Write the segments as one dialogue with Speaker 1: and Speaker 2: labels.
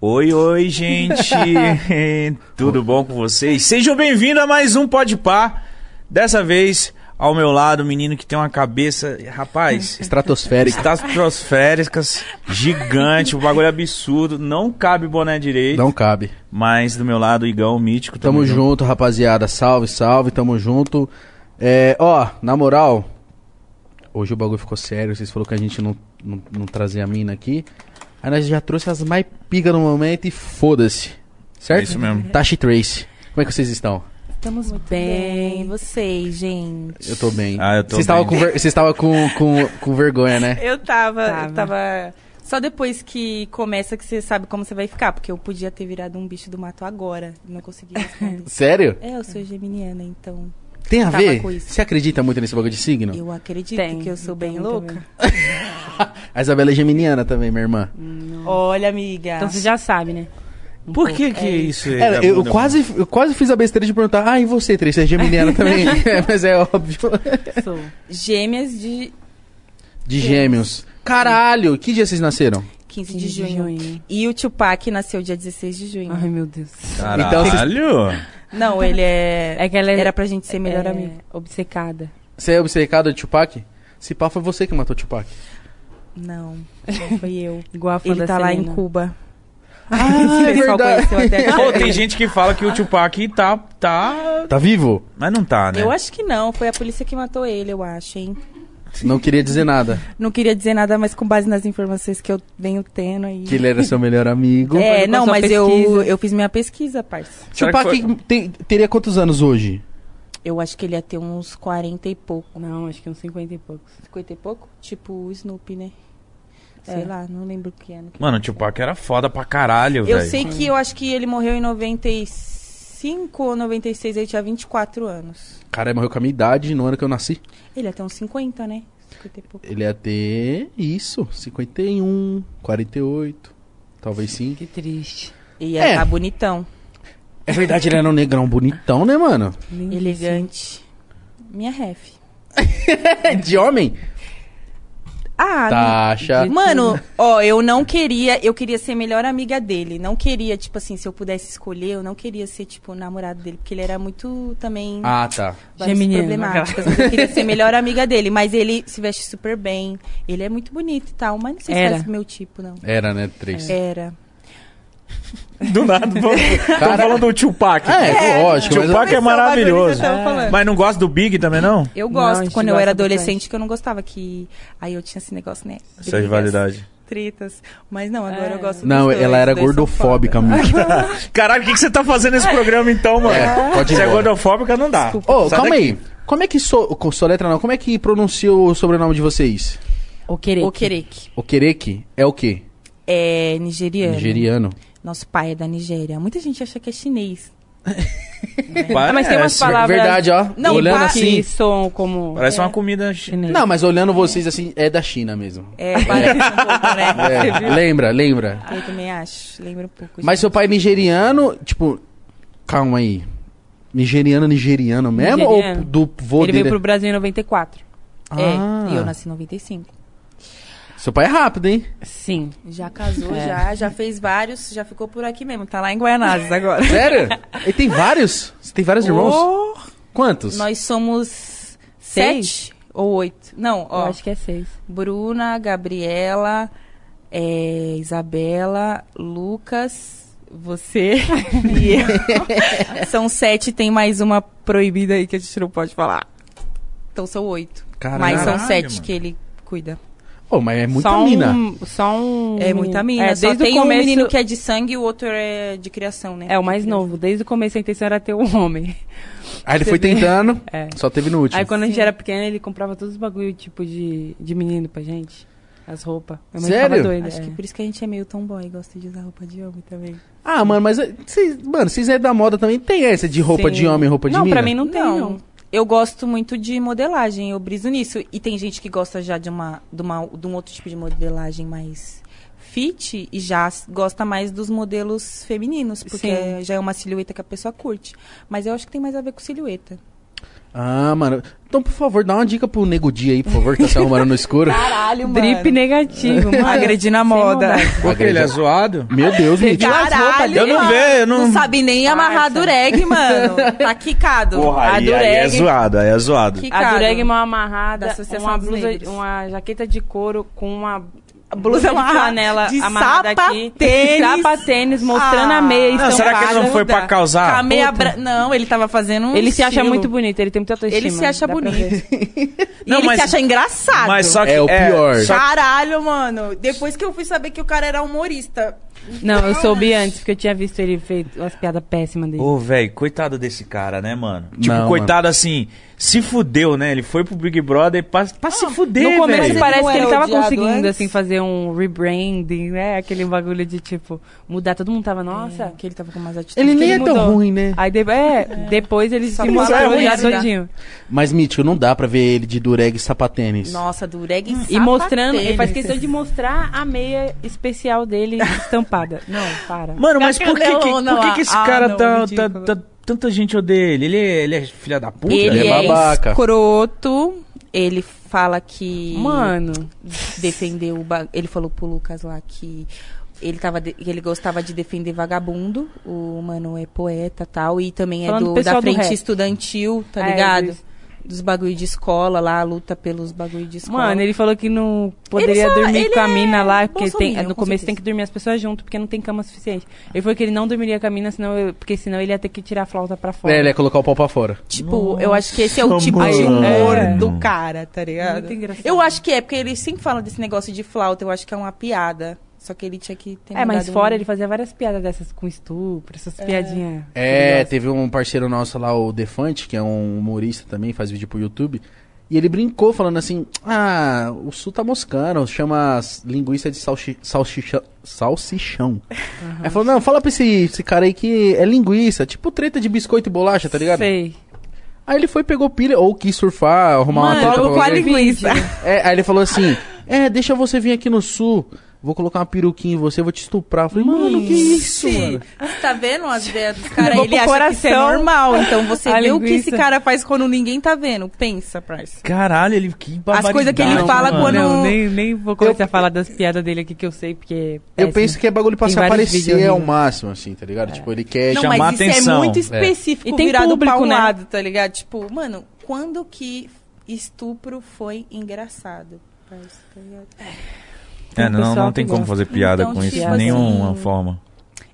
Speaker 1: Oi, oi, gente! Tudo bom com vocês? Sejam bem-vindos a mais um Pode Pá. Dessa vez, ao meu lado, um menino que tem uma cabeça. Rapaz,
Speaker 2: Estratosférica.
Speaker 1: estratosféricas, gigante, o bagulho é absurdo. Não cabe boné direito.
Speaker 2: Não cabe.
Speaker 1: Mas do meu lado, o Igão, o mítico.
Speaker 2: Tamo junto, rapaziada. Salve, salve, tamo junto. É, ó, na moral, hoje o bagulho ficou sério. Vocês falaram que a gente não, não, não trazia a mina aqui. Aí nós já trouxe as mais pica no momento e foda-se. Certo?
Speaker 1: É isso mesmo.
Speaker 2: Tashi Trace. Como é que vocês estão?
Speaker 3: Estamos
Speaker 4: bem.
Speaker 3: bem, vocês, gente.
Speaker 2: Eu tô bem.
Speaker 1: Ah, eu tô
Speaker 2: Vocês estavam
Speaker 1: bem.
Speaker 2: com, ver- vocês estavam com, com, com vergonha, né?
Speaker 4: Eu tava,
Speaker 3: Tava.
Speaker 4: eu tava. Só depois que começa que você sabe como você vai ficar, porque eu podia ter virado um bicho do mato agora. Não consegui responder.
Speaker 2: Sério?
Speaker 4: é, eu sou geminiana, então.
Speaker 2: Tem a
Speaker 4: Tava
Speaker 2: ver?
Speaker 4: com isso.
Speaker 2: Você acredita muito nesse bagulho de signo?
Speaker 4: Eu acredito
Speaker 3: Tem,
Speaker 4: que eu sou bem
Speaker 3: então,
Speaker 4: louca.
Speaker 3: também.
Speaker 2: A Isabela é geminiana também, minha irmã.
Speaker 4: Olha, amiga.
Speaker 3: Então você já sabe, né?
Speaker 1: Por que que isso é?
Speaker 2: É, eu, quase, eu quase fiz a besteira de perguntar, ah, e você, Três? Você é geminiana também? É, mas é óbvio.
Speaker 3: Sou.
Speaker 4: Gêmeas de
Speaker 2: De gêmeos. Caralho, que dia vocês nasceram?
Speaker 4: 15 de,
Speaker 3: 15 de
Speaker 4: junho.
Speaker 3: junho.
Speaker 4: E o Tupac nasceu dia 16 de junho.
Speaker 3: Ai, meu Deus.
Speaker 1: Caralho!
Speaker 2: Então, vocês-
Speaker 4: Não, ele é.
Speaker 3: É que ela é-
Speaker 4: Era pra gente ser melhor
Speaker 3: é,
Speaker 4: amigo.
Speaker 3: Obcecada.
Speaker 2: Você é obcecado de Tupac? Se pá, foi você que matou Tupac.
Speaker 4: Não, foi eu.
Speaker 3: Igual a fã
Speaker 4: Ele
Speaker 3: da
Speaker 4: tá lá em
Speaker 3: Selena.
Speaker 4: Cuba.
Speaker 2: Ah,
Speaker 4: Esse pessoal conheceu até
Speaker 1: Pô, tem gente que fala que o Tupac tá, tá...
Speaker 2: Tá vivo?
Speaker 1: Mas não tá, né?
Speaker 4: Eu acho que não, foi a polícia que matou ele, eu acho, hein?
Speaker 2: Não queria dizer nada.
Speaker 4: Não queria dizer nada, mas com base nas informações que eu venho tendo aí.
Speaker 2: Que ele é era seu melhor amigo.
Speaker 4: É,
Speaker 3: Com
Speaker 4: não,
Speaker 3: sua
Speaker 4: mas eu,
Speaker 3: pesquisa.
Speaker 4: eu fiz minha pesquisa, parça.
Speaker 1: Será que
Speaker 2: Tupac
Speaker 1: foi-
Speaker 2: tem- teria quantos anos hoje?
Speaker 4: Eu acho que ele ia ter uns 40 e pouco.
Speaker 3: Não, acho que uns 50 e poucos.
Speaker 4: 50 e pouco? Tipo o Snoopy, né? Sei
Speaker 3: É.
Speaker 4: lá, não lembro que ano. que- é.
Speaker 1: Mano, o Tupac era foda pra caralho, velho.
Speaker 4: Eu sei que eu acho que ele morreu em 95 ou 96, ele tinha 24 anos.
Speaker 2: Cara, ele morreu com a minha idade no ano que eu nasci.
Speaker 4: Ele ia ter uns 50, né? 50 e pouco.
Speaker 2: Ele ia ter isso, 51, 48, talvez sim.
Speaker 3: Que triste.
Speaker 4: E ia
Speaker 2: É.
Speaker 4: tá bonitão,
Speaker 2: É verdade, ele era um negrão bonitão, né, mano?
Speaker 4: Uhum.
Speaker 3: Lindíssimo.
Speaker 4: elegante. Minha ref.
Speaker 2: É de homem?
Speaker 4: Ah,
Speaker 2: Tá. Taxa.
Speaker 4: Mano, ó, eu não queria, eu queria ser melhor amiga dele. Não queria, tipo assim, se eu pudesse escolher, eu não queria ser, tipo, namorado dele, porque ele era muito também
Speaker 2: Ah, tá.
Speaker 4: várias
Speaker 3: Geminiano,
Speaker 4: problemáticas. mas Eu queria ser melhor amiga dele, mas ele se veste super bem. Ele é muito bonito e tal, mas não sei
Speaker 3: Era.
Speaker 4: se é meu tipo, não.
Speaker 2: Era, né? Três.
Speaker 3: É.
Speaker 4: Era.
Speaker 1: Do nada, estão
Speaker 2: Cara-
Speaker 1: falando do Tupac.
Speaker 2: É, lógico. Mas
Speaker 1: Tupac é maravilhoso.
Speaker 4: Tava falando.
Speaker 1: Mas não gosta do Big também, não?
Speaker 4: Eu
Speaker 3: Não,
Speaker 4: gosto,
Speaker 3: a gente
Speaker 4: quando eu era
Speaker 3: gosta bastante.
Speaker 4: adolescente, que eu não gostava que... Aí eu tinha esse negócio, né?
Speaker 2: é
Speaker 1: Essa é
Speaker 4: brigas,
Speaker 1: rivalidade.
Speaker 4: Tretas. Mas não, agora
Speaker 3: É.
Speaker 4: eu gosto dos
Speaker 2: Não,
Speaker 4: dois,
Speaker 2: ela era
Speaker 4: os dois são
Speaker 2: gordofóbica,
Speaker 4: foda.
Speaker 2: muito.
Speaker 1: Caralho, o que, que você tá fazendo nesse programa então, mano?
Speaker 2: É, pode ir
Speaker 1: Se é
Speaker 2: embora.
Speaker 1: gordofóbica, não dá.
Speaker 2: Ô,
Speaker 1: Sai
Speaker 2: calma
Speaker 1: daqui.
Speaker 2: aí. Como é que so, co- soletra não? Como é que pronuncia o sobrenome de vocês?
Speaker 3: O querer.
Speaker 4: O Kereke.
Speaker 2: O Kereke é o quê?
Speaker 4: É nigeriano.
Speaker 2: Nigeriano.
Speaker 4: Nosso pai é da Nigéria. Muita gente acha que é chinês.
Speaker 3: Ah, mas tem umas
Speaker 1: Parece.
Speaker 3: palavras...
Speaker 2: Verdade, ó.
Speaker 3: Não,
Speaker 2: Olhando
Speaker 3: pa-
Speaker 2: assim.
Speaker 3: Que soam como...
Speaker 1: Parece uma comida... chi-
Speaker 3: Chinês.
Speaker 2: Não, mas olhando vocês assim, é da China mesmo.
Speaker 4: É, parece um pouco, né?
Speaker 2: É, lembra, lembra.
Speaker 4: Eu também acho. Lembra um pouco.
Speaker 2: É. Mas seu pai é nigeriano, tipo. Calma aí. Nigeriano, nigeriano mesmo?
Speaker 3: Nigeriano.
Speaker 2: Ou do vô
Speaker 3: Ele
Speaker 2: dele?
Speaker 3: veio pro Brasil em 94.
Speaker 4: gente. É,
Speaker 2: Ah.
Speaker 4: e eu nasci em 95.
Speaker 2: Seu pai é rápido, hein?
Speaker 3: Sim.
Speaker 4: Já casou,
Speaker 3: É.
Speaker 4: já, já fez vários, já ficou por aqui mesmo. Tá lá em Guaianazes agora.
Speaker 2: Sério? Ele tem vários? Você tem vários irmãos?
Speaker 4: Oh,
Speaker 2: Quantos?
Speaker 4: Nós somos
Speaker 3: Seis?
Speaker 4: sete ou oito. Não,
Speaker 3: Eu
Speaker 4: ó.
Speaker 3: acho que é seis.
Speaker 4: Bruna, Gabriela, é, Isabela, Lucas, você e eu. São sete, tem mais uma proibida aí que a gente não pode falar. Então são oito.
Speaker 2: Caralho.
Speaker 4: Mas são
Speaker 1: Caralho,
Speaker 4: sete
Speaker 1: mano.
Speaker 4: que ele cuida.
Speaker 2: Pô, mas é muita
Speaker 3: só
Speaker 2: mina.
Speaker 3: Um, só um...
Speaker 4: É muita mina.
Speaker 3: É,
Speaker 4: Só
Speaker 3: desde
Speaker 4: tem
Speaker 3: o
Speaker 4: um
Speaker 3: começo...
Speaker 4: menino que é de sangue e o outro é de criação, né?
Speaker 3: É, o mais novo. Desde o começo a intenção era ter um homem.
Speaker 2: Aí ele foi tentando,
Speaker 3: É.
Speaker 2: só teve no último.
Speaker 3: Aí quando a gente era pequena, ele comprava todos os bagulho tipo de, de menino pra gente. As roupas. Minha mãe
Speaker 2: Sério?
Speaker 3: ficava doida.
Speaker 4: Acho
Speaker 3: é.
Speaker 4: que por isso que a gente é meio tomboy, gosta de usar roupa de homem também.
Speaker 2: Ah, mano, mas é, cês, mano, vocês é da moda também. Tem essa de roupa
Speaker 3: Sim.
Speaker 2: de homem, roupa de
Speaker 3: Não,
Speaker 2: mina?
Speaker 3: pra mim não tem, não.
Speaker 4: Eu gosto muito de modelagem, eu briso nisso. E tem gente que gosta já de, uma, de, uma- de um outro tipo de modelagem mais fit e já s- gosta mais dos modelos femininos, porque
Speaker 3: Sim.
Speaker 4: já é uma silhueta que a pessoa curte. Mas eu acho que tem mais a ver com silhueta.
Speaker 2: Ah, mano. Então, por favor, dá uma dica pro Nego Dia aí, por favor, que tá se arrumando no escuro.
Speaker 4: Caralho, mano.
Speaker 3: Drip negativo, mano.
Speaker 4: Agredindo na
Speaker 3: Sem
Speaker 4: moda.
Speaker 3: maldade.
Speaker 1: Porque ele é zoado?
Speaker 2: Meu Deus, me diga.
Speaker 4: Caralho,
Speaker 1: Eu não
Speaker 4: mano.
Speaker 1: vejo, eu não-
Speaker 4: Não sabe nem amarrar dureg, mano. Tá quicado.
Speaker 1: Porra,
Speaker 4: a
Speaker 1: aí, aí é zoado, aí é zoado.
Speaker 4: Que-
Speaker 3: A
Speaker 4: Ricardo,
Speaker 3: dureg mal
Speaker 4: da
Speaker 3: amarrada,
Speaker 4: Associação
Speaker 3: uma
Speaker 4: dos
Speaker 3: blusa,
Speaker 4: Negros.
Speaker 3: uma jaqueta de couro com uma
Speaker 4: blusa
Speaker 3: blusa de
Speaker 4: amarrada,
Speaker 3: flanela
Speaker 4: de
Speaker 3: amarrada aqui.
Speaker 4: sapatênis.
Speaker 3: Sapatênis, mostrando a meia
Speaker 4: Ah.
Speaker 1: Não, será que ele não
Speaker 3: estampada.
Speaker 1: foi pra
Speaker 4: Com a
Speaker 1: causar?
Speaker 4: meia bra- Não, ele tava fazendo um
Speaker 3: Ele se acha
Speaker 4: estilo.
Speaker 3: muito bonito, ele tem muita autoestima.
Speaker 4: Ele se acha
Speaker 3: dá pra ver.
Speaker 4: bonito. E
Speaker 1: Não,
Speaker 4: ele
Speaker 1: mas-
Speaker 4: se acha engraçado.
Speaker 1: Mas só que
Speaker 2: É o pior.
Speaker 1: só-
Speaker 4: Caralho, mano. Depois que eu fui saber que o cara era humorista. Então,
Speaker 3: Não, eu soube antes, porque eu tinha visto ele feito umas piadas péssimas dele.
Speaker 1: Ô, velho, coitado desse cara, né, mano? Tipo,
Speaker 2: Não,
Speaker 1: coitado assim, se fudeu, né? Ele foi pro Big Brother pra, pra se fuder,
Speaker 3: no começo
Speaker 1: velho.
Speaker 3: parece
Speaker 4: Mas ele
Speaker 3: que
Speaker 4: não
Speaker 3: ele
Speaker 4: era
Speaker 3: tava
Speaker 4: odiado
Speaker 3: conseguindo,
Speaker 4: antes?
Speaker 3: assim, fazer um rebranding, né? Aquele bagulho de, tipo, mudar. Todo mundo tava, nossa...
Speaker 4: que ele tava com umas atitudes.
Speaker 2: Ele
Speaker 3: que
Speaker 2: nem é
Speaker 3: mudou.
Speaker 2: tão ruim, né?
Speaker 3: Aí de- é, depois ele
Speaker 4: Só
Speaker 3: se
Speaker 4: fala
Speaker 3: mostrou
Speaker 4: ruim,
Speaker 3: já
Speaker 4: né?
Speaker 3: todinho.
Speaker 2: Mas, Mítico, não dá pra ver ele de dureg e sapatênis.
Speaker 4: Nossa, dureg em
Speaker 3: Hum. E mostrando, ele faz
Speaker 4: sapatênis.
Speaker 3: questão de mostrar a meia especial dele estampada. Não, para.
Speaker 1: Mano, mas por que, que,
Speaker 4: Cacalhona
Speaker 1: por que,
Speaker 4: lá.
Speaker 1: que esse
Speaker 4: Ah,
Speaker 1: cara
Speaker 4: não,
Speaker 1: tá, tá,
Speaker 4: ridículo.
Speaker 1: tá- Tanta gente odeia ele. Ele é, ele é filha da puta?
Speaker 4: Ele,
Speaker 2: Ele é
Speaker 4: é,
Speaker 2: babaca.
Speaker 4: escroto. Ele fala que.
Speaker 3: Mano,
Speaker 4: Defendeu o. ba- Ele falou pro Lucas lá que. Ele, tava de- que ele gostava de defender vagabundo. O mano é poeta tal. E também
Speaker 3: Falando do
Speaker 4: é do, da
Speaker 3: pessoal do
Speaker 4: frente
Speaker 3: rap.
Speaker 4: estudantil, tá
Speaker 3: É,
Speaker 4: ligado?
Speaker 3: eles-
Speaker 4: Dos bagulho de escola lá, a luta pelos bagulho de escola.
Speaker 3: mano, ele falou que não poderia
Speaker 4: Ele só-
Speaker 3: dormir
Speaker 4: ele
Speaker 3: com a
Speaker 4: é
Speaker 3: mina lá, porque tem,
Speaker 4: bolsominion, com
Speaker 3: no começo
Speaker 4: certeza.
Speaker 3: tem que dormir as pessoas junto, porque não tem cama suficiente. Ele falou que ele não dormiria com a mina, senão eu- porque senão ele ia ter que tirar a flauta pra fora.
Speaker 2: É, ele ia colocar o pau pra fora.
Speaker 4: Tipo, eu acho que esse é o
Speaker 1: Nossa,
Speaker 4: tipo de
Speaker 1: mano.
Speaker 4: humor
Speaker 3: É.
Speaker 4: do cara, tá ligado?
Speaker 3: Muito engraçado.
Speaker 4: Eu acho que é, porque ele sempre fala desse negócio de flauta, eu acho que é uma piada. Só que ele tinha que ter.
Speaker 3: É, mas
Speaker 4: mudado
Speaker 3: fora
Speaker 4: um-
Speaker 3: ele fazia várias piadas dessas com estupro, essas piadinhas.
Speaker 2: É, teve um parceiro nosso lá, o Defante, que é um humorista também, faz vídeo pro YouTube. E ele brincou falando assim: Ah, o Sul tá moscando, chama as linguiça de salchi, salsicha- salsichão. Aí falou: Não, fala pra esse, esse cara aí que é linguiça, tipo treta de biscoito e bolacha, tá ligado?
Speaker 3: Sei.
Speaker 2: Aí ele foi, pegou pilha, ou quis surfar, arrumar uma
Speaker 4: Mano,
Speaker 2: treta pra
Speaker 4: logo com a
Speaker 2: alguém.
Speaker 4: linguiça.
Speaker 2: É, aí ele falou assim: É, deixa você vir aqui no Sul, vou colocar uma peruquinha em você, vou te estuprar. Eu falei: Mano, que isso, mano?
Speaker 4: Tá vendo as ideias dos caras?
Speaker 3: Vou
Speaker 4: Ele
Speaker 3: pro
Speaker 4: acha que isso é
Speaker 3: coração.
Speaker 4: normal. Então você
Speaker 3: A
Speaker 4: vê o que esse
Speaker 3: linguiça.
Speaker 4: cara faz quando ninguém tá vendo. Pensa, Price.
Speaker 1: Caralho, ele que barbaridade,
Speaker 4: coisas que ele fala
Speaker 1: mano.
Speaker 4: quando-
Speaker 3: Não, nem, nem vou começar a falar das piadas dele aqui que eu sei, porque. é
Speaker 2: Eu
Speaker 3: péssimo.
Speaker 2: penso que é bagulho pra
Speaker 3: Tem
Speaker 2: se
Speaker 3: vários
Speaker 2: aparecer
Speaker 3: vídeos É.
Speaker 2: ao
Speaker 3: rindo.
Speaker 2: máximo, assim, tá ligado? Tipo, ele quer
Speaker 4: Não,
Speaker 2: chamar.
Speaker 1: chamar
Speaker 4: mas isso é
Speaker 1: atenção.
Speaker 4: muito
Speaker 1: É.
Speaker 4: específico,
Speaker 3: E tem
Speaker 4: virado
Speaker 3: público,
Speaker 4: pra um
Speaker 3: né?
Speaker 4: lado, tá ligado? Tipo, mano, quando que estupro foi engraçado? Price, tá ligado?
Speaker 1: É, não,
Speaker 3: pessoal
Speaker 1: não
Speaker 3: que
Speaker 1: tem como
Speaker 3: gosta.
Speaker 1: fazer piada
Speaker 4: Então,
Speaker 1: com isso
Speaker 4: tipo
Speaker 1: de nenhuma
Speaker 4: assim,
Speaker 1: forma.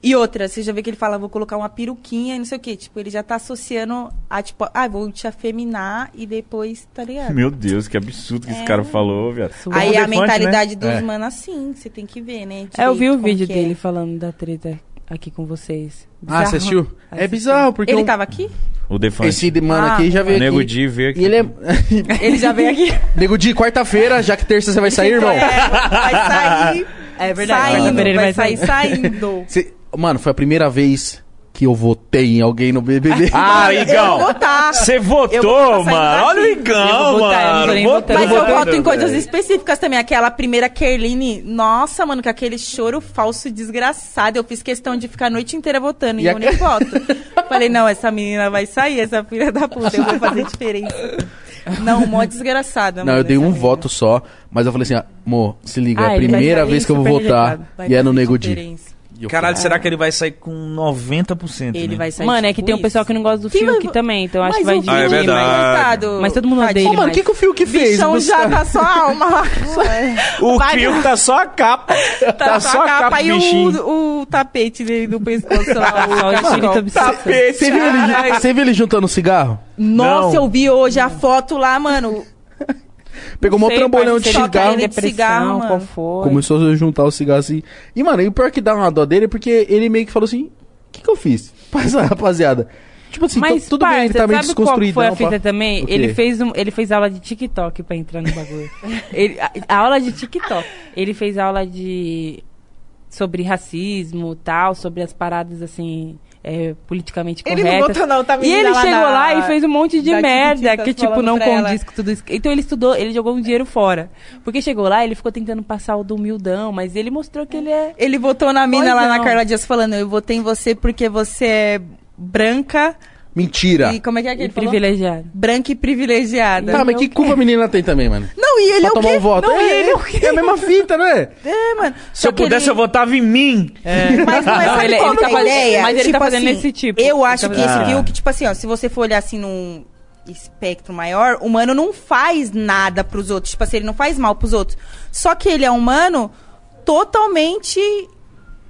Speaker 4: E outra, você já vê que ele fala, vou colocar uma peruquinha e não sei o quê. Tipo, ele já tá associando a, tipo, ah, vou te afeminar e depois, tá ligado?
Speaker 1: Meu né? Deus, que absurdo que esse cara falou, velho.
Speaker 4: É. Aí a mentalidade dos
Speaker 2: É.
Speaker 4: manos assim, você tem que ver, né?
Speaker 3: É, eu
Speaker 4: direito
Speaker 3: vi o
Speaker 2: assim.
Speaker 4: como
Speaker 3: vídeo
Speaker 4: que é.
Speaker 3: dele falando da treta aqui com vocês.
Speaker 2: Ah,
Speaker 3: Bizarro.
Speaker 2: você assistiu? É
Speaker 3: Assisti.
Speaker 2: bizarro, porque
Speaker 4: Ele
Speaker 2: um-
Speaker 4: tava aqui?
Speaker 1: O Defante.
Speaker 2: esse de- mano
Speaker 4: Ah,
Speaker 2: aqui já
Speaker 1: O
Speaker 2: veio aqui.
Speaker 1: Nego Di veio aqui.
Speaker 2: E ele é.
Speaker 4: Ele já veio aqui.
Speaker 2: Nego Di, quarta-feira, já que terça você vai sair,
Speaker 3: Então,
Speaker 2: irmão.
Speaker 4: É, vai sair. É
Speaker 3: verdade.
Speaker 4: Saindo,
Speaker 3: Quarta-feira
Speaker 4: vai,
Speaker 3: ele vai
Speaker 4: sair saindo.
Speaker 2: Cê- Mano, foi a primeira vez que eu votei em alguém no BBB.
Speaker 1: Ah, Igão!
Speaker 4: Eu vou votar.
Speaker 1: Você
Speaker 4: Eu vou
Speaker 1: votou,
Speaker 4: sair
Speaker 1: mano!
Speaker 4: daqui.
Speaker 1: Olha o
Speaker 3: Eu
Speaker 1: Igão,
Speaker 3: vou votar, eu não
Speaker 1: mano!
Speaker 3: tô nem
Speaker 1: Votou,
Speaker 3: votando.
Speaker 4: Mas eu
Speaker 1: votou,
Speaker 4: voto em coisas
Speaker 1: Tá velho.
Speaker 4: específicas também. Aquela primeira Kerline, nossa, mano, com aquele choro falso desgraçado. Eu fiz questão de ficar a noite inteira votando e,
Speaker 2: E a-
Speaker 4: eu nem voto. Falei, não, essa menina vai sair, essa filha da puta, eu vou fazer diferença. Não, mó desgraçada,
Speaker 2: Não,
Speaker 4: mano,
Speaker 2: eu dei
Speaker 4: essa
Speaker 2: um
Speaker 4: menina.
Speaker 2: voto só, mas eu falei assim, ah, amor, se liga, é
Speaker 3: Ah,
Speaker 2: a
Speaker 3: ele vai
Speaker 2: primeira
Speaker 3: sair
Speaker 2: vez que eu vou
Speaker 3: super
Speaker 2: votar
Speaker 3: rejeitado.
Speaker 4: Vai
Speaker 2: e é no
Speaker 4: fazer
Speaker 2: Nego Di.
Speaker 4: diferença.
Speaker 2: E eu
Speaker 1: Caralho,
Speaker 2: falei,
Speaker 1: será que ele vai sair com 90%?
Speaker 4: Ele
Speaker 1: né?
Speaker 4: vai sair
Speaker 3: Mano, é
Speaker 4: tipo
Speaker 3: que tem um
Speaker 4: isso.
Speaker 3: pessoal que não gosta do
Speaker 4: Quem vai
Speaker 3: Fiuk
Speaker 4: vo-
Speaker 3: também, então acho
Speaker 4: Mas
Speaker 3: que
Speaker 4: o
Speaker 3: vai
Speaker 1: Ah, é
Speaker 3: dividir.
Speaker 4: Fiuk,
Speaker 1: verdade.
Speaker 3: mas-
Speaker 4: coitado.
Speaker 3: Mas todo mundo odeia
Speaker 2: Ô,
Speaker 4: Tadinho.
Speaker 3: ele
Speaker 2: mano, o
Speaker 3: mais.
Speaker 2: que, que o Fiuk
Speaker 4: O
Speaker 2: fez?
Speaker 4: bichão Tá já
Speaker 2: Gustavo?
Speaker 4: tá só a alma lá.
Speaker 3: é.
Speaker 1: O
Speaker 4: Vai-
Speaker 1: Pio tá só a capa. Tá, só a capa,
Speaker 4: e
Speaker 1: do bichinho.
Speaker 4: o, o tapete dele do pescoço lá.
Speaker 3: Só o
Speaker 4: cachecol.
Speaker 3: espírito obsessor.
Speaker 2: Você viu, ele, você viu ele juntando cigarro?
Speaker 4: Nossa,
Speaker 1: Não.
Speaker 4: eu vi hoje a foto lá, mano.
Speaker 2: Pegou
Speaker 3: Não
Speaker 2: um
Speaker 3: sei,
Speaker 2: trambolhão
Speaker 3: parece
Speaker 2: de
Speaker 3: que ele tá em
Speaker 2: cigarro.
Speaker 4: cigarro. é Cigarro,
Speaker 3: depressão,
Speaker 4: mano.
Speaker 3: qual foi?
Speaker 2: Começou a juntar o cigarro assim. E, mano, e o pior que dá uma dó dele é porque ele meio que falou assim: o que, que eu fiz? Mas, rapaziada. Tipo assim,
Speaker 3: Mas,
Speaker 2: tu- tudo bem, ele
Speaker 3: parça,
Speaker 2: tá meio
Speaker 3: sabe qual que
Speaker 2: desconstruído.
Speaker 3: foi a fita também?
Speaker 2: O quê?
Speaker 3: Ele fez, um, ele fez aula de TikTok pra entrar no bagulho. Ele- a, a aula de TikTok. Ele fez aula de... Sobre racismo tal, sobre as paradas, assim... é, politicamente
Speaker 4: Ele
Speaker 3: corretas.
Speaker 4: não botou não, tá
Speaker 3: E
Speaker 4: menina
Speaker 3: ele
Speaker 4: lá
Speaker 3: chegou
Speaker 4: na-
Speaker 3: lá e fez um monte de
Speaker 4: da
Speaker 3: merda
Speaker 4: Kikititas
Speaker 3: que, tipo,
Speaker 4: falando
Speaker 3: não
Speaker 4: pra ela.
Speaker 3: condiz com tudo isso. Então ele estudou, ele jogou um dinheiro fora. Porque chegou lá, ele ficou tentando passar o do humildão, mas ele mostrou que ele é.
Speaker 4: Ele votou na mina
Speaker 3: Pois
Speaker 4: lá na
Speaker 3: não.
Speaker 4: Carla Dias falando, eu votei em você porque você é branca,
Speaker 2: Mentira.
Speaker 4: E como é que é que
Speaker 3: E
Speaker 4: ele falou?
Speaker 3: privilegiado.
Speaker 4: Branca e privilegiada.
Speaker 2: Tá, mas que culpa a menina tem também, mano?
Speaker 4: Não, e é
Speaker 2: Pra
Speaker 4: ele é o
Speaker 2: tomar
Speaker 4: quê?
Speaker 2: um voto.
Speaker 4: Não, e
Speaker 2: é,
Speaker 4: ele é o
Speaker 2: é a
Speaker 4: quê?
Speaker 2: mesma fita, não é?
Speaker 4: É, mano.
Speaker 1: Se eu pudesse, eu votava em mim.
Speaker 4: Mas não é
Speaker 3: Não,
Speaker 4: sabe
Speaker 3: ele-
Speaker 4: qual
Speaker 3: ele
Speaker 4: que
Speaker 3: tá
Speaker 4: é a
Speaker 3: fazendo-
Speaker 4: ideia?
Speaker 3: mas ele tá
Speaker 4: Tipo
Speaker 3: fazendo
Speaker 4: assim,
Speaker 3: esse tipo.
Speaker 4: Eu
Speaker 3: Ele
Speaker 4: acho
Speaker 3: tá
Speaker 4: que esse
Speaker 1: fazendo-
Speaker 4: viu que, tipo assim, ó, se você for olhar assim num espectro maior, o humano não faz nada pros outros. Tipo assim, ele não faz mal pros outros. Só que ele é um humano totalmente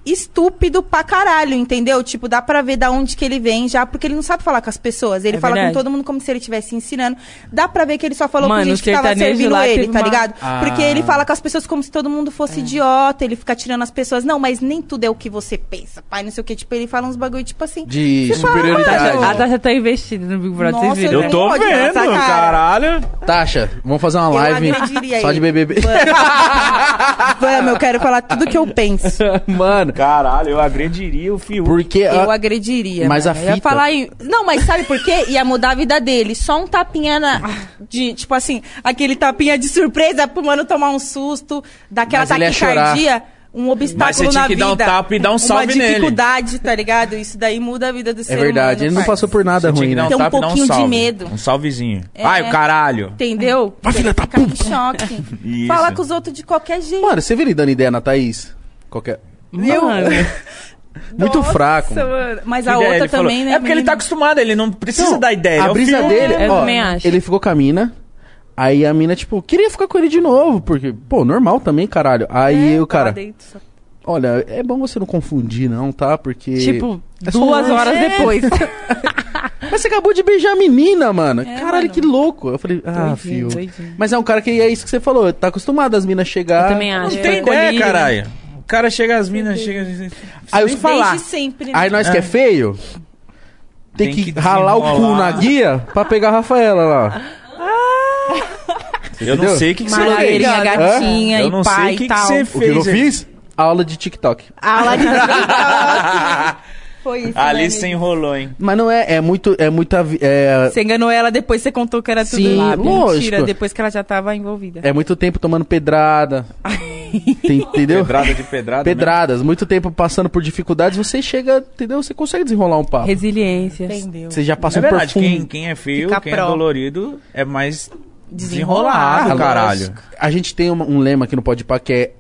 Speaker 4: estúpido pra caralho, entendeu? Tipo, dá pra ver da onde que ele vem já, porque ele não sabe falar com as pessoas. Ele
Speaker 3: É
Speaker 4: fala
Speaker 3: verdade.
Speaker 4: com todo mundo como se ele estivesse ensinando. Dá pra ver que ele só falou
Speaker 3: Mano,
Speaker 4: com
Speaker 3: o
Speaker 4: gente que tava
Speaker 3: sertanejo
Speaker 4: servindo
Speaker 3: lá
Speaker 4: ele,
Speaker 3: teve
Speaker 4: tá
Speaker 3: uma-
Speaker 4: ligado?
Speaker 2: Ah. É.
Speaker 4: Porque ele fala com as pessoas como se todo mundo fosse idiota, ele fica tirando as pessoas. Não, mas nem tudo é o que você pensa, pai, não sei o que. Tipo, ele fala uns bagulho, tipo assim.
Speaker 2: De
Speaker 4: Você fala,
Speaker 2: superioridade.
Speaker 4: mano.
Speaker 3: A Tasha tá investida no Big Brother, vocês
Speaker 4: Nossa,
Speaker 3: viram?
Speaker 4: Não
Speaker 1: Eu
Speaker 3: né?
Speaker 1: tô
Speaker 4: pode falar
Speaker 1: vendo,
Speaker 4: essa cara.
Speaker 1: caralho.
Speaker 2: Taxa, vamos fazer uma live
Speaker 4: eu agrediria
Speaker 2: só de
Speaker 4: ele.
Speaker 2: BBB.
Speaker 4: Vamos. Vamos, eu quero falar tudo que eu penso.
Speaker 2: Mano,
Speaker 1: Caralho, eu agrediria o Fiuk.
Speaker 2: porque...
Speaker 4: Eu
Speaker 2: ah,
Speaker 4: agrediria.
Speaker 2: Mas
Speaker 4: mano.
Speaker 2: a
Speaker 4: Eu ia
Speaker 2: fita-
Speaker 4: falar em... Não, mas sabe por quê? Ia mudar a vida dele. Só um tapinha na... de, tipo assim, aquele tapinha de surpresa pro mano tomar um susto, daquela
Speaker 2: Mas ele ia
Speaker 4: taquicardia, um
Speaker 1: Mas você
Speaker 4: obstáculo
Speaker 1: tinha
Speaker 4: na
Speaker 1: que
Speaker 4: vida.
Speaker 1: dar um tapa e dar um salve
Speaker 4: Uma
Speaker 1: nele.
Speaker 4: dificuldade, tá ligado? Isso daí muda a vida do ser
Speaker 2: É
Speaker 4: humano.
Speaker 2: verdade, ele não
Speaker 4: parça.
Speaker 2: passou por
Speaker 1: Você
Speaker 2: nada
Speaker 1: tinha
Speaker 2: ruim,
Speaker 1: que dar
Speaker 2: né?
Speaker 4: Tem um
Speaker 1: tapa e dar
Speaker 4: pouquinho de
Speaker 1: salve.
Speaker 4: medo.
Speaker 1: Um salvezinho.
Speaker 4: É.
Speaker 1: Ai, o caralho.
Speaker 4: Entendeu?
Speaker 2: Vai, filha da
Speaker 4: Fica em
Speaker 2: puta.
Speaker 4: choque.
Speaker 1: Isso.
Speaker 4: Fala com os outros de qualquer jeito.
Speaker 2: Mano, você viria dando ideia na Thaís? Qualquer...
Speaker 3: Mano,
Speaker 2: Muito
Speaker 4: Nossa,
Speaker 2: fraco. mano.
Speaker 4: mano. Mas
Speaker 1: Que
Speaker 4: a
Speaker 1: ideia,
Speaker 4: outra
Speaker 1: ele falou.
Speaker 4: também, né?
Speaker 1: É porque ele tá
Speaker 4: menino?
Speaker 1: acostumado, ele não precisa
Speaker 2: Não,
Speaker 1: dar ideia. é
Speaker 2: A
Speaker 1: o
Speaker 2: brisa
Speaker 1: Fiuk.
Speaker 2: dele,
Speaker 3: Eu
Speaker 2: ó,
Speaker 3: também acho.
Speaker 2: ele ficou com a mina. Aí a mina, tipo, queria ficar com ele de novo, porque, pô, normal também, caralho. Aí
Speaker 4: É,
Speaker 2: o
Speaker 4: tá lá
Speaker 2: cara,
Speaker 4: dentro, só-
Speaker 2: olha, é bom você não confundir, não, tá? Porque.
Speaker 3: tipo,
Speaker 2: É só um
Speaker 3: duas
Speaker 2: lance.
Speaker 3: horas
Speaker 2: É.
Speaker 3: depois.
Speaker 2: Mas você acabou de beijar a menina, mano.
Speaker 4: É,
Speaker 2: caralho,
Speaker 4: mano.
Speaker 2: que louco. Eu falei, ah,
Speaker 3: Doidinho,
Speaker 2: fio.
Speaker 3: doidinho.
Speaker 2: Mas é um cara que é isso que você falou, tá acostumado as minas chegar.
Speaker 3: Eu também
Speaker 4: Ah,
Speaker 3: acho.
Speaker 1: Não tem
Speaker 3: Foi
Speaker 1: ideia,
Speaker 3: colírio,
Speaker 1: caralho. O cara chega, as minas chega.
Speaker 2: Aí os
Speaker 1: Nem falar.
Speaker 4: Desde sempre. né?
Speaker 2: Aí nós que é feio,
Speaker 1: Tem
Speaker 2: tem, que,
Speaker 1: que
Speaker 2: ralar o cu
Speaker 1: desenrolar.
Speaker 2: na guia pra pegar a Rafaela lá.
Speaker 1: Eu não
Speaker 2: Entendeu?
Speaker 1: sei o que, que você fez.
Speaker 4: Maloeirinha, gatinha,
Speaker 1: Eu
Speaker 4: e
Speaker 1: não
Speaker 4: pai
Speaker 1: sei o que,
Speaker 4: e
Speaker 1: que
Speaker 4: tal.
Speaker 1: você
Speaker 2: O que eu
Speaker 1: fez. hein?
Speaker 2: fiz? Aula de TikTok.
Speaker 4: Aula de TikTok. Foi isso.
Speaker 1: Ali
Speaker 4: né,
Speaker 1: se
Speaker 4: amigo?
Speaker 1: enrolou, hein?
Speaker 2: Mas não é, é muito, é muita, vi- é,
Speaker 4: Você enganou ela, depois você contou que era tudo
Speaker 2: Sim,
Speaker 4: lábio.
Speaker 2: lógico.
Speaker 4: mentira, depois que ela já tava envolvida.
Speaker 2: é muito tempo tomando pedrada, Tem- entendeu?
Speaker 1: Pedrada né? de pedrada.
Speaker 2: Pedradas, muito tempo passando por dificuldades, você chega, entendeu? Você consegue desenrolar um papo.
Speaker 3: Resiliência.
Speaker 4: Entendeu?
Speaker 2: Você já
Speaker 1: Né? É
Speaker 2: passa um
Speaker 1: verdade,
Speaker 2: perfume.
Speaker 1: quem, quem é feio,
Speaker 4: Fica
Speaker 1: quem é
Speaker 4: pró.
Speaker 1: dolorido é mais
Speaker 4: Desenrolado,
Speaker 1: desenrolado,
Speaker 2: lógico.
Speaker 1: é caralho.
Speaker 2: A gente tem um, um lema aqui no Podpah que é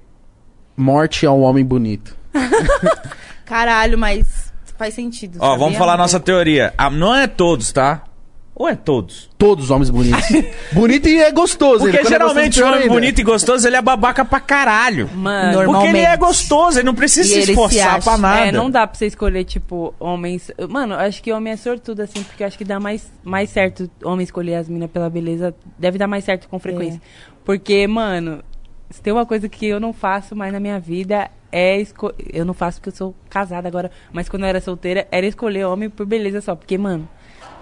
Speaker 2: morte ao homem bonito.
Speaker 4: Caralho, mas faz sentido.
Speaker 1: Ó,
Speaker 4: sabia?
Speaker 1: vamos falar a nossa teoria. Ah, não é todos, tá? Ou é todos?
Speaker 2: Todos os homens bonitos. bonito e é gostoso. ele,
Speaker 1: Porque
Speaker 2: quando é
Speaker 1: geralmente
Speaker 2: gostoso,
Speaker 1: o homem
Speaker 2: ainda.
Speaker 1: bonito e gostoso, ele é babaca pra caralho.
Speaker 3: Mano,
Speaker 4: Normal.
Speaker 1: Porque ele
Speaker 4: Normalmente.
Speaker 1: é gostoso, ele não precisa
Speaker 4: E
Speaker 1: se
Speaker 4: ele se
Speaker 1: esforçar
Speaker 4: acha.
Speaker 1: pra nada.
Speaker 3: É, não dá pra você escolher, tipo, homens. Mano, eu acho que homem é sortudo, assim, porque eu acho que dá mais, mais certo homem escolher as minas pela beleza. Deve dar mais certo com frequência.
Speaker 4: É.
Speaker 3: Porque, mano, se tem uma coisa que eu não faço mais na minha vida é esco... Eu não faço porque eu sou casada agora, mas quando eu era solteira, era escolher homem por beleza só. Porque, mano,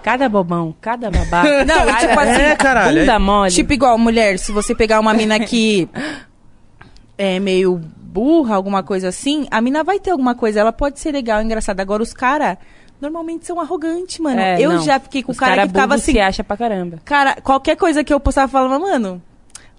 Speaker 3: cada bobão, cada babaca.
Speaker 4: Não,
Speaker 3: cada
Speaker 4: tipo assim,
Speaker 1: É, caralho.
Speaker 3: Bunda mole.
Speaker 4: Tipo igual mulher, se você pegar uma mina que é meio burra, alguma coisa assim, a mina vai ter alguma coisa, ela pode ser legal, engraçada. Agora os caras normalmente são arrogantes, mano.
Speaker 3: É,
Speaker 4: eu
Speaker 3: não.
Speaker 4: já fiquei com o
Speaker 3: Os
Speaker 4: cara, que ficava
Speaker 3: burro
Speaker 4: assim,
Speaker 3: se acha pra caramba.
Speaker 4: cara, qualquer coisa que eu postava eu falava, mano,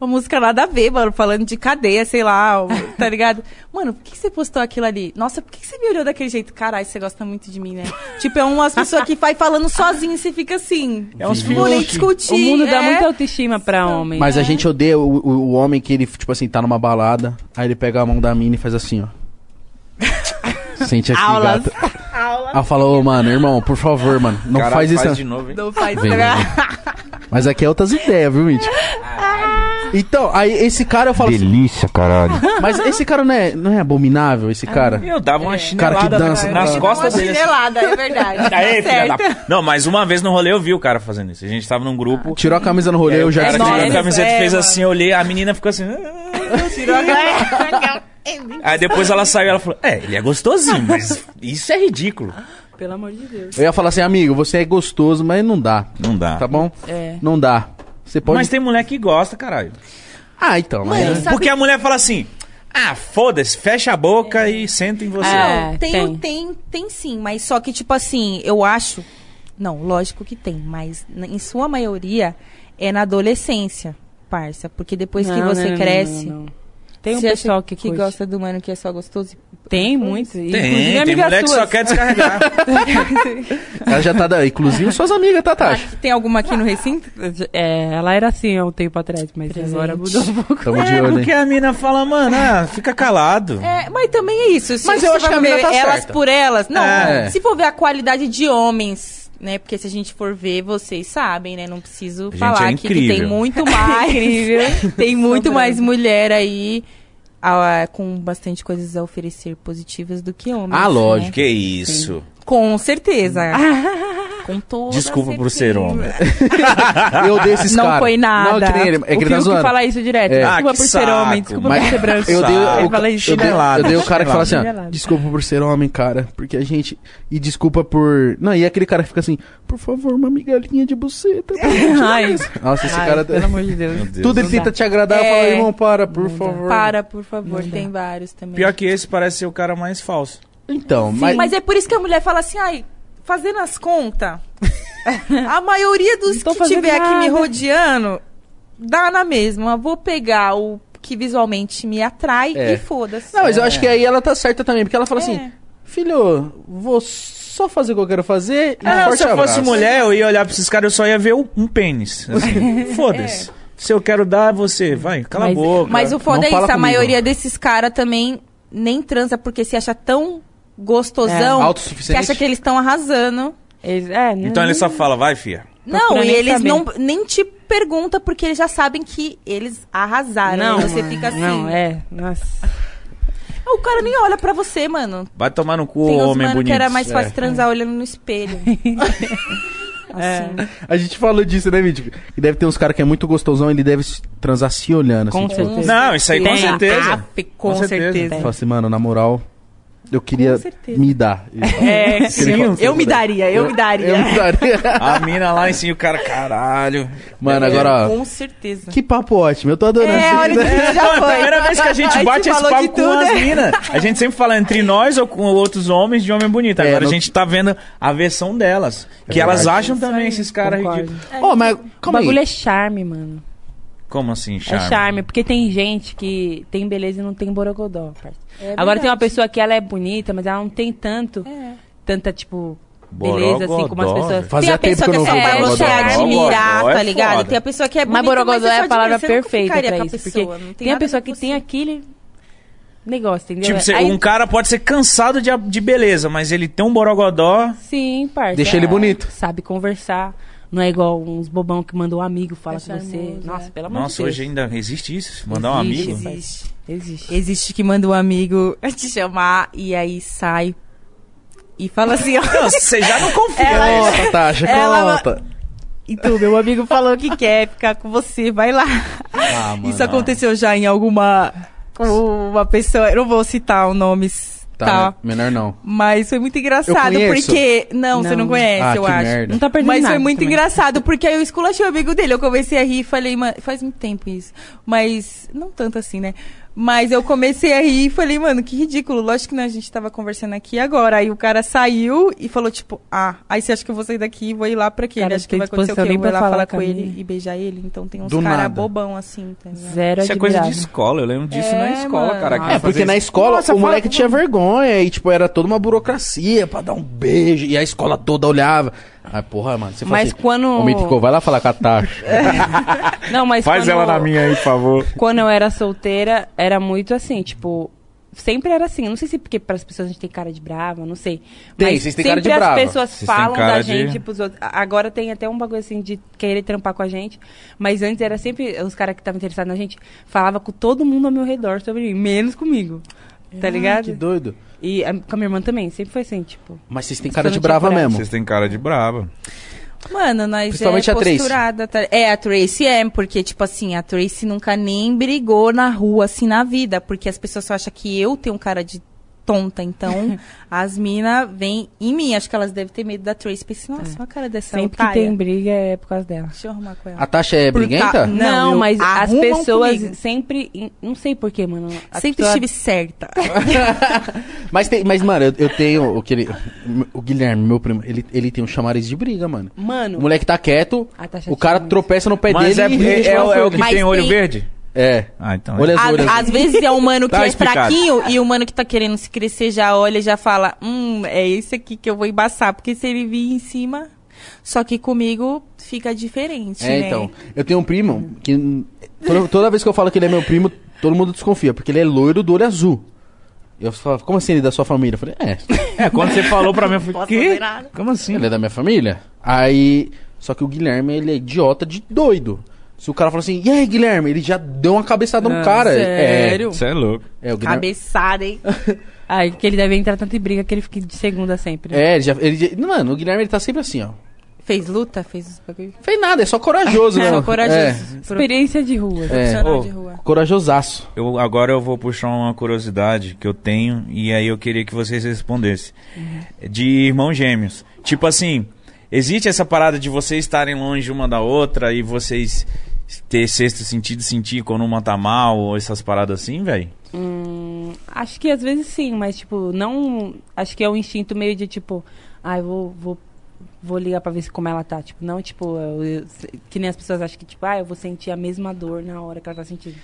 Speaker 4: uma música nada a ver, mano, falando de cadeia, sei lá, tá ligado? Mano, por que que você postou aquilo ali? Nossa, por que que você me olhou daquele jeito? Caralho, você gosta muito de mim, né? tipo, é umas pessoas que vai falando sozinha e você fica assim.
Speaker 1: É uns
Speaker 4: Vou nem
Speaker 1: filhos.
Speaker 4: discutir.
Speaker 3: O mundo
Speaker 4: é.
Speaker 3: dá muita autoestima pra homem.
Speaker 2: Mas a gente odeia o, o- o homem que ele, tipo assim, tá numa balada, aí ele pega a mão da mina e faz assim, ó. Sente aqui,
Speaker 4: Aulas.
Speaker 2: gata. Ela fala, ô, mano, irmão, por favor, mano, não
Speaker 1: Caralho,
Speaker 2: faz isso. né? não.
Speaker 1: de novo, hein?
Speaker 4: Não faz
Speaker 2: Vem, vem, vem. Mas aqui é outras ideias, viu, Mitch? Então, aí esse cara eu falo assim,
Speaker 5: Delícia, caralho.
Speaker 2: mas esse cara não é, não é abominável, esse cara?
Speaker 1: Eu dava uma
Speaker 2: Cara que
Speaker 1: chinelada
Speaker 2: dança,
Speaker 1: É. nas
Speaker 2: cara.
Speaker 1: costas dele. assim.
Speaker 4: é verdade.
Speaker 1: Aê, filha da... Não, mas uma vez no rolê eu vi o cara fazendo isso. A gente tava num grupo.
Speaker 2: Tirou a camisa no rolê, eu já
Speaker 1: o cara
Speaker 2: desligando.
Speaker 1: tirou a
Speaker 4: nossa,
Speaker 1: camiseta
Speaker 4: é,
Speaker 1: fez
Speaker 4: mano.
Speaker 1: assim, eu olhei, a menina ficou assim. "Ah". Aí depois ela saiu ela falou: É, ele é gostosinho, mas isso é ridículo.
Speaker 3: Pelo amor de Deus.
Speaker 2: Eu ia falar assim, amigo, você é gostoso, mas não dá,
Speaker 1: Não dá.
Speaker 2: tá bom?
Speaker 3: É.
Speaker 2: Não dá. Você pode...
Speaker 1: Mas tem mulher que gosta, caralho.
Speaker 2: Ah, então.
Speaker 4: Mãe,
Speaker 2: mas-
Speaker 4: sabe-
Speaker 1: Porque a mulher fala assim: Ah, foda-se, fecha a boca e senta em você.
Speaker 3: É.
Speaker 4: Não, tem,
Speaker 3: tem.
Speaker 4: tem. Tem, sim, mas só que, tipo assim, eu acho. Não, lógico que tem, mas n- em sua maioria é na adolescência, parça. Porque depois que
Speaker 3: Não,
Speaker 4: você
Speaker 3: não, não,
Speaker 4: cresce.
Speaker 3: não, não, não. Tem um
Speaker 4: Você acha
Speaker 3: pessoal que,
Speaker 4: que
Speaker 3: curte.
Speaker 4: gosta do mano que é só gostoso? é.
Speaker 3: Tem muito.
Speaker 1: Tem,
Speaker 3: Inclusive
Speaker 1: tem
Speaker 3: amigas
Speaker 1: mulher que só
Speaker 3: suas.
Speaker 1: quer descarregar.
Speaker 2: Ela já tá da... Inclusive suas amigas, tá, Tati?
Speaker 4: Tem alguma aqui no recinto?
Speaker 3: É, ela era assim há um tempo atrás, mas
Speaker 4: Presente.
Speaker 3: agora mudou um pouco.
Speaker 2: Tamo de
Speaker 1: É,
Speaker 2: olho,
Speaker 1: porque
Speaker 2: hein?
Speaker 1: a mina fala, mano, ah, fica calado.
Speaker 4: É, mas também é isso. Se
Speaker 2: Mas
Speaker 4: você
Speaker 2: eu acho
Speaker 4: vai
Speaker 2: que a mina
Speaker 4: ver
Speaker 2: tá
Speaker 4: elas
Speaker 2: certa.
Speaker 4: por elas. Não,
Speaker 2: É.
Speaker 4: se for ver a qualidade de homens, né? Porque se a gente for ver, vocês sabem, né? Não preciso
Speaker 1: Gente,
Speaker 4: falar
Speaker 1: é
Speaker 4: aqui que
Speaker 1: incrível.
Speaker 4: tem muito mais.
Speaker 2: É
Speaker 4: Tem muito mais mulher aí ah, com bastante coisas a oferecer positivas do que homens.
Speaker 2: Ah, lógico. Ah.
Speaker 4: né?
Speaker 1: Que isso.
Speaker 4: Com certeza. com toda
Speaker 1: Desculpa por ser
Speaker 4: certeza.
Speaker 1: homem.
Speaker 2: Eu odeio esses
Speaker 4: Não
Speaker 2: caras.
Speaker 4: foi nada.
Speaker 2: Não, que nem ele. É que
Speaker 4: o
Speaker 2: ele tá
Speaker 4: Fiuk
Speaker 2: zoando.
Speaker 4: fala isso direto.
Speaker 2: É.
Speaker 4: Desculpa
Speaker 1: Ah, que
Speaker 4: por ser
Speaker 1: saco.
Speaker 4: homem, desculpa
Speaker 2: Mas
Speaker 4: por ser branco.
Speaker 2: Eu dei,
Speaker 1: Saco.
Speaker 2: eu,
Speaker 4: Ele fala isso.
Speaker 2: eu dei-
Speaker 1: Chinelada,
Speaker 2: eu dei o cara que fala assim, ó,
Speaker 3: chinelada.
Speaker 2: desculpa por ser homem, cara, porque a gente... E desculpa por... Não, e aquele cara que fica assim, por favor, uma migalhinha de buceta. pra gente."
Speaker 3: Ai,
Speaker 2: Nossa, esse
Speaker 3: ai,
Speaker 2: cara... tá
Speaker 3: pelo amor de Deus.
Speaker 1: Meu Deus.
Speaker 2: Tudo ele
Speaker 3: Não dá.
Speaker 2: tenta te agradar,
Speaker 4: É.
Speaker 2: fala, irmão, para, por favor.
Speaker 4: Para, por favor, tem vários também.
Speaker 1: Pior que esse parece ser o cara mais falso.
Speaker 2: Então,
Speaker 4: Sim,
Speaker 2: mas...
Speaker 4: mas... é por isso que a mulher fala assim, ai, fazendo as contas, a maioria dos
Speaker 3: Não tô
Speaker 4: que tiver
Speaker 3: fazendo
Speaker 4: aqui me
Speaker 3: nada.
Speaker 4: rodeando, dá na mesma. Vou pegar o que visualmente me atrai
Speaker 2: É.
Speaker 4: e foda-se.
Speaker 2: Não, mas eu acho que aí ela tá certa também, porque ela fala
Speaker 4: É.
Speaker 2: assim, filho, vou só fazer o que eu quero fazer e um
Speaker 1: Ah,
Speaker 2: forte
Speaker 1: se eu fosse
Speaker 2: abraço."
Speaker 1: mulher, eu ia olhar pra esses caras, eu só ia ver um, um pênis. assim. Foda-se. Se eu quero dar, você. Vai, cala
Speaker 3: Mas-
Speaker 1: a boca.
Speaker 4: Mas o foda
Speaker 2: Não
Speaker 4: é isso,
Speaker 2: fala
Speaker 4: a
Speaker 2: comigo.
Speaker 4: maioria desses caras também nem transa porque se acha tão
Speaker 2: É.
Speaker 4: gostosão que
Speaker 2: Autossuficiente.
Speaker 4: acha que eles estão arrasando.
Speaker 3: Eles- é, né?
Speaker 1: Então ele só fala, vai, fia.
Speaker 4: Não,
Speaker 3: Procura
Speaker 4: e
Speaker 3: nem
Speaker 4: eles
Speaker 3: saber.
Speaker 4: não nem te pergunta porque eles já sabem que eles arrasaram.
Speaker 3: Não,
Speaker 4: e você
Speaker 3: mano,
Speaker 4: fica assim.
Speaker 3: Não, é. Nossa.
Speaker 4: O cara nem olha pra você, mano.
Speaker 1: Vai tomar no cu,
Speaker 4: Tem uns
Speaker 1: homem
Speaker 4: mano
Speaker 1: bonito.
Speaker 4: que era mais fácil
Speaker 2: É.
Speaker 4: transar olhando no espelho.
Speaker 3: é,
Speaker 4: assim.
Speaker 2: A gente falou disso, né, Mítico? E deve ter uns caras que é muito gostosão, ele deve se transar se olhando.
Speaker 3: Com
Speaker 2: assim, tipo,
Speaker 3: certeza.
Speaker 1: Não, isso aí com
Speaker 3: Tem. tá.
Speaker 1: certeza.
Speaker 4: Ah, com,
Speaker 1: Com certeza.
Speaker 4: certeza.
Speaker 2: Fala assim, mano, na moral, eu queria
Speaker 4: certeza.
Speaker 2: me dar.
Speaker 3: É,
Speaker 2: Aquele
Speaker 1: sim.
Speaker 2: copo.
Speaker 4: Eu me daria, eu me daria.
Speaker 2: Eu me daria.
Speaker 1: A mina lá em cima, o cara, caralho. É.
Speaker 2: Mano, agora, ó,
Speaker 4: Com certeza.
Speaker 2: que papo ótimo, eu tô adorando. né?
Speaker 4: É,
Speaker 2: esse
Speaker 4: olha,
Speaker 2: vídeo.
Speaker 4: isso já
Speaker 1: Não, é a
Speaker 4: foi.
Speaker 1: primeira vez que a gente bate esse
Speaker 4: falou
Speaker 1: papo
Speaker 4: de
Speaker 1: com
Speaker 4: tudo,
Speaker 1: as
Speaker 4: né?
Speaker 1: minas. A gente sempre fala entre nós ou com outros homens de homem bonito.
Speaker 2: É,
Speaker 1: Agora a
Speaker 2: não-
Speaker 1: gente tá vendo a versão delas.
Speaker 2: É
Speaker 1: que elas
Speaker 2: verdade.
Speaker 1: acham também esses caras
Speaker 3: Concordo.
Speaker 1: ridículos.
Speaker 2: Ô, mas
Speaker 3: O
Speaker 2: calma aí.
Speaker 3: bagulho é charme, mano.
Speaker 1: Como assim, charme?
Speaker 3: É charme, porque tem gente que tem beleza e não tem borogodó, parça.
Speaker 4: É
Speaker 3: Agora tem uma
Speaker 4: verdade.
Speaker 3: pessoa que ela é bonita, mas ela não tem tanto,
Speaker 4: É.
Speaker 3: tanta, tipo, beleza, assim, como as
Speaker 1: Borogodó,
Speaker 3: pessoas...
Speaker 1: velho.
Speaker 2: Fazia
Speaker 4: tem a
Speaker 2: tempo
Speaker 4: pessoa
Speaker 2: que
Speaker 4: que,
Speaker 2: eu não
Speaker 4: é
Speaker 2: vi
Speaker 4: só pra
Speaker 2: Borogodó.
Speaker 4: você admirar,
Speaker 1: Borogodó é
Speaker 4: tá ligado?
Speaker 1: foda.
Speaker 4: Tem a pessoa que é
Speaker 3: Mas
Speaker 4: bonita,
Speaker 3: borogodó
Speaker 4: você
Speaker 3: é
Speaker 4: só
Speaker 3: a palavra
Speaker 4: admira, você nunca
Speaker 3: perfeita
Speaker 4: ficaria
Speaker 3: pra
Speaker 4: com a
Speaker 3: isso.
Speaker 4: pessoa,
Speaker 3: porque
Speaker 4: não
Speaker 3: tem, a
Speaker 4: nada
Speaker 3: pessoa
Speaker 4: com
Speaker 3: que
Speaker 4: você.
Speaker 3: tem aquele negócio, entendeu?
Speaker 1: Tipo, cê-
Speaker 3: Aí-
Speaker 1: um cara pode ser cansado de, de beleza, mas ele tem um borogodó.
Speaker 3: Sim, parça. é,
Speaker 2: Deixa ele bonito.
Speaker 3: Sabe conversar. Não é igual uns bobão que mandou um amigo fala
Speaker 4: É
Speaker 3: com você.
Speaker 4: charmoso,
Speaker 3: Nossa,
Speaker 4: é.
Speaker 3: pelo amor de
Speaker 1: Nossa,
Speaker 3: Deus.
Speaker 1: hoje ainda existe isso? Mandar um
Speaker 3: Existe,
Speaker 1: amigo?
Speaker 3: existe.
Speaker 4: Existe.
Speaker 3: Existe.
Speaker 4: Existe que manda um amigo te chamar e aí sai e fala assim, ó.
Speaker 1: Não, Você já não confia. né?
Speaker 2: Conta, é Tasha,
Speaker 4: Ela-
Speaker 2: conta.
Speaker 4: Então, meu amigo falou que quer ficar com você, vai lá.
Speaker 2: Ah, mano.
Speaker 4: Isso aconteceu já em alguma com uma pessoa, eu não vou citar o nome, tá?
Speaker 2: Tá, menor não.
Speaker 4: Mas foi muito engraçado
Speaker 2: Eu conheço?
Speaker 4: porque não, você
Speaker 3: Não.
Speaker 4: não conhece,
Speaker 2: Ah,
Speaker 4: eu
Speaker 2: que
Speaker 4: acho.
Speaker 1: Né?
Speaker 2: merda.
Speaker 3: Não tá perdendo
Speaker 4: Mas
Speaker 3: nada
Speaker 4: foi muito
Speaker 3: também.
Speaker 4: engraçado, porque aí eu esculachei o amigo dele. Eu comecei a rir e falei, mano, faz muito tempo isso. Mas, não tanto assim, né? Mas eu comecei a rir e falei, mano, que ridículo. Lógico que né, a gente tava conversando aqui agora. Aí o cara saiu e falou, tipo, ah, aí você acha que eu vou sair daqui e vou ir lá pra quê? Ele
Speaker 3: Cara, não
Speaker 4: acha que
Speaker 3: tem
Speaker 4: vai acontecer o quê?
Speaker 3: disposição nem
Speaker 4: Eu vou lá
Speaker 3: pra
Speaker 4: falar
Speaker 3: falar
Speaker 4: com
Speaker 3: com
Speaker 4: ele
Speaker 3: ele.
Speaker 4: e beijar ele. Então tem uns
Speaker 2: Do
Speaker 4: cara
Speaker 2: nada.
Speaker 4: bobão assim, tá ligado?
Speaker 3: Zero
Speaker 1: Isso é coisa de
Speaker 3: admirável.
Speaker 1: escola, eu lembro disso
Speaker 4: É,
Speaker 1: na escola,
Speaker 4: mano.
Speaker 3: Ah,
Speaker 1: cara. que
Speaker 2: É, porque
Speaker 1: fazia
Speaker 2: na
Speaker 1: isso.
Speaker 2: escola
Speaker 1: Nossa,
Speaker 2: o
Speaker 1: fala
Speaker 2: moleque
Speaker 1: com-
Speaker 2: tinha vergonha e, tipo, era toda uma burocracia pra dar um beijo e a escola toda olhava. Ai, porra, mano, você fala
Speaker 3: Mas
Speaker 2: assim,
Speaker 3: quando-
Speaker 2: Ô, Mítico, vai lá falar com a Tasha.
Speaker 3: Não, mas
Speaker 1: Faz
Speaker 3: quando-
Speaker 1: ela na minha aí, por favor.
Speaker 3: Quando eu era solteira, era muito assim, tipo. Sempre era assim. Não sei se porque para as pessoas a gente tem cara de brava, não sei.
Speaker 2: Tem,
Speaker 3: Mas
Speaker 2: vocês têm cara de
Speaker 3: sempre
Speaker 2: brava.
Speaker 3: As pessoas
Speaker 1: Vocês têm
Speaker 3: falam
Speaker 1: cara
Speaker 3: da
Speaker 1: de-
Speaker 3: gente pros outros. A- Agora tem até um bagulho assim de querer trampar com a gente. Mas antes era sempre os caras que estavam interessados na gente falava com todo mundo ao meu redor sobre mim, menos comigo. Tá ligado?
Speaker 2: Que doido.
Speaker 3: E a- com a minha irmã também, sempre foi assim, tipo.
Speaker 2: Mas vocês têm cara
Speaker 3: Você
Speaker 2: de
Speaker 3: não tinha
Speaker 2: brava
Speaker 3: coragem.
Speaker 2: mesmo.
Speaker 1: Vocês têm cara de braba.
Speaker 4: Mano, nós
Speaker 2: Principalmente
Speaker 4: é
Speaker 2: a Tracy.
Speaker 4: posturada. tá- É, a Tracy é, porque, tipo assim, a Tracy nunca nem brigou na rua, assim, na vida. Porque as pessoas só acham que eu tenho cara de tonta. Então, as minas vêm em mim. Acho que elas devem ter medo da Tracy. Pensei,
Speaker 2: É.
Speaker 4: nossa, uma cara dessa
Speaker 3: sempre que
Speaker 4: otária.
Speaker 3: tem briga é por causa dela.
Speaker 4: Deixa eu arrumar com ela.
Speaker 2: A Tasha é
Speaker 4: Por
Speaker 2: briguenta?
Speaker 4: ca-
Speaker 2: Não.
Speaker 3: Não,
Speaker 4: eu-
Speaker 3: mas as
Speaker 4: arrumam
Speaker 3: pessoas
Speaker 4: comigo.
Speaker 3: sempre. in- Não sei porquê, mano. A
Speaker 4: Sempre
Speaker 3: pessoa-
Speaker 4: estive certa.
Speaker 2: Tá Mas, tem, mas mano, eu, eu tenho. O, que ele- o Guilherme, meu primo, ele, ele tem um chamariz de briga, mano.
Speaker 3: Mano.
Speaker 2: O moleque tá quieto,
Speaker 3: A é Tasha
Speaker 2: o cara
Speaker 3: tinha muito.
Speaker 2: tropeça no pé
Speaker 1: Mas é,
Speaker 2: dele e
Speaker 1: é, é o- é o que
Speaker 4: Mas
Speaker 1: tem olho
Speaker 4: tem-
Speaker 1: verde?
Speaker 2: É.
Speaker 1: Ah, então.
Speaker 2: Olha
Speaker 1: é.
Speaker 2: as-
Speaker 4: Às,
Speaker 2: olhas.
Speaker 4: às vezes é um mano que
Speaker 1: Tá
Speaker 4: é
Speaker 1: explicado.
Speaker 4: fraquinho e o mano que tá querendo se crescer já olha e já fala: Hum, é esse aqui que eu vou embaçar. Porque se ele vir em cima. Só que comigo fica diferente.
Speaker 2: É,
Speaker 4: né?
Speaker 2: então. Eu tenho um primo que. hum, Toda, toda vez que eu falo que ele é meu primo, todo mundo desconfia, porque ele é loiro do olho azul. Eu falo, como assim ele é da sua família? Eu falei, é,
Speaker 1: É, quando você falou pra mim, eu falei,
Speaker 4: Posso
Speaker 1: quê?
Speaker 4: fazer nada.
Speaker 1: Como assim?
Speaker 2: ele é da minha família. Aí. Só que o Guilherme, ele é idiota de doido. Se o cara fala assim, e aí, Guilherme? Ele já deu uma cabeçada no
Speaker 3: Ah,
Speaker 2: cara.
Speaker 3: sério?
Speaker 1: Você é louco.
Speaker 2: É, é o Guilherme.
Speaker 4: Cabeçada, hein?
Speaker 3: Aí que ele deve entrar tanto em briga que ele fique de segunda sempre. né?
Speaker 2: É, ele já. Ele, já- mano, o Guilherme ele tá sempre assim, ó.
Speaker 4: Fez luta? Fez os bagulho?
Speaker 2: Fez nada, é só corajoso, né?
Speaker 4: Só
Speaker 2: É,
Speaker 4: corajoso. Pro-
Speaker 3: Experiência de rua. assim.
Speaker 2: é.
Speaker 4: Profissional
Speaker 1: Ô,
Speaker 4: de rua.
Speaker 2: Corajosaço.
Speaker 1: Eu, agora eu vou puxar uma curiosidade que eu tenho e aí eu queria que vocês respondessem. De irmãos gêmeos. Tipo assim, existe essa parada de vocês estarem longe uma da outra e vocês ter sexto sentido, sentir quando uma tá mal ou essas paradas assim, velho?
Speaker 3: Hum, acho que às vezes sim, mas tipo, não. Acho que é um instinto meio de tipo, ah, eu vou, vou, vou ligar pra ver se como ela tá. Tipo, não, tipo, eu- eu- que nem as pessoas acham que, tipo, ah, eu vou sentir a mesma dor na hora que ela tá sentindo.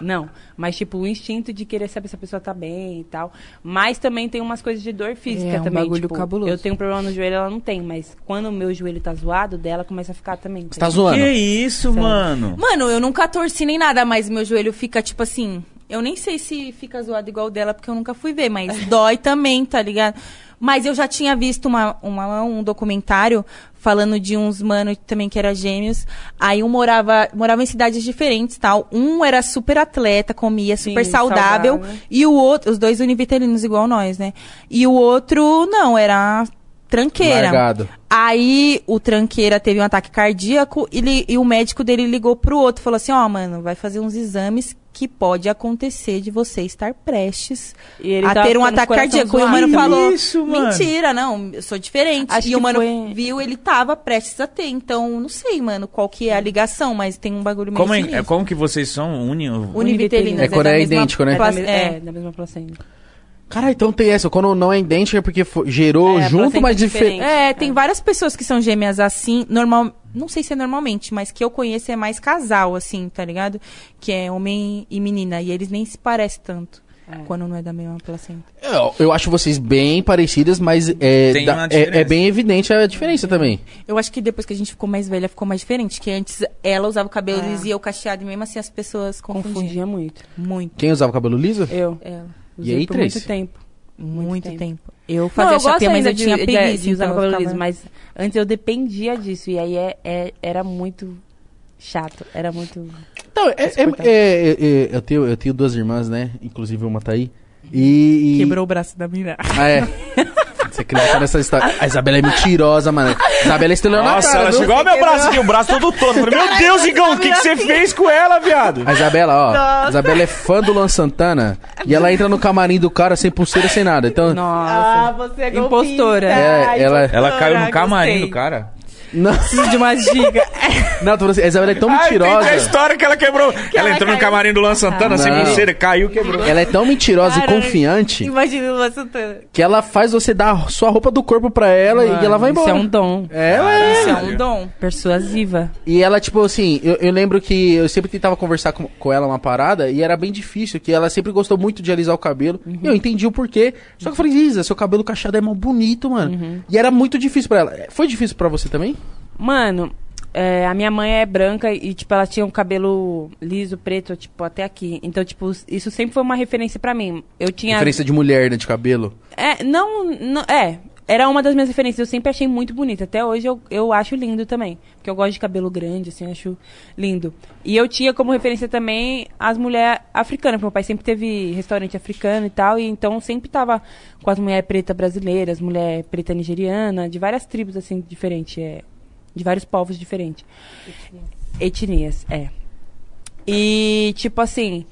Speaker 3: Não, mas tipo, o instinto de querer saber se a pessoa tá bem e tal. Mas também tem umas coisas de dor física
Speaker 4: É, um
Speaker 3: também.
Speaker 4: bagulho
Speaker 3: tipo,
Speaker 4: cabuloso.
Speaker 3: Eu tenho um problema no joelho, ela não tem, mas quando o meu joelho tá zoado, dela começa a ficar também.
Speaker 2: Você tá
Speaker 3: entende?
Speaker 2: zoando?
Speaker 1: Que isso,
Speaker 3: Hum.
Speaker 1: mano?
Speaker 4: Mano, eu nunca torci nem nada, mas meu joelho fica tipo assim. Eu nem sei se fica zoado igual o dela, porque eu nunca fui ver, mas dói também, tá ligado? Mas eu já tinha visto uma, uma- um documentário falando de uns manos também que eram gêmeos. Aí um morava, morava em cidades diferentes tal. Um era super atleta, comia super
Speaker 3: Sim,
Speaker 4: saudável.
Speaker 3: saudável.
Speaker 4: E o outro, os dois univitelinos igual nós, né? E o outro, não, era tranqueira.
Speaker 2: Largado.
Speaker 4: Aí o tranqueira teve um ataque cardíaco e, li- e o médico dele ligou pro outro e falou assim: Ó, mano, vai fazer uns exames que pode acontecer de você estar prestes
Speaker 3: E ele
Speaker 4: a
Speaker 3: tava
Speaker 4: ter um
Speaker 3: com o
Speaker 4: ataque
Speaker 3: coração
Speaker 4: cardíaco. E o
Speaker 3: zoado
Speaker 4: mano
Speaker 3: também.
Speaker 4: falou:
Speaker 1: Isso, mano.
Speaker 4: Mentira, não, eu sou diferente.
Speaker 3: Acho
Speaker 4: e
Speaker 3: que
Speaker 4: o mano
Speaker 3: foi-
Speaker 4: viu, ele tava prestes a ter. Então, não sei, mano, qual que é a ligação, mas tem um bagulho meio
Speaker 1: Como, é,
Speaker 4: sinistro.
Speaker 1: como que vocês são? Unem o-
Speaker 4: Univitelinas,
Speaker 2: É quando
Speaker 4: da
Speaker 2: é
Speaker 4: mesma
Speaker 2: idêntico, né?
Speaker 3: É, da
Speaker 4: plas-
Speaker 3: me-
Speaker 4: é.
Speaker 3: é, da mesma placenta.
Speaker 2: Cara, então tem essa. Quando não é idêntica é porque fo- gerou
Speaker 3: É,
Speaker 2: junto,
Speaker 3: placenta
Speaker 2: mas diferente.
Speaker 3: diferente.
Speaker 4: É, tem várias pessoas que são gêmeas assim, normal, não sei se é normalmente, mas que eu conheço é mais casal assim, tá ligado? Que é homem e menina e eles nem se parecem tanto. Quando não é da mesma placenta.
Speaker 2: É, Eu, eu acho vocês bem parecidas, mas é,
Speaker 1: Tem
Speaker 2: da-
Speaker 1: uma diferença.
Speaker 2: é, é bem evidente a diferença também.
Speaker 4: Eu acho que depois que a gente ficou mais velha, ficou mais diferente. Que antes ela usava o cabelo
Speaker 3: É.
Speaker 4: liso e eu cacheado, e mesmo assim as pessoas confundiam.
Speaker 3: Confundia muito.
Speaker 4: Muito.
Speaker 2: Quem usava o cabelo liso?
Speaker 3: Eu.
Speaker 4: Ela.
Speaker 3: Usei
Speaker 2: E aí,
Speaker 3: por
Speaker 2: três?
Speaker 3: muito tempo.
Speaker 4: Muito, tempo.
Speaker 3: É, tempo.
Speaker 4: Eu
Speaker 3: não,
Speaker 4: fazia
Speaker 3: eu gosto
Speaker 4: chapéu, mas
Speaker 3: ainda
Speaker 4: eu tinha
Speaker 3: de,
Speaker 4: preguiça.
Speaker 3: de, de usar
Speaker 4: então eu
Speaker 3: cabelo
Speaker 4: ficava-
Speaker 3: liso, mas antes eu dependia disso. E aí é, é- era muito chato. Era muito.
Speaker 2: Então, é- é- é- é- é- eu, tenho, eu tenho duas irmãs, né? Inclusive uma tá aí. E. e-
Speaker 4: Quebrou o braço da mina.
Speaker 2: Ah, é. Você acredita nessa história? A Isabela é mentirosa, mano. Isabela é estelionatária.
Speaker 1: Nossa, ela
Speaker 2: viu?
Speaker 1: chegou ao meu braço aqui, o braço todo torto. Eu Falei, meu Deus, Igão, o que, que você fez com ela, viado?
Speaker 2: A Isabela, ó. A Isabela é fã do Luan Santana. E ela entra no camarim do cara sem pulseira, sem nada. Então.
Speaker 3: Nossa.
Speaker 4: você é
Speaker 3: Impostora.
Speaker 2: É, ela.
Speaker 1: Ela caiu no
Speaker 4: gostei.
Speaker 1: camarim do cara.
Speaker 2: Não,
Speaker 4: Preciso de umas dicas.
Speaker 2: não, tô falando assim, a Isabela é tão
Speaker 1: Ah, entendi
Speaker 2: mentirosa.
Speaker 1: a história que ela quebrou. ela
Speaker 4: ela
Speaker 1: entrou no
Speaker 4: caiu.
Speaker 1: camarim do Luan Santana, sem
Speaker 2: Não.
Speaker 1: pulseira, caiu, quebrou.
Speaker 2: Ela é tão mentirosa
Speaker 4: Cara,
Speaker 2: e confiante
Speaker 4: Imagina o Santana.
Speaker 2: que ela faz você dar a sua roupa do corpo pra ela e ela vai embora.
Speaker 3: Isso é um dom.
Speaker 2: Ela é.
Speaker 4: Isso é um dom.
Speaker 3: Persuasiva.
Speaker 2: E ela, tipo assim, eu, eu lembro que eu sempre tentava conversar com, com ela uma parada e era bem difícil, que ela sempre gostou muito de alisar o cabelo.
Speaker 3: Uhum.
Speaker 2: E eu entendi o porquê. Só que eu falei, Isa, seu cabelo cacheado é mó bonito, mano.
Speaker 3: Uhum.
Speaker 2: E era muito difícil pra ela. Foi difícil pra você também?
Speaker 3: Mano, é, a minha mãe é branca e, tipo, ela tinha um cabelo liso, preto, tipo, até aqui. Então, tipo, isso sempre foi uma referência pra mim. Eu tinha.
Speaker 2: Diferença de mulher, né, de cabelo.
Speaker 3: É, não, não- É, era uma das minhas referências. Eu sempre achei muito bonita. Até hoje eu, eu acho lindo também. Porque eu gosto de cabelo grande, assim, eu acho lindo. E eu tinha como referência também as mulheres africanas. porque Meu pai sempre teve restaurante africano e tal. E então sempre tava com as mulheres preta brasileiras, mulher preta nigeriana, de várias tribos, assim, diferentes. É, de vários povos diferentes. Etnias, é. E, tipo assim,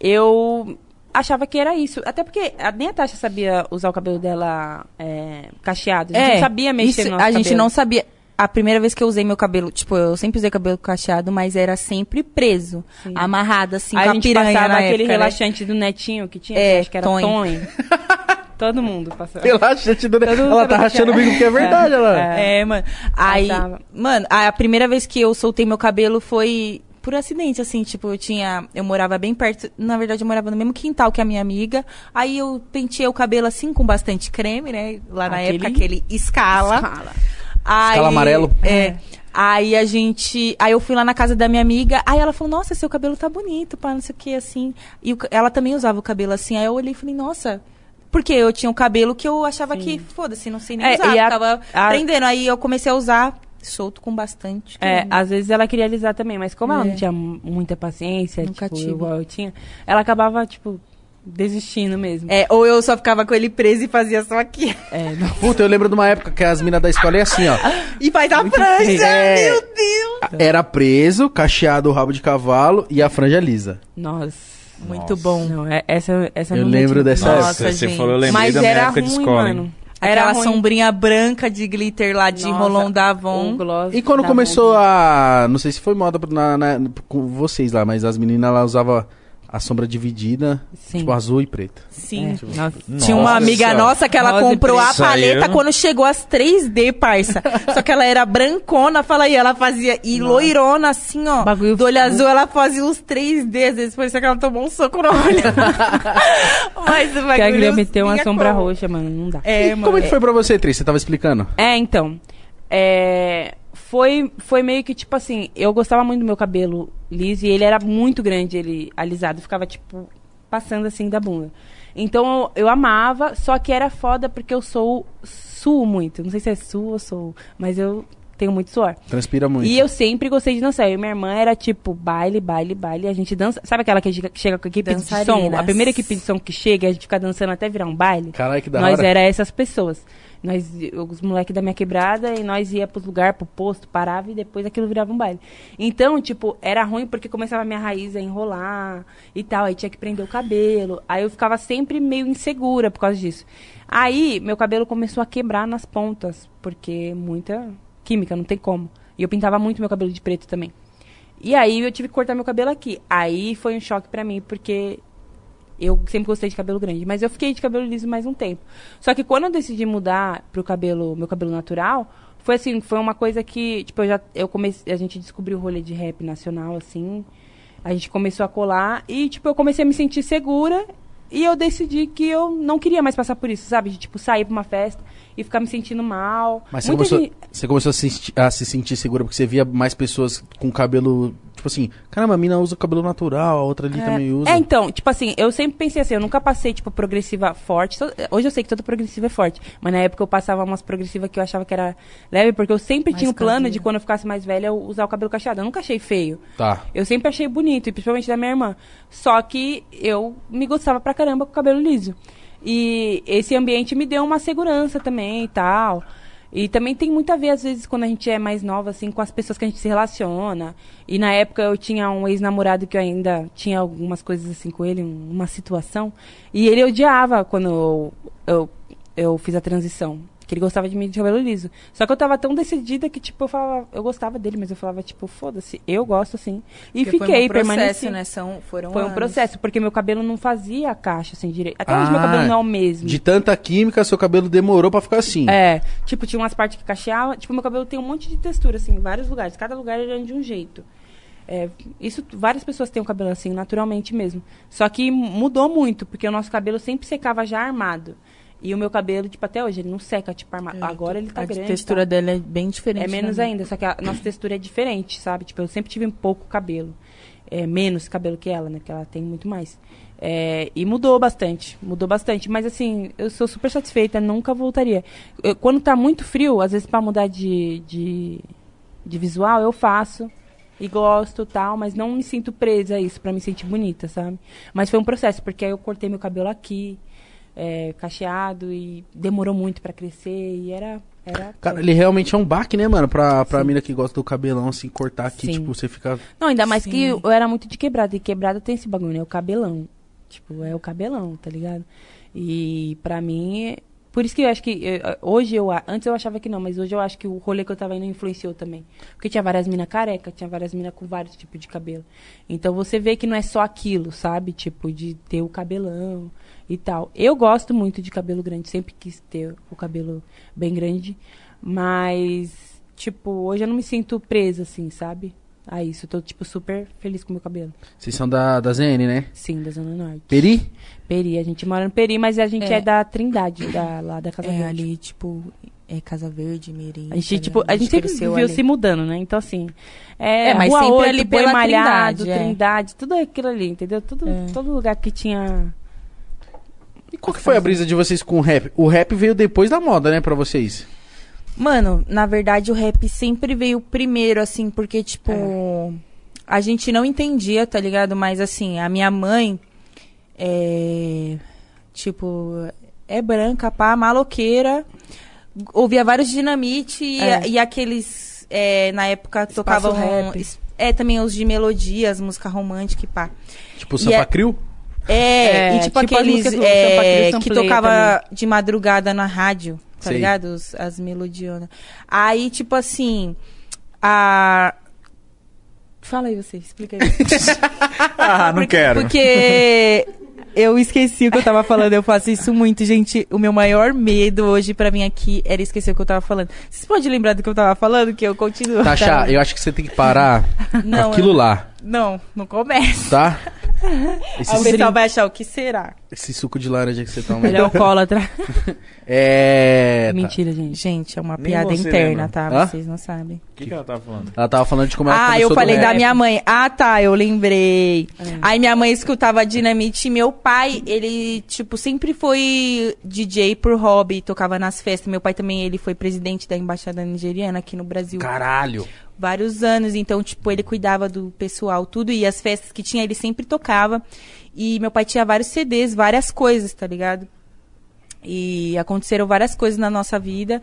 Speaker 3: eu achava que era isso. Até porque a- nem a Tasha sabia usar o cabelo dela é, cacheado. A gente não sabia mexer
Speaker 4: isso,
Speaker 3: no
Speaker 4: A
Speaker 3: nosso
Speaker 4: gente
Speaker 3: cabelo.
Speaker 4: não sabia. A primeira vez que eu usei meu cabelo, tipo, eu sempre usei cabelo cacheado, mas era sempre preso. Amarrado, assim,
Speaker 3: Aí
Speaker 4: com
Speaker 3: a
Speaker 4: a
Speaker 3: gente
Speaker 4: piranha
Speaker 3: passava
Speaker 4: na
Speaker 3: aquele
Speaker 4: época, né?
Speaker 3: relaxante do netinho que tinha,
Speaker 4: É,
Speaker 3: que eu acho que era
Speaker 4: Tonho.
Speaker 3: Tonho. Todo mundo passava.
Speaker 2: Relaxante, né?
Speaker 3: Todo mundo
Speaker 2: Ela tá
Speaker 3: sabe
Speaker 2: rachando o
Speaker 3: que é.
Speaker 2: bico porque é verdade, ela.
Speaker 3: É.
Speaker 4: É, mano. Aí,
Speaker 3: Passava.
Speaker 4: mano, a a primeira vez que eu soltei meu cabelo foi por acidente, assim, tipo, eu tinha. Eu morava bem perto. Na verdade, eu morava no mesmo quintal que a minha amiga. Aí eu penteei o cabelo assim com bastante creme, né? Lá na
Speaker 3: Aquele-
Speaker 4: época, aquele escala.
Speaker 3: Escala.
Speaker 4: Aí,
Speaker 2: Escala amarelo.
Speaker 4: É. Aí a gente. Aí eu fui lá na casa da minha amiga. Aí ela falou: Nossa, seu cabelo tá bonito, pá, não sei o que, assim. E o ca- ela também usava o cabelo assim. Aí eu olhei e falei: Nossa. Porque eu tinha um cabelo que eu achava que, foda-se, não sei nem
Speaker 3: É,
Speaker 4: usar.
Speaker 3: e a-
Speaker 4: tava
Speaker 3: a-
Speaker 4: prendendo. Aí eu comecei a usar solto com bastante.
Speaker 3: É,
Speaker 4: creme.
Speaker 3: às vezes ela queria alisar também, mas como ela
Speaker 4: Uhum. É.
Speaker 3: não tinha mu- muita paciência,
Speaker 4: Nunca
Speaker 3: tipo,
Speaker 4: tive.
Speaker 3: igual eu tinha, ela acabava, tipo, desistindo mesmo.
Speaker 4: É, ou eu só ficava com ele preso e fazia só aqui.
Speaker 3: É, não-
Speaker 2: Puta, eu lembro de uma época que as minas da escola é assim, ó.
Speaker 4: E faz a franja,
Speaker 2: É.
Speaker 4: meu Deus!
Speaker 2: Era preso, cacheado o rabo de cavalo e a franja lisa.
Speaker 3: Nossa.
Speaker 4: Muito bom.
Speaker 3: Não, é- essa, essa
Speaker 2: Eu
Speaker 3: não
Speaker 2: lembro
Speaker 3: tinha.
Speaker 2: dessa
Speaker 4: Nossa,
Speaker 2: época.
Speaker 1: Nossa, você
Speaker 4: gente.
Speaker 1: falou, eu lembrei
Speaker 3: Mas
Speaker 1: da minha
Speaker 3: era
Speaker 1: época
Speaker 3: ruim,
Speaker 1: de escola. hein?
Speaker 3: mano.
Speaker 4: Aquela
Speaker 3: era ruim.
Speaker 4: sombrinha branca de glitter lá de
Speaker 3: Nossa,
Speaker 4: Rolon da
Speaker 3: o
Speaker 4: Avon.
Speaker 3: gloss
Speaker 2: E quando
Speaker 3: da
Speaker 2: começou
Speaker 3: Avon.
Speaker 2: a. Não sei se foi moda na, na- com vocês lá, mas as meninas lá usavam a sombra dividida,
Speaker 3: Sim.
Speaker 2: tipo azul e preto.
Speaker 4: Sim.
Speaker 3: É, nossa.
Speaker 4: Tinha uma
Speaker 1: Nossa.
Speaker 4: amiga nossa que ela
Speaker 3: Rosa e
Speaker 4: comprou a
Speaker 1: preto.
Speaker 4: paleta
Speaker 1: Saiu.
Speaker 4: quando chegou às 3D, parça. Só que ela era brancona, fala aí, ela fazia e loirona assim, ó.
Speaker 3: Bagulho-
Speaker 4: do olho azul, ela fazia uns 3D, às vezes parecia que ela tomou um soco no olho. Mas o
Speaker 3: Porque a Guilherme
Speaker 4: bagulho
Speaker 3: meteu uma
Speaker 4: vinha
Speaker 3: sombra
Speaker 4: como?
Speaker 3: roxa, mano, não dá.
Speaker 4: É,
Speaker 2: E
Speaker 4: mano.
Speaker 2: como é que foi pra você, Tris? Você tava explicando?
Speaker 3: É, então. é, foi, foi meio que tipo assim, eu gostava muito do meu cabelo liso e ele era muito grande, ele alisado, ficava tipo passando assim da bunda. Então eu, eu amava, só que era foda porque eu sou suo muito. Não sei se é suo ou sou, mas eu tenho muito suor.
Speaker 2: Transpira muito.
Speaker 3: E eu sempre gostei de dançar. Eu e minha irmã era tipo baile, baile, baile. A gente dança. Sabe aquela que chega- chega com a equipe de som?
Speaker 4: Dançarinas.
Speaker 3: A primeira equipe de som que chega, a gente fica dançando até virar um baile.
Speaker 2: Caralho, que da
Speaker 3: Nós
Speaker 2: hora.
Speaker 3: era essas pessoas. Nós, os moleques da minha quebrada, e nós ia pros lugares, pro posto, parava e depois aquilo virava um baile. Então, tipo, era ruim porque começava a minha raiz a enrolar e tal, aí tinha que prender o cabelo. Aí eu ficava sempre meio insegura por causa disso. Aí, meu cabelo começou a quebrar nas pontas, porque muita química, não tem como. E eu pintava muito meu cabelo de preto também. E aí eu tive que cortar meu cabelo aqui. Aí foi um choque pra mim, porque eu sempre gostei de cabelo grande, mas eu fiquei de cabelo liso mais um tempo. Só que quando eu decidi mudar pro cabelo, meu cabelo natural, foi assim, foi uma coisa que, tipo, eu já eu comecei, a gente descobriu o rolê de rap nacional assim. A gente começou a colar e tipo, eu comecei a me sentir segura e eu decidi que eu não queria mais passar por isso, sabe? De tipo sair pra uma festa e ficar me sentindo mal.
Speaker 2: Mas você
Speaker 3: Muita
Speaker 2: começou,
Speaker 3: gente-
Speaker 2: você começou a, se, senti- a se sentir segura porque você via mais pessoas com cabelo. Tipo assim, caramba, a mina usa o cabelo natural, a outra ali também usa.
Speaker 3: É, então, tipo assim, eu sempre pensei assim, eu nunca passei, tipo, progressiva forte. To- Hoje eu sei que toda progressiva é forte, mas na época eu passava umas progressivas que eu achava que era leve, porque eu sempre
Speaker 4: Mais
Speaker 3: tinha o plano
Speaker 4: caseira.
Speaker 3: de quando eu ficasse mais velha eu usar o cabelo cacheado. Eu nunca achei feio.
Speaker 2: Tá.
Speaker 3: Eu sempre achei bonito, e principalmente da minha irmã. Só que eu me gostava pra caramba com o cabelo liso. E esse ambiente me deu uma segurança também e tal. E também tem muito a ver, às vezes, quando a gente é mais nova, assim, com as pessoas que a gente se relaciona. E na época eu tinha um ex-namorado que eu ainda tinha algumas coisas assim com ele, um- uma situação. E ele odiava quando eu, eu, eu fiz a transição. Que ele gostava de mim de cabelo liso. Só que eu tava tão decidida que, tipo, eu falava, eu gostava dele, mas eu falava, tipo, foda-se, eu gosto assim. E
Speaker 4: Porque foi
Speaker 3: fiquei,
Speaker 4: um processo,
Speaker 3: permaneci.
Speaker 4: Né? São, foram
Speaker 3: Foi um
Speaker 4: anos.
Speaker 3: processo, porque meu cabelo não fazia a caixa assim direito. Até hoje
Speaker 2: Ah,
Speaker 3: meu cabelo não é o mesmo.
Speaker 2: De tanta química, seu cabelo demorou pra ficar assim.
Speaker 3: É, tipo, tinha umas partes que cacheava. Tipo, meu cabelo tem um monte de textura, assim, em vários lugares. Cada lugar era de um jeito. É, isso, várias pessoas têm o cabelo assim, naturalmente mesmo. Só que mudou muito, porque o nosso cabelo sempre secava já armado. E o meu cabelo, tipo, até hoje, ele não seca, tipo, armado. Agora ele tá
Speaker 4: Hum, a
Speaker 3: grande. e
Speaker 4: textura
Speaker 3: tal.
Speaker 4: dela é bem diferente.
Speaker 3: É menos
Speaker 4: né?
Speaker 3: ainda, só que a nossa textura é diferente, sabe? Tipo, eu sempre tive um pouco cabelo. É, menos cabelo que ela, né? Que ela tem muito mais. É, e mudou bastante, mudou bastante. Mas assim, eu sou super satisfeita, nunca voltaria. Eu- quando tá muito frio, às vezes pra mudar de, de, de visual, eu faço. E gosto tal, mas não me sinto presa a isso pra me sentir bonita, sabe? Mas foi um processo, porque aí eu cortei meu cabelo aqui, é, cacheado, e demorou muito pra crescer, e era. era
Speaker 2: Cara, ele realmente é um baque, né, mano? Pra, pra mina que gosta do cabelão, assim, cortar aqui,
Speaker 3: Sim.
Speaker 2: tipo, você fica.
Speaker 3: Não, ainda mais
Speaker 4: Sim.
Speaker 3: que eu era muito de quebrada. E quebrada tem esse bagulho, né? O cabelão. Tipo, é o cabelão, tá ligado? E pra mim. é- Por isso que eu acho que. eh, eh, Hoje eu. a- Antes eu achava que não, mas hoje eu acho que o rolê que eu tava indo influenciou também. Porque tinha várias minas careca, tinha várias minas com vários tipos de cabelo. Então você vê que não é só aquilo, sabe? Tipo, de ter o cabelão e tal. Eu gosto muito de cabelo grande, sempre quis ter o cabelo bem grande. Mas, tipo, hoje eu não me sinto presa, assim, sabe? a isso. Eu tô, tipo, super feliz com o meu cabelo.
Speaker 2: Vocês são da, da ZN, né?
Speaker 3: Sim, da Zona Norte.
Speaker 2: Peri?
Speaker 3: Peri, a gente mora no Peri, mas a gente é,
Speaker 4: É.
Speaker 3: da Trindade, da, lá da Casa
Speaker 4: É,
Speaker 3: Verde.
Speaker 4: ali, tipo, é Casa Verde, Mirim.
Speaker 3: A gente,
Speaker 4: tá
Speaker 3: tipo,
Speaker 4: ligado?
Speaker 3: a gente sempre
Speaker 4: cresceu
Speaker 3: viu
Speaker 4: ali.
Speaker 3: se mudando, né? Então, assim. É,
Speaker 4: É, mas
Speaker 3: Rua
Speaker 4: sempre
Speaker 3: 8,
Speaker 4: ali
Speaker 3: Boi
Speaker 4: pela
Speaker 3: Malhado,
Speaker 4: Trindade, é.
Speaker 3: Trindade, tudo aquilo ali, entendeu? Tudo,
Speaker 4: É.
Speaker 3: Todo lugar que tinha.
Speaker 2: E qual que foi a brisa
Speaker 4: um-
Speaker 2: de vocês com o rap? O rap veio depois da moda, né, pra vocês?
Speaker 4: Mano, na verdade o rap sempre veio primeiro, assim, porque, tipo,
Speaker 3: É.
Speaker 4: a gente não entendia, tá ligado? Mas, assim, a minha mãe é. Tipo, é branca, pá, maloqueira. Ouvia vários dinamite e,
Speaker 3: É.
Speaker 4: e aqueles. é, na época tocavam.
Speaker 3: rap.
Speaker 4: es- É, também os de melodias, música romântica e pá.
Speaker 2: Tipo, o
Speaker 4: E
Speaker 2: Sampa
Speaker 4: é-
Speaker 2: Crio?
Speaker 4: É,
Speaker 3: É,
Speaker 4: e tipo,
Speaker 3: tipo as
Speaker 4: aqueles
Speaker 3: músicas do
Speaker 4: é,
Speaker 3: Sampa Crio,
Speaker 4: que
Speaker 3: Sampleia
Speaker 4: tocava
Speaker 3: também.
Speaker 4: de madrugada na rádio, tá
Speaker 2: Sei.
Speaker 4: ligado? Os- as melodionas. Aí, tipo assim, a... Fala aí você, explica aí.
Speaker 1: Ah, não quero.
Speaker 4: Porque eu esqueci o que eu tava falando, eu faço isso muito, gente. O meu maior medo hoje pra vir aqui era esquecer o que eu tava falando. Vocês podem lembrar do que eu tava falando, que eu continuo.
Speaker 2: Tasha, Tá eu acho que você tem que parar
Speaker 4: Não,
Speaker 2: aquilo
Speaker 4: eu-
Speaker 2: lá,
Speaker 4: Não, não começa.
Speaker 2: tá?
Speaker 4: Aí o
Speaker 2: Esse,
Speaker 4: pessoal vai achar o que será.
Speaker 2: esse suco de laranja que você toma. aí.
Speaker 4: Então,
Speaker 3: Ele é alcoólatra.
Speaker 2: É. tá.
Speaker 3: Mentira, gente.
Speaker 4: Gente, é uma
Speaker 1: Nem
Speaker 4: piada
Speaker 1: você
Speaker 4: interna,
Speaker 1: lembra.
Speaker 4: tá?
Speaker 2: Hã?
Speaker 4: Vocês não sabem.
Speaker 1: O que, que ela tava falando?
Speaker 2: Ela tava falando de como ela
Speaker 4: Ah,
Speaker 2: começou
Speaker 4: eu
Speaker 2: do
Speaker 4: falei da
Speaker 2: rap.
Speaker 4: minha mãe. Ah, tá, eu lembrei. Aí minha mãe escutava Dinamite e meu pai, ele, tipo, sempre foi DJ por hobby, tocava nas festas. Meu pai também, ele foi presidente da embaixada nigeriana aqui no Brasil.
Speaker 2: Caralho.
Speaker 4: Vários anos, então, tipo, ele cuidava do pessoal, tudo. E as festas que tinha, ele sempre tocava. E meu pai tinha vários CDs, várias coisas, tá ligado? E aconteceram várias coisas na nossa vida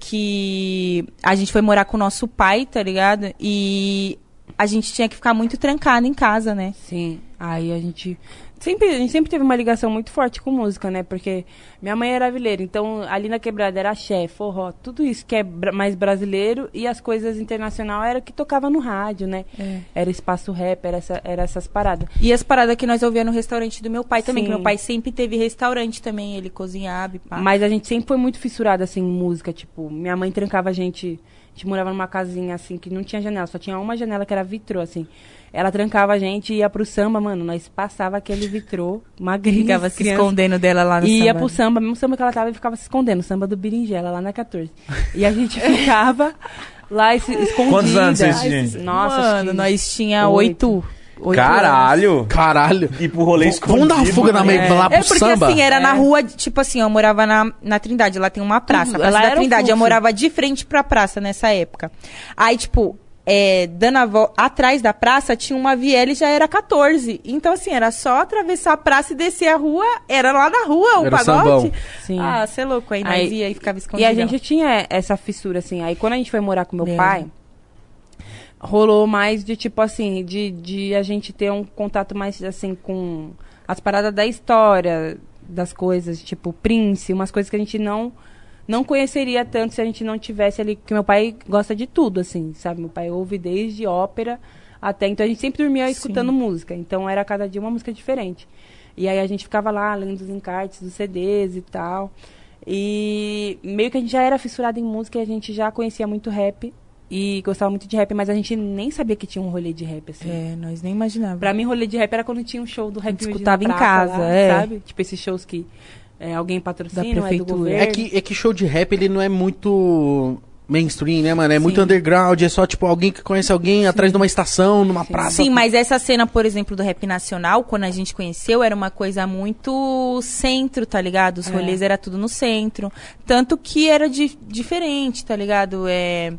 Speaker 4: que a gente foi morar com o nosso pai, tá ligado? E a gente tinha que ficar muito trancado em casa, né?
Speaker 3: Sim. Aí a gente. Sempre, a gente sempre teve uma ligação muito forte com música, né? Porque minha mãe era vileira, então ali na quebrada era axé, forró, tudo isso que é bra- mais brasileiro e as coisas internacional era o que tocava no rádio, né?
Speaker 4: É.
Speaker 3: Era espaço rap, era, essa, era essas paradas.
Speaker 4: E as paradas que nós ouvia no restaurante do meu pai também,
Speaker 3: Sim.
Speaker 4: que meu pai sempre teve restaurante também, ele cozinhava e pá.
Speaker 3: Mas a gente sempre foi muito fissurada, assim, em música. Tipo, minha mãe trancava a gente. A gente morava numa casinha, assim, que não tinha janela. Só tinha uma janela que era vitrô, assim. Ela trancava a gente e ia pro samba, mano. Nós passava aquele vitrô, assim, magrinha.
Speaker 4: Ficava se escondendo dela lá no
Speaker 3: E ia
Speaker 4: samba.
Speaker 3: pro samba, mesmo samba que ela tava, e ficava se escondendo. Samba do Berinjela, lá na 14. E a gente ficava lá e se- escondida.
Speaker 1: Quantos anos vocês tinham?
Speaker 3: Nossa,
Speaker 4: Mano,
Speaker 3: acho que-
Speaker 4: nós tinha
Speaker 3: oito.
Speaker 4: oito. oito anos.
Speaker 1: Caralho!
Speaker 2: Caralho.
Speaker 1: E pro rolê
Speaker 2: V-
Speaker 1: escondido. né?
Speaker 2: Vamos dar uma fuga na mãe
Speaker 3: É.
Speaker 2: lá pro
Speaker 4: É porque
Speaker 2: samba?
Speaker 4: assim, era na
Speaker 3: É.
Speaker 4: rua, tipo assim, eu morava na, na Trindade, lá tem uma praça, a
Speaker 3: Tudo,
Speaker 4: Praça
Speaker 3: lá
Speaker 4: da
Speaker 3: era o
Speaker 4: Trindade, eu
Speaker 3: fluxo.
Speaker 4: morava de frente pra praça nessa época. Aí, tipo, é, dando a vol- atrás da praça tinha uma viela e já era 14. Então, assim, era só atravessar a praça e descer a rua, era lá na rua o
Speaker 2: Era o sambão.
Speaker 4: pagode.
Speaker 3: Sim.
Speaker 4: Ah, você é louco, aí nós
Speaker 3: Aí-
Speaker 4: ia e ficava
Speaker 3: E
Speaker 4: escondido.
Speaker 3: a gente tinha essa fissura, assim. Aí quando a gente foi morar com meu
Speaker 4: Mesmo.
Speaker 3: pai, rolou mais de tipo assim, de, de a gente ter um contato mais assim com as paradas da história, das coisas, tipo Prince, umas coisas que a gente não não conheceria tanto se a gente não tivesse ali, porque meu pai gosta de tudo, assim, sabe? Meu pai ouve desde ópera até. Então a gente sempre dormia escutando música. Então era cada dia uma música diferente. E aí a gente ficava lá lendo os encartes dos CDs e tal. E meio que a gente já era fissurado em música e a gente já conhecia muito rap e gostava muito de rap, mas a gente nem sabia que tinha um rolê de rap, assim.
Speaker 4: É, nós nem imaginávamos.
Speaker 3: Pra mim, rolê de rap era quando tinha um show do rap
Speaker 4: gente
Speaker 3: Hoje na
Speaker 4: escutava em
Speaker 3: Praça
Speaker 4: casa,
Speaker 3: lá,
Speaker 4: é.
Speaker 3: sabe? Tipo esses shows que é, alguém patrocina,
Speaker 4: Da
Speaker 3: é do
Speaker 4: prefeitura.
Speaker 3: governo.
Speaker 2: É que, é que show de rap ele não é muito mainstream, né, mano? É muito underground, é só tipo alguém que conhece alguém atrás de uma estação, numa praça.
Speaker 4: Sim, mas essa cena, por exemplo, do rap nacional, quando a gente conheceu, era uma coisa muito centro, tá ligado? Os
Speaker 3: É.
Speaker 4: rolês era tudo no centro. Tanto que era di- diferente, tá ligado? É,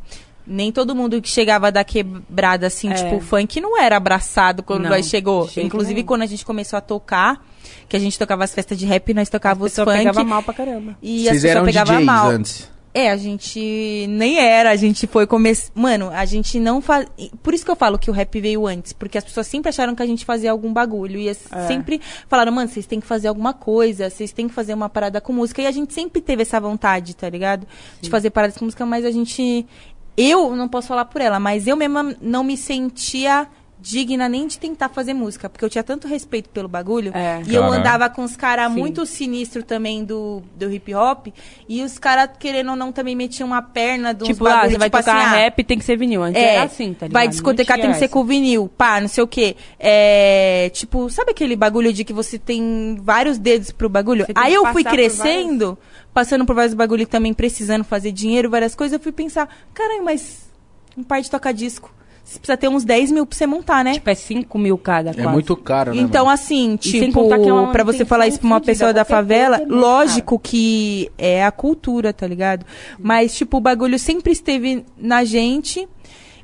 Speaker 4: nem todo mundo que chegava da quebrada, assim,
Speaker 3: É.
Speaker 4: tipo, o funk não era abraçado quando
Speaker 3: Não,
Speaker 4: nós chegou.
Speaker 3: de jeito
Speaker 4: Inclusive,
Speaker 3: nenhum.
Speaker 4: quando a gente começou a tocar, que a gente tocava as festas de rap, nós
Speaker 3: a
Speaker 4: tocava os
Speaker 3: pessoa
Speaker 4: funk.
Speaker 3: pegava mal pra caramba.
Speaker 4: E as
Speaker 2: Vocês
Speaker 4: pessoas
Speaker 2: eram
Speaker 4: pegavam
Speaker 2: DJs
Speaker 4: mal.
Speaker 2: antes.
Speaker 4: É, a gente nem era, a gente foi começar. Mano, a gente não faz. Por isso que eu falo que o rap veio antes, porque as pessoas sempre acharam que a gente fazia algum bagulho. E as-
Speaker 3: É.
Speaker 4: sempre falaram, mano, vocês têm que fazer alguma coisa, vocês têm que fazer uma parada com música. E a gente sempre teve essa vontade, tá ligado? De fazer paradas com música, mas a gente. Eu não posso falar por ela, mas eu mesma não me sentia digna nem de tentar fazer música, porque eu tinha tanto respeito pelo bagulho.
Speaker 3: É.
Speaker 4: E eu
Speaker 1: Caralho.
Speaker 4: andava com os caras
Speaker 3: Sim.
Speaker 4: muito sinistro também do, do hip hop. E os caras, querendo ou não, também metiam uma perna de uns
Speaker 3: Tipo, ah,
Speaker 4: bagulho,
Speaker 3: você vai
Speaker 4: tipo
Speaker 3: tocar
Speaker 4: assim, ah,
Speaker 3: rap, tem que ser vinil. Antes
Speaker 4: é,
Speaker 3: era assim, tá ligado?
Speaker 4: vai
Speaker 3: Não
Speaker 4: discotecar,
Speaker 3: tinha
Speaker 4: tem que ser
Speaker 3: essa.
Speaker 4: com vinil, pá, não sei o quê. É, tipo, sabe aquele bagulho de que você tem vários dedos pro bagulho?
Speaker 3: Você tem
Speaker 4: Aí
Speaker 3: que
Speaker 4: eu fui
Speaker 3: passar por
Speaker 4: crescendo, passando por vários bagulho e também precisando fazer dinheiro, várias coisas, eu fui pensar, caralho, mas um par de toca-disco, você precisa ter uns 10 mil pra você montar, né?
Speaker 3: Tipo, é 5 mil cada,
Speaker 2: É
Speaker 3: quase.
Speaker 2: muito caro, né?
Speaker 4: Então,
Speaker 2: mano?
Speaker 4: assim,
Speaker 3: sem
Speaker 4: tipo,
Speaker 3: contar que é uma
Speaker 4: pra você
Speaker 3: manutenção
Speaker 4: falar isso pra uma
Speaker 3: fodida,
Speaker 4: pessoa da
Speaker 3: qualquer
Speaker 4: favela,
Speaker 3: coisa é muito
Speaker 4: lógico que é a cultura, tá ligado? Mas, tipo, o bagulho sempre esteve na gente.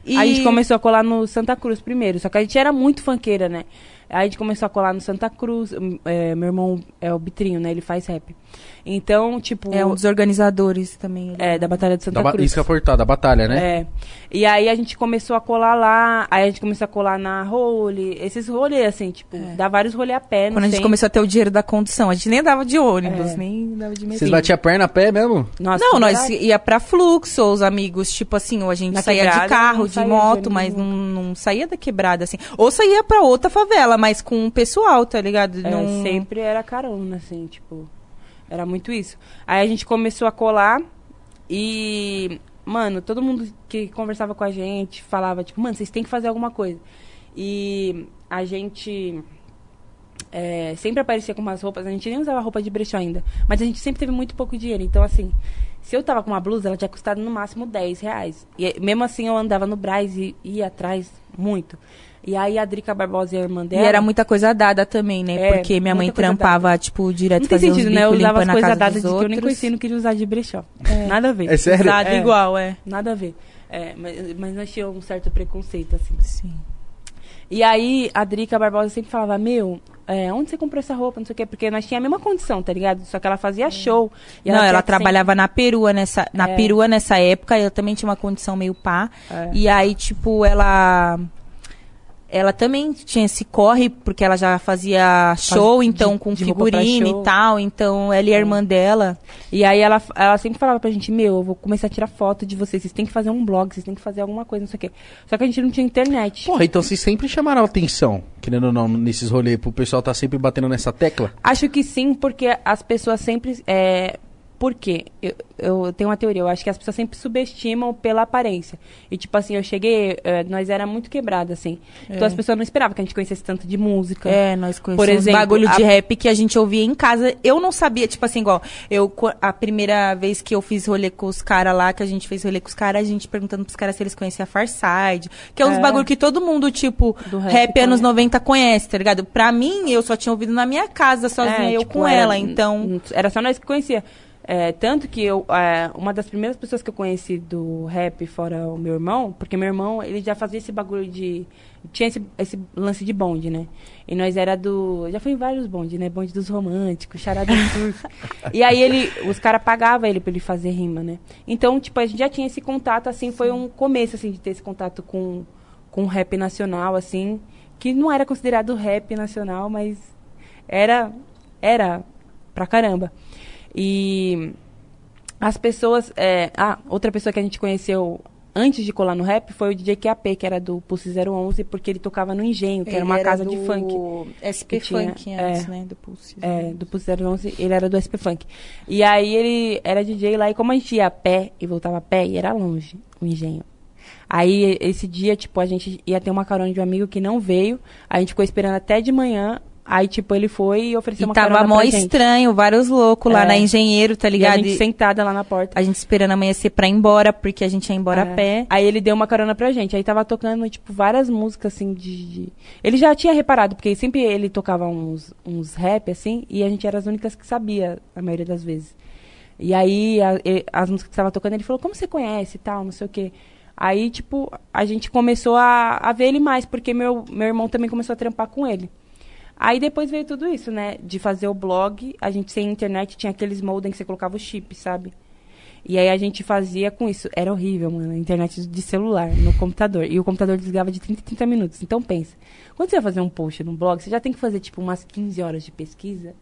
Speaker 4: E...
Speaker 3: A gente começou a colar no Santa Cruz primeiro, só que a gente era muito funkeira, né? Aí a gente começou a colar no Santa Cruz. hum, é, meu irmão é o Bitrinho, né? Ele faz rap. Então, tipo.
Speaker 4: É um dos organizadores também. né? ele-
Speaker 3: é, da Batalha
Speaker 4: assim,
Speaker 3: de Santa
Speaker 2: Da ba-
Speaker 3: Cruz.
Speaker 2: Isso que eu ia perguntar, da batalha, né?
Speaker 3: É. E aí a gente começou a colar lá, aí a gente começou a colar na role, esses rolês, assim, tipo, dá vários rolê a pé, não
Speaker 4: É. Quando a gente
Speaker 3: sei.
Speaker 4: começou a ter o dinheiro da condução, a gente nem dava de ônibus, nem dava de metrô.
Speaker 2: Vocês batiam a perna a pé mesmo?
Speaker 3: Nossa,
Speaker 4: É. não,
Speaker 3: que
Speaker 4: nós
Speaker 3: verdade.
Speaker 4: ia pra fluxo, os amigos, tipo assim, ou a gente
Speaker 3: Na
Speaker 4: saía
Speaker 3: quebrada,
Speaker 4: de carro,
Speaker 3: não
Speaker 4: de
Speaker 3: saía de
Speaker 4: moto,
Speaker 3: ônibus
Speaker 4: mas não, não saía da quebrada, assim. Ou saía pra outra favela, mas com o pessoal, tá ligado?
Speaker 3: É,
Speaker 4: não...
Speaker 3: Sempre era carona, assim, tipo. Era muito isso. Aí a gente começou a colar e, mano, todo mundo que conversava com a gente falava, tipo, mano, vocês têm que fazer alguma coisa. E a gente. é, sempre aparecia com umas roupas, a gente nem usava roupa de brechó ainda, mas a gente sempre teve muito pouco dinheiro, então assim, se eu tava com uma blusa, ela tinha custado no máximo 10 reais. E eh, mesmo assim eu andava no Braz e ia atrás muito. E aí a Drica Barbosa e a irmã
Speaker 4: E
Speaker 3: dela.
Speaker 4: era muita coisa dada também, né?
Speaker 3: É,
Speaker 4: Porque minha mãe
Speaker 3: muita coisa
Speaker 4: trampava, tipo, direto
Speaker 3: Não tem
Speaker 4: fazia uns
Speaker 3: sentido, né? Eu
Speaker 4: bico
Speaker 3: usava
Speaker 4: limpando
Speaker 3: as
Speaker 4: a casa
Speaker 3: coisas dadas
Speaker 4: dos
Speaker 3: de que eu nem
Speaker 4: outros.
Speaker 3: conhecia e não queria usar de brechó. Nada a ver.
Speaker 2: É sério?
Speaker 4: Usado
Speaker 3: É.
Speaker 4: igual, é.
Speaker 3: Nada a ver. É, mas, mas nós tínhamos um certo preconceito, assim.
Speaker 4: Sim.
Speaker 3: E aí, a Drica Barbosa sempre falava, meu, é, onde você comprou essa roupa? Não sei o quê. Porque nós tínhamos a mesma condição, tá ligado? Só que ela fazia show. E
Speaker 4: não,
Speaker 3: tinha
Speaker 4: ela
Speaker 3: que
Speaker 4: trabalhava na perua nessa, na
Speaker 3: É.
Speaker 4: perua nessa época, ela também tinha uma condição meio pá.
Speaker 3: É.
Speaker 4: E aí, tipo, ela ela também tinha esse corre porque ela já fazia show,
Speaker 3: de-
Speaker 4: então com
Speaker 3: de roupa pra
Speaker 4: figurino
Speaker 3: show.
Speaker 4: e tal, então ela e a irmã dela.
Speaker 3: E aí ela, ela sempre falava pra gente, meu, eu vou começar a tirar foto de vocês, vocês têm que fazer um blog, vocês têm que fazer alguma coisa, não sei o quê. Só que a gente não tinha internet.
Speaker 2: Porra, então vocês sempre chamaram atenção, querendo ou não, nesses rolês, pro pessoal tá sempre batendo nessa tecla.
Speaker 3: Acho que sim, porque as pessoas sempre. É... Por quê? Eu, eu tenho uma teoria, eu acho que as pessoas sempre subestimam pela aparência. E, tipo assim, eu cheguei, eh, nós era muito quebrada, assim. Então as pessoas não esperavam que a gente conhecesse tanto de música.
Speaker 4: É, nós conhecemos
Speaker 3: Por exemplo,
Speaker 4: bagulho de
Speaker 3: a-
Speaker 4: rap que a gente ouvia em casa. Eu não sabia, tipo assim, igual, eu co- a primeira vez que eu fiz rolê com os caras lá, que a gente fez rolê com os caras, a gente perguntando pros caras se eles conheciam a Farside, que é uns
Speaker 3: É.
Speaker 4: bagulho que todo mundo, tipo,
Speaker 3: Do
Speaker 4: rap,
Speaker 3: rap
Speaker 4: anos
Speaker 3: conhece.
Speaker 4: 90 conhece, tá ligado? Pra mim, eu só tinha ouvido na minha casa sozinha,
Speaker 3: É,
Speaker 4: eu
Speaker 3: tipo,
Speaker 4: com
Speaker 3: era-
Speaker 4: ela, então.
Speaker 3: Era só nós que conhecia. É, tanto que eu, é, uma das primeiras pessoas que eu conheci do rap, fora o meu irmão, porque meu irmão, ele já fazia esse bagulho de. Tinha esse, esse lance de bonde, né? E nós era do. Já foi em vários bondes, né? Bonde dos românticos, charada surf. e aí ele. Os caras pagavam ele pra ele fazer rima, né? Então, tipo, a gente já tinha esse contato, assim, foi um começo, assim, de ter esse contato com, com rap nacional, assim, que não era considerado rap nacional, mas era era pra caramba e as pessoas é, ah outra pessoa que a gente conheceu antes de colar no rap foi o DJ QAP, que era do Pulse 011 porque ele tocava no Engenho que era uma casa de funk
Speaker 4: SP
Speaker 3: que tinha,
Speaker 4: Funk
Speaker 3: é.
Speaker 4: antes, né? Do Pulse.
Speaker 3: é, do Pulse 011, ele era do SP Funk. E aí ele era DJ lá, e como a gente ia a pé e voltava a pé, e era longe o engenho. Aí esse dia, tipo, a gente ia ter uma carona de um amigo que não veio, a gente ficou esperando até de manhã, aí, tipo, ele foi e ofereceu
Speaker 4: E
Speaker 3: uma
Speaker 4: tava
Speaker 3: carona
Speaker 4: mó
Speaker 3: pra gente.
Speaker 4: estranho, vários loucos lá
Speaker 3: É.
Speaker 4: na Engenheiro, tá
Speaker 3: E a
Speaker 4: ligado?
Speaker 3: gente
Speaker 4: E-
Speaker 3: sentada lá na porta.
Speaker 4: A gente esperando amanhecer pra ir embora, porque a gente ia embora
Speaker 3: É.
Speaker 4: a pé.
Speaker 3: Aí ele deu uma carona pra gente. Aí tava tocando, tipo, várias músicas, assim, de... de- Ele já tinha reparado, porque sempre ele tocava uns, uns rap, assim, e a gente era as únicas que sabia, a maioria das vezes. E aí, a- e- as músicas que tava tocando, ele falou, como você conhece e tal, não sei o quê. Aí, tipo, a gente começou a, a ver ele mais, porque meu, meu irmão também começou a trampar com ele. Aí depois veio tudo isso, né? De fazer o blog, a gente sem internet tinha aqueles modem que você colocava o chip, sabe? E aí a gente fazia com isso. Era horrível, mano. a Internet de celular, no computador. E o computador desligava de 30 em 30 minutos. Então pensa. Quando você vai fazer um post num blog, você já tem que fazer tipo umas 15 horas de pesquisa.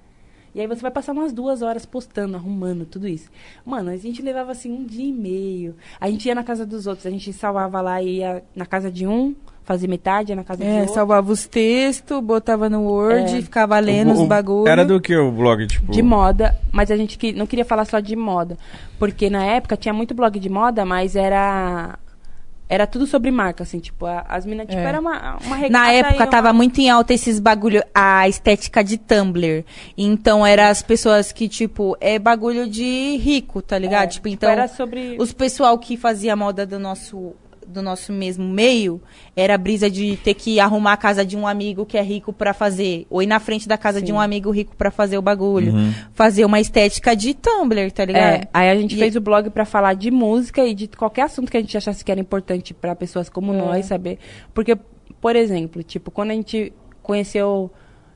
Speaker 3: E aí você vai passar umas duas horas postando, arrumando, tudo isso. Mano, a gente levava assim um dia e meio. A gente ia na casa dos outros, a gente salvava lá e ia na casa de um, fazia metade, ia na casa de
Speaker 4: É,
Speaker 3: outro.
Speaker 4: salvava os textos, botava no Word,
Speaker 3: É.
Speaker 4: ficava lendo
Speaker 1: O-
Speaker 4: os
Speaker 1: o-
Speaker 4: bagulho.
Speaker 1: Era do que o blog, tipo?
Speaker 3: De moda, mas a gente que- não queria falar só de moda. Porque na época tinha muito blog de moda, mas era. Era tudo sobre marca, assim, tipo, a- as minas, tipo,
Speaker 4: É.
Speaker 3: era uma, uma regata.
Speaker 4: Na época
Speaker 3: e
Speaker 4: tava
Speaker 3: uma...
Speaker 4: muito em alta esses bagulho, a estética de Tumblr. Então era as pessoas que, tipo, é bagulho de rico, tá ligado?
Speaker 3: É,
Speaker 4: tipo, então.
Speaker 3: era sobre.
Speaker 4: Os pessoal que fazia moda do nosso do nosso mesmo meio era a brisa de ter que arrumar a casa de um amigo que é rico pra fazer ou ir na frente da casa de um amigo rico pra fazer o bagulho
Speaker 1: Uhum.
Speaker 4: fazer uma estética de Tumblr tá ligado
Speaker 3: É, aí a gente
Speaker 4: E-
Speaker 3: fez o blog pra falar de música e de qualquer assunto que a gente achasse que era importante pra pessoas como nós saber. Porque, por exemplo, tipo, quando a gente conheceu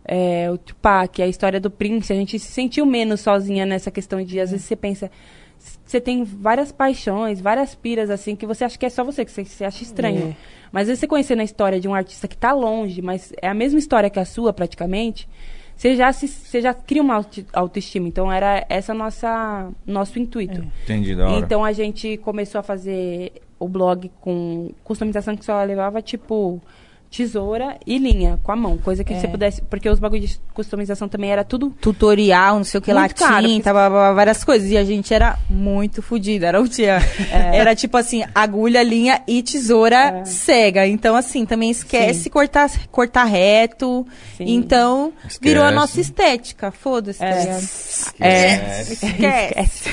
Speaker 3: é, o Tupac, a história do Prince, a gente se sentiu menos sozinha nessa questão de, às vezes, você pensa. s- Você tem várias paixões, várias piras, assim, que você acha que é só você, que você, você acha estranho. Mas às vezes você conhecendo a história de um artista que tá longe, mas é a mesma história que a sua, praticamente, você já, se, você já cria uma auti- autoestima. Então, era essa a nossa nosso intuito.
Speaker 1: Entendi, da hora.
Speaker 3: Então a gente começou a fazer o blog com customização que só levava tipo tesoura e linha com a mão, coisa que você pudesse, porque os bagulhos de customização também era tudo
Speaker 4: tutorial, não sei o que
Speaker 3: Muito
Speaker 4: lá,
Speaker 3: caro,
Speaker 4: tinta,
Speaker 3: porque-
Speaker 4: blá, blá, blá, várias coisas. E a gente era muito fodida. Era o dia.
Speaker 3: É.
Speaker 4: Era tipo assim, agulha, linha e tesoura cega. Então, assim, também esquece cortar, cortar reto.
Speaker 3: Sim.
Speaker 4: Então,
Speaker 1: Esquece.
Speaker 4: virou a nossa estética. Foda-se. tá
Speaker 3: É.
Speaker 4: ligado?
Speaker 1: É.
Speaker 3: Esquece.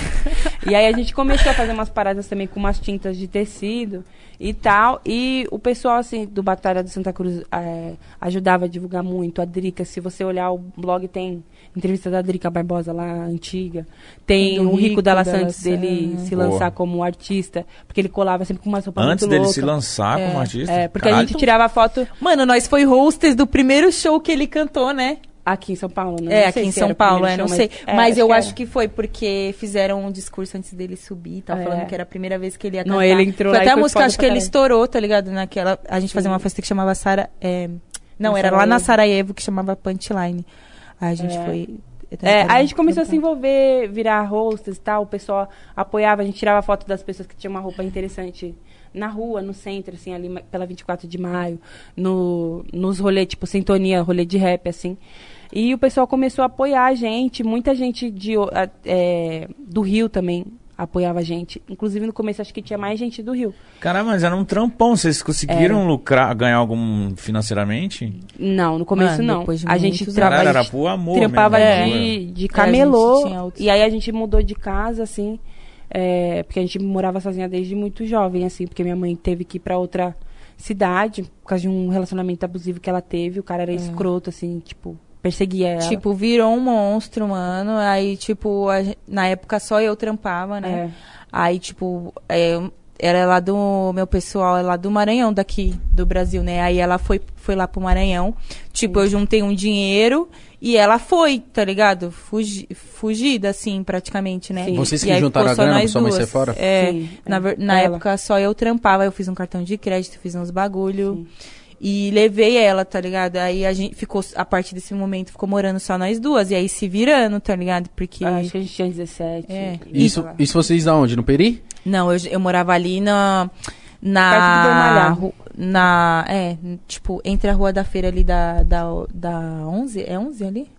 Speaker 3: e aí a gente começou a fazer umas paradas também com umas tintas de tecido e tal. E o pessoal, assim, do Batalha de Santa Cruz eh, ajudava a divulgar muito. A Drica, se você olhar o blog, tem entrevista da Drica Barbosa lá, antiga. Tem
Speaker 4: Do
Speaker 3: o Rico,
Speaker 4: Rico
Speaker 3: da La
Speaker 4: Dalla
Speaker 3: Santos,
Speaker 4: Santos,
Speaker 3: dele se
Speaker 1: Boa.
Speaker 3: lançar como artista. Porque ele colava sempre com umas roupas
Speaker 1: Antes
Speaker 3: muito
Speaker 1: dele
Speaker 3: loucas.
Speaker 1: se lançar como artista?
Speaker 3: É, porque a
Speaker 1: Caralho.
Speaker 3: gente tirava foto
Speaker 4: Mano, nós foi hosters do primeiro show que ele cantou, né?
Speaker 3: aqui em São Paulo, né?
Speaker 4: é,
Speaker 3: Não
Speaker 4: aqui
Speaker 3: sei
Speaker 4: em
Speaker 3: se
Speaker 4: São
Speaker 3: era o
Speaker 4: Paulo, é,
Speaker 3: primeiro
Speaker 4: não
Speaker 3: show,
Speaker 4: sei.
Speaker 3: é,
Speaker 4: Mas eu acho
Speaker 3: era.
Speaker 4: que foi porque fizeram um discurso antes dele subir, tá
Speaker 3: É.
Speaker 4: falando que era a primeira vez que ele ia
Speaker 3: Não,
Speaker 4: cantar.
Speaker 3: ele entrou
Speaker 4: foi
Speaker 3: lá
Speaker 4: até a
Speaker 3: e foi
Speaker 4: música,
Speaker 3: foda
Speaker 4: acho que
Speaker 3: pra
Speaker 4: ele
Speaker 3: caralho.
Speaker 4: estourou, tá ligado? Naquela, a gente fazia uma festa que chamava Sara, é, não,
Speaker 3: Na
Speaker 4: era lá na
Speaker 3: Sarajevo.
Speaker 4: Sarajevo que chamava Punchline. Aí a gente
Speaker 3: É.
Speaker 4: foi
Speaker 3: É, aí a gente começou a se
Speaker 4: assim
Speaker 3: envolver, virar hostess e tal, o pessoal apoiava, a gente tirava foto das pessoas que tinham uma roupa interessante na rua, no centro, assim, ali ma- pela 24 de maio, no, nos rolês, tipo, sintonia, rolê de rap, assim. E o pessoal começou a apoiar a gente, muita gente de, o- a- é, do Rio também apoiava a gente. Inclusive, no começo, acho que tinha mais gente do Rio.
Speaker 1: Caralho, mas era um trampão. Vocês conseguiram
Speaker 3: É.
Speaker 1: lucrar, ganhar algum financeiramente?
Speaker 3: Não, no começo
Speaker 4: Mano,
Speaker 3: não.
Speaker 4: Ah, depois de
Speaker 3: A gente
Speaker 4: muitos
Speaker 1: Caralho,
Speaker 3: trabalha.
Speaker 1: era por amor
Speaker 3: trampava
Speaker 1: mesmo. né?
Speaker 3: de, de
Speaker 4: É, a gente
Speaker 3: camelô.
Speaker 4: tinha outros-
Speaker 3: e aí a gente mudou de casa, assim. é, porque a gente morava sozinha desde muito jovem, assim. Porque minha mãe teve que ir pra outra cidade por causa de um relacionamento abusivo que ela teve. O cara era escroto, assim, tipo, perseguia ela.
Speaker 4: É. Tipo, virou um monstro, mano. Aí, tipo, a gen- na época só eu trampava, né? Aí, tipo, é, era lá do. Meu pessoal é lá do Maranhão, daqui do Brasil, né? Aí ela foi, foi lá pro Maranhão. Tipo, eu juntei um dinheiro e ela foi, tá ligado? Fugi, fugida, assim, praticamente, né?
Speaker 3: Sim.
Speaker 2: Vocês
Speaker 4: E
Speaker 2: que
Speaker 4: aí
Speaker 2: juntaram
Speaker 4: ficou
Speaker 2: a
Speaker 4: só
Speaker 2: grana pra
Speaker 4: nós
Speaker 2: sua mãe
Speaker 4: duas.
Speaker 2: sair fora?
Speaker 4: É.
Speaker 3: Sim,
Speaker 4: na
Speaker 3: é.
Speaker 4: ver- na
Speaker 3: Ela.
Speaker 4: época só eu trampava, eu fiz um cartão de crédito, fiz uns bagulho. E levei ela, tá ligado? Aí a gente ficou, a partir desse momento, ficou morando só nós duas. E aí se virando, tá ligado? Porque.
Speaker 2: Ah,
Speaker 3: acho que a gente tinha 17.
Speaker 4: É.
Speaker 3: e-
Speaker 2: Isso, isso vocês aonde? No Peri?
Speaker 4: Não, eu, eu morava ali na.
Speaker 3: Perto do
Speaker 4: Na.
Speaker 3: Dormalhado.
Speaker 4: ru- Na. É, n- tipo, entre a rua da feira ali da. Da, da 11? É 11 ali?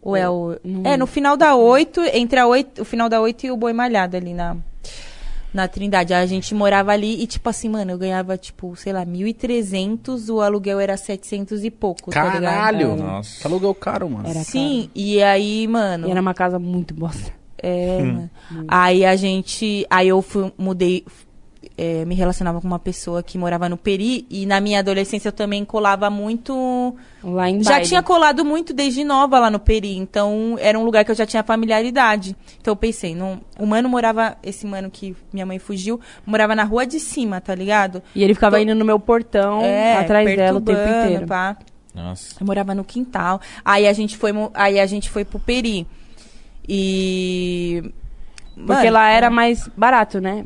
Speaker 4: Ou é o.
Speaker 3: Não.
Speaker 4: É, no final da 8, entre a 8, o final da 8 e o Boi Malhado ali na. Na Trindade, a gente morava ali e, tipo assim, mano, eu ganhava, tipo, sei lá, 1.300, o aluguel era 700 e pouco, tá ligado?
Speaker 2: Caralho!
Speaker 1: Nossa.
Speaker 2: Que aluguel caro, mano.
Speaker 3: Era
Speaker 4: Sim, e aí, mano.
Speaker 3: E era uma casa muito bosta.
Speaker 4: É, mano. Aí a gente. Aí eu fui, mudei. é, me relacionava com uma pessoa que morava no Peri. E na minha adolescência eu também colava muito.
Speaker 3: Lá em
Speaker 4: Já
Speaker 3: Um Baile.
Speaker 4: tinha colado muito desde nova lá no Peri. Então era um lugar que eu já tinha familiaridade. Então eu pensei, num, o mano morava. Esse mano que minha mãe fugiu, morava na rua de cima, tá ligado?
Speaker 3: E ele ficava
Speaker 4: Tô-
Speaker 3: indo no meu portão, Então, atrás dela o tempo
Speaker 4: É, perturbando,
Speaker 3: inteiro.
Speaker 4: pá.
Speaker 1: Nossa.
Speaker 4: Eu morava no quintal. Aí a gente foi, mo- aí a gente foi pro Peri. E
Speaker 3: Porque
Speaker 4: Mano,
Speaker 3: lá era mais barato, né?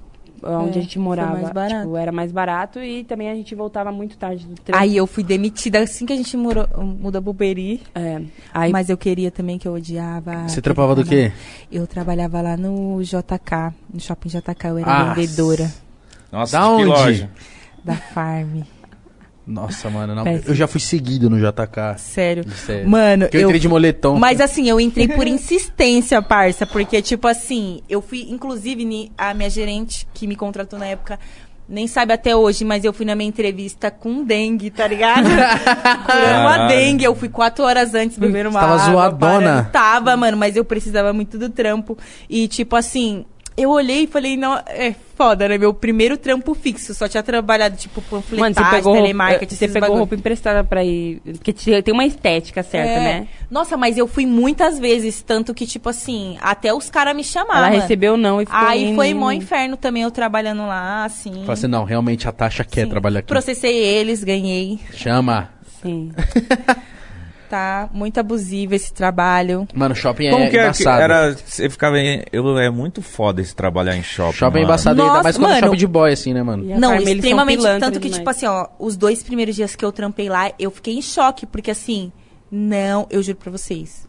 Speaker 4: É,
Speaker 3: onde a gente morava.
Speaker 4: foi mais barato.
Speaker 3: Tipo, era mais barato e também a gente voltava muito tarde do trem.
Speaker 4: Aí eu fui demitida assim que a gente mudou, mudou Boberi.
Speaker 3: É, aí
Speaker 4: Mas eu queria também, que eu odiava.
Speaker 2: Você trampava do quê?
Speaker 4: Eu trabalhava lá no JK, no shopping JK. Eu era
Speaker 2: Ah,
Speaker 4: vendedora
Speaker 1: Nossa,
Speaker 2: Da
Speaker 1: de que
Speaker 2: onde?
Speaker 1: loja?
Speaker 4: da Farm.
Speaker 2: Nossa, mano, não.
Speaker 3: Péssimo.
Speaker 2: Eu já fui seguido no JK.
Speaker 4: Sério.
Speaker 2: Sério.
Speaker 4: Mano,
Speaker 2: é que eu, entrei de moletom.
Speaker 4: Mas assim, eu entrei por insistência, parça, porque tipo assim, eu fui, inclusive, ni- a minha gerente que me contratou na época, nem sabe até hoje, mas eu fui na minha entrevista com dengue, tá ligado? Curando uma
Speaker 1: Caralho.
Speaker 4: dengue, eu fui quatro horas antes bebendo uma
Speaker 2: Você tava
Speaker 4: água.
Speaker 2: zoadona.
Speaker 4: parando. Tava, mano, mas eu precisava muito do trampo. E tipo assim, eu olhei e falei, não, é foda, né? Meu primeiro trampo fixo, só tinha trabalhado tipo
Speaker 3: Mano, você
Speaker 4: panfletagem,
Speaker 3: pegou, roupa, é,
Speaker 4: telemarketing,
Speaker 3: você
Speaker 4: esses
Speaker 3: pegou
Speaker 4: bagulho.
Speaker 3: roupa emprestada pra ir. Porque te- tem uma estética certa,
Speaker 4: É.
Speaker 3: né?
Speaker 4: Nossa, mas eu fui muitas vezes, tanto que, tipo assim, até os caras me chamaram.
Speaker 3: Ela recebeu não e ficou.
Speaker 4: Ah, Aí
Speaker 3: indo,
Speaker 4: foi
Speaker 3: indo.
Speaker 4: mó inferno também eu trabalhando lá, assim.
Speaker 2: Falei assim, não, realmente a Tasha quer
Speaker 4: Sim.
Speaker 2: trabalhar aqui.
Speaker 4: Processei eles, ganhei.
Speaker 2: Chama.
Speaker 3: Sim.
Speaker 4: Tá muito abusivo esse trabalho.
Speaker 2: Mano, shopping
Speaker 1: Como
Speaker 2: é
Speaker 1: que, é que
Speaker 2: embaçado.
Speaker 1: era? Você ficava em, eu, é muito foda esse trabalhar em shopping.
Speaker 2: Shopping é
Speaker 1: mano.
Speaker 2: embaçado, ainda
Speaker 4: Nossa,
Speaker 2: mais quando é
Speaker 4: mano.
Speaker 2: shopping de boy, assim, né, mano?
Speaker 3: E a
Speaker 4: Não,
Speaker 3: Carmen, eles são
Speaker 4: extremamente.
Speaker 3: pilantras
Speaker 4: Tanto que,
Speaker 3: demais.
Speaker 4: tipo assim, ó, os dois primeiros dias que eu trampei lá, eu fiquei em choque, porque assim, não, eu juro pra vocês.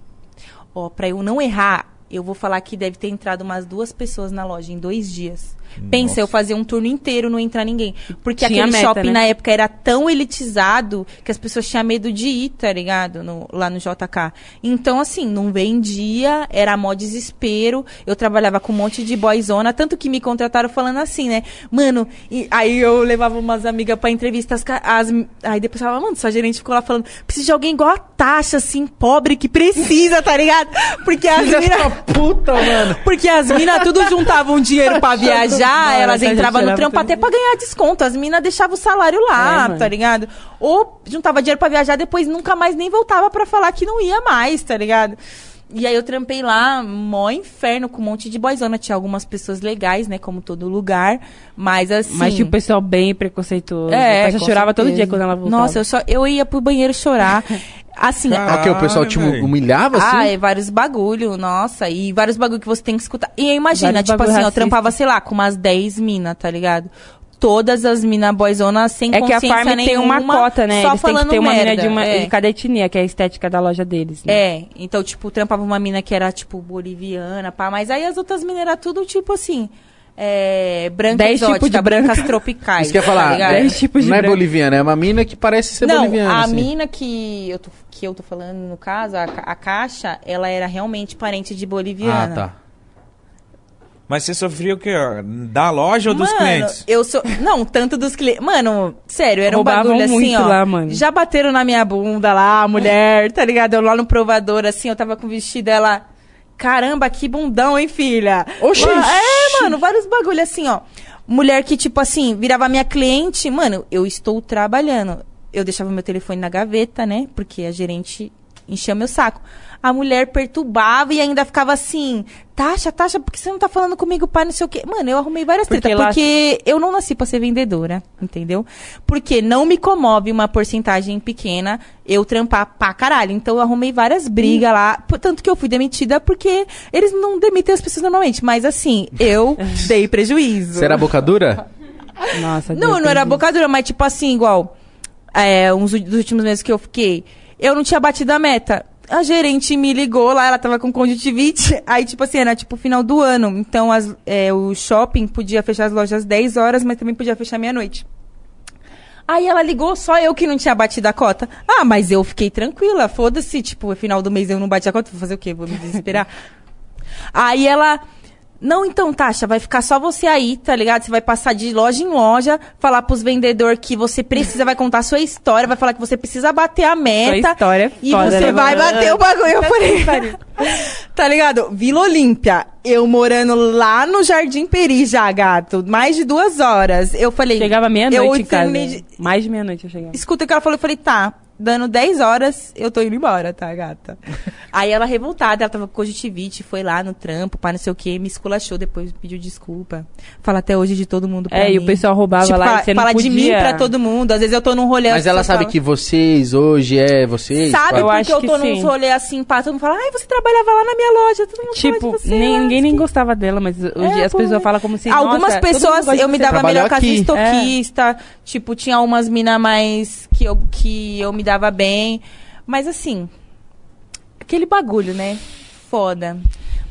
Speaker 4: Ó, pra eu não errar, eu vou falar que deve ter entrado umas duas pessoas na loja em dois dias. Pensa,
Speaker 1: Nossa.
Speaker 4: eu fazer um turno inteiro, não entrar ninguém. Porque
Speaker 3: Tinha
Speaker 4: aquele
Speaker 3: meta,
Speaker 4: shopping
Speaker 3: né?
Speaker 4: na época era tão elitizado que as pessoas tinham medo de ir, tá ligado? No- lá no JK. Então, assim, não vendia, era mó desespero. Eu trabalhava com um monte de boyzona, tanto que me contrataram falando assim, né? Mano, e aí eu levava umas amigas pra entrevista, as, ca- as- aí depois eu falava, mano, sua gerente ficou lá falando, preciso de alguém igual a taxa, assim, pobre, que precisa, tá ligado? Porque as
Speaker 2: Filha
Speaker 4: minas.
Speaker 2: da puta, mano.
Speaker 4: Porque as minas tudo juntavam dinheiro pra viajar,
Speaker 3: Mano,
Speaker 4: elas
Speaker 3: essa
Speaker 4: entravam
Speaker 3: gente
Speaker 4: no
Speaker 3: era
Speaker 4: trampo
Speaker 3: muito
Speaker 4: até pra ganhar desconto. As minas deixavam o salário
Speaker 3: É,
Speaker 4: lá,
Speaker 3: mano.
Speaker 4: tá ligado? Ou juntava dinheiro pra viajar, depois nunca mais nem voltava pra falar que não ia mais, tá ligado? E aí eu trampei lá, mó inferno, com um monte de boyzona. Tinha algumas pessoas legais, né? Como todo lugar. Mas assim.
Speaker 3: Mas tinha o pessoal bem preconceituoso.
Speaker 4: É,
Speaker 3: É, já
Speaker 4: com
Speaker 3: chorava todo
Speaker 4: certeza.
Speaker 3: dia quando ela voltava.
Speaker 4: Nossa, eu, só, eu ia pro banheiro chorar. Assim,
Speaker 1: Caralho,
Speaker 2: ok, o pessoal te
Speaker 1: Ah, velho.
Speaker 2: humilhava, assim?
Speaker 4: Ah, é vários bagulho, nossa, e vários bagulho que você tem que escutar. E aí imagina,
Speaker 3: Vários
Speaker 4: tipo
Speaker 3: bagulho
Speaker 4: assim, eu
Speaker 3: racista.
Speaker 4: trampava, sei lá, com umas 10 minas, tá ligado? Todas as mina boyzona sem
Speaker 3: é que a
Speaker 4: consciência
Speaker 3: Farm tem uma
Speaker 4: nenhuma,
Speaker 3: cota, né?
Speaker 4: Só
Speaker 3: Eles têm
Speaker 4: falando
Speaker 3: que ter uma
Speaker 4: merda.
Speaker 3: mina de, uma,
Speaker 4: é.
Speaker 3: de cada etnia, que é a estética da loja deles. Né?
Speaker 4: É, então, tipo, trampava uma mina que era, tipo, boliviana, pá, mas aí as outras minas eram tudo, tipo assim, é, branca
Speaker 3: Dez tipos
Speaker 4: exótica,
Speaker 3: de branca.
Speaker 4: brancas tropicais.
Speaker 2: Isso que eu ia
Speaker 4: tá
Speaker 2: falar.
Speaker 4: ligado?
Speaker 2: é,
Speaker 3: Dez tipos de
Speaker 2: não é
Speaker 3: branco.
Speaker 2: boliviana, é uma mina que parece ser
Speaker 4: não,
Speaker 2: boliviana.
Speaker 4: a
Speaker 2: assim.
Speaker 4: mina que eu, tô, que eu tô falando, no caso, a, Ca- a Caixa, ela era realmente parente de
Speaker 2: Ah,
Speaker 4: boliviana.
Speaker 2: tá.
Speaker 1: Mas você sofria o quê? ó? Da loja ou dos
Speaker 4: mano,
Speaker 1: clientes?
Speaker 4: Eu sou. Não, tanto dos clientes. Mano, sério, era
Speaker 3: Roubavam
Speaker 4: um bagulho assim,
Speaker 3: muito
Speaker 4: ó.
Speaker 3: lá, mano.
Speaker 4: Já bateram na minha bunda lá, a mulher, tá ligado? Eu lá no provador, assim, eu tava com o vestido ela. Caramba, que bundão, hein, filha?
Speaker 2: Oxi!
Speaker 4: Mano, é, mano, vários bagulho assim, ó. Mulher que, tipo assim, virava minha cliente, mano, eu estou trabalhando. Eu deixava meu telefone na gaveta, né? Porque a gerente enchia meu saco. A mulher perturbava e ainda ficava assim, Tasha, Tasha, por que você não tá falando comigo, pai, não sei o quê? Mano, eu arrumei várias
Speaker 3: Porque
Speaker 4: tretas,
Speaker 3: lá-
Speaker 4: porque eu não nasci pra ser vendedora, entendeu? Porque não me comove uma porcentagem pequena eu trampar pra caralho. Então eu arrumei várias brigas lá, por- tanto que eu fui demitida porque eles não demitem as pessoas normalmente, mas assim, eu dei prejuízo.
Speaker 2: Você era boca dura?
Speaker 3: Nossa,
Speaker 4: É. Não,
Speaker 3: Deus
Speaker 4: eu não era
Speaker 3: Deus.
Speaker 4: boca dura, mas tipo assim, igual. É, uns u- dos últimos meses que eu fiquei, eu não tinha batido a meta. A gerente me ligou lá, ela tava com conjuntivite. Aí, tipo assim, era tipo final do ano. Então, as- é, o shopping podia fechar as lojas às 10 horas, mas também podia fechar meia-noite. Aí ela ligou, só eu que não tinha batido a cota. Ah, mas eu fiquei tranquila, foda-se, tipo, é final do mês eu não bati a cota, vou fazer o quê? Vou me desesperar. aí ela. Não, então, Tasha, vai ficar só você aí, tá ligado? Você vai passar de loja em loja, falar pros vendedores que você precisa, vai contar a sua história, vai falar que você precisa bater a meta.
Speaker 3: história é
Speaker 4: E
Speaker 3: foda,
Speaker 4: você
Speaker 3: né,
Speaker 4: vai
Speaker 3: mano?
Speaker 4: bater o bagulho. Eu falei. tá ligado? Vila Olímpia. Eu morando lá no Jardim Peri já, gato. Mais de duas horas. Eu falei.
Speaker 3: Chegava
Speaker 4: eu
Speaker 3: meia-noite em casa.
Speaker 4: terminei de-
Speaker 3: Mais de meia-noite eu chegava.
Speaker 4: escutei o que ela falou e falei, tá, dando 10 horas, eu tô indo embora, tá, gata? Aí ela revoltada, ela tava com conjuntivite, foi lá no trampo, pá, não sei o quê, me esculachou depois, pediu desculpa. Fala até hoje de todo mundo pra
Speaker 3: É,
Speaker 4: mim.
Speaker 3: e o pessoal roubava
Speaker 4: Tipo,
Speaker 3: lá
Speaker 4: fala,
Speaker 3: e você não
Speaker 4: fala
Speaker 3: podia.
Speaker 4: de mim pra todo mundo. Às vezes eu tô num rolê
Speaker 2: Mas
Speaker 4: assim,
Speaker 2: ela
Speaker 4: eu
Speaker 2: sabe
Speaker 4: falo-
Speaker 2: que vocês hoje é vocês?
Speaker 4: Sabe
Speaker 2: Fala-
Speaker 3: Eu
Speaker 4: porque
Speaker 3: acho
Speaker 4: eu
Speaker 3: que
Speaker 4: tô num
Speaker 3: sim.
Speaker 4: rolê assim, pá, todo mundo fala, ai, você trabalhava lá na minha loja, todo mundo fala
Speaker 3: Tipo,
Speaker 4: de você,
Speaker 3: nem-
Speaker 4: ai,
Speaker 3: ninguém nem
Speaker 4: que-
Speaker 3: gostava dela, mas hoje
Speaker 4: É,
Speaker 3: as
Speaker 4: pô,
Speaker 3: pessoas
Speaker 4: mas-
Speaker 3: falam como se.
Speaker 4: Algumas
Speaker 3: "Nossa, todo mundo
Speaker 4: pessoas
Speaker 3: gosta de
Speaker 4: eu me
Speaker 3: você". É.
Speaker 4: dava
Speaker 2: Trabalhou
Speaker 4: melhor com as
Speaker 2: aqui.
Speaker 4: estoquistas. Tipo, tinha umas mina mais que eu, que eu me dava bem. Mas assim, aquele bagulho, né? Foda.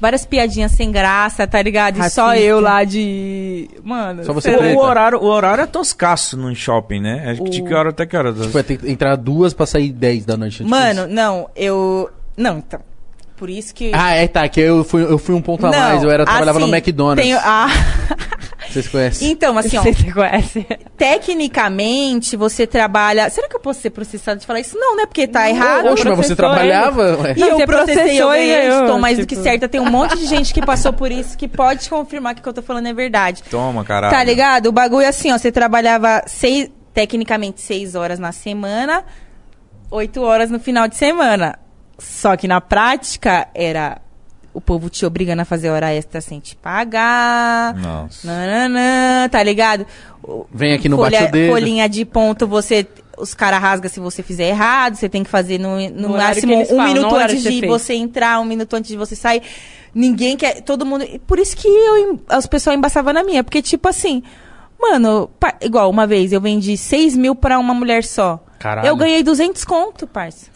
Speaker 4: Várias piadinhas sem graça, tá ligado? E só
Speaker 3: Racista.
Speaker 4: eu lá de. Mano,
Speaker 2: Só você
Speaker 4: sei lá.
Speaker 2: preta.
Speaker 1: O horário, o horário é toscaço num shopping, né? É De
Speaker 4: O-
Speaker 1: que hora até que hora?
Speaker 2: Tipo, vai ter que entrar duas pra sair dez da noite. tipo
Speaker 4: Mano,
Speaker 2: isso.
Speaker 4: não, eu. Não, então. Por isso que.
Speaker 2: Ah, é, tá. Que eu fui, eu fui um ponto a mais. Eu era, trabalhava
Speaker 4: assim,
Speaker 2: no McDonald's.
Speaker 4: tenho- ah,
Speaker 2: Vocês conhecem?
Speaker 4: então, assim, ó.
Speaker 3: Não sei se Você tá conhece?
Speaker 4: Tecnicamente, você trabalha. Será que eu posso ser processado de falar isso? Não, né? Porque tá
Speaker 2: Oxe,
Speaker 4: errado.
Speaker 2: mas você
Speaker 3: professor,
Speaker 2: trabalhava? ué?
Speaker 4: E
Speaker 3: Não, você
Speaker 4: eu processei, eu
Speaker 3: processou e
Speaker 4: ganhei,
Speaker 3: ganhou,
Speaker 4: estou mais do
Speaker 3: tipo.
Speaker 4: que certa. Tem um monte de gente que passou por isso que pode confirmar que o que eu tô falando é verdade.
Speaker 1: Toma, caralho.
Speaker 4: Tá ligado? O bagulho é assim, ó. Você trabalhava seis, tecnicamente seis horas na semana, oito horas no final de semana. Só que na prática era o povo te obrigando a fazer hora extra sem te pagar.
Speaker 1: Nossa.
Speaker 4: Nananã, tá ligado? O-
Speaker 2: Vem aqui no bate o dedo.
Speaker 4: Folhinha de ponto, você. Os caras rasgam se você fizer errado, você tem que fazer no, no,
Speaker 3: No horário que
Speaker 4: máximo um
Speaker 3: eles falam, no
Speaker 4: minuto
Speaker 3: horário
Speaker 4: antes
Speaker 3: que você
Speaker 4: de
Speaker 3: fez.
Speaker 4: você entrar, um minuto antes de você sair. Ninguém quer. Todo mundo. e Por isso que eu, em- as pessoas embaçavam na minha. Porque, tipo assim, mano, pa- igual uma vez eu vendi 6 mil pra uma mulher só.
Speaker 2: Caralho.
Speaker 4: Eu ganhei 200 conto, parça.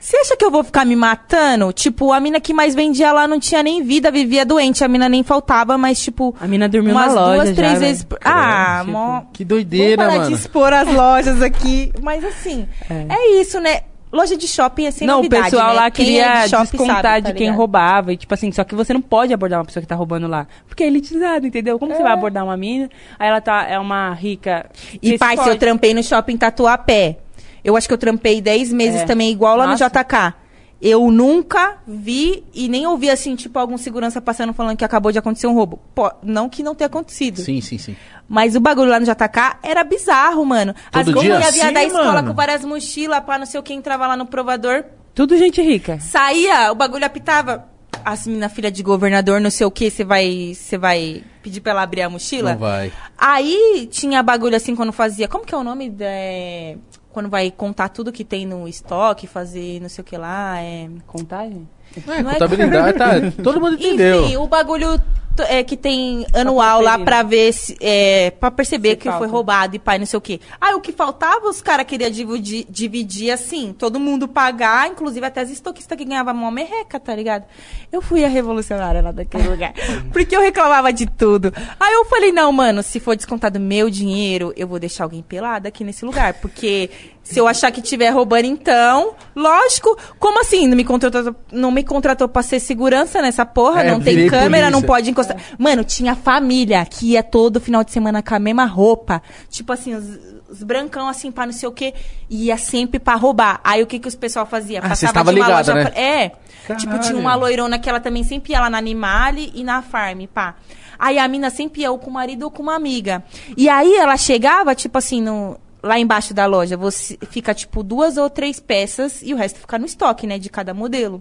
Speaker 4: Você acha que eu vou ficar me matando? Tipo, a mina que mais vendia lá não tinha nem vida, vivia doente, a mina nem faltava, mas, tipo,
Speaker 3: A mina dormiu
Speaker 4: umas
Speaker 3: na loja.
Speaker 4: duas, três
Speaker 3: já, né?
Speaker 4: vezes.
Speaker 3: velho.
Speaker 4: Por... Ah,
Speaker 3: Tipo,
Speaker 4: mó.
Speaker 2: Que
Speaker 4: Vamos
Speaker 2: doideira,
Speaker 4: parar
Speaker 2: mano.
Speaker 4: de expor as lojas aqui. Mas assim,
Speaker 3: É.
Speaker 4: é, isso, né? Loja de shopping é sem
Speaker 3: não, o
Speaker 4: novidade,
Speaker 3: pessoal
Speaker 4: né?
Speaker 3: lá
Speaker 4: Quem
Speaker 3: queria
Speaker 4: é de shopping
Speaker 3: descontar
Speaker 4: sabe,
Speaker 3: de
Speaker 4: tá
Speaker 3: quem
Speaker 4: ligado?
Speaker 3: roubava. E, tipo assim, só que você não pode abordar uma pessoa que tá roubando lá. Porque é elitizado, entendeu? Como você vai abordar uma mina? Aí ela tá, é uma rica.
Speaker 4: É. E
Speaker 3: Você
Speaker 4: pai, se
Speaker 3: pode-
Speaker 4: eu trampei no shopping Tatuapé. Eu acho que eu trampei 10 meses
Speaker 3: É.
Speaker 4: também, igual lá
Speaker 3: Nossa.
Speaker 4: no JK. Eu nunca vi e nem ouvi, assim, tipo, algum segurança passando falando que acabou de acontecer um roubo. Pô, não que não tenha acontecido.
Speaker 2: Sim, sim, sim.
Speaker 4: Mas o bagulho lá no JK era bizarro, mano. As
Speaker 2: Todo dia? assim,
Speaker 4: mulheres vinham da
Speaker 1: Sim,
Speaker 4: escola
Speaker 1: mano.
Speaker 4: com várias mochilas, pá, não sei o que, entrava lá no provador.
Speaker 3: Tudo gente rica.
Speaker 4: Saía, o bagulho apitava. As mina filha de governador, não sei o que, você vai, você vai pedir pra ela abrir a mochila?
Speaker 2: Não vai.
Speaker 4: Aí tinha bagulho assim quando fazia. Como que é o nome? da- é, quando vai contar tudo que tem no estoque, fazer não sei o que lá. É...
Speaker 3: Contagem?
Speaker 4: não é-
Speaker 2: Contabilidade, tá. Todo mundo entendeu.
Speaker 4: Enfim, o bagulho t- é, que tem anual lá
Speaker 3: conferir,
Speaker 4: pra ver se. É, pra perceber
Speaker 3: Se
Speaker 4: que
Speaker 3: falta.
Speaker 4: foi roubado e pai, não sei o quê. Aí o que faltava, os caras queriam dividir, dividir assim, todo mundo pagar, inclusive até as estoquistas que ganhavam mó merreca, tá ligado? Eu fui a revolucionária lá daquele lugar. Porque eu reclamava de tudo. Aí eu falei, não, mano, se for descontado meu dinheiro, eu vou deixar alguém pelado aqui nesse lugar. Porque se eu achar que tiver roubando, então, lógico, como assim? Não me contratou, não me contratou pra ser segurança nessa porra?
Speaker 2: É,
Speaker 4: não tem
Speaker 2: virei
Speaker 4: câmera, não
Speaker 2: polícia.
Speaker 4: pode encostar. Mano, tinha família que ia todo final de semana com a mesma roupa. Tipo assim, os, os brancão assim, pra não sei o quê. E ia sempre pra roubar. Aí o que que os pessoal fazia?
Speaker 2: Ah, vocês tava ligada, né?
Speaker 4: pra- É. Tipo,
Speaker 2: Caralho.
Speaker 4: tinha uma loirona que ela também sempre ia lá na Animale e na Farm, pá. Aí a mina sempre ia ou com o marido ou com uma amiga. E aí ela chegava, tipo assim, no... Lá embaixo da loja, você fica, tipo, duas ou três peças e o resto fica no estoque, né? De cada modelo.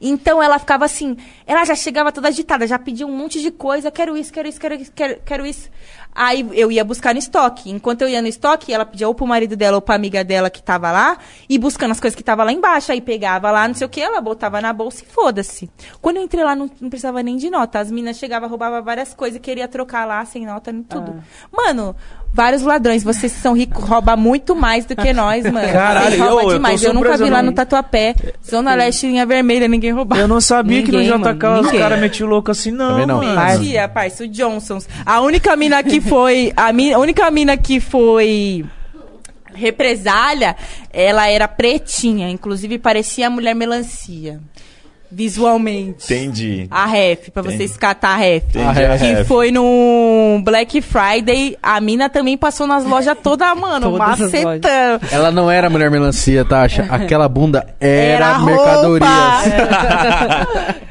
Speaker 4: Então ela ficava assim, ela já chegava toda agitada, já pedia um monte de coisa, quero isso, quero isso, quero isso, quero, quero isso. Aí eu ia buscar no estoque. Enquanto eu ia no estoque, ela pedia ou pro marido dela ou pra amiga dela que tava lá, e buscando as coisas que tava lá embaixo. Aí pegava lá, não sei o que, ela botava na bolsa e foda-se. Quando eu entrei lá, não, não precisava nem de nota. As minas chegavam, roubavam várias coisas, queria trocar lá sem nota, em tudo.
Speaker 1: Ah.
Speaker 4: Mano, vários ladrões, vocês são ricos, roubam muito mais do que nós, mano.
Speaker 1: Caralho,
Speaker 4: Vocês roubam
Speaker 1: eu- eu tô
Speaker 4: demais. Eu, nunca vi lá
Speaker 1: surpreso,
Speaker 4: no
Speaker 1: né?
Speaker 4: Tatuapé, Zona Leste, linha vermelha, ninguém roubava.
Speaker 1: Eu não sabia que
Speaker 3: Ninguém,
Speaker 1: no JK
Speaker 3: mano,
Speaker 1: os
Speaker 3: ninguém.
Speaker 1: caras metiam louco assim, não.
Speaker 2: Também não.
Speaker 1: Mano.
Speaker 4: Mentia, parça, o Johnsons. A única mina que foi. A, mi- a única mina que foi. Represália, ela era pretinha, inclusive parecia a mulher melancia. Visualmente.
Speaker 1: Entendi.
Speaker 4: A ref, pra vocês catar a ref.
Speaker 1: Entendi,
Speaker 2: Ah, é.
Speaker 1: a
Speaker 4: Que
Speaker 1: ref.
Speaker 4: foi no Black Friday, a mina também passou nas lojas toda, mano,
Speaker 3: Todas as lojas.
Speaker 4: macetando.
Speaker 2: Ela não era mulher melancia, Tasha. Aquela bunda era,
Speaker 4: roupa. é.
Speaker 2: mercadorias.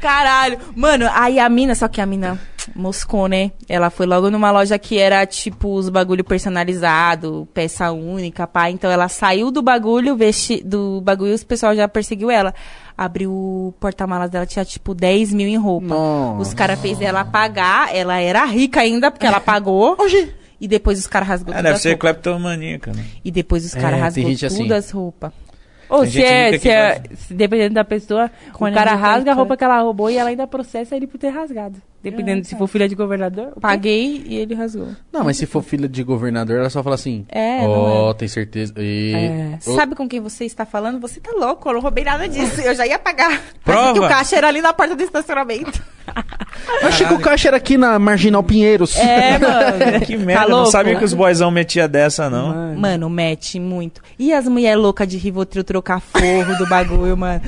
Speaker 4: Caralho. Mano, aí a mina, só que a mina Moscone. Ela foi logo numa loja que era tipo os bagulho personalizado, peça única, pá. Então ela saiu do bagulho, vesti do bagulho, os pessoal já perseguiu ela. Abriu o porta-malas dela, tinha tipo 10 mil em roupa.
Speaker 2: Nossa.
Speaker 4: Os caras fez ela pagar, ela era rica ainda, porque ela pagou. E depois os caras rasgou
Speaker 1: Ah,
Speaker 4: tudo
Speaker 1: deve
Speaker 4: as
Speaker 1: ser
Speaker 4: roupas.
Speaker 1: cleptomaníaca, né?
Speaker 4: E depois os
Speaker 2: É,
Speaker 4: caras
Speaker 2: tem
Speaker 4: rasgou tudo
Speaker 2: gente assim.
Speaker 4: as roupas.
Speaker 3: Ou
Speaker 1: Tem
Speaker 3: se,
Speaker 1: gente rica que
Speaker 3: é, se, é- se dependendo da pessoa,
Speaker 4: Quando
Speaker 3: o cara
Speaker 4: ele
Speaker 3: rasga a
Speaker 4: tenta-
Speaker 3: roupa que ela roubou e ela ainda processa ele por ter rasgado.
Speaker 4: É,
Speaker 3: Dependendo
Speaker 4: tá.
Speaker 3: se for filha de governador. o quê?
Speaker 4: Paguei e ele rasgou.
Speaker 2: Não, mas se for filha de governador, ela só fala assim.
Speaker 4: É, não
Speaker 2: Ó, tem certeza. E...
Speaker 3: É.
Speaker 2: Ô,
Speaker 4: Sabe com quem você está falando? Você tá louco, eu não roubei nada disso. Eu já ia pagar.
Speaker 1: Prova.
Speaker 4: Mas é que o caixa era ali na porta do estacionamento.
Speaker 2: Achei que o caixa era aqui na Marginal Pinheiros.
Speaker 4: É, mano.
Speaker 1: Que merda, não
Speaker 4: louco? né?
Speaker 1: sabia que os boyzão metia dessa, não.
Speaker 4: Mano, mete muito. E as mulheres loucas de Rivotril trocar forro do bagulho, mano.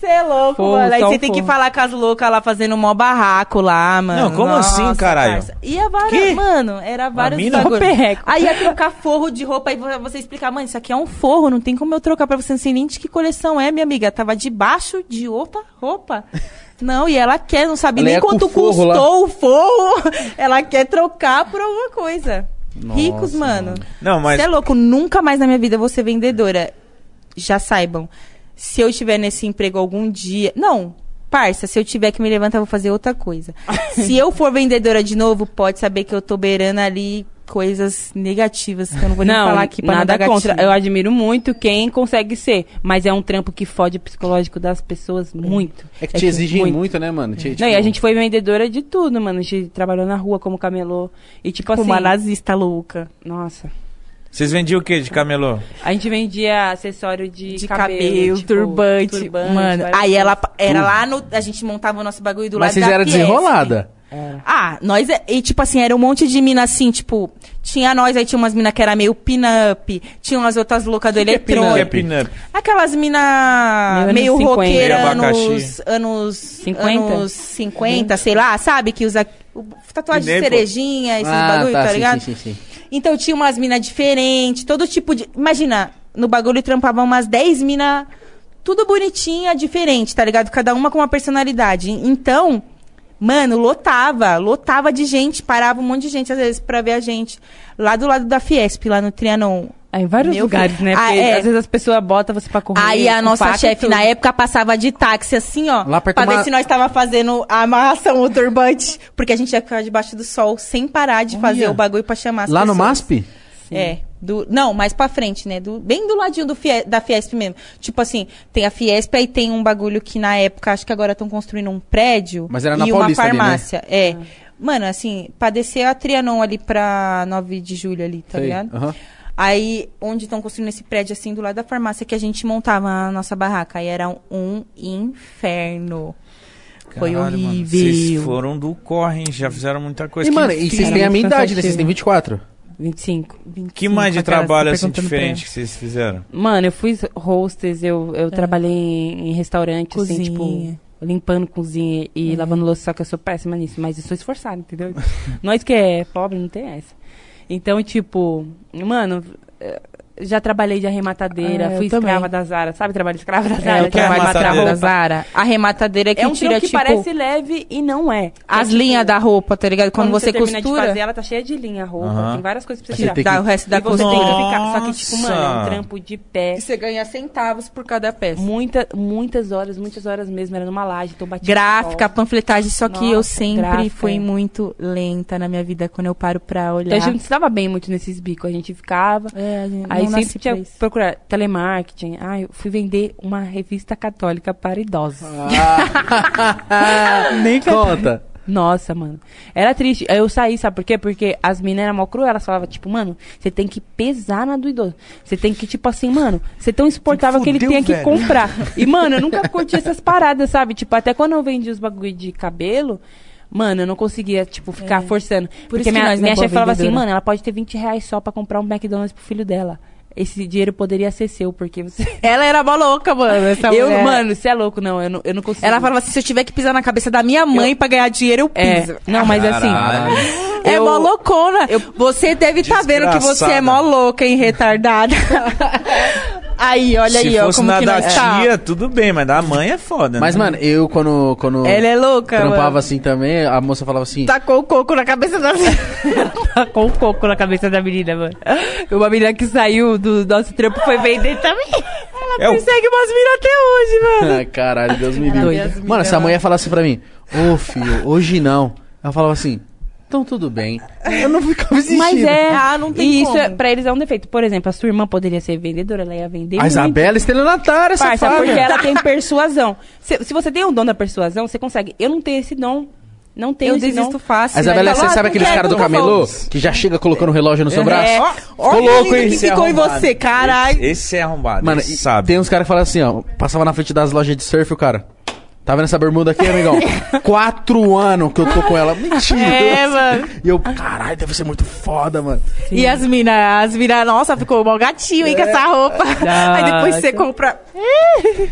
Speaker 4: Você é louco,
Speaker 3: Forro,
Speaker 4: mano. Aí
Speaker 3: só
Speaker 4: você
Speaker 3: um
Speaker 4: tem que
Speaker 3: forro.
Speaker 4: falar com as loucas lá fazendo mó barraco lá, mano.
Speaker 1: Não, como
Speaker 4: Nossa,
Speaker 1: assim, caralho?
Speaker 4: parça. E a vara,
Speaker 1: Que?
Speaker 4: mano, era vários
Speaker 1: mina-
Speaker 4: bagulhos.
Speaker 3: Perreco.
Speaker 4: Aí ia trocar forro de roupa e você explicar, mano, isso aqui é um forro, não tem como eu trocar pra você, não sei nem de que coleção é, minha amiga. Tava debaixo de outra roupa. Não, e ela quer, não sabe
Speaker 2: Ela
Speaker 4: nem
Speaker 2: ia com
Speaker 4: quanto
Speaker 2: o forro
Speaker 4: custou
Speaker 2: lá.
Speaker 4: o forro. Ela quer trocar por alguma coisa.
Speaker 2: Nossa,
Speaker 4: Ricos, mano.
Speaker 2: mano.
Speaker 1: Não, mas.
Speaker 4: Você é louco, nunca mais na minha vida eu vou ser vendedora. Já saibam. Se eu tiver nesse emprego algum dia. Não, parça, se eu tiver que me levantar, eu vou fazer outra coisa. se eu for vendedora de novo, pode saber que eu tô beirando ali coisas negativas que eu não vou nem
Speaker 3: não,
Speaker 4: falar aqui pra
Speaker 3: nada
Speaker 4: não dar
Speaker 3: contra.
Speaker 4: gatilho.
Speaker 3: Eu admiro muito quem consegue ser, mas é um trampo que fode o psicológico das pessoas muito.
Speaker 2: É que te exigem muito. né, mano? Te-
Speaker 3: Não,
Speaker 2: tipo,
Speaker 3: e a gente foi vendedora de tudo, mano. A gente trabalhou na rua como camelô. E tipo
Speaker 4: Tipo,
Speaker 3: assim.
Speaker 4: uma nazista louca.
Speaker 3: Nossa.
Speaker 1: Vocês vendiam o quê de camelô?
Speaker 3: A gente vendia acessório de,
Speaker 4: De
Speaker 3: cabelo,
Speaker 4: cabelo,
Speaker 3: tipo,
Speaker 4: turbante,
Speaker 3: turbante,
Speaker 4: Mano, aí
Speaker 3: várias coisas.
Speaker 4: ela pa- era lá no. A gente montava o nosso bagulho do
Speaker 2: Mas
Speaker 4: lado
Speaker 2: vocês
Speaker 4: da
Speaker 2: eram
Speaker 4: Fiesp.
Speaker 2: desenrolada.
Speaker 4: Ah, nós. é- E, tipo assim, era um monte de mina assim, tipo. Tinha nós, aí tinha umas mina que era meio pin-up. Tinha umas outras loucas do
Speaker 2: Que que é
Speaker 1: O que é
Speaker 4: eletrônico.
Speaker 1: pin-up?
Speaker 4: Aquelas mina
Speaker 3: Meio
Speaker 4: meio
Speaker 3: anos 50.
Speaker 4: roqueira,
Speaker 1: Meio abacaxi.
Speaker 4: anos. Anos
Speaker 3: 50?
Speaker 4: anos 50, sei lá, sabe? Que usa o- tatuagem
Speaker 1: Que nem,
Speaker 4: de
Speaker 1: pô.
Speaker 4: cerejinha, esses bagulho, tá,
Speaker 2: Ah, sim,
Speaker 4: ligado?
Speaker 2: Sim, sim, sim.
Speaker 4: Então tinha umas minas diferentes, todo tipo de. Imagina, no bagulho trampavam umas 10 minas, tudo bonitinha, diferente, tá ligado? Cada uma com uma personalidade. Então, mano, lotava, lotava de gente, parava um monte de gente às vezes pra ver a gente. Lá do lado da Fiesp, lá no Trianon.
Speaker 3: Ah, em vários
Speaker 4: Meu
Speaker 3: lugares,
Speaker 4: filho.
Speaker 3: né?
Speaker 4: Ah,
Speaker 3: Porque
Speaker 4: é.
Speaker 3: às vezes as pessoas botam você pra correr.
Speaker 4: Aí a
Speaker 3: com
Speaker 4: nossa
Speaker 3: faca e
Speaker 4: chefe
Speaker 3: tudo.
Speaker 4: na época passava de táxi assim, ó.
Speaker 2: Lá perto
Speaker 4: pra
Speaker 2: uma-
Speaker 4: ver se nós tava fazendo a amarração, o turbante. Porque a gente ia ficar debaixo do sol sem parar de fazer
Speaker 2: Olha.
Speaker 4: o bagulho pra chamar as
Speaker 2: Lá no
Speaker 4: pessoas.
Speaker 2: MASP?
Speaker 4: É. Do, não, mais pra frente, né? Do, bem do ladinho do Fie- da Fiesp mesmo. Tipo assim, tem a Fiesp, aí tem um bagulho que na época, acho que agora estão construindo um prédio.
Speaker 2: Mas era na
Speaker 4: e
Speaker 2: Paulista
Speaker 4: uma
Speaker 2: ali, né?
Speaker 4: farmácia. É.
Speaker 3: Ah.
Speaker 4: Mano, assim, pra descer a Trianon ali pra 9 de julho ali, tá
Speaker 2: Sei.
Speaker 4: ligado?
Speaker 2: Aham.
Speaker 4: Aí, onde estão construindo esse prédio, assim, do lado da farmácia, que a gente montava a nossa barraca. Aí era um, um inferno. Foi
Speaker 1: Caralho, mano,
Speaker 4: horrível.
Speaker 1: Vocês foram do corre, hein? Já fizeram muita coisa.
Speaker 2: E,
Speaker 1: que
Speaker 2: mano, e
Speaker 1: que,
Speaker 4: é
Speaker 2: vocês têm a minha idade, né?
Speaker 3: cansativo.
Speaker 2: Vocês têm 24.
Speaker 3: 25.
Speaker 1: que mais de
Speaker 4: Cara, você tá
Speaker 1: trabalho assim
Speaker 4: perguntando pra
Speaker 1: diferente que vocês fizeram?
Speaker 3: Mano, eu fui hostess, eu, eu trabalhei em, em restaurante, assim,
Speaker 4: É. Cozinha. É.
Speaker 3: tipo, limpando cozinha e lavando louça, só que eu sou péssima nisso, mas eu sou esforçada, entendeu? Nós que é pobre, não tem essa. Então, tipo, mano, eh, já trabalhei de arrematadeira,
Speaker 4: Ah, eu
Speaker 3: fui escrava
Speaker 4: também.
Speaker 3: da Zara, sabe trabalho de escrava da
Speaker 4: É,
Speaker 3: Zara?
Speaker 4: o trabalho
Speaker 1: arrematadeira.
Speaker 4: escravo da
Speaker 1: Roupa.
Speaker 4: Zara. Arrematadeira que
Speaker 3: É um
Speaker 4: tira,
Speaker 3: tiro que
Speaker 4: tipo,
Speaker 3: parece leve e não é.
Speaker 4: as
Speaker 3: É, tipo,
Speaker 4: linhas da roupa, tá ligado? Quando, você
Speaker 3: termina de
Speaker 4: costura...
Speaker 3: fazer, ela tá cheia de linha, a roupa,
Speaker 1: Aham.
Speaker 3: tem várias coisas pra
Speaker 2: Você
Speaker 3: você tirar.
Speaker 2: tem
Speaker 4: Dá o resto da
Speaker 3: E você
Speaker 4: coisa.
Speaker 3: tem que
Speaker 1: cozinha.
Speaker 3: ficar. Só que, tipo, mano, é um
Speaker 1: Nossa.
Speaker 3: trampo de pé.
Speaker 4: Você ganha centavos por cada peça.
Speaker 3: Muita, muitas horas, muitas horas mesmo. Era numa laje, então batia
Speaker 4: Gráfica,
Speaker 3: sol.
Speaker 4: panfletagem, só que eu
Speaker 3: Nossa,
Speaker 4: sempre
Speaker 3: gráfica,
Speaker 4: fui
Speaker 3: é.
Speaker 4: muito lenta na minha vida quando eu paro pra olhar.
Speaker 3: Então a gente não se dava bem muito nesses bicos. A gente ficava.
Speaker 4: É, a gente
Speaker 3: aí
Speaker 4: não
Speaker 3: sempre
Speaker 4: nasci
Speaker 3: tinha
Speaker 4: pra
Speaker 3: que
Speaker 4: isso.
Speaker 3: procurar telemarketing. Ah, eu fui vender uma revista católica para idosos.
Speaker 2: Ah. Nem conta.
Speaker 3: Nossa, mano. Era triste. Aí Eu saí, sabe por quê? Porque as meninas eram mó cruel. Elas falavam, tipo, mano, você tem que pesar na do idoso. Você tem que, tipo assim, mano, você tão insuportável que,
Speaker 1: fuder o
Speaker 3: ele tem que
Speaker 1: velho.
Speaker 3: comprar. E, mano, eu nunca curti essas paradas, sabe? Tipo, até quando eu vendi os bagulho de cabelo. Mano, eu não conseguia, tipo, ficar forçando. porque
Speaker 4: É. isso que
Speaker 3: minha,
Speaker 4: nós não é
Speaker 3: minha
Speaker 4: boa
Speaker 3: chefe falava assim,
Speaker 4: vendedora.
Speaker 3: mano, ela pode ter 20 reais só pra comprar um McDonald's pro filho dela. Esse dinheiro poderia ser seu, porque você.
Speaker 4: Ela era mó louca, mano. Essa
Speaker 3: eu,
Speaker 4: mulher.
Speaker 3: mano, você é louco, não. Eu não, eu não consigo.
Speaker 4: Então, Ela falava assim, se eu tiver que pisar na cabeça da minha mãe pra ganhar dinheiro, eu Ah.
Speaker 3: É.
Speaker 4: piso.
Speaker 3: Não, mas assim.
Speaker 1: Caralho.
Speaker 4: É
Speaker 3: eu-
Speaker 4: mó
Speaker 3: tá
Speaker 4: loucona. Você deve estar vendo que você é
Speaker 1: Desgraçada.
Speaker 4: mó louca, hein, retardada. Aí, olha
Speaker 1: Se
Speaker 4: aí, ó,
Speaker 1: fosse
Speaker 4: como
Speaker 1: na
Speaker 4: que
Speaker 1: da
Speaker 4: nós tá.
Speaker 1: tia, tudo bem, mas da mãe é foda,
Speaker 2: Mas,
Speaker 1: né?
Speaker 2: mano, eu quando, quando
Speaker 4: Ela é louca,
Speaker 2: trampava
Speaker 4: mano. Tá
Speaker 2: assim também, a moça falava assim.
Speaker 3: Tacou o coco na cabeça da Tacou o Tá um coco na cabeça da menina, mano. Uma menina que saiu do nosso trampo foi vender também. Ela
Speaker 1: É o-
Speaker 3: persegue umas minas até hoje, mano.
Speaker 2: Ah, Caralho, Deus me livre.
Speaker 3: Doida.
Speaker 2: Mano, essa mulher falava assim pra mim, ô filho, hoje não. Ela falava assim, então tudo bem. Eu não ficava insistindo.
Speaker 3: Mas é.
Speaker 4: Ah, não tem
Speaker 3: e isso
Speaker 4: como.
Speaker 3: é, pra eles é um defeito. Por exemplo, a sua irmã poderia ser vendedora, ela ia vender.
Speaker 2: A
Speaker 3: muito.
Speaker 2: Isabela estelionatária, essa
Speaker 3: Parça,
Speaker 2: safada.
Speaker 3: porque ela tem persuasão. Se, se você tem um dom da persuasão, você consegue. Eu não tenho esse dom. Não tenho
Speaker 4: Eu
Speaker 3: esse dom.
Speaker 4: desisto fácil.
Speaker 2: A Isabela,
Speaker 4: Aí
Speaker 2: você
Speaker 4: fala,
Speaker 2: sabe
Speaker 4: "Ah,
Speaker 2: aqueles
Speaker 4: não
Speaker 2: caras do
Speaker 4: quero, não
Speaker 2: camelô
Speaker 4: vou".
Speaker 2: que já chega colocando o relógio no seu
Speaker 3: É.
Speaker 2: braço?
Speaker 4: Ó,
Speaker 2: Ficou
Speaker 4: olha
Speaker 2: louco,
Speaker 4: o
Speaker 2: hein,
Speaker 4: que
Speaker 2: esse
Speaker 4: ficou em
Speaker 2: arrombado.
Speaker 4: você, caralho.
Speaker 1: é Esse é arrombado,
Speaker 2: Mano,
Speaker 1: esse
Speaker 2: e
Speaker 1: sabe.
Speaker 2: tem uns caras que falam assim, ó. Passava na frente das lojas de surf, o cara. Tá vendo essa bermuda aqui, amigão? Quatro anos que eu tô com ela. Mentira.
Speaker 4: É, mano.
Speaker 2: E eu, caralho, deve ser muito foda, mano.
Speaker 4: E as minas, as minas, nossa, ficou mal gatinho, hein, com essa roupa.
Speaker 3: Ah,
Speaker 4: Aí depois você
Speaker 3: tá.
Speaker 4: compra.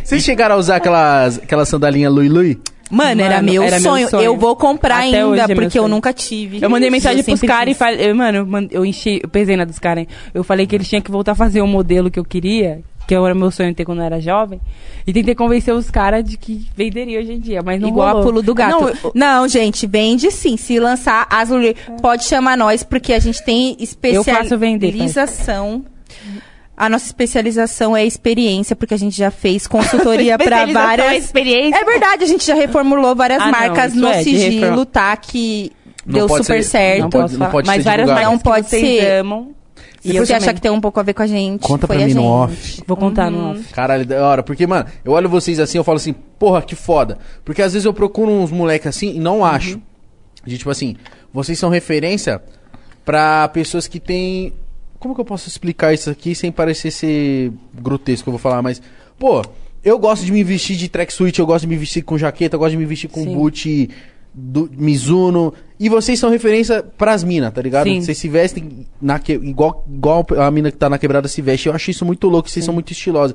Speaker 2: Vocês chegaram a usar aquelas, aquelas sandalinhas Lui Lui?
Speaker 4: Mano, era,
Speaker 3: Mano,
Speaker 4: meu,
Speaker 3: era meu
Speaker 4: sonho.
Speaker 3: sonho.
Speaker 4: Eu vou comprar
Speaker 3: Até hoje é
Speaker 4: ainda,
Speaker 3: meu
Speaker 4: porque eu
Speaker 3: sonho.
Speaker 4: nunca tive.
Speaker 3: Eu mandei mensagem
Speaker 4: Eu
Speaker 3: pros
Speaker 4: sempre
Speaker 3: caras e
Speaker 4: quis.
Speaker 3: falei, eu, mano, eu mand- eu enchi, eu pesei na dos caras, hein? Eu falei que eles tinham que voltar a fazer o modelo que eu queria, que era meu sonho ter quando eu era jovem, e tentei convencer os caras de que venderia hoje em dia, mas não
Speaker 4: Igual
Speaker 3: rolou.
Speaker 4: a pulo do gato.
Speaker 3: Não,
Speaker 4: Não,
Speaker 3: eu- É.
Speaker 4: gente, vende sim. Se lançar as Lulê, pode chamar nós, porque a gente tem
Speaker 3: faço vender, pai.
Speaker 4: especialização. A nossa especialização é experiência, porque a gente já fez consultoria para
Speaker 3: Especialização é
Speaker 4: várias.
Speaker 3: experiência.
Speaker 4: É verdade, a gente já reformulou várias
Speaker 3: Ah, não,
Speaker 4: marcas
Speaker 3: isso
Speaker 4: no
Speaker 3: é, de reforma.
Speaker 4: sigilo, tá? Que deu super certo.
Speaker 2: Não
Speaker 3: posso
Speaker 2: pode, não
Speaker 3: falar.
Speaker 2: pode
Speaker 3: É mas
Speaker 2: ser
Speaker 3: várias
Speaker 2: divulgado.
Speaker 3: marcas
Speaker 4: Não
Speaker 3: que
Speaker 4: pode
Speaker 3: vocês
Speaker 4: ser.
Speaker 3: amam.
Speaker 4: E
Speaker 3: eu
Speaker 4: você
Speaker 3: também.
Speaker 4: achar que Uhum. tem um pouco a ver com a gente.
Speaker 2: Conta
Speaker 4: foi
Speaker 2: pra
Speaker 4: a
Speaker 2: mim
Speaker 4: gente.
Speaker 2: no off.
Speaker 3: Vou contar no off.
Speaker 2: Caralho, da hora. Porque, mano, eu olho vocês assim, eu falo assim, porra, que foda. Porque às vezes eu procuro uns moleques assim e
Speaker 3: Uhum.
Speaker 2: não acho. De tipo assim, vocês são referência pra pessoas que têm. Como que eu posso explicar isso aqui sem parecer ser grotesco, eu vou falar, mas. Pô, eu gosto de me vestir de tracksuit, eu gosto de me vestir com jaqueta, eu gosto de me vestir com
Speaker 3: Sim.
Speaker 2: boot do Mizuno. E vocês são referência pras minas, tá ligado?
Speaker 3: Sim.
Speaker 2: Vocês se vestem na que- igual, igual a mina que tá na quebrada se veste. Eu acho isso muito louco, vocês são muito estilosos.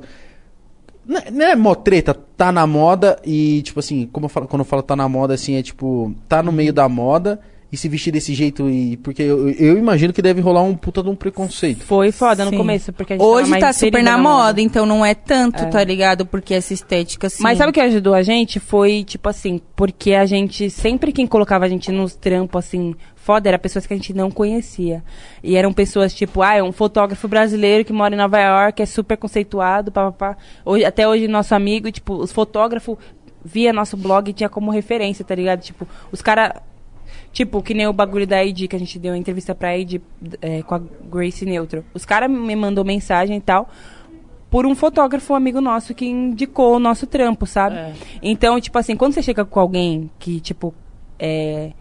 Speaker 2: Não é- não é mó treta, tá na moda e, tipo assim, como eu falo, quando eu falo tá na moda, assim, é tipo, tá no meio da moda e se vestir desse jeito e. Porque eu, eu imagino que deve rolar um puta de um preconceito.
Speaker 3: Foi foda no
Speaker 4: Sim.
Speaker 3: começo, porque a gente tava
Speaker 4: Hoje
Speaker 3: mais
Speaker 4: tá super
Speaker 3: inserida
Speaker 4: na moda, então não é tanto, tá ligado? Porque essa estética, assim...
Speaker 3: Mas sabe o que ajudou a gente? Foi, tipo assim, porque a gente, sempre quem colocava a gente nos trampos, assim, foda, era pessoas que a gente não conhecia. E eram pessoas, tipo, ah, é um fotógrafo brasileiro que mora em Nova York, é super conceituado, papapá. Hoje, até hoje, nosso amigo, tipo, os fotógrafos via nosso blog e tinha como referência, tá ligado? Tipo, os caras... Tipo, que nem o bagulho da ID, que a gente deu a entrevista pra ID é, com a Grace Neutro. Os caras me mandou mensagem e tal por um fotógrafo amigo nosso que indicou o nosso trampo, sabe? Então, tipo assim, quando você chega com alguém que, tipo, é,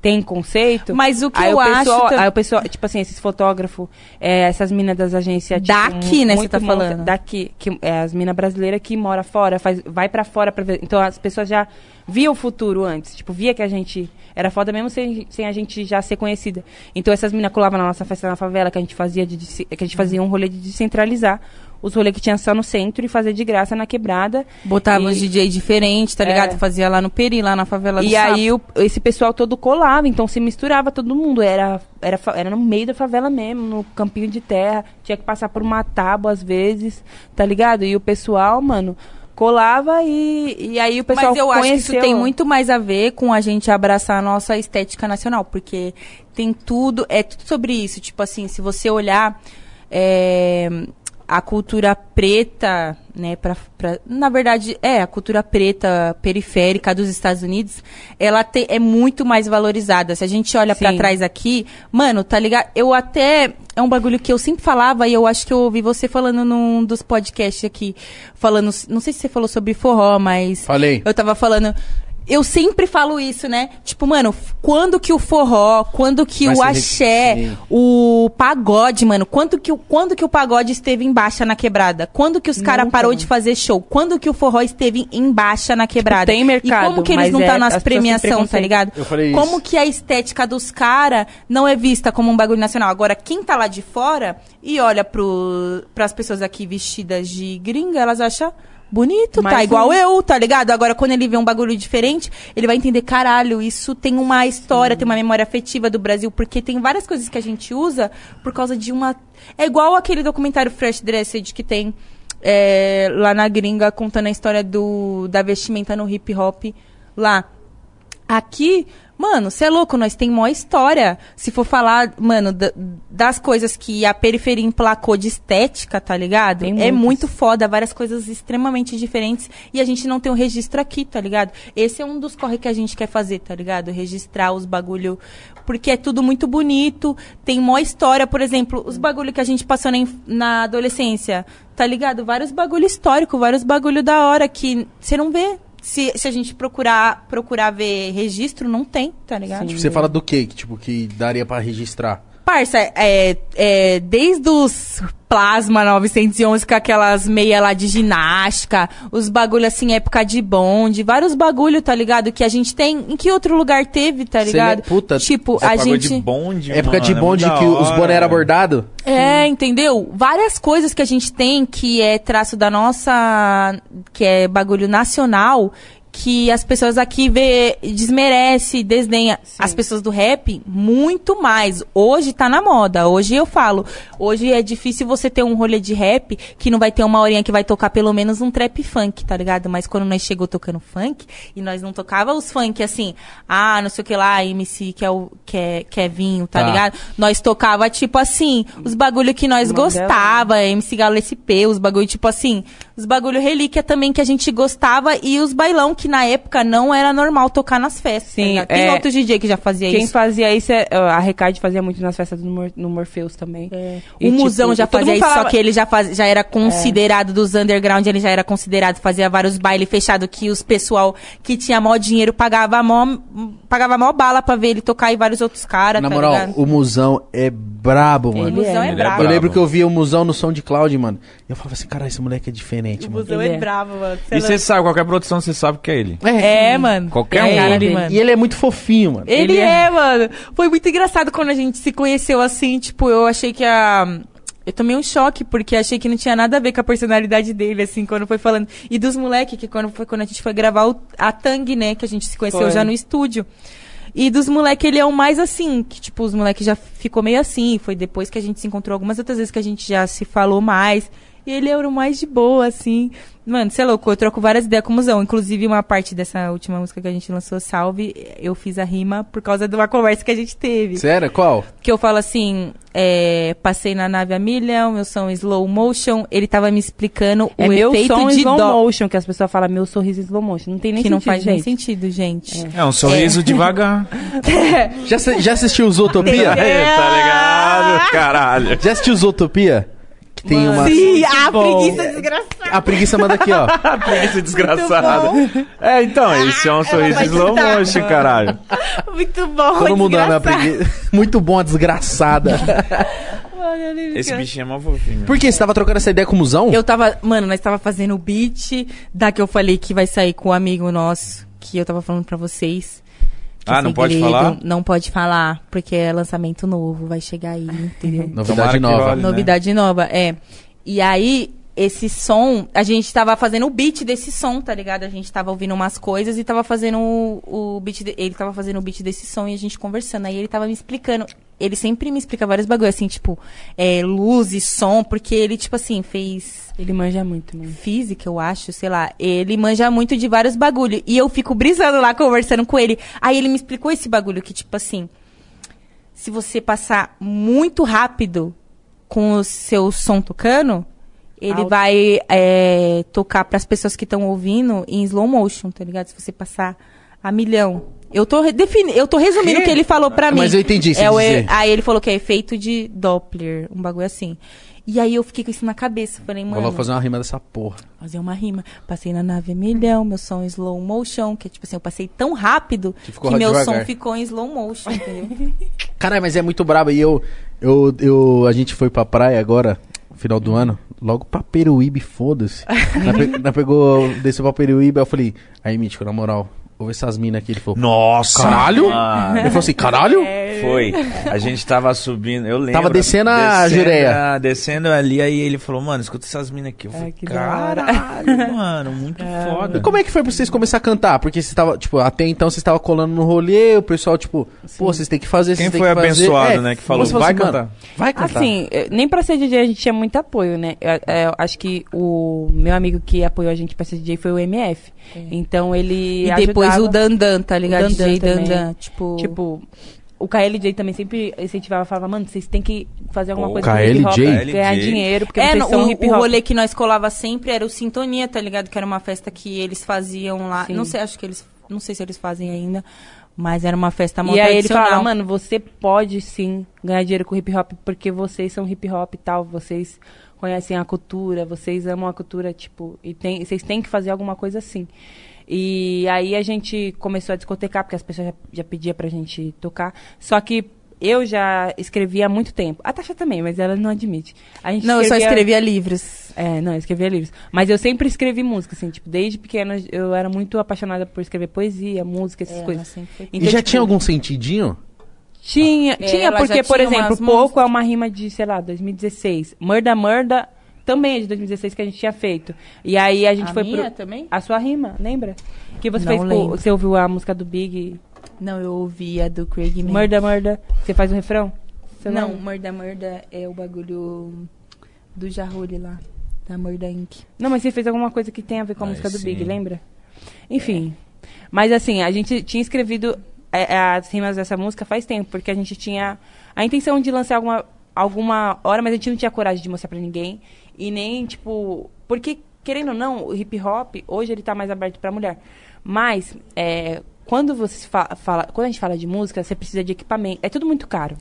Speaker 3: tem conceito.
Speaker 4: Mas o que
Speaker 3: aí
Speaker 4: eu acho
Speaker 3: pessoal-
Speaker 4: tam-
Speaker 3: Aí o pessoal, tipo assim, esses fotógrafos, é, essas minas das agências. tipo,
Speaker 4: Daqui,
Speaker 3: mu-
Speaker 4: né,
Speaker 3: muito
Speaker 4: você tá
Speaker 3: monta-
Speaker 4: falando?
Speaker 3: Daqui. Que, é, as minas brasileiras que mora fora, faz, vai pra fora pra ver. Então as pessoas já via o futuro antes. Tipo, via que a gente era foda mesmo sem, sem a gente já ser conhecida. Então essas minas colavam na nossa festa na favela, que a gente fazia de, desi- que a gente fazia um rolê de descentralizar. Os rolês que tinha só no centro e fazer de graça na quebrada.
Speaker 4: Botava
Speaker 3: e,
Speaker 4: uns DJ diferente, tá
Speaker 3: É.
Speaker 4: ligado? Fazia lá no Peri, lá na favela do
Speaker 3: e
Speaker 4: Sapo.
Speaker 3: aí o- esse pessoal todo colava, então se misturava todo mundo. Era, era, fa- era no meio da favela mesmo, no campinho de terra. Tinha que passar por uma tábua às vezes, tá ligado? E o pessoal, mano, colava e, e aí o pessoal
Speaker 4: Mas eu acho que isso
Speaker 3: conheceu-
Speaker 4: tem muito mais a ver com a gente abraçar a nossa estética nacional, porque tem tudo, é tudo sobre isso. Tipo assim, se você olhar é, a cultura preta, né, pra, pra- na verdade, é, a cultura preta periférica dos Estados Unidos, ela te- é muito mais valorizada. Se a gente olha pra
Speaker 3: Sim.
Speaker 4: trás aqui, mano, tá ligado? Eu até. É um bagulho que eu sempre falava e eu acho que eu ouvi você falando num dos podcasts aqui, falando. Não sei se você falou sobre forró, mas.
Speaker 2: Falei.
Speaker 4: Eu tava falando. Eu sempre falo isso, né? Tipo, mano, f- quando que o forró, quando que
Speaker 2: Vai
Speaker 4: o
Speaker 2: ser
Speaker 4: axé,
Speaker 2: repetido.
Speaker 4: o pagode, mano, quando que, o- quando que o pagode esteve em baixa na quebrada? Quando que os caras
Speaker 3: Nunca,
Speaker 4: parou
Speaker 3: mano. Tipo,
Speaker 4: de fazer show? Quando que o forró esteve em baixa na quebrada?
Speaker 3: tem mercado,
Speaker 4: E como que eles
Speaker 3: mas
Speaker 4: não
Speaker 3: é-
Speaker 4: tá
Speaker 3: as
Speaker 4: nas
Speaker 3: pessoas têm
Speaker 4: premiação, tá
Speaker 3: preconceito.
Speaker 4: ligado?
Speaker 2: Eu falei
Speaker 4: como
Speaker 2: isso.
Speaker 4: que a estética dos caras não é vista como um bagulho nacional? Agora, quem tá lá de fora e olha pro, pras pessoas aqui vestidas de gringa, elas acham bonito,
Speaker 3: Mais
Speaker 4: tá
Speaker 3: um.
Speaker 4: igual eu, tá ligado? Agora, quando ele vê um bagulho diferente, ele vai entender, caralho, isso tem uma história, tem uma memória afetiva do Brasil, porque tem várias coisas que a gente usa por causa de uma... É igual aquele documentário Fresh Dressed que tem... é, lá na gringa contando a história do, da vestimenta no hip hop lá. Aqui, mano, você é louco, nós tem mó história. Se for falar, mano, da- das coisas que a periferia emplacou de estética, tá ligado?
Speaker 3: Tem
Speaker 4: é
Speaker 3: muitas.
Speaker 4: muito foda, várias coisas extremamente diferentes e a gente não tem o registro aqui, tá ligado? Esse é um dos corre que a gente quer fazer, tá ligado? Registrar os bagulho, porque é tudo muito bonito, tem mó história, por exemplo, os bagulho que a gente passou na, inf- na adolescência, tá ligado? Vários bagulho histórico, vários bagulho da hora que você não vê. Se, se a gente procurar procurar ver registro, não tem, tá ligado?
Speaker 2: Tipo, você fala do que, que, tipo, que daria pra registrar?
Speaker 4: Parça, é, é, desde os Plasma 911 com aquelas meia lá de ginástica, os bagulho assim, época de bonde, vários bagulho, tá ligado? Que a gente tem. Em que outro lugar teve, tá
Speaker 2: Cê
Speaker 4: ligado?
Speaker 2: le- puta,
Speaker 4: tipo,
Speaker 1: Você
Speaker 4: a
Speaker 1: pagou
Speaker 4: gente.
Speaker 1: de é bonde,
Speaker 2: Época
Speaker 1: mano,
Speaker 2: de
Speaker 1: é
Speaker 2: bonde
Speaker 1: muito
Speaker 2: que
Speaker 1: da
Speaker 2: os
Speaker 1: hora,
Speaker 2: boné era
Speaker 1: velho.
Speaker 2: bordado?
Speaker 4: É, entendeu? Várias coisas que a gente tem que é traço da nossa, que é bagulho nacional, que as pessoas aqui vê, desmerece, desdenha. As pessoas do rap muito mais. Hoje tá na moda. Hoje eu falo, hoje é difícil você ter um rolê de rap que não vai ter uma horinha que vai tocar pelo menos um trap funk, tá ligado? Mas quando nós chegou tocando funk e nós não tocava os funk assim, ah, não sei o que lá, MC que é o que é, que é vinho, tá,
Speaker 2: Tá.
Speaker 4: ligado? Nós tocava, tipo assim, os bagulho que nós
Speaker 3: Mandela.
Speaker 4: gostava, MC Galo SP, os bagulho, tipo assim, os bagulho relíquia também que a gente gostava e os bailão que na época não era normal tocar nas festas.
Speaker 3: Sim,
Speaker 4: tá ligado? Tem
Speaker 3: é.
Speaker 4: outro DJ que já fazia
Speaker 3: Quem
Speaker 4: isso.
Speaker 3: fazia isso, é, ó, a Recade fazia muito nas festas do Mor- no Morpheus também. E,
Speaker 4: É. O
Speaker 3: tipo,
Speaker 4: Musão já
Speaker 3: e todo
Speaker 4: fazia
Speaker 3: mundo
Speaker 4: isso,
Speaker 3: falava- É.
Speaker 4: só que ele já, faz, já era considerado dos underground, ele já era considerado, fazia vários bailes fechados que os pessoal que tinha mó dinheiro pagava mó, pagava mó bala pra ver ele tocar e vários outros caras,
Speaker 2: Na
Speaker 4: tá
Speaker 2: moral,
Speaker 4: ligado?
Speaker 2: o Musão é brabo,
Speaker 4: O
Speaker 2: mano.
Speaker 4: Musão é,
Speaker 3: Ele é
Speaker 4: brabo.
Speaker 2: Eu
Speaker 1: brabo.
Speaker 2: lembro que eu via o Musão no SoundCloud, mano. E eu falava assim, caralho, esse moleque é diferente,
Speaker 4: O
Speaker 2: mano.
Speaker 4: Musão
Speaker 3: Ele
Speaker 4: é,
Speaker 3: é.
Speaker 4: brabo, mano. Cê é
Speaker 1: E você sabe, qualquer produção você sabe que é ele.
Speaker 4: É, mano.
Speaker 1: Qualquer
Speaker 4: é
Speaker 1: um.
Speaker 4: Cara
Speaker 3: Ele-
Speaker 4: dele, mano.
Speaker 2: E ele é muito fofinho, mano.
Speaker 4: Ele,
Speaker 3: Ele
Speaker 4: é...
Speaker 3: é.
Speaker 4: mano. Foi muito engraçado quando a gente se conheceu assim, tipo, eu achei que a. Eu tomei um choque, porque achei que não tinha nada a ver com a personalidade dele, assim, quando foi falando. E dos moleques, que quando, foi, quando a gente foi gravar o- a Tang, né? Que a gente se conheceu
Speaker 3: Foi.
Speaker 4: já no estúdio. E dos moleques, ele é o mais assim, que, tipo, os moleques já ficou meio assim. Foi depois que a gente se encontrou algumas outras vezes que a gente já se falou mais. E ele era o mais de boa, assim. Mano, você é louco, eu troco várias ideias com o Musão. Inclusive, uma parte dessa última música que a gente lançou, Salve, eu fiz a rima por causa de uma conversa que a gente teve.
Speaker 2: Sério? Qual?
Speaker 4: Que eu falo assim, é, passei na nave a milhão, meu som em slow motion. Ele tava me explicando
Speaker 3: É
Speaker 4: o
Speaker 3: meu
Speaker 4: efeito
Speaker 3: som em
Speaker 4: de
Speaker 3: slow
Speaker 4: dó.
Speaker 3: motion, que as pessoas falam meu sorriso em slow motion. Não tem
Speaker 4: Que
Speaker 3: nem
Speaker 4: não
Speaker 3: sentido,
Speaker 4: faz nem
Speaker 3: gente.
Speaker 4: sentido, gente.
Speaker 1: É, um sorriso devagar.
Speaker 2: Já, assi- já assistiu
Speaker 1: tá
Speaker 2: Zootopia?
Speaker 4: Ah!
Speaker 1: ligado? Caralho.
Speaker 2: Já assistiu Zootopia? Que tem uma...
Speaker 4: Sim, a
Speaker 1: bom.
Speaker 4: preguiça desgraçada.
Speaker 2: A preguiça manda aqui, ó.
Speaker 1: Esse desgraçado. É, então, esse é um sorriso
Speaker 4: vai
Speaker 1: slow
Speaker 4: chutar.
Speaker 1: motion, caralho.
Speaker 4: Muito bom,
Speaker 2: Todo mundo ama a
Speaker 4: desgraçado.
Speaker 2: preguiça. Muito bom a desgraçada.
Speaker 4: Mano, eu nem
Speaker 1: Esse
Speaker 4: sei.
Speaker 1: bichinho é mó fofinho.
Speaker 2: Por quê? Você tava trocando essa ideia com o Musão?
Speaker 4: Eu tava, mano, nós tava fazendo o beat, da que eu falei que vai sair com um amigo nosso, que eu tava falando pra vocês. que é
Speaker 1: Ah, não pode falar?
Speaker 4: Não pode falar, porque é lançamento novo, vai chegar aí, entendeu?
Speaker 2: Novidade
Speaker 1: Tomara que
Speaker 2: nova.
Speaker 1: role. né?
Speaker 4: Novidade nova, é. E aí, esse som, a gente tava fazendo o beat desse som, tá ligado? A gente tava ouvindo umas coisas e tava fazendo o, o beat. de- ele tava fazendo o beat desse som e a gente conversando. Aí ele tava me explicando. Ele sempre me explica vários bagulhos, assim, tipo, é, luz e som, porque ele, tipo assim, fez
Speaker 3: Ele manja muito, mano.
Speaker 4: física, eu acho, sei lá. Ele manja muito de vários bagulho. E eu fico brisando lá, conversando com ele. Aí ele me explicou esse bagulho que, tipo assim, se você passar muito rápido com o seu som tocando, ele
Speaker 3: Alto.
Speaker 4: vai é, tocar pras pessoas que estão ouvindo em slow motion, tá ligado? Se você passar a milhão. Eu tô, re- defini- eu tô resumindo o que ele falou pra mim.
Speaker 2: Mas eu entendi, você
Speaker 4: é o e-
Speaker 2: dizer.
Speaker 4: Aí ele falou que é efeito de Doppler, um bagulho assim. E aí eu fiquei com isso na cabeça. Falei,
Speaker 2: Vou
Speaker 4: mano.
Speaker 2: logo fazer uma rima dessa porra.
Speaker 4: Fazer uma rima. Passei na nave milhão, meu som em slow motion, que é tipo assim, eu passei tão rápido
Speaker 2: Que
Speaker 4: que,
Speaker 2: ficou
Speaker 4: meu
Speaker 2: devagar.
Speaker 4: som ficou em slow motion, entendeu?
Speaker 2: Caralho, mas é muito brabo. E eu, eu, eu. A gente foi pra praia agora, no final do ano. Logo pra Peruíbe, foda-se. Nós pe- nós pegou, desceu pra Peruíbe. aí Eu falei, aí, Mítico, na moral, ouve essas minas aqui. Ele falou,
Speaker 1: Nossa!
Speaker 2: caralho?
Speaker 1: mano.
Speaker 4: É.
Speaker 2: Ele falou assim, caralho?
Speaker 1: Ah, Foi. A gente tava subindo, eu lembro.
Speaker 2: Tava descendo a Jureia.
Speaker 1: a- Descendo ali, aí ele falou, mano, escuta essas minas aqui. Eu falei,
Speaker 3: Ai, que da hora.
Speaker 1: caralho, mano, muito
Speaker 2: E
Speaker 1: foda.
Speaker 2: como é que foi pra vocês começar a cantar? Porque vocês estavam, tipo, até então vocês estavam colando no rolê, o pessoal, tipo, pô, vocês têm que fazer,
Speaker 1: Quem
Speaker 2: vocês têm
Speaker 1: foi
Speaker 2: que fazer. É,
Speaker 1: abençoado, né, que falou,
Speaker 2: você falou
Speaker 1: "Vai
Speaker 2: assim, mano,
Speaker 1: cantar."
Speaker 2: Vai cantar.
Speaker 3: Assim, eh, nem pra ser DJ a gente tinha muito apoio, né? Eu, eh, eu acho que o meu amigo que apoiou a gente pra ser DJ foi o MF. Então ele.
Speaker 4: É. E depois
Speaker 3: ajudava-
Speaker 4: o Dandan, tá ligado?
Speaker 3: O Dandan
Speaker 4: DJ
Speaker 3: também.
Speaker 4: Dandan. Tipo,
Speaker 3: Tipo, o KLJ também sempre incentivava, falava, mano, vocês têm que fazer alguma
Speaker 1: Pô,
Speaker 3: coisa
Speaker 2: KLJ?
Speaker 3: hip hop, ganhar
Speaker 1: KLJ.
Speaker 3: dinheiro, porque
Speaker 4: é,
Speaker 3: vocês
Speaker 4: no-
Speaker 3: são
Speaker 4: o,
Speaker 3: hip
Speaker 4: o
Speaker 3: hop.
Speaker 4: rolê que nós colava sempre era o Sintonia, tá ligado? Que era uma festa que eles faziam lá.
Speaker 3: Sim.
Speaker 4: Não sei, acho que eles. Não sei se eles fazem ainda, mas era uma festa Tá mó
Speaker 3: E aí ele
Speaker 4: tradicional.
Speaker 3: fala, mano, você pode sim ganhar dinheiro com hip hop, porque vocês são hip hop e tal, vocês conhecem a cultura, vocês amam a cultura, tipo, e tem, vocês têm que fazer alguma coisa assim. E aí a gente começou a discotecar, porque as pessoas já, já pediam pra gente tocar. Só que eu já escrevia há muito tempo. A Tasha também, mas ela não admite. A gente
Speaker 4: Não, eu só
Speaker 3: escrevia-
Speaker 4: escrevia livros.
Speaker 3: é, não, eu escrevia livros. Mas eu sempre escrevi música, assim, tipo, desde pequena eu era muito apaixonada por escrever poesia, música, essas
Speaker 4: É, ela
Speaker 3: coisas.
Speaker 4: sempre foi-
Speaker 2: E
Speaker 3: Então,
Speaker 2: já
Speaker 3: tipo,
Speaker 2: tinha algum sentidinho?
Speaker 3: Tinha, tinha
Speaker 4: É, ela já
Speaker 3: porque, por
Speaker 4: tinha
Speaker 3: exemplo,
Speaker 4: umas
Speaker 3: pouco
Speaker 4: músicas.
Speaker 3: é uma rima de, sei lá, 2016. Murda Murda também é de 2016 que a gente tinha feito. E aí a gente
Speaker 4: A
Speaker 3: foi
Speaker 4: minha
Speaker 3: pro.
Speaker 4: também?
Speaker 3: A sua rima, lembra? Que você
Speaker 4: Não
Speaker 3: fez. pô,
Speaker 4: lembro.
Speaker 3: você ouviu a música do Big,
Speaker 4: Não, eu ouvia do Craig May.
Speaker 3: Murda Murda. Você faz o refrão? Você
Speaker 4: Não,
Speaker 3: lembra?
Speaker 4: Murda Murda é o bagulho do Jarulli lá. Da Murda Inc.
Speaker 3: Não, mas você fez alguma coisa que tem a ver com a
Speaker 1: Aí
Speaker 3: música do
Speaker 1: sim.
Speaker 3: Big, lembra? Enfim. Mas assim, a gente tinha escrevido é, é, as rimas dessa música faz tempo, porque a gente tinha a intenção de lançar alguma, alguma hora, mas a gente não tinha coragem de mostrar pra ninguém. E nem, tipo. Porque, querendo ou não, o hip hop, hoje ele tá mais aberto pra mulher. Mas, é, quando você fa- fala. Quando a gente fala de música, você precisa de equipamento. É tudo muito caro.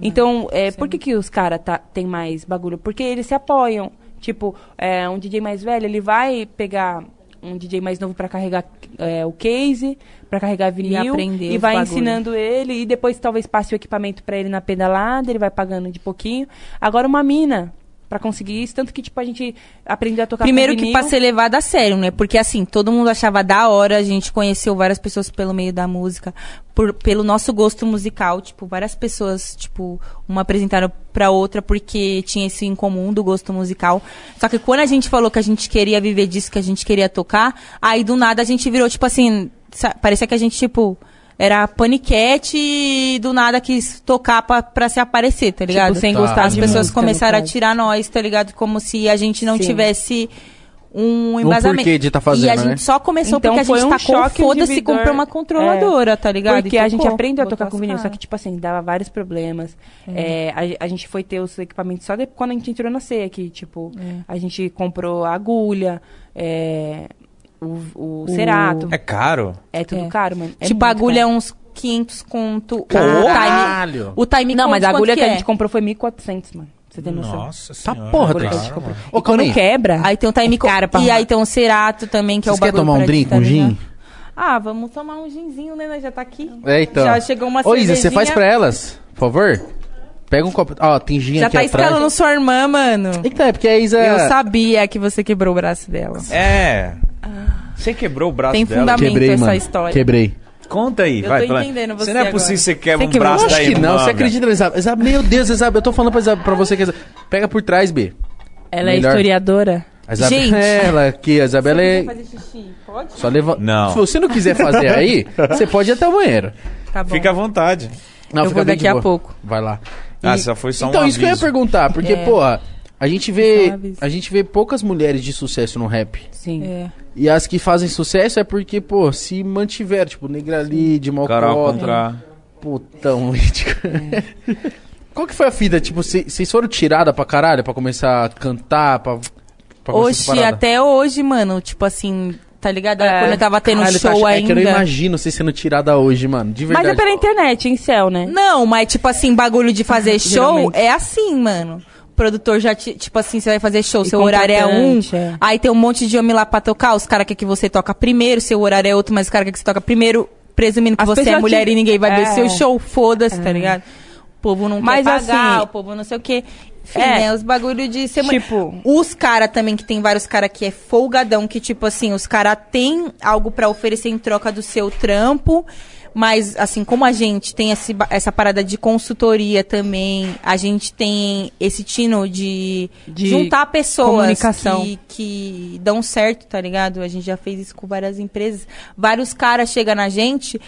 Speaker 3: Então, é, por que, que os caras tá, tem mais bagulho? Porque eles se apoiam. Tipo, é, um DJ mais velho, ele vai pegar um DJ mais novo pra carregar é, o case, pra carregar vinil.
Speaker 4: aprender
Speaker 3: e
Speaker 4: os
Speaker 3: vai
Speaker 4: bagulho.
Speaker 3: ensinando ele. E depois talvez passe o equipamento pra ele na pedalada, ele vai pagando de pouquinho. Agora uma mina pra conseguir isso. Tanto que, tipo, a gente aprendeu a tocar
Speaker 4: Primeiro
Speaker 3: com
Speaker 4: que
Speaker 3: vinil.
Speaker 4: pra ser levado a sério, né? Porque assim, todo mundo achava da hora, a gente conheceu várias pessoas pelo meio da música, por- pelo nosso gosto musical, tipo, várias pessoas, tipo, uma apresentaram pra outra porque tinha isso em comum do gosto musical. Só que quando a gente falou que a gente queria viver disso, que a gente queria tocar, aí do nada a gente virou, tipo assim, sa- parecia que a gente, tipo, era paniquete e do nada quis tocar pra, pra se aparecer, tá ligado?
Speaker 3: Tipo, sem gostar
Speaker 4: As
Speaker 3: de
Speaker 4: pessoas
Speaker 3: música, no
Speaker 4: começaram a
Speaker 3: caso.
Speaker 4: tirar nós, tá ligado? Como se a gente não
Speaker 3: Sim.
Speaker 4: tivesse um embasamento.
Speaker 2: porquê de tá fazendo,
Speaker 4: E a
Speaker 2: né?
Speaker 4: gente só começou
Speaker 3: Então,
Speaker 4: porque a
Speaker 3: foi
Speaker 4: gente
Speaker 3: um
Speaker 4: tacou
Speaker 3: choque
Speaker 4: foda-se e
Speaker 3: inibidor. É.
Speaker 4: comprou uma controladora, tá ligado?
Speaker 3: Porque
Speaker 4: E
Speaker 3: a gente
Speaker 4: tocou.
Speaker 3: aprendeu a tocar
Speaker 4: Botou
Speaker 3: com
Speaker 4: as
Speaker 3: vinil, só
Speaker 4: caras.
Speaker 3: que, tipo assim, dava vários problemas. É, a, a gente foi ter os equipamentos só de, quando a gente entrou na ceia, que, tipo,
Speaker 4: É.
Speaker 3: a gente comprou a agulha, é, o, o cerato.
Speaker 1: É caro?
Speaker 3: É, tudo
Speaker 4: É.
Speaker 3: caro, mano. É
Speaker 4: tipo,
Speaker 3: muito
Speaker 4: a agulha
Speaker 3: caro.
Speaker 4: é uns 500 conto.
Speaker 2: Caralho!
Speaker 4: O time. O time
Speaker 3: Não,
Speaker 4: conto,
Speaker 3: mas a
Speaker 4: quanto
Speaker 3: agulha que,
Speaker 4: é?
Speaker 3: a gente comprou foi 1.400, mano. pra Você tem noção?
Speaker 1: Nossa
Speaker 2: Tá
Speaker 1: senhora.
Speaker 2: porra,
Speaker 1: claro,
Speaker 2: Tracy.
Speaker 1: mano.
Speaker 2: Ô, Caulinho,
Speaker 3: Quando quebra,
Speaker 4: Aí tem o time
Speaker 3: É Cara,
Speaker 4: conto.
Speaker 3: pra
Speaker 4: E
Speaker 3: arrumar.
Speaker 4: aí tem um cerato também, que é o
Speaker 2: vocês
Speaker 4: bagulho
Speaker 2: querem tomar um
Speaker 4: pra
Speaker 2: drink, um
Speaker 4: determinar.
Speaker 2: gin?
Speaker 4: Ah, vamos tomar um ginzinho, né? Nós Já tá aqui.
Speaker 2: É, então.
Speaker 4: Já chegou uma
Speaker 2: Ô, Isa, você
Speaker 4: cervejinha.
Speaker 2: faz pra elas, por favor? Pega um copo. Ó, tem gin
Speaker 4: Já
Speaker 2: aqui
Speaker 4: tá
Speaker 2: atrás.
Speaker 4: escalando sua irmã, mano.
Speaker 2: Eita, é porque a Isa...
Speaker 4: Eu sabia que você quebrou o braço dela.
Speaker 1: É. Você quebrou o braço
Speaker 4: Tem
Speaker 1: dela?
Speaker 4: fundamento.
Speaker 2: Quebrei,
Speaker 4: essa
Speaker 2: mano.
Speaker 4: história.
Speaker 2: Quebrei.
Speaker 1: Conta aí,
Speaker 4: Eu
Speaker 1: vai.
Speaker 4: tô
Speaker 1: fala.
Speaker 4: entendendo você
Speaker 1: não é
Speaker 4: agora.
Speaker 1: possível que você quebra
Speaker 3: Você
Speaker 1: um
Speaker 3: quebrou?
Speaker 1: braço
Speaker 2: Eu acho
Speaker 1: da
Speaker 2: que não,
Speaker 1: irmã,
Speaker 2: você
Speaker 1: velho.
Speaker 2: acredita na Isabel. Isabel, meu Deus, Isabel, eu tô falando pra, Isabel, pra você que... Isabel- Pega por trás, B.
Speaker 3: ela
Speaker 2: Melhor.
Speaker 3: é historiadora. É.
Speaker 2: A Isabel,
Speaker 4: Gente.
Speaker 2: Ela aqui, a Isabela é...
Speaker 4: xixi, pode?
Speaker 2: Só leva...
Speaker 1: Não.
Speaker 2: Se você não quiser fazer aí, você pode ir até o banheiro.
Speaker 4: Tá bom.
Speaker 1: Fica à vontade.
Speaker 2: Não,
Speaker 4: Eu
Speaker 2: fica
Speaker 4: vou
Speaker 2: bem de
Speaker 4: daqui a
Speaker 2: boa.
Speaker 4: pouco.
Speaker 2: Vai lá.
Speaker 1: Ah, só foi só um
Speaker 2: Então, isso que eu ia
Speaker 1: aviso.
Speaker 2: perguntar, porque,
Speaker 4: É.
Speaker 2: porra, a gente
Speaker 4: Só
Speaker 2: vê.
Speaker 4: um aviso.
Speaker 2: A gente vê poucas mulheres de sucesso no rap.
Speaker 3: Sim.
Speaker 4: É.
Speaker 2: E as que fazem sucesso é porque, pô, se mantiver, tipo, Negra Lid,
Speaker 1: Carol
Speaker 2: Malcota,
Speaker 1: Conká.
Speaker 2: putão, tipo.
Speaker 4: É.
Speaker 2: Qual que foi a fita? Tipo, cê- vocês foram tirada pra caralho pra começar a cantar, pra, pra começar essa
Speaker 4: Hoje,
Speaker 2: parada?
Speaker 4: até hoje, mano, tipo assim, tá ligado?
Speaker 3: É.
Speaker 4: Quando eu tava tendo
Speaker 2: Caralho, tá
Speaker 4: show
Speaker 2: ach- É que eu
Speaker 4: ainda.
Speaker 2: não imagino vocês sendo tirada hoje, mano, de
Speaker 3: Mas
Speaker 2: verdade.
Speaker 3: é pela internet, em céu, né? Ah,
Speaker 4: Não, mas tipo assim, bagulho de fazer show
Speaker 3: Geralmente.
Speaker 4: é assim, mano. O produtor já, te- tipo assim, você vai fazer show,
Speaker 3: E
Speaker 4: seu horário é um,
Speaker 3: contratante, é.
Speaker 4: aí tem um monte de homem lá pra tocar, os caras querem que você toca primeiro, seu horário é outro, mas os caras querem que você toca primeiro, presumindo que
Speaker 3: As
Speaker 4: você é
Speaker 3: pessoas
Speaker 4: mulher
Speaker 3: te-
Speaker 4: e ninguém vai ver
Speaker 3: É.
Speaker 4: seu show, foda-se, tá ligado? O povo não
Speaker 3: Mas,
Speaker 4: quer pagar,
Speaker 3: assim,
Speaker 4: o povo não sei o quê. Enfim,
Speaker 3: é.
Speaker 4: né, os bagulho de ser mulher.
Speaker 3: Tipo-
Speaker 4: Os caras também, que tem vários caras que é folgadão, que tipo assim, os caras têm algo pra oferecer em troca do seu trampo, Mas, assim, como a gente tem esse ba- essa parada de consultoria também, a gente tem esse tino de,
Speaker 3: De
Speaker 4: juntar pessoas
Speaker 3: comunicação.
Speaker 4: que, que dão certo, tá ligado? A gente já fez isso com várias empresas. Vários caras chegam na gente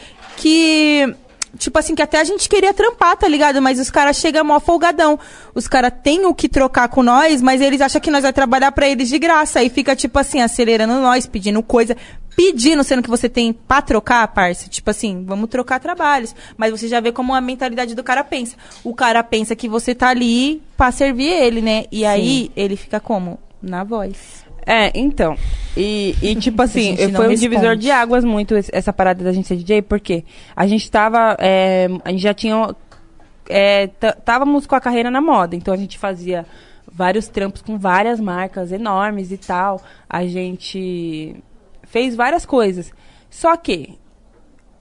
Speaker 4: que. Tipo assim, que até a gente queria trampar, tá ligado? Mas os caras chegam mó folgadão. Os caras têm o que trocar com nós, mas eles acham que nós vai trabalhar pra eles de graça. Aí fica, tipo assim, acelerando nós, pedindo coisa. Pedindo, sendo que você tem pra trocar, parça. Tipo assim, vamos trocar trabalhos. Mas você já vê como a mentalidade do cara pensa. O cara pensa que você tá ali pra servir ele, né? E aí, ele fica como? Na voz.
Speaker 3: É, então. E, e, tipo assim,
Speaker 4: gente não
Speaker 3: foi um
Speaker 4: responde.
Speaker 3: divisor de águas muito esse- essa parada da gente ser DJ, porque a gente tava. é, a gente já tinha. É, tá- távamos com a carreira na moda, então a gente fazia vários trampos com várias marcas enormes e tal. A gente fez várias coisas. Só que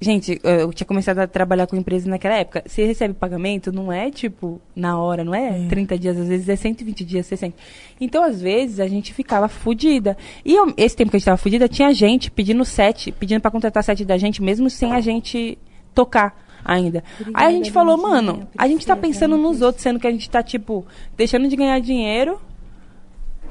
Speaker 3: Gente, eu tinha começado a trabalhar com empresa naquela época. Você recebe pagamento, não é tipo na hora, não é, 30 dias, às vezes é 120 dias, 60. Então, às vezes, a gente ficava fudida. E eu- esse tempo que a gente tava fudida, tinha gente pedindo sete, pedindo pra contratar sete da gente, mesmo sem a gente tocar ainda. Aí a gente falou, mano, a gente tá pensando nos outros, sendo que a gente tá, tipo, deixando de ganhar dinheiro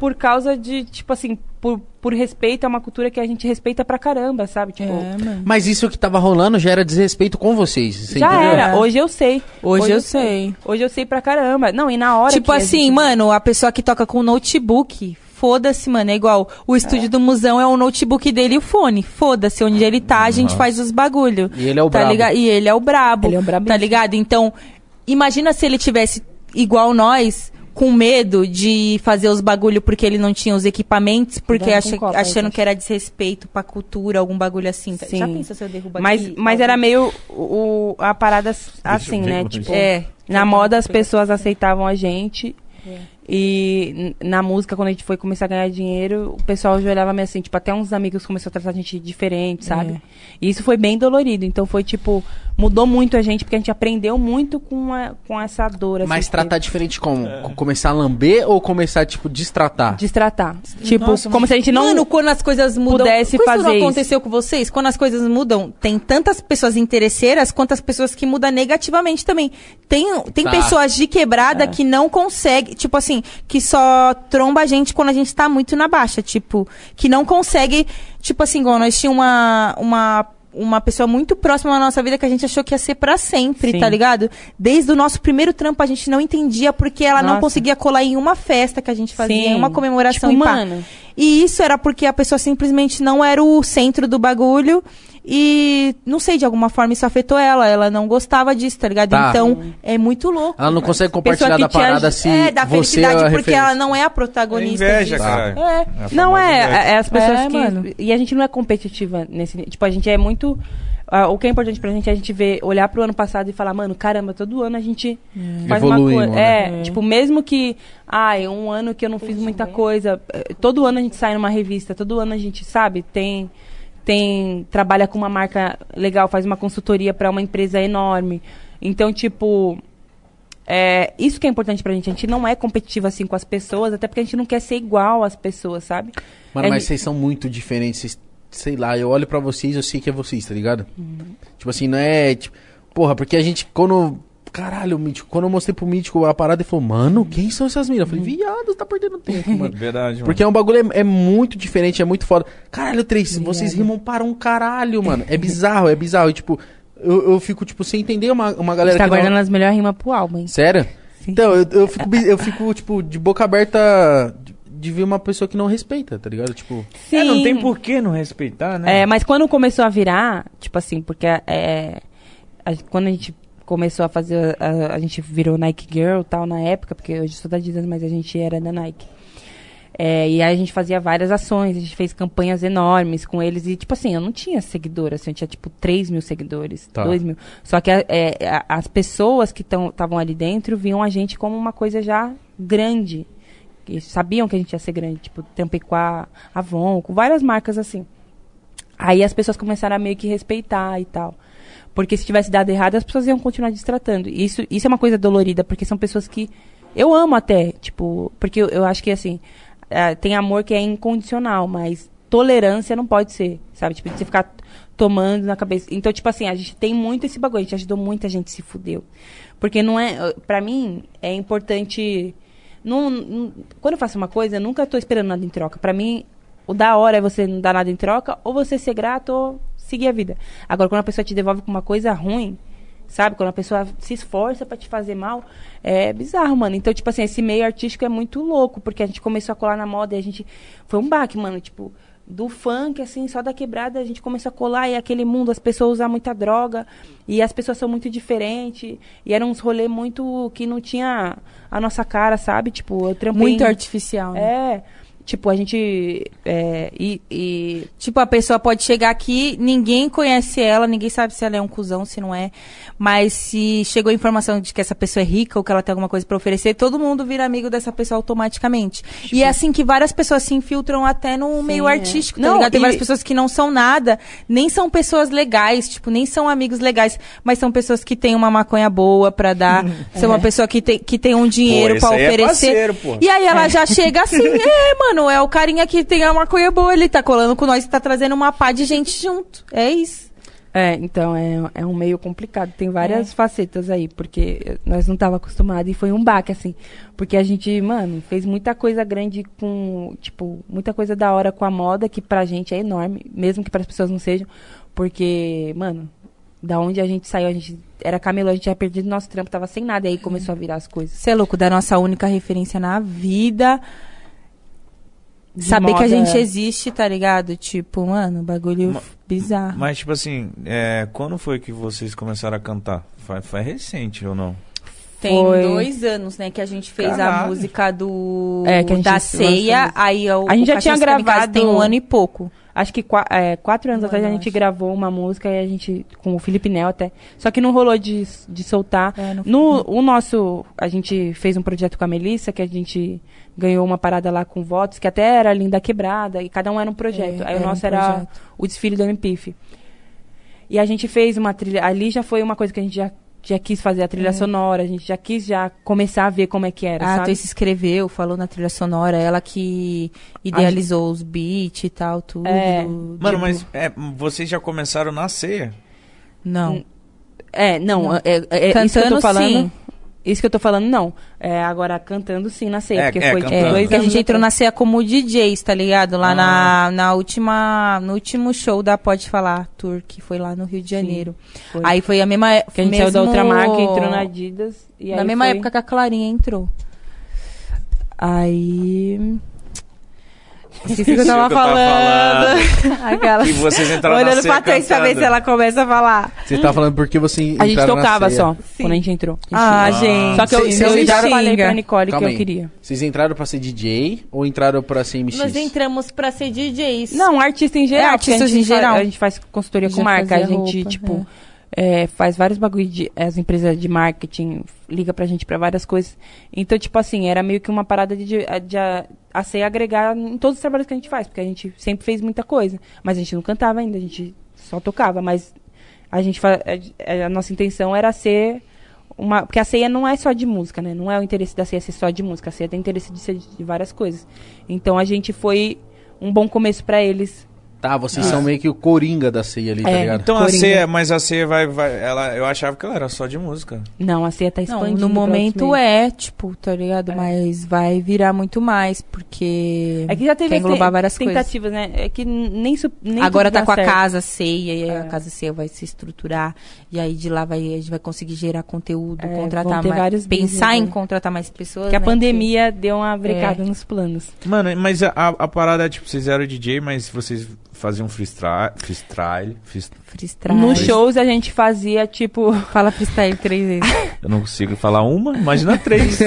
Speaker 3: por causa de, tipo assim, por, por respeito a uma cultura que a gente respeita pra caramba, sabe? Tipo,
Speaker 4: É, mano.
Speaker 2: Mas isso que tava rolando já era desrespeito com vocês. você
Speaker 3: já
Speaker 2: entendeu?
Speaker 3: era, hoje eu sei.
Speaker 4: É. Hoje eu sei.
Speaker 3: Hoje eu sei pra caramba. Não, e na hora.
Speaker 4: Tipo
Speaker 3: que a
Speaker 4: assim,
Speaker 3: gente-
Speaker 4: mano, a pessoa que toca com um notebook, foda-se, mano. É igual o estúdio do Musão é o notebook dele e o fone. Foda-se, onde ele tá, a gente faz os bagulho.
Speaker 2: E ele é o
Speaker 4: tá
Speaker 2: brabo.
Speaker 4: ligado? E ele é o brabo.
Speaker 3: Ele é o brabíssimo.
Speaker 4: Tá ligado? Então, imagina se ele tivesse igual nós. Com medo de fazer os bagulho porque ele não tinha os equipamentos, porque
Speaker 3: Cuidado com
Speaker 4: acha-
Speaker 3: o copo, aí,
Speaker 4: achando
Speaker 3: gente.
Speaker 4: que era desrespeito pra cultura, algum bagulho assim. Tá- Já
Speaker 3: Sim.
Speaker 4: pensa se eu derrubo
Speaker 3: Mas,
Speaker 4: aqui?
Speaker 3: mas era meio o, o- a parada s- assim,
Speaker 1: ver
Speaker 3: né?
Speaker 1: como
Speaker 3: Tipo,
Speaker 1: isso.
Speaker 4: É.
Speaker 3: na moda as pessoas aceitavam a gente. E n- na música, quando a gente foi começar a ganhar dinheiro, o pessoal já olhava meio assim, tipo, até uns amigos começaram a tratar a gente diferente, sabe?
Speaker 4: É.
Speaker 3: E isso foi bem dolorido. Então foi tipo, mudou muito a gente, porque a gente aprendeu muito com, a- com essa dor. assim,
Speaker 2: Mas
Speaker 3: que-
Speaker 2: tratar diferente como? Co- Começar a lamber ou começar, tipo, destratar?
Speaker 3: Destratar. Tipo, como se a gente não.
Speaker 4: Mano, quando as coisas mudam,
Speaker 3: pudesse
Speaker 4: Por isso
Speaker 3: fazer
Speaker 4: não
Speaker 3: isso.
Speaker 4: aconteceu com vocês? Quando as coisas mudam, tem tantas pessoas interesseiras quanto as pessoas que mudam negativamente também. Tem, tem
Speaker 2: Tá.
Speaker 4: pessoas de
Speaker 3: É.
Speaker 4: quebrada que não conseguem, tipo assim, que só tromba a gente quando a gente tá muito na baixa, tipo, que não consegue, tipo assim, igual nós tínhamos uma uma uma pessoa muito próxima da nossa vida que a gente achou que ia ser pra sempre,
Speaker 3: Sim.
Speaker 4: tá ligado? Desde o nosso primeiro trampo a gente não entendia porque ela não
Speaker 3: Nossa.
Speaker 4: conseguia colar em uma festa que a gente fazia, em
Speaker 3: Sim.
Speaker 4: uma comemoração
Speaker 3: Tipo,
Speaker 4: e pá.
Speaker 3: mano.
Speaker 4: E isso era porque a pessoa simplesmente não era o centro do bagulho. E não sei, de alguma forma isso afetou ela. Ela não gostava disso, tá ligado?
Speaker 2: Tá.
Speaker 4: Então é muito louco.
Speaker 2: Ela não consegue compartilhar
Speaker 3: que
Speaker 2: da
Speaker 3: te
Speaker 2: parada
Speaker 3: aj-
Speaker 2: se
Speaker 4: é,
Speaker 2: você é
Speaker 4: da
Speaker 2: a
Speaker 4: felicidade, porque
Speaker 2: referência.
Speaker 4: ela não é a protagonista.
Speaker 1: É inveja,
Speaker 4: disso.
Speaker 1: cara. É
Speaker 4: É.
Speaker 1: a
Speaker 3: Não
Speaker 1: famosa inveja.
Speaker 3: é, é as pessoas
Speaker 5: É,
Speaker 3: que
Speaker 5: mano.
Speaker 3: e a gente não é competitiva nesse, tipo a gente é muito ah, o que é importante pra gente é a gente ver, olhar pro ano passado e falar, mano, caramba, todo ano a gente faz uma
Speaker 2: Evoluímos,
Speaker 3: coisa.
Speaker 2: né?
Speaker 3: É, tipo, mesmo que, ai, um ano que eu não fiz muita coisa, eh, todo ano a gente sai numa revista, todo ano a gente, sabe, tem tem trabalha com uma marca legal, faz uma consultoria pra uma empresa enorme. Então, tipo, é, isso que é importante pra gente. A gente não é competitivo assim com as pessoas, até porque a gente não quer ser igual às pessoas, sabe?
Speaker 2: Mano,
Speaker 3: É,
Speaker 2: mas vocês são muito diferentes. vocês- Sei lá, eu olho pra vocês, eu sei que é vocês, tá ligado? Tipo assim, não é. Tipo, porra, porque a gente, quando. Caralho, o Mítico, quando eu mostrei pro Mítico a parada, ele falou, mano, quem são essas minas? Eu falei, viado, tá perdendo tempo, mano.
Speaker 1: Verdade,
Speaker 2: Porque é um bagulho, é, é muito diferente, é muito foda. Caralho, Três, vocês rimam para um caralho, mano. É bizarro, é bizarro. E, tipo, eu, eu fico, tipo, sem entender uma, uma galera
Speaker 3: tá
Speaker 2: que não-
Speaker 3: guardando as melhores rimas pro álbum, hein?
Speaker 2: Sério?
Speaker 3: Sim.
Speaker 2: Então, eu, eu, fico, bi- eu fico, tipo, de boca aberta de, de ver uma pessoa que não respeita, tá ligado? Tipo,
Speaker 1: Sim. É, não tem por que não respeitar, né?
Speaker 3: É, mas quando começou a virar, tipo assim, porque é, a- quando a gente começou a fazer, a, a gente virou Nike Girl e tal na época, porque hoje sou da Adidas, mas a gente era da Nike. É, e aí a gente fazia várias ações, a gente fez campanhas enormes com eles. E, tipo assim, eu não tinha seguidor, assim, eu tinha, tipo, 3 mil seguidores,
Speaker 2: Tá.
Speaker 3: 2 mil. Só que a- é, a- as pessoas que estavam ali dentro viam a gente como uma coisa já grande. E sabiam que a gente ia ser grande, tipo, Tampequá, Avon, com várias marcas assim. Aí as pessoas começaram a meio que respeitar e tal. Porque se tivesse dado errado, as pessoas iam continuar destratando. E Isso, isso é uma coisa dolorida, porque são pessoas que eu amo até, tipo, porque eu, eu acho que assim, é ah, tem amor que é incondicional, mas tolerância não pode ser, sabe? Tipo, de você ficar tomando na cabeça. Então, tipo assim, a gente tem muito esse bagulho, a gente ajudou muita gente se fudeu. Porque não é. Pra mim, é importante. Não, não- quando eu faço uma coisa, eu nunca tô esperando nada em troca. Pra mim, o da hora é você não dar nada em troca, ou você ser grato, ou seguir a vida. Agora, quando a pessoa te devolve com uma coisa ruim, sabe? Quando a pessoa se esforça pra te fazer mal, é bizarro, mano. Então, tipo assim, esse meio artístico é muito louco, porque a gente começou a colar na moda e a gente. Foi um baque, mano. Tipo, do funk, assim, só da quebrada, a gente começou a colar e aquele mundo, as pessoas usam muita droga e as pessoas são muito diferentes. E eram uns rolê muito que não tinha a nossa cara, sabe? Tipo, eu trampei.
Speaker 4: Muito
Speaker 3: em-
Speaker 4: artificial, né?
Speaker 3: É. Tipo, a gente. É, e- e
Speaker 4: Tipo, a pessoa pode chegar aqui, ninguém conhece ela, ninguém sabe se ela é um cuzão, se não é. Mas se chegou a informação de que essa pessoa é rica ou que ela tem alguma coisa pra oferecer, todo mundo vira amigo dessa pessoa automaticamente. E é assim que várias pessoas se infiltram até no
Speaker 3: Sim,
Speaker 4: meio
Speaker 3: é.
Speaker 4: artístico, tá
Speaker 3: Não,
Speaker 4: ligado? Tem
Speaker 3: e-
Speaker 4: várias pessoas que não são nada, nem são pessoas legais, tipo, nem são amigos legais, mas são pessoas que têm uma maconha boa pra dar, são
Speaker 3: É.
Speaker 4: uma pessoa que tem, que tem um dinheiro
Speaker 1: esse
Speaker 4: pra
Speaker 1: aí é
Speaker 4: oferecer.
Speaker 1: parceiro, pô.
Speaker 4: E e aí ela já chega assim, é, mano, é o carinha que tem a maconha boa, ele tá colando com nós e tá trazendo uma pá de gente junto. É isso.
Speaker 3: É, então é, é um meio complicado. Tem várias facetas aí, porque nós não tava acostumado e foi um baque, assim. Porque a gente, mano, fez muita coisa grande com, tipo, muita coisa da hora com a moda, que pra gente é enorme, mesmo que pras pessoas não sejam. Porque, mano, da onde a gente saiu, a gente era camelô, a gente tinha perdido nosso trampo, tava sem nada, e aí começou a virar as coisas.
Speaker 4: Você é louco, da nossa única referência na vida.
Speaker 3: De
Speaker 4: saber que a
Speaker 3: moda,
Speaker 4: gente
Speaker 3: é.
Speaker 4: existe, tá ligado? Tipo, mano, bagulho
Speaker 1: Ma-
Speaker 4: bizarro.
Speaker 1: Mas, tipo assim, é, quando foi que vocês começaram a cantar? Foi, foi recente ou não?
Speaker 4: Tem
Speaker 3: Foi.
Speaker 4: dois anos, né, que a gente fez a
Speaker 1: Caralho.
Speaker 4: música do
Speaker 3: É, que a gente
Speaker 4: da
Speaker 3: lançou
Speaker 4: ceia.
Speaker 3: isso.
Speaker 4: Aí o,
Speaker 3: A gente
Speaker 4: o
Speaker 3: já
Speaker 4: Cachorros
Speaker 3: tinha
Speaker 4: Kamikaze
Speaker 3: gravado-
Speaker 4: tem um ano e pouco.
Speaker 3: Acho que qua- é, quatro anos
Speaker 4: Um
Speaker 3: atrás a
Speaker 4: ano,
Speaker 3: gente
Speaker 4: acho.
Speaker 3: gravou uma música e a gente, com o Felipe Nel até. Só que não rolou de, de soltar.
Speaker 4: É, não-
Speaker 3: No, o nosso, a gente fez um projeto com a Melissa, que a gente ganhou uma parada lá com votos, que até era linda quebrada, e cada um era um projeto.
Speaker 4: É,
Speaker 3: Aí
Speaker 4: era
Speaker 3: o
Speaker 4: um
Speaker 3: nosso era
Speaker 4: projeto.
Speaker 3: o desfile do MPIF. E a gente fez uma trilha, ali já foi uma coisa que a gente já, já quis fazer, a trilha sonora, a gente já quis já começar a ver como é que era,
Speaker 4: É. Ah,
Speaker 3: sabe?
Speaker 4: Thaís se escreveu, falou na trilha sonora, ela que idealizou os beats e tal, tudo.
Speaker 3: É.
Speaker 1: Mano,
Speaker 4: Tipo,
Speaker 1: mas é, vocês já começaram na ceia.
Speaker 4: Não.
Speaker 3: Hum, É, não,
Speaker 4: Não.
Speaker 3: É, é- é isso que eu
Speaker 4: Cantando,
Speaker 3: tô falando.
Speaker 4: sim.
Speaker 3: Isso que eu tô falando, não. É, agora, cantando sim na ceia,
Speaker 1: É,
Speaker 3: porque
Speaker 1: é,
Speaker 3: foi
Speaker 1: cantando.
Speaker 3: tipo,
Speaker 4: É,
Speaker 3: dois
Speaker 4: porque a
Speaker 3: anos
Speaker 4: gente entrou
Speaker 3: atrás.
Speaker 4: na ceia como DJs, tá ligado? Lá
Speaker 1: Ah.
Speaker 4: na, na última, no último show da Pode Falar Tour, que foi lá no Rio de Janeiro.
Speaker 3: foi.
Speaker 4: Aí foi a mesma...
Speaker 3: Que a gente saiu da outra marca, entrou na Adidas. E
Speaker 4: na
Speaker 3: aí
Speaker 4: mesma
Speaker 3: foi-
Speaker 4: época que a Clarinha entrou. Aí... Esqueci o que eu
Speaker 1: Esqueci o
Speaker 4: tava
Speaker 1: que eu tava
Speaker 4: falando. Aquela...
Speaker 1: E vocês entraram na
Speaker 4: Olhando
Speaker 1: ceia
Speaker 4: pra trás pra ver
Speaker 1: cantando.
Speaker 4: se ela começa a falar.
Speaker 2: Você tá falando porque você
Speaker 3: É. A gente
Speaker 2: entraram na
Speaker 3: tocava
Speaker 2: ceia.
Speaker 3: só, quando a gente entrou.
Speaker 4: Ah, gente.
Speaker 3: Só que eu,
Speaker 2: Vocês
Speaker 3: eu
Speaker 2: entraram-
Speaker 3: falei pra Nicole
Speaker 2: Calma
Speaker 3: que
Speaker 2: aí.
Speaker 3: eu queria.
Speaker 2: Vocês entraram pra ser DJ ou entraram pra ser MX?
Speaker 4: Nós entramos pra ser DJs.
Speaker 3: Não, artista em geral.
Speaker 4: É, artistas
Speaker 3: porque a gente
Speaker 4: em
Speaker 3: fa-
Speaker 4: geral.
Speaker 3: A gente faz consultoria
Speaker 4: Já
Speaker 3: com marca. A
Speaker 4: fazia
Speaker 3: gente,
Speaker 4: roupa,
Speaker 3: tipo, é, faz vários bagulho de. As empresas de marketing liga pra gente pra várias coisas. Então, tipo assim, era meio que uma parada de, de, de a, a ser agregar em todos os trabalhos que a gente faz, porque a gente sempre fez muita coisa. Mas a gente não cantava ainda, a gente só tocava, mas a gente fa- a, a nossa intenção era ser uma, porque a ceia não é só de música, né? Não é o interesse da ceia ser só de música. A ceia tem interesse de ser de de várias coisas. Então a gente foi um bom começo pra eles.
Speaker 2: Tá, vocês são meio que o coringa da ceia ali, tá
Speaker 3: Ah. É,
Speaker 2: ligado?
Speaker 1: Então a
Speaker 3: Coringa.
Speaker 1: ceia, mas a ceia vai, vai- ela, eu achava que ela era só de música.
Speaker 3: Não, a ceia tá
Speaker 4: Não,
Speaker 3: expandindo.
Speaker 4: no
Speaker 3: pra outros
Speaker 4: momento
Speaker 3: meios.
Speaker 4: é, tipo, tá ligado? Mas vai virar muito mais, porque
Speaker 3: É que já teve
Speaker 4: quer englobar
Speaker 3: te-
Speaker 4: várias coisas.
Speaker 3: tentativas, né? É que n- nem, su- nem
Speaker 4: Agora
Speaker 3: tudo
Speaker 4: tá
Speaker 3: dá
Speaker 4: com a
Speaker 3: certo.
Speaker 4: casa ceia, e aí a
Speaker 3: É.
Speaker 4: casa ceia vai se estruturar, e aí de lá vai, a gente vai conseguir gerar conteúdo,
Speaker 3: É,
Speaker 4: contratar
Speaker 3: vão ter
Speaker 4: mais,
Speaker 3: vários
Speaker 4: pensar
Speaker 3: business,
Speaker 4: em
Speaker 3: né?
Speaker 4: contratar mais pessoas.
Speaker 3: Que a
Speaker 4: né? É.
Speaker 3: pandemia deu uma brecada nos planos.
Speaker 1: Mano, mas a, a parada é tipo, vocês eram DJ, mas vocês faziam freestyle. Freestyle. freest-
Speaker 4: Porque Freestyle.
Speaker 3: Nos shows a gente fazia, tipo.
Speaker 4: Fala freestyle três vezes.
Speaker 1: Eu não consigo falar uma, imagina três.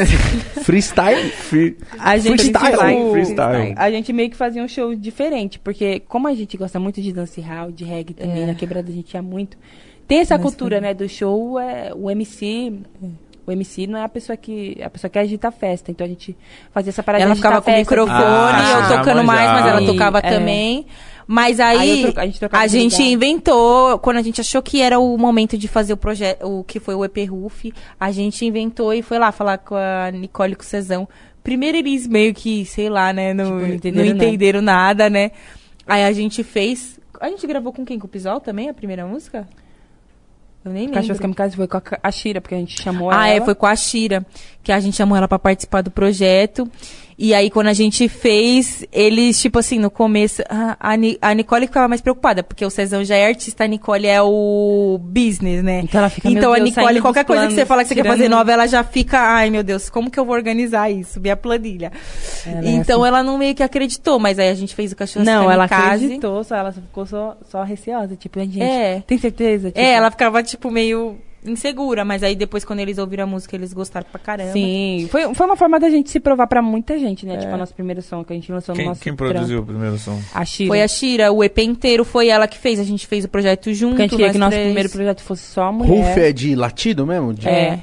Speaker 2: Freestyle?
Speaker 1: Free-
Speaker 3: A gente
Speaker 2: Freestyle,
Speaker 3: vai-
Speaker 1: freestyle.
Speaker 3: A gente meio que fazia um show diferente, porque como a gente gosta muito de dance hall, de reggae também, na quebrada a gente ia muito. Tem essa
Speaker 4: É. Mas
Speaker 3: cultura,
Speaker 4: foi-
Speaker 3: né, do show, é, o MC, o MC não é a pessoa que é a pessoa que agita a festa, então a gente fazia essa parada
Speaker 4: Ela
Speaker 3: de agitar
Speaker 4: ficava com o
Speaker 3: a festa,
Speaker 4: microfone,
Speaker 1: Ah,
Speaker 4: eu tocando
Speaker 1: já
Speaker 4: mais, mas ela
Speaker 1: manjava.
Speaker 4: tocava
Speaker 3: É.
Speaker 4: também. Mas aí,
Speaker 3: Aí eu troca-
Speaker 4: a
Speaker 3: a
Speaker 4: gente,
Speaker 3: gente trocava de lugar.
Speaker 4: inventou, quando a gente achou que era o momento de fazer o projeto, o que foi o EP Roof, a gente inventou e foi lá falar com a Nicole e com o Cezão. Primeiro eles meio que, sei lá, né, não,
Speaker 3: Tipo, não
Speaker 4: não,
Speaker 3: entenderam
Speaker 4: entenderam nada, né? Aí a gente fez A gente gravou com quem? Com o Pisol também, a primeira música? Eu nem
Speaker 3: Cachorros
Speaker 4: lembro.
Speaker 3: Kamikaze foi com a, Ca- a Shira, porque a gente chamou ela.
Speaker 4: Ah, é, foi com a Shira, que a gente chamou ela pra participar do projeto. E aí, quando a gente fez, eles, tipo assim, no começo, a, a Ni- a Nicole ficava mais preocupada, porque o Cezão já é artista, a Nicole é o business, né?
Speaker 3: Então ela fica, meu
Speaker 4: Então a
Speaker 3: Deus, saindo
Speaker 4: Nicole,
Speaker 3: dos
Speaker 4: qualquer coisa que você
Speaker 3: planos,
Speaker 4: fala que você quer
Speaker 3: tirando-
Speaker 4: fazer nova, ela já fica, ai meu Deus, como que eu vou organizar isso? Minha planilha.
Speaker 3: Ela é
Speaker 4: então
Speaker 3: assim.
Speaker 4: ela não meio que acreditou, mas aí a gente fez o cachorro
Speaker 3: Não, ela
Speaker 4: Kamikaze.
Speaker 3: acreditou, só ela ficou só, só receosa. Tipo, a gente,
Speaker 4: É.
Speaker 3: tem certeza? Tipo,
Speaker 4: É, ela ficava, tipo, meio insegura, mas aí depois, quando eles ouviram a música, eles gostaram pra caramba.
Speaker 3: Sim, foi, foi uma forma da gente se provar pra muita gente,
Speaker 4: É.
Speaker 3: né? Tipo, a nossa primeira som que a gente lançou no
Speaker 1: Quem,
Speaker 3: nosso
Speaker 1: quem
Speaker 3: trampo.
Speaker 1: produziu o primeiro som?
Speaker 3: A Shira.
Speaker 4: Foi a Shira, o EP inteiro foi ela que fez, a gente fez o projeto junto.
Speaker 3: Porque a gente queria que
Speaker 4: nós
Speaker 3: nosso
Speaker 4: três.
Speaker 3: primeiro projeto fosse só a mulher.
Speaker 2: Ruf é de latido mesmo? De-
Speaker 3: É.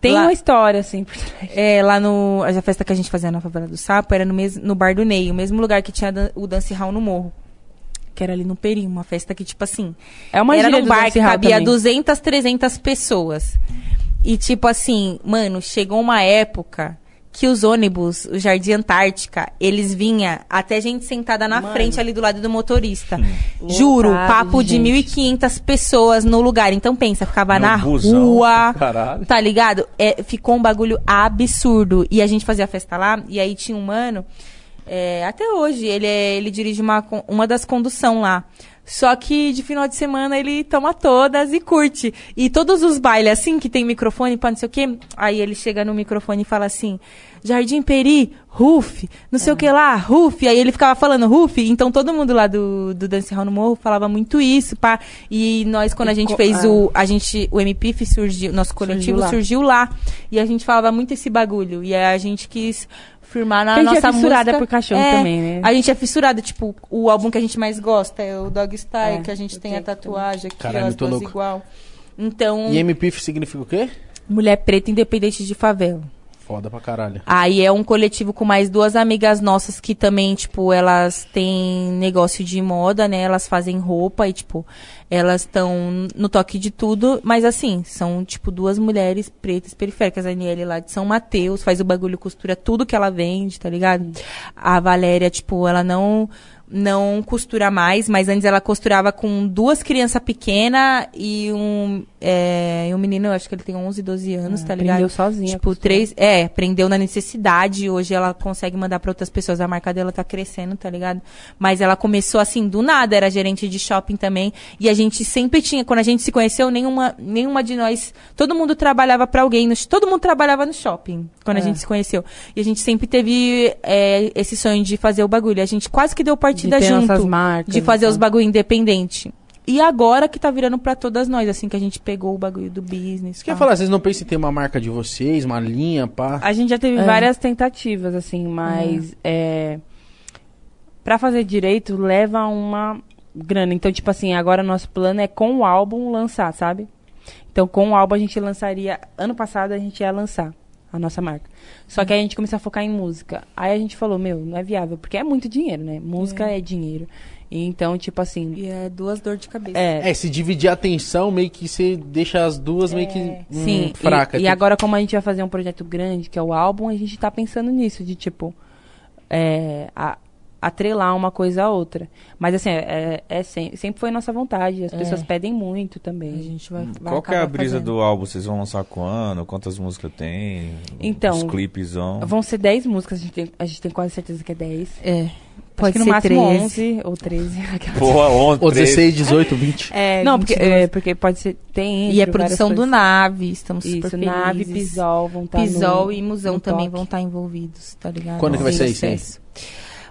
Speaker 3: Tem
Speaker 4: Lá-
Speaker 3: uma história, assim, por trás.
Speaker 4: É, lá no. A festa que a gente fazia na Favela do Sapo era no, mes, no Bar do Ney, o mesmo lugar que tinha dan- o Dance Hall no Morro. Que era ali no Perim, uma festa que, tipo assim.
Speaker 3: É uma
Speaker 4: era
Speaker 3: gíria
Speaker 4: num
Speaker 3: do
Speaker 4: bar
Speaker 3: Dance
Speaker 4: que
Speaker 3: Hall
Speaker 4: cabia
Speaker 3: também.
Speaker 4: 200, 300 pessoas. E, tipo assim, mano, chegou uma época que os ônibus, o Jardim Antártica, eles vinha até gente sentada na frente ali do lado do motorista. Juro,
Speaker 3: Lotado
Speaker 4: papo
Speaker 3: de
Speaker 4: de
Speaker 3: gente.
Speaker 4: 1.500 pessoas no lugar. Então pensa, ficava
Speaker 1: No
Speaker 4: na
Speaker 1: busão.
Speaker 4: rua.
Speaker 1: Caralho.
Speaker 4: Tá ligado? É, ficou um bagulho absurdo. E a gente fazia festa lá, e aí tinha um mano. é, até hoje, ele, é- ele dirige uma, con- uma das condução lá. Só que de final de semana ele toma todas e curte. E todos os bailes, assim, que tem microfone, pá, não sei o quê. Aí ele chega no microfone e fala assim: Jardim Peri, Ruf, não sei o que lá, Ruf. Aí ele ficava falando Ruf. Então todo mundo lá do, do Dance Hall no Morro falava muito isso, pá. E nós, quando a
Speaker 3: E
Speaker 4: gente
Speaker 3: co-
Speaker 4: fez
Speaker 3: ah.
Speaker 4: o. A gente, o MPIF surgiu, nosso coletivo surgiu
Speaker 3: Surgiu
Speaker 4: lá.
Speaker 3: lá.
Speaker 4: E a gente falava muito esse bagulho. E aí a gente quis firmar na
Speaker 3: Porque a gente
Speaker 4: nossa
Speaker 3: é fissurada
Speaker 4: música.
Speaker 3: por cachorro
Speaker 4: É,
Speaker 3: também, né?
Speaker 4: A gente é fissurada, tipo, o álbum que a gente mais gosta é o Dog Style,
Speaker 3: É,
Speaker 4: que a gente
Speaker 3: eu
Speaker 4: tem a
Speaker 3: tenho aqui
Speaker 4: tatuagem aqui,
Speaker 2: Caralho,
Speaker 4: ó, as
Speaker 2: eu tô
Speaker 4: duas
Speaker 2: louco.
Speaker 4: igual. Então,
Speaker 2: E MPIF significa o quê?
Speaker 4: mulher preta independente de favela.
Speaker 2: Foda pra caralho.
Speaker 4: Aí é um coletivo com mais duas amigas nossas que também, tipo, elas têm negócio de moda, né? Elas fazem roupa e, tipo, elas estão no toque de tudo. Mas, assim, são, tipo, duas mulheres pretas periféricas. A Aniele lá de São Mateus faz o bagulho, costura tudo que ela vende, tá ligado? A Valéria, tipo, ela não não costura mais, mas antes ela costurava com duas crianças pequenas e um, é, e um menino, eu acho que ele tem 11, 12 anos, tá ligado?
Speaker 3: É, aprendeu sozinha a
Speaker 4: Tipo,
Speaker 3: costurar.
Speaker 4: três. É, aprendeu na necessidade. Hoje ela consegue mandar pra outras pessoas. A marca dela tá crescendo, tá ligado? Mas ela começou assim, do nada, era gerente de shopping também. E a gente sempre tinha, quando a gente se conheceu, nenhuma, nenhuma de nós. Todo mundo trabalhava pra alguém. No, todo mundo trabalhava no shopping quando a
Speaker 3: É.
Speaker 4: gente se conheceu. E a gente sempre teve é, esse sonho de fazer o bagulho. A gente quase que deu partida
Speaker 3: ter
Speaker 4: junto.
Speaker 3: nossas marcas então.
Speaker 4: de
Speaker 3: e
Speaker 4: fazer
Speaker 3: tal.
Speaker 4: os bagulho independente. E agora que tá virando pra todas nós, assim, que a gente pegou o bagulho do business.
Speaker 2: Isso que eu ia
Speaker 3: Ah.
Speaker 4: pá.
Speaker 2: falar, vocês não pensam em ter uma marca de vocês, uma linha, pá.
Speaker 3: A gente já teve
Speaker 4: É.
Speaker 3: várias tentativas, assim, mas é. pra fazer direito leva uma grana. Então, tipo assim, agora nosso plano é com o álbum lançar, sabe? Então, com o álbum a gente lançaria. Ano passado a gente ia lançar a nossa marca. Só que aí a gente começou a focar em música. Aí a gente falou, meu, não é viável, porque é muito dinheiro, né? Música é, dinheiro. E então, tipo assim.
Speaker 4: E é duas dor de cabeça.
Speaker 3: É,
Speaker 2: É, se dividir a atenção, meio que você deixa as duas meio que hum,
Speaker 3: É, Sim, e-
Speaker 2: fraca.
Speaker 3: E,
Speaker 2: Tem-
Speaker 3: agora, como a gente vai fazer um projeto grande, que é o álbum, a gente tá pensando nisso, de tipo, é, a- atrelar uma coisa à outra. Mas assim, é, é sem- sempre foi nossa vontade, as pessoas pedem muito também.
Speaker 4: A gente vai, vai
Speaker 1: Qual que é a
Speaker 4: acabar
Speaker 1: brisa
Speaker 4: fazendo.
Speaker 1: do álbum? Vocês vão lançar quando? Quantas músicas tem?
Speaker 3: Então,
Speaker 1: Os clipes vão.
Speaker 3: Vão ser 10 músicas, a gente, tem, a gente tem quase certeza que é 10.
Speaker 4: É.
Speaker 3: Acho
Speaker 4: Pode
Speaker 3: que no
Speaker 4: ser
Speaker 3: máximo
Speaker 4: 13.
Speaker 3: 11 ou 13. aquela-
Speaker 1: Porra, ontem.
Speaker 2: Ou 16, 18, 20.
Speaker 4: É,
Speaker 3: Não, porque,
Speaker 4: 22.
Speaker 3: é, porque pode ser. Tem.
Speaker 4: e é
Speaker 3: entre várias
Speaker 4: produção do
Speaker 3: coisas.
Speaker 4: Nave, estamos
Speaker 3: Isso,
Speaker 4: super
Speaker 3: nave,
Speaker 4: felizes.
Speaker 3: pisol, vão estar.
Speaker 4: Pisol e Musão
Speaker 3: no
Speaker 4: também
Speaker 3: toque.
Speaker 4: vão estar envolvidos, tá ligado?
Speaker 2: Quando que vai
Speaker 4: Sim,
Speaker 2: sair isso aí?
Speaker 4: sucesso.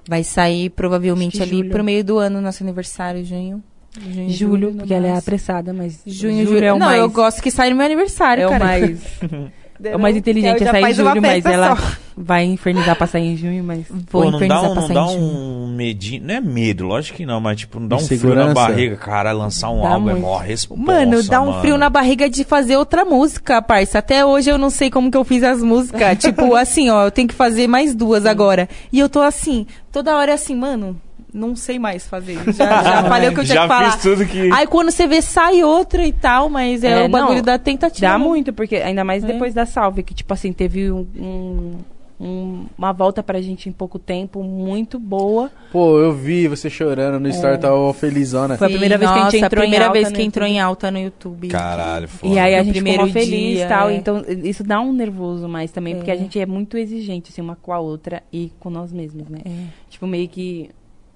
Speaker 4: Vai sair provavelmente
Speaker 3: Acho que
Speaker 4: ali
Speaker 3: julho.
Speaker 4: pro meio do ano, nosso aniversário, junho. Junho,
Speaker 3: Julho, porque ela é
Speaker 4: a
Speaker 3: apressada, mas.
Speaker 4: Junho, julho.
Speaker 3: é o
Speaker 4: Não,
Speaker 3: mais.
Speaker 4: eu gosto que sai no meu aniversário,
Speaker 3: é o
Speaker 4: cara.
Speaker 3: mais.
Speaker 4: né?
Speaker 3: É o mais inteligente é sair em julho, mas ela vai infernizar pra sair em junho, mas.
Speaker 4: Vou
Speaker 1: Pô, não dá
Speaker 4: infernizar
Speaker 1: um,
Speaker 4: pra
Speaker 1: não
Speaker 4: sair
Speaker 1: dá
Speaker 4: em junho.
Speaker 1: um medinho. Não é medo, lógico que não, mas tipo, não dá um frio na
Speaker 2: Insegurança.
Speaker 1: barriga. Cara, lançar um
Speaker 3: Dá
Speaker 1: álbum é
Speaker 3: muito.
Speaker 1: mó responsa,
Speaker 4: Mano, dá um frio
Speaker 1: mano.
Speaker 4: na barriga de fazer outra música, parça. Até hoje eu não sei como que eu fiz as músicas. tipo, assim, ó, eu tenho que fazer mais duas agora. E eu tô assim, toda hora é assim, mano, não sei mais fazer. Já, já falei o que eu tinha
Speaker 1: Já
Speaker 4: que falar.
Speaker 1: fiz tudo que.
Speaker 4: Aí quando você vê, sai outra e tal, mas é,
Speaker 3: É,
Speaker 4: o bagulho
Speaker 3: não,
Speaker 4: da tentativa.
Speaker 3: Dá muito, porque ainda mais
Speaker 4: É.
Speaker 3: depois da salve, que tipo assim, teve um, um, um- uma volta pra gente em pouco tempo, muito boa.
Speaker 2: Pô, eu vi você chorando
Speaker 3: É.
Speaker 2: no Story, tava felizona.
Speaker 4: Foi a primeira vez que a gente entrou
Speaker 3: em
Speaker 4: primeira
Speaker 3: alta
Speaker 4: vez
Speaker 3: no
Speaker 4: que entrou
Speaker 3: YouTube.
Speaker 4: em alta no YouTube.
Speaker 1: Caralho, foda.
Speaker 3: E aí a
Speaker 4: No
Speaker 3: gente
Speaker 4: primeiro
Speaker 3: ficou mó feliz
Speaker 4: dia,
Speaker 3: e tal.
Speaker 4: é.
Speaker 3: Então, isso dá um nervoso mais também, porque
Speaker 4: É.
Speaker 3: a gente é muito exigente, assim, uma com a outra e com nós mesmos, né?
Speaker 4: É.
Speaker 3: Tipo, meio que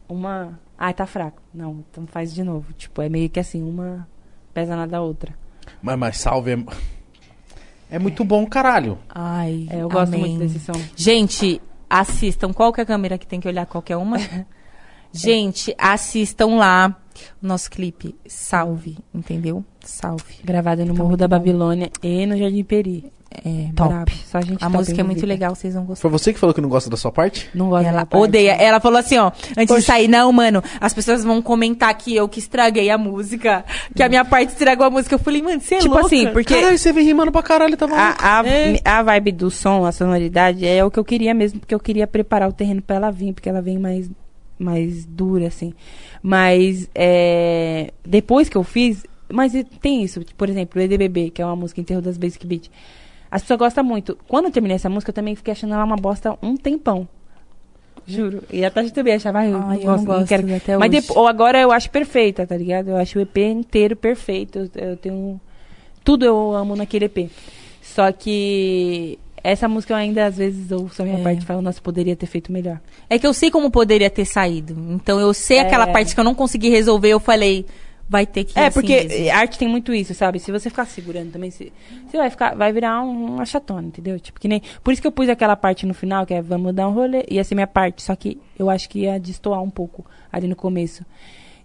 Speaker 3: uma. Ai, tá fraco. Não, então faz de novo. Tipo, é meio que assim, uma pesa na da outra.
Speaker 2: Mas, mas salve é... é muito bom, caralho.
Speaker 4: Ai,
Speaker 3: É, eu gosto
Speaker 4: amém.
Speaker 3: muito desse som.
Speaker 4: Gente, assistam. Qual que é a câmera que tem que olhar? Qualquer uma? Gente, assistam lá o nosso clipe. Salve, entendeu? Salve.
Speaker 3: Gravado no
Speaker 4: Tá
Speaker 3: Morro
Speaker 4: muito
Speaker 3: da
Speaker 4: bom.
Speaker 3: Babilônia e no Jardim Peri.
Speaker 4: É,
Speaker 3: Top. tá
Speaker 4: brabo.
Speaker 3: Só gente
Speaker 4: A
Speaker 3: top
Speaker 4: música é muito
Speaker 3: envolvida.
Speaker 4: legal, vocês vão gostar.
Speaker 2: Foi você que falou que não gosta da sua parte?
Speaker 3: Não gosto
Speaker 4: Ela
Speaker 3: da parte.
Speaker 4: odeia. Ela falou assim, ó, antes de
Speaker 2: Oxe.
Speaker 4: sair, não, mano, as pessoas vão comentar que eu que estraguei a música, que a minha parte estragou a música. Eu falei, mano, você é
Speaker 3: Hum. Tipo
Speaker 4: louca.
Speaker 3: assim, porque
Speaker 2: Caralho, você vem rimando pra caralho, tá maluco?
Speaker 3: A, a, a vibe do som, a sonoridade, é o que eu queria mesmo, porque eu queria preparar o terreno pra ela vir, porque ela vem mais, mais dura, assim. Mas é, depois que eu fiz. Mas e- tem isso, tipo, por exemplo, o EDBB, que é uma música enterro das Basic Beat. As pessoas gostam muito. Quando eu terminei essa música, eu também fiquei achando ela uma bosta um tempão. Juro. E a Tati também achava, ai, eu, não,
Speaker 4: Ai,
Speaker 3: gosto, não quero
Speaker 4: até
Speaker 3: mas
Speaker 4: hoje.
Speaker 3: depois, ou agora eu acho perfeita, tá ligado? Eu acho o EP inteiro perfeito. Eu, eu tenho. Tudo eu amo naquele EP. Só que. Essa música eu ainda às vezes ouço a minha
Speaker 4: É.
Speaker 3: parte e falo, nossa, poderia ter feito melhor.
Speaker 4: É que eu sei como poderia ter saído. Então eu sei aquela
Speaker 3: É.
Speaker 4: parte que eu não consegui resolver, eu falei, vai ter que ir
Speaker 3: é,
Speaker 4: assim
Speaker 3: porque
Speaker 4: mesmo.
Speaker 3: eh, arte tem muito isso, sabe? Se você ficar segurando também, você, você vai ficar, vai virar um, uma chatona, entendeu? Tipo, que nem. Por isso que eu pus aquela parte no final, que é vamos dar um rolê, ia ser minha parte. Só que eu acho que ia destoar um pouco ali no começo.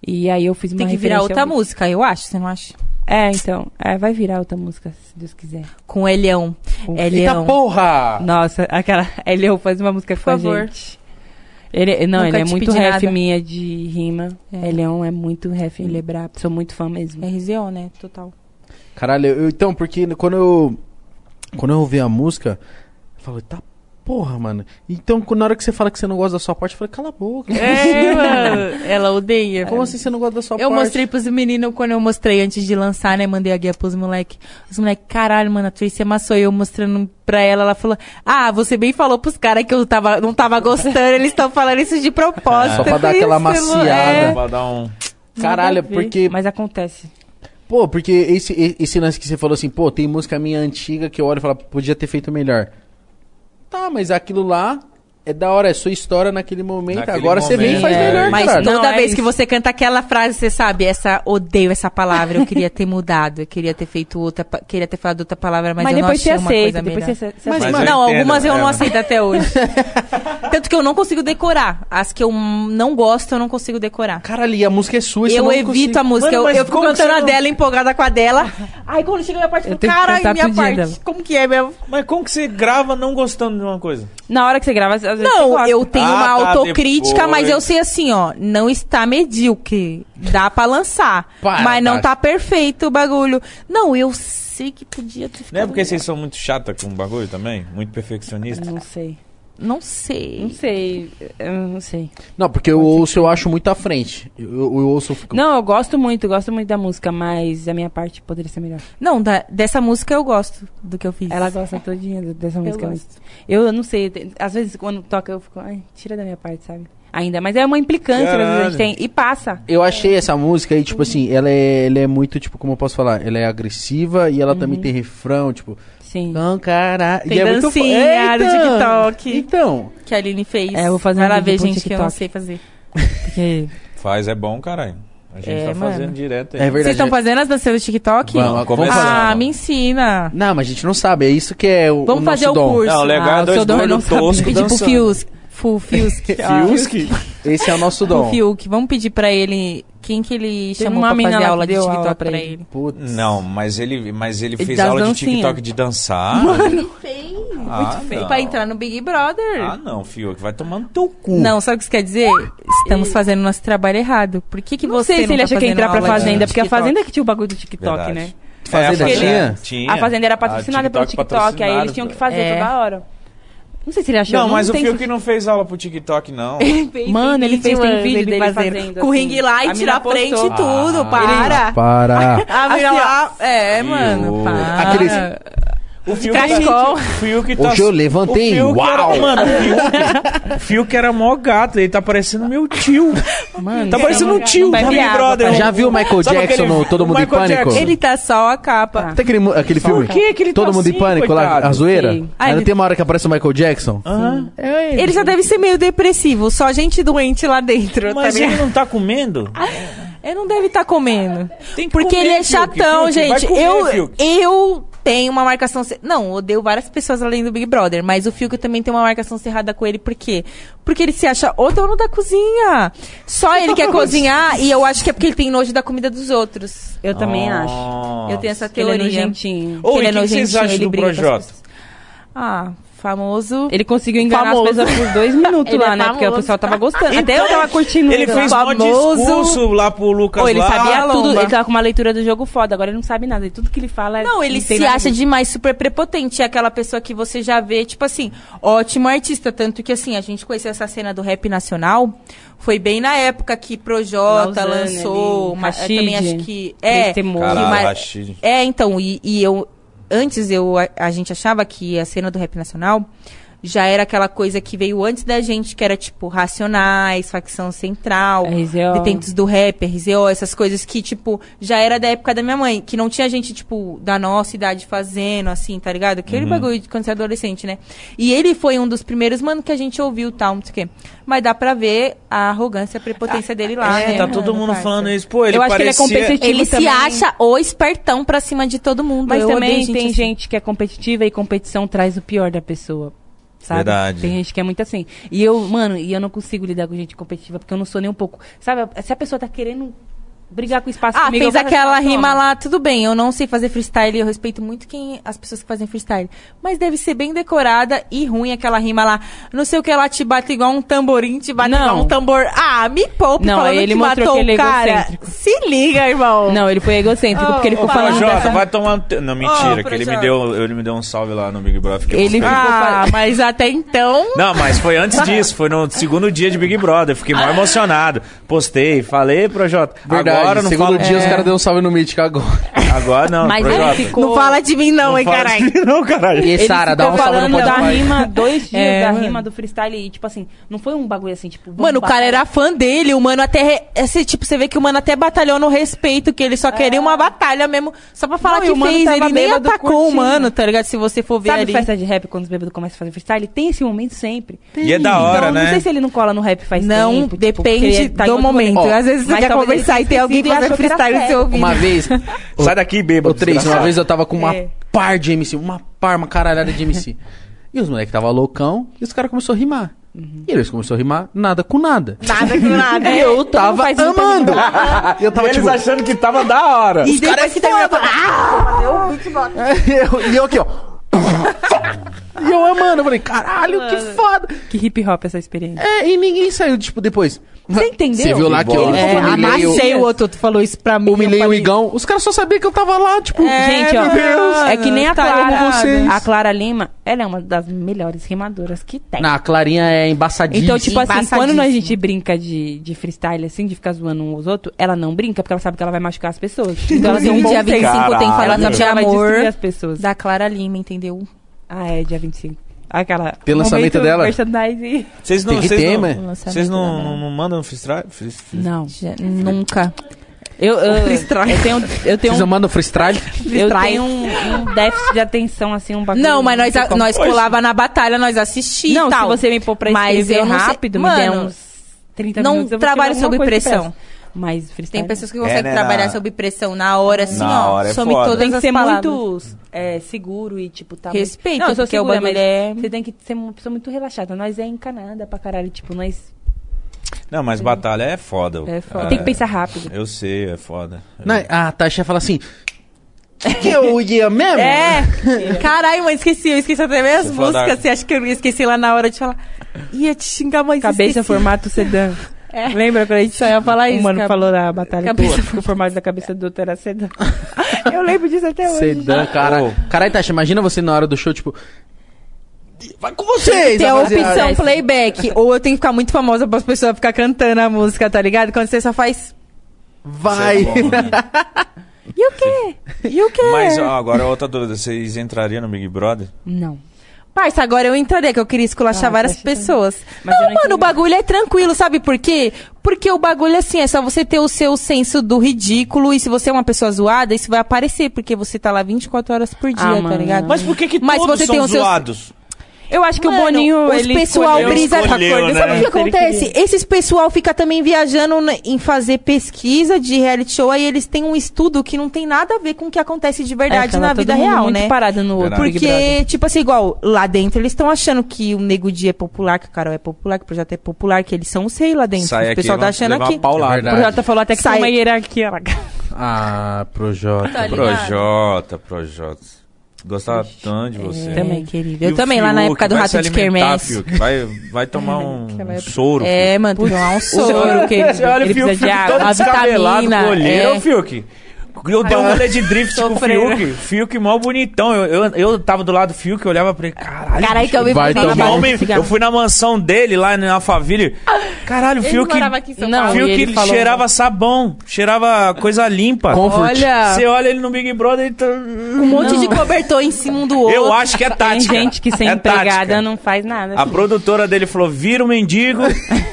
Speaker 3: E aí eu fiz uma
Speaker 4: Tem que virar
Speaker 3: referência
Speaker 4: outra
Speaker 3: ao-
Speaker 4: música, eu acho, você não acha?
Speaker 3: É, então. É, vai virar outra música, se Deus quiser.
Speaker 4: Com Um. o Elião.
Speaker 2: Eita
Speaker 3: é
Speaker 4: Elião.
Speaker 2: porra!
Speaker 3: Nossa, aquela. Elião faz uma música
Speaker 4: Por
Speaker 3: com a
Speaker 4: favor.
Speaker 3: gente. Ele, não,
Speaker 4: Nunca
Speaker 3: ele é
Speaker 4: te
Speaker 3: muito
Speaker 4: pedi
Speaker 3: ref
Speaker 4: nada.
Speaker 3: minha de rima.
Speaker 4: É.
Speaker 3: Elião é muito ref, ele é brabo. Sou muito fã mesmo.
Speaker 4: RZO, né? Total.
Speaker 2: Caralho, eu- então, porque quando eu. Quando eu ouvi a música, eu falo, tá porra, mano. Então, quando- na hora que você fala que você não gosta da sua parte, eu falei, cala a boca.
Speaker 4: É, mano. Ela odeia.
Speaker 2: Como assim você não gosta da sua
Speaker 4: Eu
Speaker 2: parte?
Speaker 4: mostrei pros meninos quando eu mostrei antes de lançar, né? Mandei a guia pros moleque. Os moleque, caralho, mano, a Tracy amassou eu mostrando pra ela. Ela falou: Ah, você bem falou pros caras que eu tava, não tava gostando, eles estão falando isso de propósito.
Speaker 2: Só pra dar aquela
Speaker 4: Isso, mano,
Speaker 2: maciada.
Speaker 4: é.
Speaker 1: Pra dar um...
Speaker 2: Caralho,
Speaker 3: Nada a ver,
Speaker 2: porque.
Speaker 3: Mas acontece.
Speaker 2: Pô, porque esse, e- esse lance que você falou assim, pô, tem música minha antiga que eu olho e falo, podia ter feito melhor. Tá, mas aquilo lá é da hora, é sua história naquele momento.
Speaker 1: Naquele
Speaker 2: agora você vem e
Speaker 1: momento,
Speaker 2: faz
Speaker 1: é.
Speaker 2: melhor,
Speaker 4: Mas
Speaker 2: cara.
Speaker 3: não-
Speaker 4: toda
Speaker 3: é
Speaker 4: vez
Speaker 3: isso.
Speaker 4: que você canta aquela frase, você sabe, essa odeio essa palavra, eu queria ter mudado, eu queria ter feito outra, pa- queria ter falado outra palavra, mas,
Speaker 3: Mas,
Speaker 4: eu não
Speaker 3: depois você
Speaker 4: achei uma coisa
Speaker 3: aceita, depois
Speaker 4: melhor.
Speaker 3: você ace- você
Speaker 1: Mas
Speaker 3: aceita.
Speaker 1: eu
Speaker 4: não,
Speaker 1: entendo,
Speaker 4: algumas eu não
Speaker 1: é.
Speaker 4: aceito até hoje. Tanto que eu não consigo decorar. As que eu não gosto, eu não consigo decorar.
Speaker 2: Caralho, e a música é sua, e você
Speaker 4: eu
Speaker 2: não
Speaker 4: evito
Speaker 2: consegue-
Speaker 4: a música.
Speaker 1: Mano,
Speaker 4: eu-
Speaker 1: mas
Speaker 4: eu, fico
Speaker 1: como que
Speaker 4: cantando
Speaker 1: você
Speaker 4: a
Speaker 1: não-
Speaker 4: dela, empolgada com a dela. Aí quando chega a minha parte, eu falo,
Speaker 3: Eu tenho que
Speaker 4: cara,
Speaker 3: cantar
Speaker 4: minha
Speaker 3: pro dia
Speaker 4: parte.
Speaker 3: dela."
Speaker 4: Como que é mesmo?
Speaker 1: Mas como que você grava não gostando de uma coisa?
Speaker 3: Na hora que você grava, às vezes você
Speaker 4: Não,
Speaker 3: gosta.
Speaker 4: eu tenho
Speaker 1: Ah,
Speaker 4: uma
Speaker 1: tá,
Speaker 4: autocrítica, mas eu
Speaker 1: depois.
Speaker 4: sei assim, ó, não está medíocre. Dá pra lançar.
Speaker 2: Para,
Speaker 4: mas não
Speaker 2: Tati.
Speaker 4: tá perfeito o bagulho. Não, eu sei que podia ter ficado.
Speaker 1: Não é porque
Speaker 4: melhor.
Speaker 1: vocês são muito chata com o bagulho também? Muito perfeccionista?
Speaker 3: Não sei.
Speaker 4: Não
Speaker 3: Não
Speaker 4: sei.
Speaker 3: sei. Eu não sei.
Speaker 2: Não, porque eu ouço, eu acho muito à frente. Eu, eu, eu ouço, eu fico...
Speaker 3: Não, eu gosto muito, gosto muito da música, mas a minha parte poderia ser melhor.
Speaker 4: Não, da- dessa música eu gosto do que eu fiz.
Speaker 3: Ela gosta todinha do- dessa música.
Speaker 4: gosto.
Speaker 3: mas Eu, não sei, tem- às vezes quando toca eu fico, ai, tira da minha parte, sabe? Ainda, mas é uma implicância que às vezes a gente
Speaker 1: Caralho.
Speaker 3: tem e passa.
Speaker 2: Eu achei essa música aí, tipo assim, ela é, ela é muito, tipo, como eu posso falar? Ela é agressiva e ela também tem refrão, tipo...
Speaker 3: Sim.
Speaker 2: Não, cara...
Speaker 4: Tem
Speaker 2: e é
Speaker 4: dancinha
Speaker 2: muito...
Speaker 4: do
Speaker 2: fo- Eita!
Speaker 4: TikTok.
Speaker 2: Então...
Speaker 4: que a Aline fez.
Speaker 3: É, eu vou fazer
Speaker 4: Vai
Speaker 3: um
Speaker 4: lá
Speaker 3: vídeo
Speaker 4: ver,
Speaker 3: pro
Speaker 4: gente, que eu não
Speaker 3: TikTok.
Speaker 4: sei fazer.
Speaker 3: Porque
Speaker 1: Faz, é bom, caralho. A gente
Speaker 4: É,
Speaker 1: tá
Speaker 4: mano.
Speaker 1: fazendo direto aí.
Speaker 2: É verdade.
Speaker 4: Vocês estão fazendo as danças do TikTok?
Speaker 2: Vamos, vamos fazer.
Speaker 4: ah,
Speaker 1: fazer.
Speaker 4: me ensina.
Speaker 2: Não, mas a gente não sabe, é isso que é o
Speaker 4: Vamos
Speaker 2: o
Speaker 4: fazer o
Speaker 2: nosso dom.
Speaker 4: curso.
Speaker 1: Não, o legal é
Speaker 4: o
Speaker 1: dois
Speaker 4: seu dom eu
Speaker 1: doidos
Speaker 4: não sabia.
Speaker 1: toscos
Speaker 4: Pedir pro
Speaker 1: dançando.
Speaker 4: Fiusk. Fu, Fiusk. Ah, Um
Speaker 2: Fiusk? Esse é o nosso
Speaker 4: Pro
Speaker 2: dom.
Speaker 4: Fiuk. Vamos pedir pra ele quem que ele chamou
Speaker 3: uma
Speaker 4: pra
Speaker 3: mina
Speaker 4: fazer
Speaker 3: lá
Speaker 4: aula de
Speaker 3: que deu
Speaker 4: TikTok
Speaker 3: aula
Speaker 4: pra
Speaker 3: pra
Speaker 4: ele.
Speaker 3: ele.
Speaker 2: Putz.
Speaker 1: Não, mas ele, mas ele,
Speaker 3: Ele
Speaker 1: fez
Speaker 3: das
Speaker 1: aula
Speaker 3: dancinha.
Speaker 1: de TikTok de dançar.
Speaker 4: Feio.
Speaker 1: Ah,
Speaker 4: Muito feio.
Speaker 1: não.
Speaker 4: Pra entrar no Big Brother.
Speaker 1: Ah, não, fio, que vai tomando teu cu.
Speaker 4: Não, sabe o que isso quer dizer? Estamos fazendo nosso trabalho errado. Por que que
Speaker 3: não
Speaker 4: você
Speaker 3: sei se
Speaker 4: não
Speaker 3: ele
Speaker 4: tá
Speaker 3: achou que ia
Speaker 4: fazendo
Speaker 3: entrar pra
Speaker 4: aula de
Speaker 3: Fazenda, porque a
Speaker 4: TikTok?
Speaker 3: Fazenda que tinha o bagulho do TikTok,
Speaker 1: É Verdade.
Speaker 3: né?
Speaker 2: Fazenda
Speaker 1: a
Speaker 2: tinha?
Speaker 1: tinha.
Speaker 3: A Fazenda era patrocinada
Speaker 1: Ah,
Speaker 3: pelo TikTok, aí eles tinham que fazer
Speaker 4: É.
Speaker 3: toda hora. Não sei se ele achou.
Speaker 1: Não, mas o
Speaker 3: tem-
Speaker 1: Fio que não fez aula pro TikTok, não.
Speaker 3: é Mano, ele fez, tem vídeo dele fazendo,
Speaker 4: Com
Speaker 3: assim.
Speaker 4: ring light,
Speaker 3: A
Speaker 4: tira
Speaker 3: mina
Speaker 4: a frente e
Speaker 3: postou.
Speaker 4: tudo,
Speaker 1: Ah.
Speaker 4: para.
Speaker 2: Para.
Speaker 4: A mina
Speaker 3: Assim, ó.
Speaker 4: lá- É,
Speaker 1: Ih,
Speaker 4: mano,
Speaker 1: ô.
Speaker 4: para.
Speaker 2: Aqueles-
Speaker 1: O Fiuk,
Speaker 3: cachecol.
Speaker 1: o Fiuk tá...
Speaker 2: Hoje eu levantei,
Speaker 1: O Fiuk
Speaker 2: uau!
Speaker 1: Era, mano, o Fiuk, o Fiuk era mó gato, ele tá parecendo meu tio.
Speaker 2: Mano,
Speaker 1: Tá parecendo um tio do
Speaker 3: Bebe
Speaker 1: Big
Speaker 3: água,
Speaker 1: Brother.
Speaker 2: já viu o Michael
Speaker 1: Sabe
Speaker 2: Jackson
Speaker 1: aquele-
Speaker 2: no Todo
Speaker 1: o
Speaker 2: Mundo em
Speaker 1: Michael
Speaker 2: Pânico?
Speaker 1: Jackson.
Speaker 4: Ele tá só a capa.
Speaker 2: Tem aquele, mu- aquele filme?
Speaker 1: Por que que ele tá
Speaker 2: Todo Mundo em
Speaker 1: assim,
Speaker 2: Pânico lá,
Speaker 1: coitado?
Speaker 2: a zoeira?
Speaker 3: Sim.
Speaker 2: Aí
Speaker 4: Ah,
Speaker 2: não
Speaker 4: ele-
Speaker 2: tem uma hora que aparece o Michael Jackson?
Speaker 1: Aham.
Speaker 2: É
Speaker 4: Ele já deve ser meio depressivo, só gente doente lá dentro.
Speaker 1: Mas
Speaker 4: tá ligado?
Speaker 1: ele não tá comendo?
Speaker 4: Ele não deve estar comendo.
Speaker 1: Tem que
Speaker 4: Porque
Speaker 1: comer,
Speaker 4: ele é
Speaker 1: Fiuk,
Speaker 4: chatão,
Speaker 1: Fiuk, vai
Speaker 4: gente.
Speaker 1: comer,
Speaker 4: eu,
Speaker 1: Fiuk.
Speaker 4: eu tenho uma marcação. ce- Não, odeio várias pessoas além do Big Brother, mas o Fiuk também tem uma marcação cerrada com ele. Por quê? Porque ele se acha o dono da cozinha. Só ele quer cozinhar e eu acho que é porque ele tem nojo da comida dos outros.
Speaker 3: Eu também acho.
Speaker 1: Nossa.
Speaker 4: Eu tenho essa
Speaker 3: Ele é
Speaker 4: teoria.
Speaker 3: nojentinho.
Speaker 1: Ou
Speaker 4: Ele
Speaker 1: Ah. e
Speaker 4: é
Speaker 1: o que que vocês
Speaker 4: nojentinho,
Speaker 1: acham
Speaker 4: ele
Speaker 1: do
Speaker 4: briga com as
Speaker 1: Projota?
Speaker 4: Ah, famoso.
Speaker 3: Ele conseguiu enganar
Speaker 4: Famoso.
Speaker 3: as pessoas por dois minutos
Speaker 4: Ele
Speaker 3: lá,
Speaker 4: é
Speaker 3: né? Porque o
Speaker 4: famoso.
Speaker 3: pessoal tava gostando. Até eu tava curtindo.
Speaker 1: Ele fez um
Speaker 4: famoso-
Speaker 1: discurso lá pro Lucas
Speaker 3: Pô, é ele
Speaker 1: lá.
Speaker 3: sabia
Speaker 1: Lomba.
Speaker 3: tudo, ele tava com uma leitura do jogo foda, agora ele não sabe nada. E tudo que ele fala é.
Speaker 4: Não, ele
Speaker 3: tem
Speaker 4: se
Speaker 3: nada a
Speaker 4: acha
Speaker 3: ver.
Speaker 4: demais super prepotente. É aquela pessoa que você já vê, tipo assim, ótimo artista. Tanto que, assim, a gente conheceu essa cena do rap nacional. Foi bem na época que Projota
Speaker 3: Lausanne
Speaker 4: lançou.
Speaker 3: ali,
Speaker 4: uma- eu também
Speaker 3: Rashid,
Speaker 4: acho que. É,
Speaker 3: Destemor.
Speaker 4: que
Speaker 1: Caralho,
Speaker 4: uma-
Speaker 1: Rashid.
Speaker 4: é, então, e, e eu. Antes eu, a, a gente achava que a cena do rap nacional já era aquela coisa que veio antes da gente, que era tipo Racionais, Facção Central,
Speaker 3: RZO.
Speaker 4: Detentos do Rap, RZO, essas coisas que, tipo, já era da época da minha mãe, que não tinha gente, tipo, da nossa idade fazendo, assim, tá ligado?
Speaker 1: Uhum.
Speaker 4: Aquele bagulho de quando você é adolescente, né? E ele foi um dos primeiros, mano, que a gente ouviu tal, não sei o quê. Mas dá pra ver a arrogância, a prepotência dele lá,
Speaker 1: É,
Speaker 4: né?
Speaker 1: tá todo
Speaker 4: mano,
Speaker 1: mundo
Speaker 4: parça?
Speaker 1: falando isso. Pô, ele
Speaker 3: Eu acho que ele é
Speaker 1: parecia...
Speaker 3: competitivo.
Speaker 4: Ele se
Speaker 3: também.
Speaker 4: acha o espertão pra cima de todo mundo.
Speaker 3: Mas
Speaker 4: Eu
Speaker 3: também
Speaker 4: odeio
Speaker 3: tem
Speaker 4: assim.
Speaker 3: gente que é competitiva e competição traz o pior da pessoa. Sabe?
Speaker 1: Verdade.
Speaker 3: Tem gente que é muito assim. E eu, mano, e eu não consigo lidar com gente competitiva porque eu não sou nem um pouco. Sabe, se a pessoa tá querendo brigar com o espaço
Speaker 4: Ah,
Speaker 3: comigo, eu
Speaker 4: fez
Speaker 3: falo assim,
Speaker 4: aquela
Speaker 3: "Toma".
Speaker 4: rima lá, tudo bem, eu não sei fazer freestyle, eu respeito muito quem as pessoas que fazem freestyle. Mas deve ser bem decorada e ruim aquela rima lá. Não sei o que ela te bate igual um tamborim, te bate
Speaker 3: Não.
Speaker 4: igual um tambor. Ah, me poupe
Speaker 3: Não,
Speaker 4: falando
Speaker 3: aí ele
Speaker 4: que
Speaker 3: mostrou
Speaker 4: matou
Speaker 3: que ele
Speaker 4: o
Speaker 3: é
Speaker 4: cara.
Speaker 3: egocêntrico.
Speaker 4: Se liga, irmão.
Speaker 3: Não, ele foi egocêntrico
Speaker 4: Oh,
Speaker 3: porque ele ficou
Speaker 4: ô,
Speaker 3: falando.
Speaker 1: Projota,
Speaker 3: dessa-
Speaker 1: vai tomar... no teu- Não, mentira,
Speaker 4: Ô,
Speaker 1: que ele me,
Speaker 4: Projota.
Speaker 1: deu, ele me deu um salve lá no Big Brother. fiquei
Speaker 3: Ele-
Speaker 1: muito feliz.
Speaker 4: Ah, mas até então.
Speaker 1: Não, mas foi antes disso, foi no segundo dia de Big Brother. Fiquei mal emocionado. Postei, falei, Projota.
Speaker 2: Verdade,
Speaker 1: agora eu não
Speaker 2: segundo
Speaker 1: falo.
Speaker 2: dia os
Speaker 4: É.
Speaker 2: caras deu um salve no Mítico agora.
Speaker 1: Agora não,
Speaker 3: Mas
Speaker 1: Projota.
Speaker 3: ele ficou.
Speaker 4: Não fala de mim, não, hein,
Speaker 1: fala
Speaker 4: caralho.
Speaker 1: assim, Não, caralho.
Speaker 2: E
Speaker 3: Ele
Speaker 2: Sara, dá
Speaker 3: ficou
Speaker 2: um salve no
Speaker 3: falando da
Speaker 2: Spotify.
Speaker 3: rima, dois dias
Speaker 4: É,
Speaker 3: da
Speaker 4: mano.
Speaker 3: rima do freestyle e, tipo assim, não foi um bagulho assim, tipo. vamos
Speaker 4: Mano, o cara
Speaker 3: batalhar.
Speaker 4: era fã dele, o mano até. re- Esse, tipo, você vê que o mano até batalhou no respeito, que ele só queria uma batalha mesmo. Só pra falar
Speaker 3: É. Não, e
Speaker 4: que
Speaker 3: o mano
Speaker 4: fez.
Speaker 3: tava
Speaker 4: Ele nem
Speaker 3: bêbado
Speaker 4: atacou o
Speaker 3: curtindo.
Speaker 4: mano, tá ligado? Se você for ver
Speaker 3: Sabe
Speaker 4: ali.
Speaker 3: festa de rap, quando os bêbados começam a fazer freestyle? Tem esse momento sempre.
Speaker 1: E é da hora,
Speaker 3: então,
Speaker 1: né?
Speaker 3: não sei se ele não cola no rap faz
Speaker 4: Não,
Speaker 3: tempo. tipo, porque
Speaker 4: depende
Speaker 3: ele tá em
Speaker 4: do
Speaker 3: outro rolê.
Speaker 4: momento.
Speaker 2: Ó,
Speaker 4: Às vezes você
Speaker 3: mas
Speaker 4: quer
Speaker 3: talvez ele
Speaker 4: conversar e tem
Speaker 3: tenha
Speaker 4: alguém
Speaker 3: esquecido e
Speaker 4: fazendo
Speaker 3: achou que era
Speaker 4: freestyle no seu
Speaker 3: sério.
Speaker 4: ouvido.
Speaker 2: Uma vez,
Speaker 1: Sai daqui, bêbado.
Speaker 2: Ô, três, uma
Speaker 1: desgraçado.
Speaker 2: vez eu tava com uma
Speaker 4: É.
Speaker 2: par de MC, uma par, uma caralhada de MC. e os moleques tava loucão, e os caras começaram a rimar. E eles começaram a rimar nada com nada.
Speaker 4: Nada com nada.
Speaker 2: E eu tava
Speaker 3: faz muita
Speaker 2: amando. eu
Speaker 1: E
Speaker 2: tava
Speaker 1: eles
Speaker 2: tipo...
Speaker 1: achando que tava da hora.
Speaker 4: E depois
Speaker 3: é
Speaker 4: tá que terminou,
Speaker 2: E eu- e eu aqui, ó. e eu amando, eu falei, caralho, que foda.
Speaker 3: Que hip hop essa experiência.
Speaker 2: É, e ninguém saiu, tipo, depois.
Speaker 3: Você entendeu?
Speaker 2: Você viu lá que eu
Speaker 1: Ele
Speaker 2: é,
Speaker 4: é,
Speaker 2: humilhei, o-
Speaker 4: amassei o outro, tu falou isso pra mim.
Speaker 2: humilhei o
Speaker 4: eu falei,
Speaker 2: Igão. Os caras só sabiam que eu tava lá, tipo...
Speaker 3: Gente, ó,
Speaker 2: meu Deus.
Speaker 3: é que nem a
Speaker 2: tá, eu amo
Speaker 3: Clara.
Speaker 2: vocês.
Speaker 3: A Clara Lima, ela é uma das melhores rimadoras que tem.
Speaker 2: Não, a Clarinha é embaçadíssima.
Speaker 3: Então, tipo assim,
Speaker 4: Embaçadíssimo.
Speaker 3: quando a gente brinca de, de freestyle, assim, de ficar zoando um aos outros, ela não brinca, porque ela sabe que ela vai machucar as pessoas. Então, ela tem um
Speaker 4: Inclusive,
Speaker 3: bom
Speaker 4: dia
Speaker 3: senso.
Speaker 4: 25 tem
Speaker 1: Caralho.
Speaker 3: Ela
Speaker 4: falado
Speaker 3: sabe
Speaker 4: de
Speaker 3: que ela vai destruir
Speaker 4: amor
Speaker 3: as pessoas.
Speaker 4: da Clara Lima, entendeu?
Speaker 3: Ah, é, dia 25. Aquela.
Speaker 2: Tem lançamento
Speaker 3: momento
Speaker 2: dela?
Speaker 3: merchandise.
Speaker 1: Vocês não,
Speaker 2: Tem que
Speaker 1: vocês
Speaker 2: ter,
Speaker 1: não,
Speaker 2: mano.
Speaker 1: Vocês não, não, não mandam freestyle?
Speaker 3: Não.
Speaker 4: Já- Nunca.
Speaker 3: Eu, eu,
Speaker 4: Freestyle.
Speaker 3: eu tenho, eu tenho,
Speaker 2: Vocês
Speaker 3: um,
Speaker 2: amando freestyle?
Speaker 3: eu
Speaker 4: freestyle.
Speaker 3: tenho um, um déficit de atenção, assim, um bagulho.
Speaker 4: Não, mas nós,
Speaker 3: sei como-
Speaker 4: nós colava na batalha, nós assistíamos.
Speaker 3: Não,
Speaker 4: tal.
Speaker 3: se você me pôr pra
Speaker 4: Mas
Speaker 3: escrever
Speaker 4: eu não sei-
Speaker 3: rápido, me
Speaker 4: Mano,
Speaker 3: der uns 30
Speaker 4: não
Speaker 3: minutos, eu vou
Speaker 4: trabalho
Speaker 3: escrever alguma
Speaker 4: sob
Speaker 3: coisa que
Speaker 4: pressão.
Speaker 3: peça. Mas freestyle...
Speaker 4: Tem pessoas que
Speaker 1: É,
Speaker 4: conseguem
Speaker 1: né,
Speaker 4: trabalhar
Speaker 1: na-
Speaker 4: sob pressão na hora, assim,
Speaker 1: Na
Speaker 4: ó.
Speaker 1: hora é
Speaker 4: some
Speaker 1: foda.
Speaker 4: todas
Speaker 3: tem que
Speaker 4: as
Speaker 3: ser
Speaker 4: palavras.
Speaker 3: muito é, seguro e, tipo, tá...
Speaker 4: Respeito,
Speaker 3: não, eu sou
Speaker 4: porque o
Speaker 3: segura,
Speaker 4: bagulho
Speaker 3: mas
Speaker 4: é-
Speaker 3: Você tem que ser uma pessoa muito relaxada. Nós é encanada pra caralho, tipo, nós...
Speaker 1: Não, mas batalha é foda.
Speaker 4: É foda.
Speaker 1: Ah,
Speaker 3: Tem que pensar rápido.
Speaker 1: Eu sei, é foda.
Speaker 2: Não, a Tasha fala assim. Que eu ia mesmo?
Speaker 4: É! Caralho, mãe, esqueci. Eu esqueci até minhas
Speaker 1: Você falou
Speaker 4: músicas.
Speaker 1: da-
Speaker 4: Você acha que eu ia esquecer lá na hora de falar? Ia te xingar, mãe.
Speaker 3: Cabeça,
Speaker 4: esqueci. É.
Speaker 3: formato, sedã. Lembra quando a gente
Speaker 4: Só ia falar
Speaker 3: O
Speaker 4: isso.
Speaker 3: mano
Speaker 4: cara.
Speaker 3: falou na batalha
Speaker 4: Cabeça
Speaker 3: do outro, que o formato da cabeça do outro era sedã. Eu lembro disso até hoje.
Speaker 2: Sedã, cara.
Speaker 1: Ô.
Speaker 2: Caralho, Tasha, imagina você na hora do show, tipo. Vai com vocês!
Speaker 4: Tem a
Speaker 2: rapaziada."
Speaker 4: opção playback. ou eu tenho que ficar muito famosa para as pessoas ficar cantando a música, tá ligado? Quando você só faz.
Speaker 2: Vai!
Speaker 1: Isso é bom, né?
Speaker 4: E o quê? E o quê?
Speaker 1: Mas ó, agora outra dúvida, vocês entrariam no Big Brother?
Speaker 3: Não.
Speaker 4: Parça, agora eu entraria, que eu queria esculachar
Speaker 3: Ah,
Speaker 4: várias
Speaker 3: fecha também.
Speaker 4: pessoas.
Speaker 3: Mas eu
Speaker 4: não,
Speaker 3: não
Speaker 4: mano,
Speaker 3: entendi.
Speaker 4: o bagulho é tranquilo, sabe por quê? Porque o bagulho, assim, é só você ter o seu senso do ridículo, e se você é uma pessoa zoada, isso vai aparecer, porque você tá lá 24 horas por dia,
Speaker 3: Ah,
Speaker 4: tá
Speaker 3: mano,
Speaker 4: ligado?
Speaker 3: não.
Speaker 1: Mas por que que
Speaker 4: Mas
Speaker 1: todos
Speaker 4: você
Speaker 1: são
Speaker 4: tem os seus-
Speaker 1: zoados?
Speaker 3: Eu acho que
Speaker 4: Mano,
Speaker 3: o Boninho.
Speaker 4: os
Speaker 3: ele
Speaker 4: pessoal
Speaker 3: escolheu-
Speaker 4: brisa
Speaker 1: Escolheu,
Speaker 4: essa coisa. Sabe o
Speaker 1: né?
Speaker 4: que acontece? Esses pessoal fica também viajando na- em fazer pesquisa de reality show, aí eles têm um estudo que não tem nada a ver com o que acontece de
Speaker 3: É,
Speaker 4: verdade
Speaker 3: tava
Speaker 4: na
Speaker 3: todo
Speaker 4: vida
Speaker 3: mundo
Speaker 4: real,
Speaker 3: muito
Speaker 4: né?
Speaker 3: parado no outro.
Speaker 1: Verdade.
Speaker 3: Big Brother.
Speaker 4: Porque, tipo assim, igual, lá dentro eles estão achando que o Nego Dia é popular, que o Carol é popular, que o projeto é popular, que eles são os reis lá dentro.
Speaker 1: Sai
Speaker 4: o
Speaker 1: aqui,
Speaker 4: pessoal tá
Speaker 1: vamos
Speaker 4: achando
Speaker 1: levar
Speaker 4: aqui.
Speaker 1: uma paulada.
Speaker 2: É
Speaker 3: O
Speaker 2: verdade.
Speaker 3: Projota falou até que
Speaker 4: Sai.
Speaker 3: tem uma hierarquia.
Speaker 2: Ah, Projota.
Speaker 4: Tá ligado?
Speaker 1: Projota, Projota. Gostava tanto de você.
Speaker 4: Também, querido.
Speaker 1: É. E
Speaker 4: é, Eu
Speaker 1: o
Speaker 4: também, lá na
Speaker 1: Fiuk,
Speaker 4: época do
Speaker 1: vai
Speaker 4: Rato
Speaker 1: se
Speaker 4: de
Speaker 1: alimentar,
Speaker 4: Quermesse.
Speaker 1: Fiuk, Vai, vai tomar um,
Speaker 3: Naquela
Speaker 1: um
Speaker 3: época.
Speaker 1: soro.
Speaker 4: É, mano, tem que tomar um soro, querido.
Speaker 1: Você olha
Speaker 4: Ele
Speaker 1: o Fiuk,
Speaker 4: precisa de
Speaker 1: Fiuk
Speaker 4: água,
Speaker 1: todo
Speaker 4: uma
Speaker 1: descabelado,
Speaker 4: vitamina.
Speaker 1: com olheira.
Speaker 4: é.
Speaker 1: Ô, Fiuk. Eu dei um rolê de drift com o
Speaker 4: Sofreram.
Speaker 1: Fiuk. Fiuk mó bonitão. Eu, eu, eu tava do lado do Fiuk, eu olhava pra ele, caralho.
Speaker 4: Caralho, que eu vi
Speaker 2: Vai
Speaker 1: que
Speaker 4: na
Speaker 2: tomar
Speaker 4: barra de
Speaker 1: Então, um homem.
Speaker 4: cigarro.
Speaker 1: Eu fui na mansão dele, lá na Alphaville. Caralho, o
Speaker 3: Ele
Speaker 1: Fiuk...
Speaker 3: morava aqui em São
Speaker 4: Não,
Speaker 3: Paulo.
Speaker 1: Fiuk
Speaker 4: e ele falou- né?
Speaker 1: cheirava sabão, cheirava coisa limpa.
Speaker 2: Comfort.
Speaker 4: Olha,
Speaker 1: Você olha ele no Big Brother, ele tá...
Speaker 4: um monte de cobertor em cima um do outro.
Speaker 1: Eu acho que é
Speaker 3: Tem
Speaker 1: tática.
Speaker 3: gente que sem
Speaker 1: é tática.
Speaker 3: empregada não faz nada.
Speaker 1: A produtora dele falou: vira o mendigo,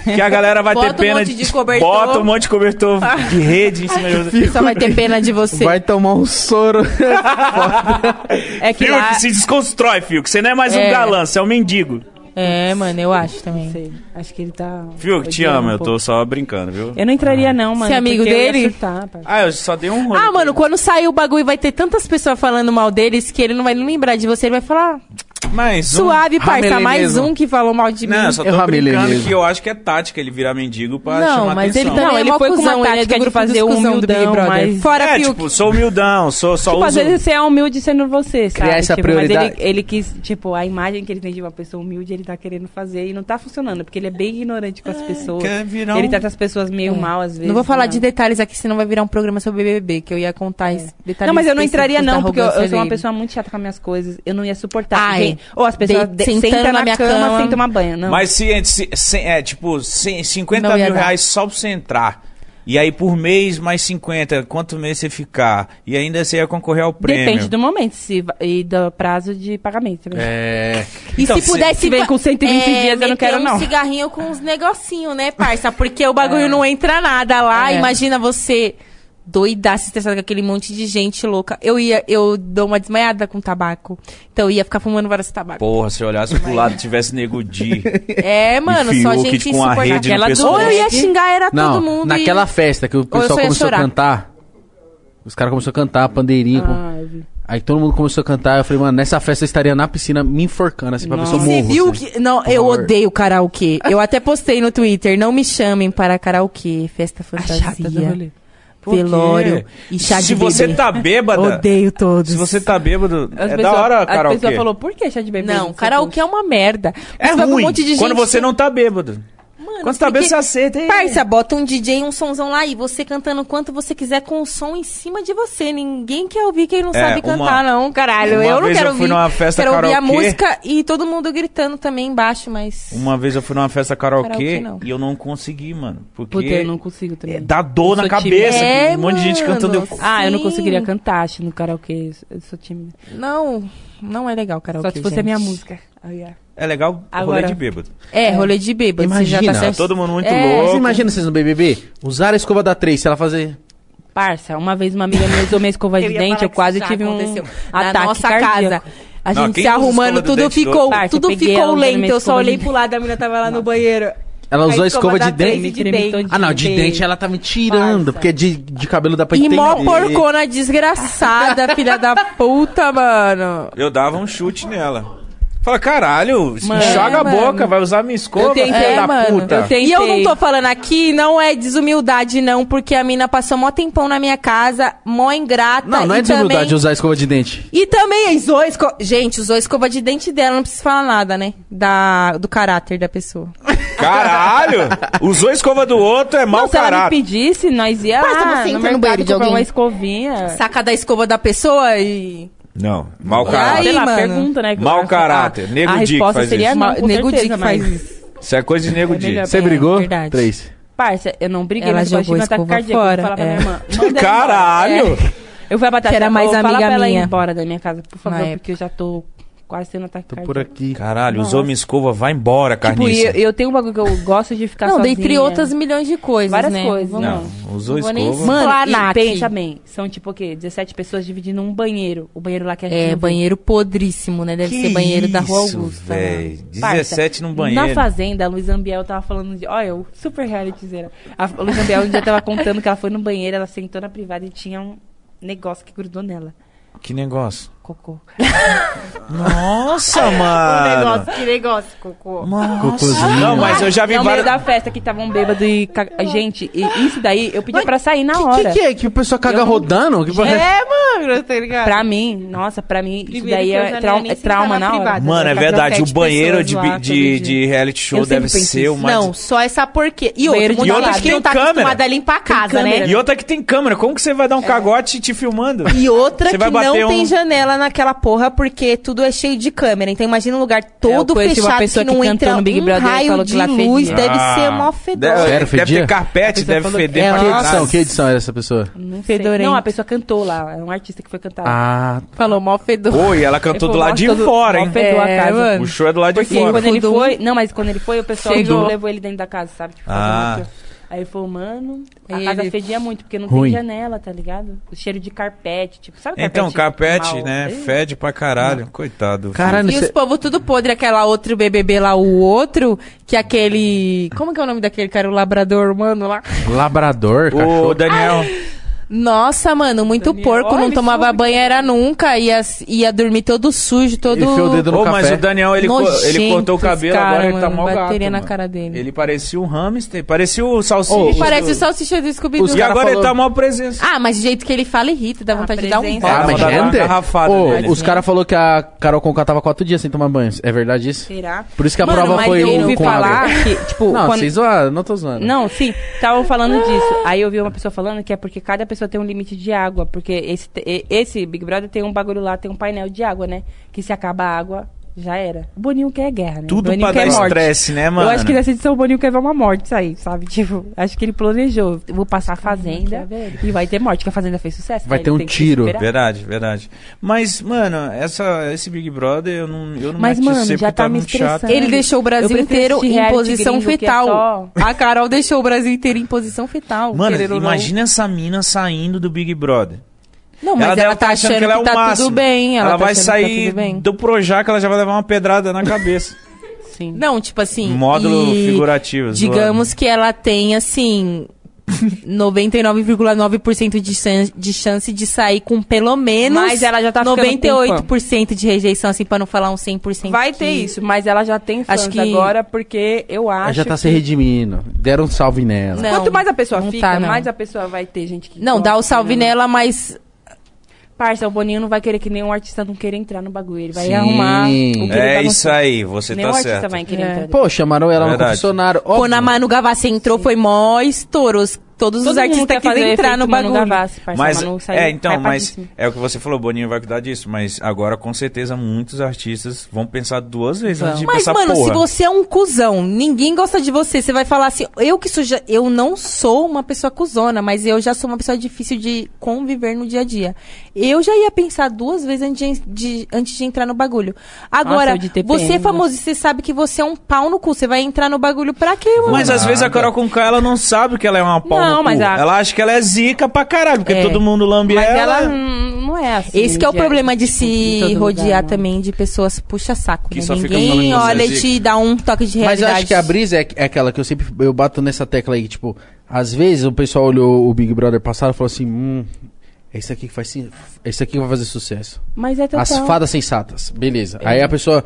Speaker 1: que a galera vai
Speaker 4: Bota
Speaker 1: ter
Speaker 4: um
Speaker 1: pena
Speaker 4: monte de cobertor.
Speaker 1: Bota um monte de cobertor de rede em cima de você.
Speaker 4: Só vai ter pena de você.
Speaker 2: Vai tomar um soro.
Speaker 4: É que
Speaker 1: Fio
Speaker 4: lá...
Speaker 1: que se desconstrói, Fio, que você não é mais
Speaker 4: É.
Speaker 1: um galã, você é um mendigo.
Speaker 4: É, mano, eu acho
Speaker 3: Não
Speaker 4: também.
Speaker 3: sei. Acho que ele tá.
Speaker 1: Fio, que te
Speaker 3: odiando
Speaker 1: amo,
Speaker 3: um
Speaker 1: eu tô Ah.
Speaker 3: pouco.
Speaker 1: só brincando, viu?
Speaker 3: Eu não entraria, não, mano.
Speaker 4: Você é amigo
Speaker 3: porque eu ia
Speaker 4: dele?
Speaker 3: surtar, pai.
Speaker 1: Ah, eu só dei um rolê.
Speaker 4: Ah, mano, quando sair o bagulho vai ter tantas pessoas falando mal deles que ele não vai nem lembrar de você. Ele vai falar,
Speaker 1: Mas um-
Speaker 4: suave, parça,
Speaker 2: ramelei
Speaker 4: mais
Speaker 2: mesmo.
Speaker 4: um que falou mal de mim.
Speaker 1: Não, eu só
Speaker 2: Eu
Speaker 1: tô
Speaker 2: ramelei
Speaker 1: brincando
Speaker 2: mesmo.
Speaker 1: que eu acho que é tática ele virar mendigo pra
Speaker 4: Não,
Speaker 1: chamar
Speaker 4: mas
Speaker 1: atenção.
Speaker 4: ele também
Speaker 3: Não,
Speaker 4: é
Speaker 3: ele
Speaker 4: mó
Speaker 3: foi com uma
Speaker 4: cuzão, ele é do
Speaker 3: tática de
Speaker 4: grupo
Speaker 3: fazer
Speaker 4: dos
Speaker 3: o
Speaker 4: cuzão do Big
Speaker 3: humildão,
Speaker 4: Brother.
Speaker 3: mas-
Speaker 4: Fora
Speaker 1: É,
Speaker 4: Fiuk.
Speaker 1: tipo, sou humildão, sou só
Speaker 3: Tipo, às
Speaker 1: uso...
Speaker 3: vezes você é humilde sendo você, sabe?
Speaker 2: Criar essa
Speaker 3: tipo,
Speaker 2: prioridade.
Speaker 3: Mas ele, ele quis, tipo, a imagem que ele tem de uma pessoa humilde, ele tá querendo fazer e não tá funcionando, porque ele é bem ignorante com as pessoas.
Speaker 1: quer virar
Speaker 3: Ele
Speaker 1: um-
Speaker 3: trata as pessoas meio mal, às vezes.
Speaker 4: tipo, É. não vou falar
Speaker 3: né? É.
Speaker 4: de detalhes aqui, senão vai virar um programa sobre BBB, que eu ia contar es- detalhes
Speaker 3: Não, mas eu não
Speaker 4: específicos
Speaker 3: entraria,
Speaker 4: da
Speaker 3: não, porque eu, eu
Speaker 4: arrogância
Speaker 3: sou uma
Speaker 4: dele.
Speaker 3: pessoa muito chata com as minhas coisas. Eu não ia suportar.
Speaker 4: Ai,
Speaker 3: gente. Ou as pessoas
Speaker 4: de-
Speaker 3: de,
Speaker 4: sentando
Speaker 3: sentam
Speaker 4: na minha
Speaker 3: na minha
Speaker 4: cama.
Speaker 3: cama sem tomar banho, não.
Speaker 1: Mas se, se, se- é tipo cem- 50
Speaker 4: Não ia
Speaker 1: mil
Speaker 4: dar.
Speaker 1: reais só pra você entrar. E aí por mês mais 50, quanto mês você ficar? E ainda você ia concorrer ao prêmio.
Speaker 3: Depende do momento se, va- e do prazo de pagamento. né?
Speaker 2: É.
Speaker 4: E
Speaker 1: Então,
Speaker 4: se
Speaker 1: se-
Speaker 4: pudesse...
Speaker 3: se vem
Speaker 4: fa-
Speaker 3: com 120 dias, eu não
Speaker 4: meter
Speaker 3: quero,
Speaker 4: um
Speaker 3: não.
Speaker 4: cigarrinho com uns negocinhos, né, parça? Porque o bagulho não entra nada lá.
Speaker 3: É.
Speaker 4: Imagina você doida, se estressada com aquele monte de gente louca. Eu ia... Eu dou uma desmaiada com tabaco. Então eu ia ficar fumando vários tabacos.
Speaker 1: Porra, se eu olhasse pro lado e tivesse nego Di.
Speaker 4: É, mano,
Speaker 1: E
Speaker 4: só
Speaker 1: Fiuk
Speaker 4: gente
Speaker 1: com a rede
Speaker 4: insuportável.
Speaker 1: no pescoço.
Speaker 4: Ou eu ia xingar, era todo
Speaker 2: Não,
Speaker 4: mundo. e-
Speaker 2: naquela festa que o
Speaker 4: eu só
Speaker 2: pessoal
Speaker 4: ia
Speaker 2: começou
Speaker 4: chorar.
Speaker 2: a cantar. Os caras começaram a cantar, pandeirinho. com-
Speaker 3: Ah, eu vi.
Speaker 2: Aí todo mundo começou a cantar. Eu falei, mano, nessa festa eu estaria na piscina me enforcando, assim, pra ver se eu
Speaker 3: Nossa.
Speaker 4: Você
Speaker 2: morro.
Speaker 4: viu
Speaker 2: assim.
Speaker 4: que. Não, eu
Speaker 2: favor.
Speaker 4: odeio karaokê. Eu até postei no Twitter. Não me chamem para karaokê, festa fantasia,
Speaker 1: Por quê?
Speaker 4: velório e chá de
Speaker 1: Se você
Speaker 4: bebê.
Speaker 1: tá bêbada.
Speaker 4: Odeio todos.
Speaker 1: Se você tá bêbado,
Speaker 3: As
Speaker 1: é
Speaker 3: pessoas-
Speaker 1: da hora,
Speaker 3: A
Speaker 1: karaokê.
Speaker 3: pessoa falou, por que chá de bebê?
Speaker 4: Não, karaokê é uma merda.
Speaker 1: É
Speaker 4: Você vai com
Speaker 1: ruim.
Speaker 4: Um monte de gente
Speaker 1: quando você
Speaker 4: que-
Speaker 1: não tá bêbado. quando você tá
Speaker 4: porque-
Speaker 1: bêbado, você aceita. hein?
Speaker 4: Parça, bota um DJ e um somzão lá e você cantando quanto você quiser com o som em cima de você. Ninguém quer ouvir quem não
Speaker 1: É,
Speaker 4: sabe
Speaker 1: uma-
Speaker 4: cantar, não, caralho.
Speaker 1: uma
Speaker 4: eu não
Speaker 1: vez
Speaker 4: quero
Speaker 1: eu fui
Speaker 4: ouvir.
Speaker 1: numa festa
Speaker 4: quero ouvir a
Speaker 1: karaokê.
Speaker 4: música e todo mundo gritando também embaixo, mas.
Speaker 1: Uma vez eu fui numa festa
Speaker 4: Karaokê
Speaker 1: karaokê,
Speaker 4: não.
Speaker 1: e eu não consegui, mano. Porque
Speaker 3: Puta, eu não consigo
Speaker 1: é,
Speaker 3: também.
Speaker 1: dá dor na
Speaker 3: sou
Speaker 1: cabeça.
Speaker 4: tímida.
Speaker 1: que
Speaker 4: É,
Speaker 1: um monte de gente
Speaker 4: mano.
Speaker 1: cantando. eu-
Speaker 3: Ah, eu não
Speaker 4: Sim.
Speaker 3: conseguiria cantar, acho, no karaokê. Eu sou tímida.
Speaker 4: Não, não é legal karaokê.
Speaker 3: Só se fosse
Speaker 4: gente.
Speaker 3: a minha música. Ah, yeah.
Speaker 1: É legal rolê
Speaker 3: Agora-
Speaker 1: de bêbado.
Speaker 4: Oh, É, rolê de
Speaker 3: Tipo,
Speaker 4: bêbado. você já
Speaker 2: Imagina,
Speaker 4: tá certo.
Speaker 1: Todo mundo muito
Speaker 4: É,
Speaker 2: Mas
Speaker 1: louco.
Speaker 2: imagina vocês no BBB usar a escova da 3, se ela fazer.
Speaker 3: Parça, uma vez uma amiga minha usou minha escova de
Speaker 4: ia
Speaker 3: dente,
Speaker 4: falar
Speaker 3: eu
Speaker 4: que
Speaker 3: quase
Speaker 4: isso já
Speaker 3: tive um
Speaker 4: aconteceu.
Speaker 3: ataque
Speaker 4: Na nossa
Speaker 3: cardíaco.
Speaker 4: casa. A
Speaker 1: Não,
Speaker 4: gente
Speaker 1: quem usa
Speaker 4: se
Speaker 1: escova
Speaker 4: arrumando,
Speaker 1: do
Speaker 4: tudo
Speaker 1: dente
Speaker 4: ficou,
Speaker 1: do-
Speaker 3: Parça, eu
Speaker 4: tudo
Speaker 3: peguei
Speaker 4: ficou
Speaker 3: ela usando
Speaker 4: lento.
Speaker 3: minha
Speaker 4: Eu só
Speaker 3: escova
Speaker 4: olhei
Speaker 3: de
Speaker 4: pro lado, a menina tava lá no banheiro.
Speaker 2: Ela
Speaker 4: A
Speaker 2: usou a escova,
Speaker 4: da
Speaker 2: de
Speaker 4: três
Speaker 2: dente.
Speaker 4: de
Speaker 3: Me treme
Speaker 4: dente.
Speaker 3: todo
Speaker 2: Ah, não, de dente ela tava me tirando,
Speaker 3: Parça.
Speaker 2: porque é de, de cabelo dá pra
Speaker 4: E
Speaker 2: entender.
Speaker 4: mó porcona desgraçada, filha da puta, mano.
Speaker 1: Eu dava um chute nela. Fala, caralho,
Speaker 4: Mano.
Speaker 1: enxaga
Speaker 4: É,
Speaker 1: a boca,
Speaker 4: mano.
Speaker 1: vai usar minha escova,
Speaker 3: Eu tentei,
Speaker 1: filha da
Speaker 4: É, mano,
Speaker 1: puta.
Speaker 3: eu tentei.
Speaker 4: E eu não tô falando aqui, não é desumildade, não, porque a mina passou mó tempão na minha casa, mó ingrata.
Speaker 2: Não, não é
Speaker 4: e também-
Speaker 2: desumildade usar a escova de dente.
Speaker 4: E também usou a escova. Gente, usou a escova de dente dela, não precisa falar nada, né? Da... Do caráter da pessoa.
Speaker 1: Caralho, usou a escova do outro, é mau
Speaker 3: Não, se ela me
Speaker 1: caráter.
Speaker 3: pedisse, nós ia
Speaker 4: Parça, você entra
Speaker 3: no
Speaker 4: no
Speaker 3: mercado
Speaker 4: banheiro de
Speaker 3: comprar
Speaker 4: alguém.
Speaker 3: uma
Speaker 5: É.
Speaker 3: escovinha.
Speaker 4: Saca da escova da pessoa e.
Speaker 1: Não, mau
Speaker 4: Ai,
Speaker 1: caráter.
Speaker 3: Sei lá,
Speaker 4: mano.
Speaker 3: pergunta, né? que
Speaker 1: Mau
Speaker 3: eu acho-
Speaker 1: caráter.
Speaker 3: ah,
Speaker 1: Nego
Speaker 3: A
Speaker 1: Di que
Speaker 3: resposta
Speaker 1: faz
Speaker 3: seria
Speaker 1: isso.
Speaker 3: não,
Speaker 4: Ma-
Speaker 3: com
Speaker 4: Nego Di
Speaker 3: certeza,
Speaker 4: que faz
Speaker 3: mas-
Speaker 4: isso.
Speaker 1: Isso é coisa de nego
Speaker 3: É
Speaker 1: de.
Speaker 3: melhor-
Speaker 2: Você
Speaker 3: É,
Speaker 2: brigou?
Speaker 4: verdade.
Speaker 2: Três.
Speaker 3: Parça, eu não briguei,
Speaker 4: Ela
Speaker 3: mas eu
Speaker 4: jogou
Speaker 3: tive um
Speaker 4: a
Speaker 3: ataque
Speaker 4: escova
Speaker 3: cardíaco. Eu
Speaker 4: fora,
Speaker 3: falava pra
Speaker 4: é.
Speaker 3: minha irmã. "Manda ela embora."
Speaker 1: Caralho!
Speaker 3: Eu fui a Batata.
Speaker 4: Que era mais
Speaker 3: "Ô, fala
Speaker 4: amiga
Speaker 3: pra ela ir
Speaker 4: minha.
Speaker 3: embora da minha casa, por favor,
Speaker 4: Na
Speaker 3: porque eu já tô quase tendo ataque
Speaker 2: Tô
Speaker 3: cardíaco.
Speaker 2: por aqui.
Speaker 1: Caralho,
Speaker 3: Nossa.
Speaker 1: usou minha escova, vai embora,
Speaker 3: Tipo,
Speaker 1: carniça.
Speaker 3: eu, eu tenho um bagulho que eu gosto de ficar
Speaker 4: Não,
Speaker 3: sozinha.
Speaker 4: dentre outras milhões de coisas,
Speaker 3: Várias
Speaker 4: né?
Speaker 3: coisas.
Speaker 4: Vamos-
Speaker 1: Não, usou
Speaker 4: Não vou nem
Speaker 1: escova.
Speaker 4: Mano, e
Speaker 3: Mano,
Speaker 4: pensa
Speaker 3: e pensa bem, são tipo o quê? 17 pessoas dividindo um banheiro. O banheiro lá que a gente
Speaker 4: É, banheiro podríssimo, né? Deve ser banheiro da Rua Augusta. né?
Speaker 1: véi. 17 num banheiro.
Speaker 3: Na fazenda, a Luiz Ambiel tava falando de. Olha, eu super realityzeira. A Luiz Ambiel um dia tava contando que ela foi no banheiro, ela sentou na privada e tinha um negócio que grudou nela.
Speaker 1: Que negócio.
Speaker 3: Cocô.
Speaker 1: Nossa, mano.
Speaker 3: que negócio, cocô.
Speaker 1: Nossa.
Speaker 2: Cocôzinho.
Speaker 1: Não, mas eu já vi
Speaker 3: no
Speaker 1: várias.
Speaker 3: meio da festa que estavam bêbados e. ca- Gente, e isso daí eu pedi pra sair na
Speaker 2: Que-
Speaker 3: hora.
Speaker 2: Que, que é? Que o pessoal caga
Speaker 3: Eu não-
Speaker 2: rodando? Que porra é?
Speaker 5: mano, tá ligado?
Speaker 3: Pra mim, nossa, pra mim, isso
Speaker 5: Primeiro
Speaker 3: daí
Speaker 5: que eu
Speaker 3: é,
Speaker 5: já
Speaker 3: trau-
Speaker 5: nem
Speaker 3: é
Speaker 5: sentar
Speaker 3: trauma
Speaker 5: na
Speaker 3: na hora.
Speaker 5: privada. né?
Speaker 1: Mano, é
Speaker 5: Pra
Speaker 1: verdade. O
Speaker 5: sete
Speaker 1: banheiro
Speaker 5: pessoas
Speaker 1: de,
Speaker 5: lá,
Speaker 1: de,
Speaker 5: todo
Speaker 1: de reality show
Speaker 3: Eu sempre
Speaker 1: deve
Speaker 3: penso
Speaker 1: ser
Speaker 3: isso.
Speaker 1: o mais.
Speaker 5: Não, só essa porquê. E
Speaker 3: Banheiro
Speaker 5: outra,
Speaker 3: de
Speaker 5: muita
Speaker 3: lado.
Speaker 5: gente que não tá
Speaker 1: Tem câmera.
Speaker 5: acostumada a limpar a casa, né?
Speaker 3: câmera.
Speaker 1: E outra que tem câmera. Como que você vai dar um cagote te filmando?
Speaker 5: E outra que
Speaker 1: Você vai bater
Speaker 5: não
Speaker 1: um-
Speaker 5: tem janela naquela porra, porque tudo é cheio de câmera. Então imagina um
Speaker 4: É,
Speaker 5: lugar todo
Speaker 3: eu conheci uma
Speaker 5: fechado
Speaker 3: pessoa
Speaker 5: que não
Speaker 3: que cantou
Speaker 5: entra
Speaker 3: no Big
Speaker 5: um
Speaker 3: Brother e
Speaker 5: raio
Speaker 3: falou que
Speaker 5: de
Speaker 3: lá fedia.
Speaker 5: luz. Deve
Speaker 1: Ah,
Speaker 5: ser mó fedor.
Speaker 1: Deve,
Speaker 2: Sério,
Speaker 1: deve
Speaker 2: fedia?
Speaker 1: ter carpete,
Speaker 3: pessoa
Speaker 1: deve
Speaker 3: falou
Speaker 1: feder
Speaker 5: que-
Speaker 1: pra
Speaker 5: É,
Speaker 2: Que
Speaker 1: caralho.
Speaker 5: nossa.
Speaker 2: edição? Que edição era essa pessoa?
Speaker 3: Não, sei.
Speaker 5: Fedorento.
Speaker 3: não, a pessoa cantou lá. É um artista que foi cantar. lá.
Speaker 2: Ah,
Speaker 4: Falou, mal fedor.
Speaker 1: Oi, ela cantou
Speaker 3: Eu
Speaker 1: do
Speaker 3: gosto
Speaker 1: lado de
Speaker 3: do-
Speaker 1: fora, hein?
Speaker 3: Mó fedor a
Speaker 4: É,
Speaker 3: casa.
Speaker 4: mano.
Speaker 1: O show é do lado de
Speaker 3: Porque
Speaker 1: fora.
Speaker 3: quando ele
Speaker 4: Fodum.
Speaker 3: foi. Não, mas quando ele foi, o pessoal
Speaker 4: Chegou.
Speaker 3: levou ele dentro da casa, sabe? Tipo,
Speaker 1: Ah.
Speaker 3: fazendo aquilo. Aí ele falou, mano, a
Speaker 4: Ele-
Speaker 3: casa fedia muito, porque não
Speaker 2: Ruim.
Speaker 3: tem janela, tá ligado? O cheiro de carpete, tipo, sabe carpete?
Speaker 1: Então, carpete,
Speaker 3: mal?
Speaker 1: né?
Speaker 3: Ei.
Speaker 1: Fede pra caralho. Coitado.
Speaker 2: caralho,
Speaker 4: E os
Speaker 2: cê...
Speaker 4: povos tudo podre, aquela outro BBB lá, o outro, que aquele... Como que é o nome daquele cara? O labrador humano lá?
Speaker 2: labrador,
Speaker 1: O
Speaker 2: cachorro.
Speaker 1: Daniel.
Speaker 4: Nossa, mano, muito
Speaker 3: Daniel,
Speaker 4: porco,
Speaker 3: olha,
Speaker 4: não
Speaker 3: ele
Speaker 4: tomava
Speaker 3: soube.
Speaker 4: banho era nunca, ia, ia dormir todo sujo, todo...
Speaker 2: Enfiou o dedo no
Speaker 1: Ô, mas
Speaker 2: café.
Speaker 1: o Daniel, ele, co- ele
Speaker 4: Nojento
Speaker 1: cortou o cabelo,
Speaker 4: esse cara,
Speaker 1: agora ele tá
Speaker 4: mano,
Speaker 1: mó gato.
Speaker 4: bateria na
Speaker 1: mano.
Speaker 4: cara dele.
Speaker 1: Ele parecia um hamster, parecia o salsicha.
Speaker 2: Ô,
Speaker 4: Parece o salsicha do scooby
Speaker 2: os
Speaker 1: E
Speaker 2: cara
Speaker 1: agora
Speaker 2: falou-
Speaker 1: ele tá mó presença.
Speaker 4: é- Ah, mas do jeito que ele fala irrita, dá
Speaker 3: A
Speaker 4: vontade de dar um
Speaker 3: presença.
Speaker 4: pau.
Speaker 1: Ah,
Speaker 2: Ah, mas
Speaker 1: mas dá uma
Speaker 2: gente,
Speaker 1: garrafada
Speaker 2: ô,
Speaker 3: né?
Speaker 1: nele.
Speaker 2: os caras falaram que a Carol Conká tava quatro dias sem tomar banho. É verdade isso?
Speaker 3: Será?
Speaker 2: Por isso que a
Speaker 3: Mano,
Speaker 2: prova
Speaker 3: mas
Speaker 2: foi
Speaker 3: eu ouvi
Speaker 2: com
Speaker 3: falar
Speaker 2: água.
Speaker 3: que, tipo,
Speaker 2: Não,
Speaker 3: quando-
Speaker 2: vocês zoaram, não tô zoando.
Speaker 3: Não, sim, estavam falando disso. Aí eu vi uma pessoa falando que é porque cada pessoa tem um limite de água, porque esse, te- e- esse Big Brother tem um bagulho lá, tem um painel de água, né? Que se acaba a água, já era. O Boninho quer guerra, né? O
Speaker 1: Tudo
Speaker 3: Boninho
Speaker 1: pra
Speaker 3: quer
Speaker 1: dar
Speaker 3: morte.
Speaker 1: estresse, né, mano?
Speaker 3: Eu acho que nessa edição o Boninho quer ver uma morte isso aí, sabe? Tipo, acho que ele planejou. Vou passar a Fazenda e vai ter morte, que a Fazenda fez sucesso.
Speaker 2: Vai
Speaker 3: né?
Speaker 2: ter
Speaker 3: Ele
Speaker 2: um
Speaker 3: tem que
Speaker 2: tiro.
Speaker 3: superar.
Speaker 1: Verdade, verdade. Mas, mano, essa, esse Big Brother, eu não, eu não
Speaker 3: Mas,
Speaker 1: meti
Speaker 3: mano,
Speaker 1: sempre
Speaker 3: já
Speaker 1: que
Speaker 3: tá me
Speaker 1: muito chato.
Speaker 3: estressando.
Speaker 4: Ele deixou o Brasil
Speaker 3: prefiro
Speaker 4: inteiro
Speaker 3: assistir
Speaker 4: em
Speaker 3: reality
Speaker 4: posição
Speaker 3: gringo, que é
Speaker 4: fetal.
Speaker 3: só-
Speaker 4: A Carol deixou o Brasil inteiro em posição fetal.
Speaker 1: Mano,
Speaker 4: querendo ou não.
Speaker 1: imagina essa mina saindo do Big Brother.
Speaker 4: Não, mas ela,
Speaker 1: deve
Speaker 4: tá
Speaker 1: tá
Speaker 4: achando que,
Speaker 1: ela é o
Speaker 4: tá
Speaker 1: máximo.
Speaker 4: tudo bem. Ela,
Speaker 1: Ela
Speaker 4: tá
Speaker 1: vai
Speaker 4: achando que tá
Speaker 1: sair
Speaker 4: tudo bem.
Speaker 1: do Projac, ela já vai levar uma pedrada na cabeça.
Speaker 3: Sim.
Speaker 4: Não, tipo assim.
Speaker 1: Módulo
Speaker 4: e
Speaker 1: figurativo. zoado.
Speaker 3: né?
Speaker 4: Digamos que ela tem, assim. 99,9% de chance, de chance de sair com pelo menos
Speaker 3: Mas ela já tá ficando
Speaker 4: 98% de rejeição, assim, pra não falar um 100%.
Speaker 3: Vai
Speaker 4: que-
Speaker 3: ter isso, mas ela já tem fãs
Speaker 4: Acho que-
Speaker 3: agora, porque eu acho
Speaker 2: Ela já tá
Speaker 3: que-
Speaker 2: se redimindo. Deram um salve nela.
Speaker 4: Não.
Speaker 3: Quanto mais a pessoa
Speaker 4: não
Speaker 3: fica,
Speaker 4: tá, não.
Speaker 3: mais a pessoa vai ter gente que.
Speaker 4: Não,
Speaker 3: gosta,
Speaker 4: dá o salve
Speaker 3: né?
Speaker 4: nela, mas.
Speaker 3: Parça, o Boninho não vai querer que nenhum artista não queira entrar no bagulho. Ele vai
Speaker 2: Sim.
Speaker 3: arrumar. O que ele
Speaker 1: É
Speaker 3: tá
Speaker 1: isso aí, você
Speaker 3: Nenhum
Speaker 1: tá
Speaker 3: artista
Speaker 1: certo.
Speaker 3: vai querer
Speaker 4: É.
Speaker 3: entrar.
Speaker 2: Pô, chamaram ela no
Speaker 1: Verdade.
Speaker 2: confessionário. Óbvio.
Speaker 4: Quando a Manu Gavassi entrou, foi mó estouro. Os- Todos
Speaker 3: Todo
Speaker 4: os
Speaker 3: mundo
Speaker 4: artistas
Speaker 3: quer fazer
Speaker 4: quiserem entrar
Speaker 3: efeito
Speaker 4: no
Speaker 3: Manu
Speaker 4: bagulho.
Speaker 3: Gavassi, parça,
Speaker 1: Mas,
Speaker 3: Manu saiu
Speaker 1: é, então, mas
Speaker 3: hypadíssima.
Speaker 1: é o que você falou, o Boninho vai cuidar disso, mas agora com certeza muitos artistas vão pensar duas vezes antes de
Speaker 4: Mas,
Speaker 1: pensar
Speaker 4: mano,
Speaker 1: tipo porra.
Speaker 4: se você é um cuzão, ninguém gosta de você. Você vai falar assim, eu que suja. Eu não sou uma pessoa cuzona, mas eu já sou uma pessoa difícil de conviver no dia a dia. Eu já ia pensar duas vezes antes de, de- antes de entrar no bagulho. Agora,
Speaker 3: eu de TPM,
Speaker 4: você é famoso e você sabe que você é um pau no cu. Você vai entrar no bagulho pra quê, mano?
Speaker 1: Mas às vezes a Carol Conká, ela não sabe que ela é uma pau
Speaker 3: Não,
Speaker 1: no cu.
Speaker 3: mas a-
Speaker 1: Ela acha que ela é zica pra caralho, porque
Speaker 4: É.
Speaker 1: todo mundo lambe
Speaker 3: Mas
Speaker 1: ela.
Speaker 3: ela hum, não é assim.
Speaker 4: Esse que é o
Speaker 3: de-
Speaker 4: problema de
Speaker 3: em
Speaker 4: se
Speaker 3: todo
Speaker 4: rodear
Speaker 3: lugar, né? não.
Speaker 4: também de pessoas puxa-saco.
Speaker 1: Que
Speaker 4: Né?
Speaker 1: só ficam falando que
Speaker 4: Ninguém
Speaker 1: você é
Speaker 4: olha e
Speaker 1: zica.
Speaker 4: te dá um toque de realidade.
Speaker 2: Mas eu acho que a brisa é, é aquela que eu sempre eu bato nessa tecla aí, que, tipo, às vezes o pessoal olhou o Big Brother passado e falou assim, hum, é isso aqui que faz sen- é isso aqui que vai fazer sucesso.
Speaker 3: Mas é total.
Speaker 2: As fadas sensatas, beleza. Aí a pessoa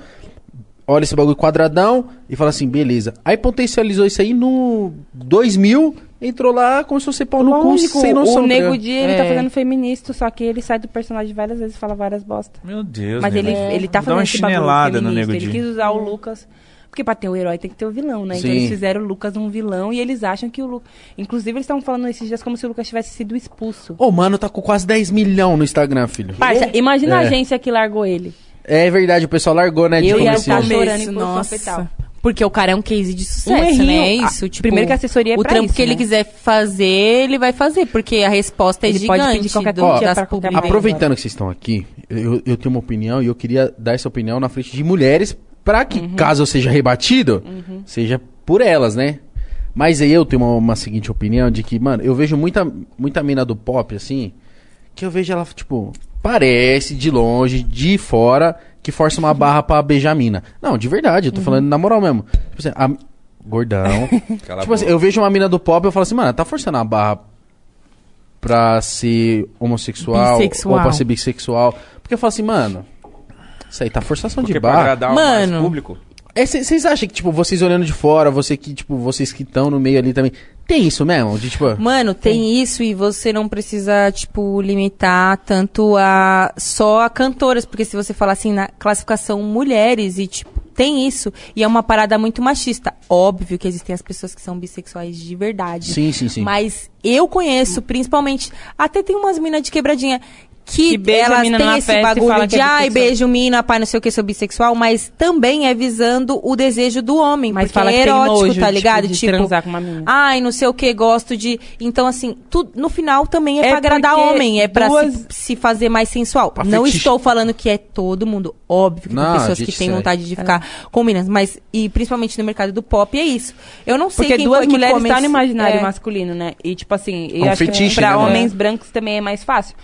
Speaker 2: olha esse bagulho quadradão e fala assim, beleza. Aí potencializou isso aí no 2000, entrou lá, começou a ser pau no cu,
Speaker 3: Lógico,
Speaker 2: sem noção.
Speaker 3: o
Speaker 2: tá
Speaker 3: Nego
Speaker 2: ligado?
Speaker 3: Di, ele tá
Speaker 4: É.
Speaker 3: fazendo feminista, só que ele sai do personagem várias vezes e fala várias bosta.
Speaker 1: Meu Deus,
Speaker 3: Mas
Speaker 1: né,
Speaker 3: ele,
Speaker 1: velho?
Speaker 3: ele tá
Speaker 1: Dá
Speaker 3: fazendo
Speaker 1: uma
Speaker 3: esse bagulho
Speaker 1: chinelada no
Speaker 3: feminista,
Speaker 1: Nego
Speaker 3: Ele
Speaker 1: Di.
Speaker 3: quis usar o Lucas. Porque pra ter o herói tem que ter o vilão, né? Então
Speaker 2: Sim.
Speaker 3: eles fizeram o Lucas um vilão e eles acham que o Lucas. Inclusive, eles estavam falando esses dias como se o Lucas tivesse sido expulso.
Speaker 2: Ô, mano, tá com quase 10 milhão no Instagram, filho.
Speaker 3: Parça, imagina
Speaker 2: É.
Speaker 3: a agência que largou ele.
Speaker 2: É verdade, o pessoal largou, né? de
Speaker 3: eu ia
Speaker 2: comercial.
Speaker 3: estar
Speaker 4: começo,
Speaker 3: Tá chorando em posição
Speaker 4: nossa.
Speaker 3: fetal.
Speaker 4: Porque o cara é um case de
Speaker 3: Um
Speaker 4: sucesso,
Speaker 3: errinho-
Speaker 4: né? É
Speaker 3: ah,
Speaker 4: isso. tipo,
Speaker 3: primeiro que a assessoria é
Speaker 4: O
Speaker 3: pra
Speaker 4: trampo
Speaker 3: isso,
Speaker 4: que ele
Speaker 3: né?
Speaker 4: quiser fazer, ele vai fazer. Porque a resposta é
Speaker 3: Ele pode
Speaker 4: gigante
Speaker 3: pedir qualquer
Speaker 4: do,
Speaker 3: quantia
Speaker 4: das
Speaker 3: pra qualquer
Speaker 4: publicações.
Speaker 2: Aproveitando que vocês estão aqui, eu, eu tenho uma opinião e eu queria dar essa opinião na frente de mulheres pra que, caso eu seja rebatido, seja por elas, né? Mas aí eu tenho uma, uma seguinte opinião de que, mano, eu vejo muita, muita mina do pop, assim, que eu vejo ela, tipo, parece de longe, de fora, que força uma barra pra beijar a mina. Não, de verdade, eu tô falando na moral mesmo. Tipo assim, a- gordão.
Speaker 1: Cala a
Speaker 2: tipo assim,
Speaker 1: boca.
Speaker 2: eu vejo uma mina do pop, eu falo assim, mano, ela tá forçando a barra pra ser homossexual
Speaker 6: Bissexual.
Speaker 2: ou pra ser bissexual. Porque eu falo assim, mano, isso aí tá forçação
Speaker 1: Porque é
Speaker 2: de
Speaker 1: pra
Speaker 2: barra. É,
Speaker 1: agradar o mais
Speaker 4: Mano.
Speaker 1: público.
Speaker 2: Vocês acham que, tipo, vocês olhando de fora, você que, tipo, vocês que estão no meio ali também, tem isso mesmo? De tipo.
Speaker 4: Mano, tem isso e você não precisa, tipo, limitar tanto a só a cantoras, porque se você falar assim na classificação mulheres e tipo, tem isso e é uma parada muito machista. Óbvio que existem as pessoas que são bissexuais de verdade.
Speaker 2: Sim, sim, sim.
Speaker 4: Mas eu conheço, principalmente, até tem umas minas de quebradinha que,
Speaker 3: Que beija a
Speaker 4: elas
Speaker 3: mina
Speaker 4: têm
Speaker 3: na
Speaker 4: esse
Speaker 3: festa e
Speaker 4: bagulho
Speaker 3: fala que
Speaker 4: de
Speaker 3: é
Speaker 4: ai,
Speaker 3: bissexual."
Speaker 4: beijo mina, pai, não sei o que, sou bissexual, mas também é visando o desejo do homem,
Speaker 3: Mas
Speaker 4: porque
Speaker 3: fala
Speaker 4: é
Speaker 3: que tem
Speaker 4: erótico,
Speaker 3: nojo,
Speaker 4: tá
Speaker 3: tipo,
Speaker 4: ligado?
Speaker 3: de transar com uma mina.
Speaker 4: Ai, não sei o que, gosto de. Então, assim, tudo no final também é,
Speaker 3: É
Speaker 4: pra agradar
Speaker 3: porque
Speaker 4: homem, é pra se,
Speaker 3: duas-
Speaker 4: se fazer mais sensual.
Speaker 2: Pra
Speaker 4: não
Speaker 2: fetiche.
Speaker 4: estou falando que é todo mundo. Óbvio que
Speaker 2: Não,
Speaker 4: tem pessoas que
Speaker 2: gente,
Speaker 4: têm
Speaker 2: sério.
Speaker 4: vontade
Speaker 3: É.
Speaker 4: de ficar com minas, mas. E principalmente no mercado do pop, é isso. Eu não sei
Speaker 3: Porque
Speaker 4: quem
Speaker 3: duas
Speaker 4: foi que
Speaker 3: mulheres
Speaker 4: come-
Speaker 3: estão no imaginário
Speaker 4: É.
Speaker 3: masculino, né? E tipo assim,
Speaker 2: É um
Speaker 3: eu acho
Speaker 2: fetiche,
Speaker 3: que pra
Speaker 2: né, mano?
Speaker 3: homens brancos também é mais fácil.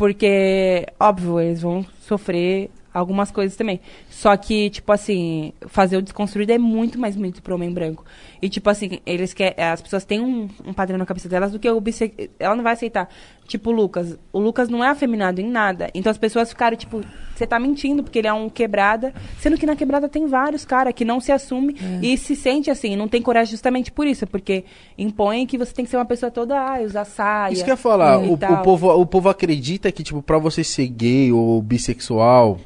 Speaker 3: Porque, óbvio, eles vão sofrer algumas coisas também. Só que, tipo assim, fazer o desconstruído é muito mais bonito pro homem branco. E, tipo assim, eles que as pessoas têm um, um padrão na cabeça delas do que o bisse... Ela não vai aceitar. Tipo o Lucas. O Lucas não é afeminado em nada. Então as pessoas ficaram, tipo, você tá mentindo porque ele é um quebrada. Sendo que na quebrada tem vários cara que não se assume e se sente assim. Não tem coragem justamente por isso. Porque impõe que você tem que ser uma pessoa toda, ah, usar saia.
Speaker 2: Isso que eu ia falar,
Speaker 3: e
Speaker 2: o, o
Speaker 3: tal.
Speaker 2: povo, o povo acredita que, tipo, pra você ser gay ou bissexual,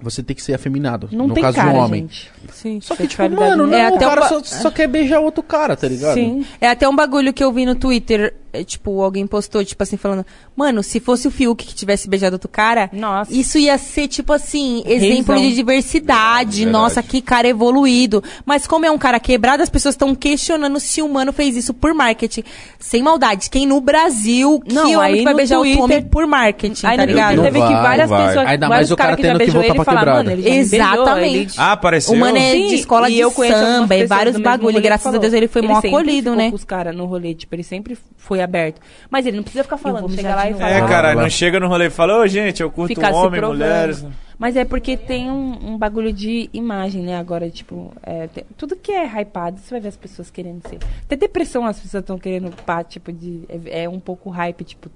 Speaker 2: você tem que ser afeminado.
Speaker 3: É. Não
Speaker 2: no
Speaker 3: tem
Speaker 2: caso
Speaker 3: cara,
Speaker 2: de um homem.
Speaker 3: gente.
Speaker 4: Sim.
Speaker 2: Só que, tipo,
Speaker 3: Sexualidade
Speaker 2: mano,
Speaker 3: não-
Speaker 2: não,
Speaker 4: É,
Speaker 2: o
Speaker 4: até
Speaker 2: cara
Speaker 4: o ba-
Speaker 2: só, só quer beijar outro cara, tá ligado?
Speaker 3: Sim.
Speaker 4: É até um bagulho que eu vi no Twitter, é, tipo, alguém postou, tipo assim, falando, mano, se fosse o Fiuk que tivesse beijado outro cara,
Speaker 3: Nossa.
Speaker 4: isso ia ser, tipo assim, exemplo
Speaker 3: Reizão.
Speaker 4: de diversidade.
Speaker 1: Verdade.
Speaker 4: Nossa, que cara evoluído. Mas como é um cara quebrado, as pessoas estão questionando se o humano fez isso por marketing. Sem maldade. Quem no Brasil, que
Speaker 3: Não,
Speaker 4: homem
Speaker 3: aí
Speaker 4: que vai
Speaker 3: no
Speaker 4: beijar o
Speaker 3: Twitter-
Speaker 4: homem por marketing,
Speaker 3: Aí
Speaker 4: tá
Speaker 3: no
Speaker 4: ligado?
Speaker 3: Twitter teve
Speaker 2: Não
Speaker 3: que
Speaker 2: vai,
Speaker 3: várias
Speaker 1: vai.
Speaker 3: pessoas,
Speaker 2: Ainda mais
Speaker 3: vários
Speaker 2: o cara
Speaker 3: caras que já
Speaker 2: tendo que
Speaker 3: beijou
Speaker 2: voltar
Speaker 3: ele
Speaker 2: pra
Speaker 3: e falaram,
Speaker 2: quebrada.
Speaker 3: mano, ele já me beijou,
Speaker 4: Exatamente.
Speaker 3: ele-
Speaker 1: Ah, apareceu?
Speaker 4: O mano é
Speaker 3: Sim,
Speaker 4: de escola
Speaker 3: e
Speaker 4: de
Speaker 3: eu conheço algumas
Speaker 4: samba e
Speaker 3: pessoas
Speaker 4: vários
Speaker 3: do mesmo
Speaker 4: bagulho.
Speaker 3: rolê
Speaker 4: E
Speaker 3: que
Speaker 4: graças a
Speaker 3: falou.
Speaker 4: Deus ele foi
Speaker 3: ele
Speaker 4: mal
Speaker 3: sempre
Speaker 4: acolhido,
Speaker 3: ficou
Speaker 4: né?
Speaker 3: com os caras no rolê, tipo, ele sempre foi aberto. Mas ele não precisa ficar
Speaker 4: Eu
Speaker 3: falando,
Speaker 4: vou
Speaker 3: chega
Speaker 4: mijar
Speaker 3: lá
Speaker 4: de
Speaker 3: e
Speaker 4: novo.
Speaker 1: É,
Speaker 3: fala.
Speaker 1: cara,
Speaker 2: lá.
Speaker 1: não chega no rolê e fala, ô gente, eu curto
Speaker 3: ficar se
Speaker 1: homem,
Speaker 3: provando.
Speaker 1: mulheres. né?
Speaker 3: Mas é porque tem um, um bagulho de imagem, né? Agora, tipo, é, tem- tudo que é hypado, você vai ver as pessoas querendo ser. Até depressão as pessoas estão querendo pá, tipo, de. É, é um pouco hype, tipo.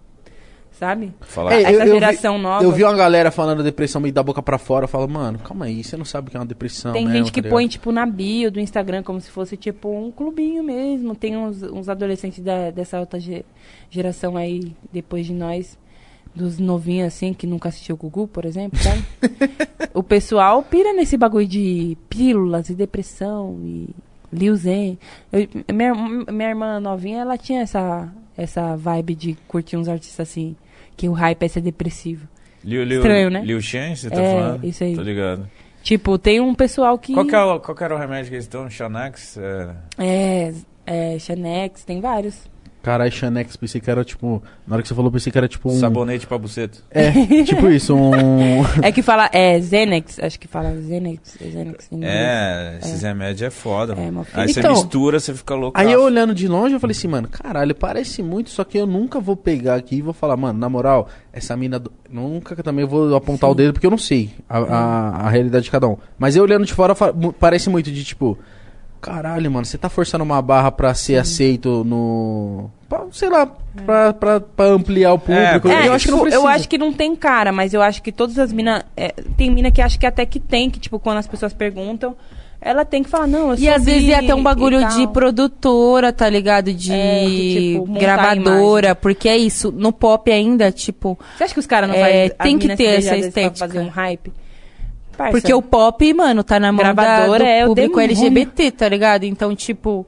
Speaker 3: Sabe?
Speaker 1: Falar.
Speaker 2: É,
Speaker 1: É,
Speaker 3: Essa geração
Speaker 2: vi,
Speaker 3: nova.
Speaker 2: Eu vi uma galera falando depressão meio da boca pra fora, eu falo, mano, calma aí, você não sabe o que é uma depressão.
Speaker 3: Tem
Speaker 2: né,
Speaker 3: gente
Speaker 2: tá
Speaker 3: que
Speaker 2: ligado?
Speaker 3: põe, tipo, na bio do Instagram, como se fosse, tipo, um clubinho mesmo. Tem uns, uns adolescentes da- dessa alta ge- geração aí, depois de nós, dos novinhos, assim, que nunca assistiu o Gugu, por exemplo, sabe? o pessoal pira nesse bagulho de pílulas e depressão e Liu Zen. Eu- minha, minha irmã novinha, ela tinha essa, essa vibe de curtir uns artistas, assim, que o hype é ser depressivo.
Speaker 1: Liu, Liu,
Speaker 3: Estranho, né?
Speaker 1: Liu Shen, você tá
Speaker 3: É,
Speaker 1: falando?
Speaker 3: isso aí.
Speaker 1: Tô ligado.
Speaker 3: Tipo, tem um pessoal que...
Speaker 1: Qual, que é o, qual que era o remédio que eles estão? Xanax? É...
Speaker 3: É, é, Xanex, tem vários.
Speaker 2: Caralho, Xanex, pensei que era tipo. Na hora que você falou, pensei que era tipo um.
Speaker 1: Sabonete pra buceta.
Speaker 2: É, tipo isso, um.
Speaker 3: É que fala, é, Zenex, acho que fala Zenex, é Zenex em inglês.
Speaker 1: É, esses remédios é foda,
Speaker 3: É,
Speaker 1: mano.
Speaker 3: uma
Speaker 1: Aí você
Speaker 2: Então,
Speaker 1: mistura, você fica louco. Ah,
Speaker 2: Aí eu olhando de longe, eu falei assim, mano, caralho, parece muito, só que eu nunca vou pegar aqui e vou falar, mano, na moral, essa mina. do- Nunca que eu também vou apontar o dedo, porque eu não sei a, a, a realidade de cada um. Mas eu olhando de fora, fa- mu- parece muito de tipo. Caralho, mano, você tá forçando uma barra pra ser aceito no. pra, sei lá, pra, pra, pra ampliar o público.
Speaker 1: É,
Speaker 2: eu acho que não
Speaker 3: tipo,
Speaker 2: precisa.
Speaker 3: eu acho que não tem cara, mas eu acho que todas as minas. tem mina que acha que até que tem, que, tipo, quando as pessoas perguntam, ela tem que falar, não, eu
Speaker 4: E às vezes é até um bagulho de
Speaker 3: produto.
Speaker 4: produtora, tá ligado? De
Speaker 3: É, que, tipo, montar
Speaker 4: gravadora, porque é isso. No pop ainda, tipo.
Speaker 3: Você acha que os caras não
Speaker 4: É,
Speaker 3: fazem. as
Speaker 4: tem que
Speaker 3: minas se
Speaker 4: ter
Speaker 3: beijam,
Speaker 4: essa
Speaker 3: às vezes, pra
Speaker 4: estética.
Speaker 3: fazer um hype? Parça,
Speaker 4: Porque o pop, mano, tá na mão da-
Speaker 3: Gravadora
Speaker 4: do
Speaker 3: é o
Speaker 4: público
Speaker 3: demônio.
Speaker 4: LGBT, tá ligado? Então, tipo,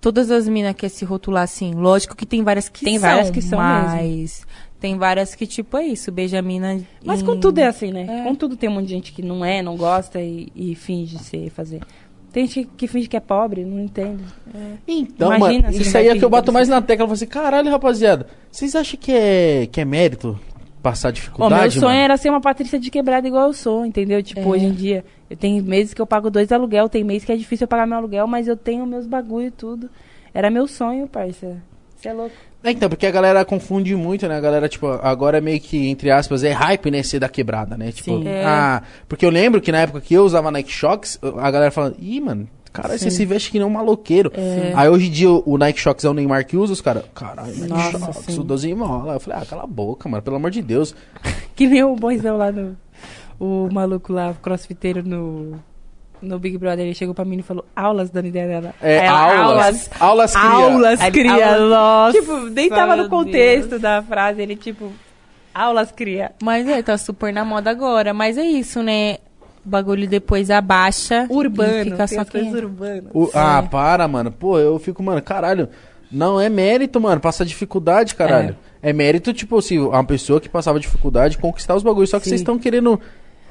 Speaker 4: todas as minas querem se rotular assim. Lógico que tem várias que
Speaker 3: Tem
Speaker 4: são.
Speaker 3: várias que são mesmo.
Speaker 4: mas tem várias que, tipo, é isso. Beija a mina.
Speaker 3: Mas
Speaker 4: em-
Speaker 3: com tudo é assim, né?
Speaker 4: É.
Speaker 3: Com tudo tem um monte de gente que não é, não gosta e, e finge ser fazer. Tem gente que finge que é pobre, não entendo.
Speaker 2: Então,
Speaker 3: Imagina
Speaker 2: mano,
Speaker 3: se não
Speaker 2: isso
Speaker 3: vai
Speaker 2: aí é
Speaker 3: pedir
Speaker 2: que eu bato
Speaker 3: pra
Speaker 2: mais na tecla. Eu falo assim, caralho, rapaziada, vocês acham que é, que é mérito passar
Speaker 3: Ó,
Speaker 2: dificuldade,
Speaker 3: meu sonho
Speaker 2: mano?
Speaker 3: era ser uma Patrícia de quebrada igual eu sou, entendeu? Tipo,
Speaker 4: É.
Speaker 3: hoje em dia, eu tenho meses que eu pago dois aluguel, tem mês que é difícil eu pagar meu aluguel, mas eu tenho meus bagulho e tudo. Era meu sonho, parça. Você é louco.
Speaker 2: É, então, porque a galera confunde muito, né? A galera, tipo, agora é meio que, entre aspas, é hype, né? Ser da quebrada, né? Tipo,
Speaker 7: Sim.
Speaker 3: É.
Speaker 2: ah, porque eu lembro que na época que eu usava Nike Shox, a galera fala, ih, mano, cara, você se veste que nem um maloqueiro.
Speaker 3: É.
Speaker 2: Aí hoje em dia o o Nike Shox é o Neymar que usa, os caras, caralho, Nike
Speaker 3: Nossa,
Speaker 2: Shox,
Speaker 3: sim.
Speaker 2: o 12 mola. Eu falei, ah, cala a boca, mano, pelo amor de Deus.
Speaker 3: Que nem o boizão lá no. O maluco lá, o crossfiteiro no. No Big Brother, ele chegou pra mim e falou aulas dando ideia dela.
Speaker 2: É,
Speaker 3: Aí ela,
Speaker 2: aulas, aulas, cria.
Speaker 3: Aulas,
Speaker 7: Aí ele,
Speaker 3: cria.
Speaker 7: "Aulas".
Speaker 3: nossa. Tipo, nem tava
Speaker 7: meu
Speaker 3: no contexto da frase, ele tipo, aulas cria.
Speaker 4: Mas é, tá super na moda agora. Mas é isso, né? O bagulho depois abaixa. E
Speaker 3: Urbano,
Speaker 4: fica
Speaker 3: tem
Speaker 4: só
Speaker 3: as
Speaker 4: quem...
Speaker 3: coisas urbanas.
Speaker 2: O- ah, para, mano. Pô, eu fico, mano, caralho. Não é mérito, mano. Passa dificuldade, caralho. É, mérito, tipo assim, uma pessoa que passava dificuldade conquistar os bagulhos. Só que
Speaker 3: Sim.
Speaker 2: vocês estão querendo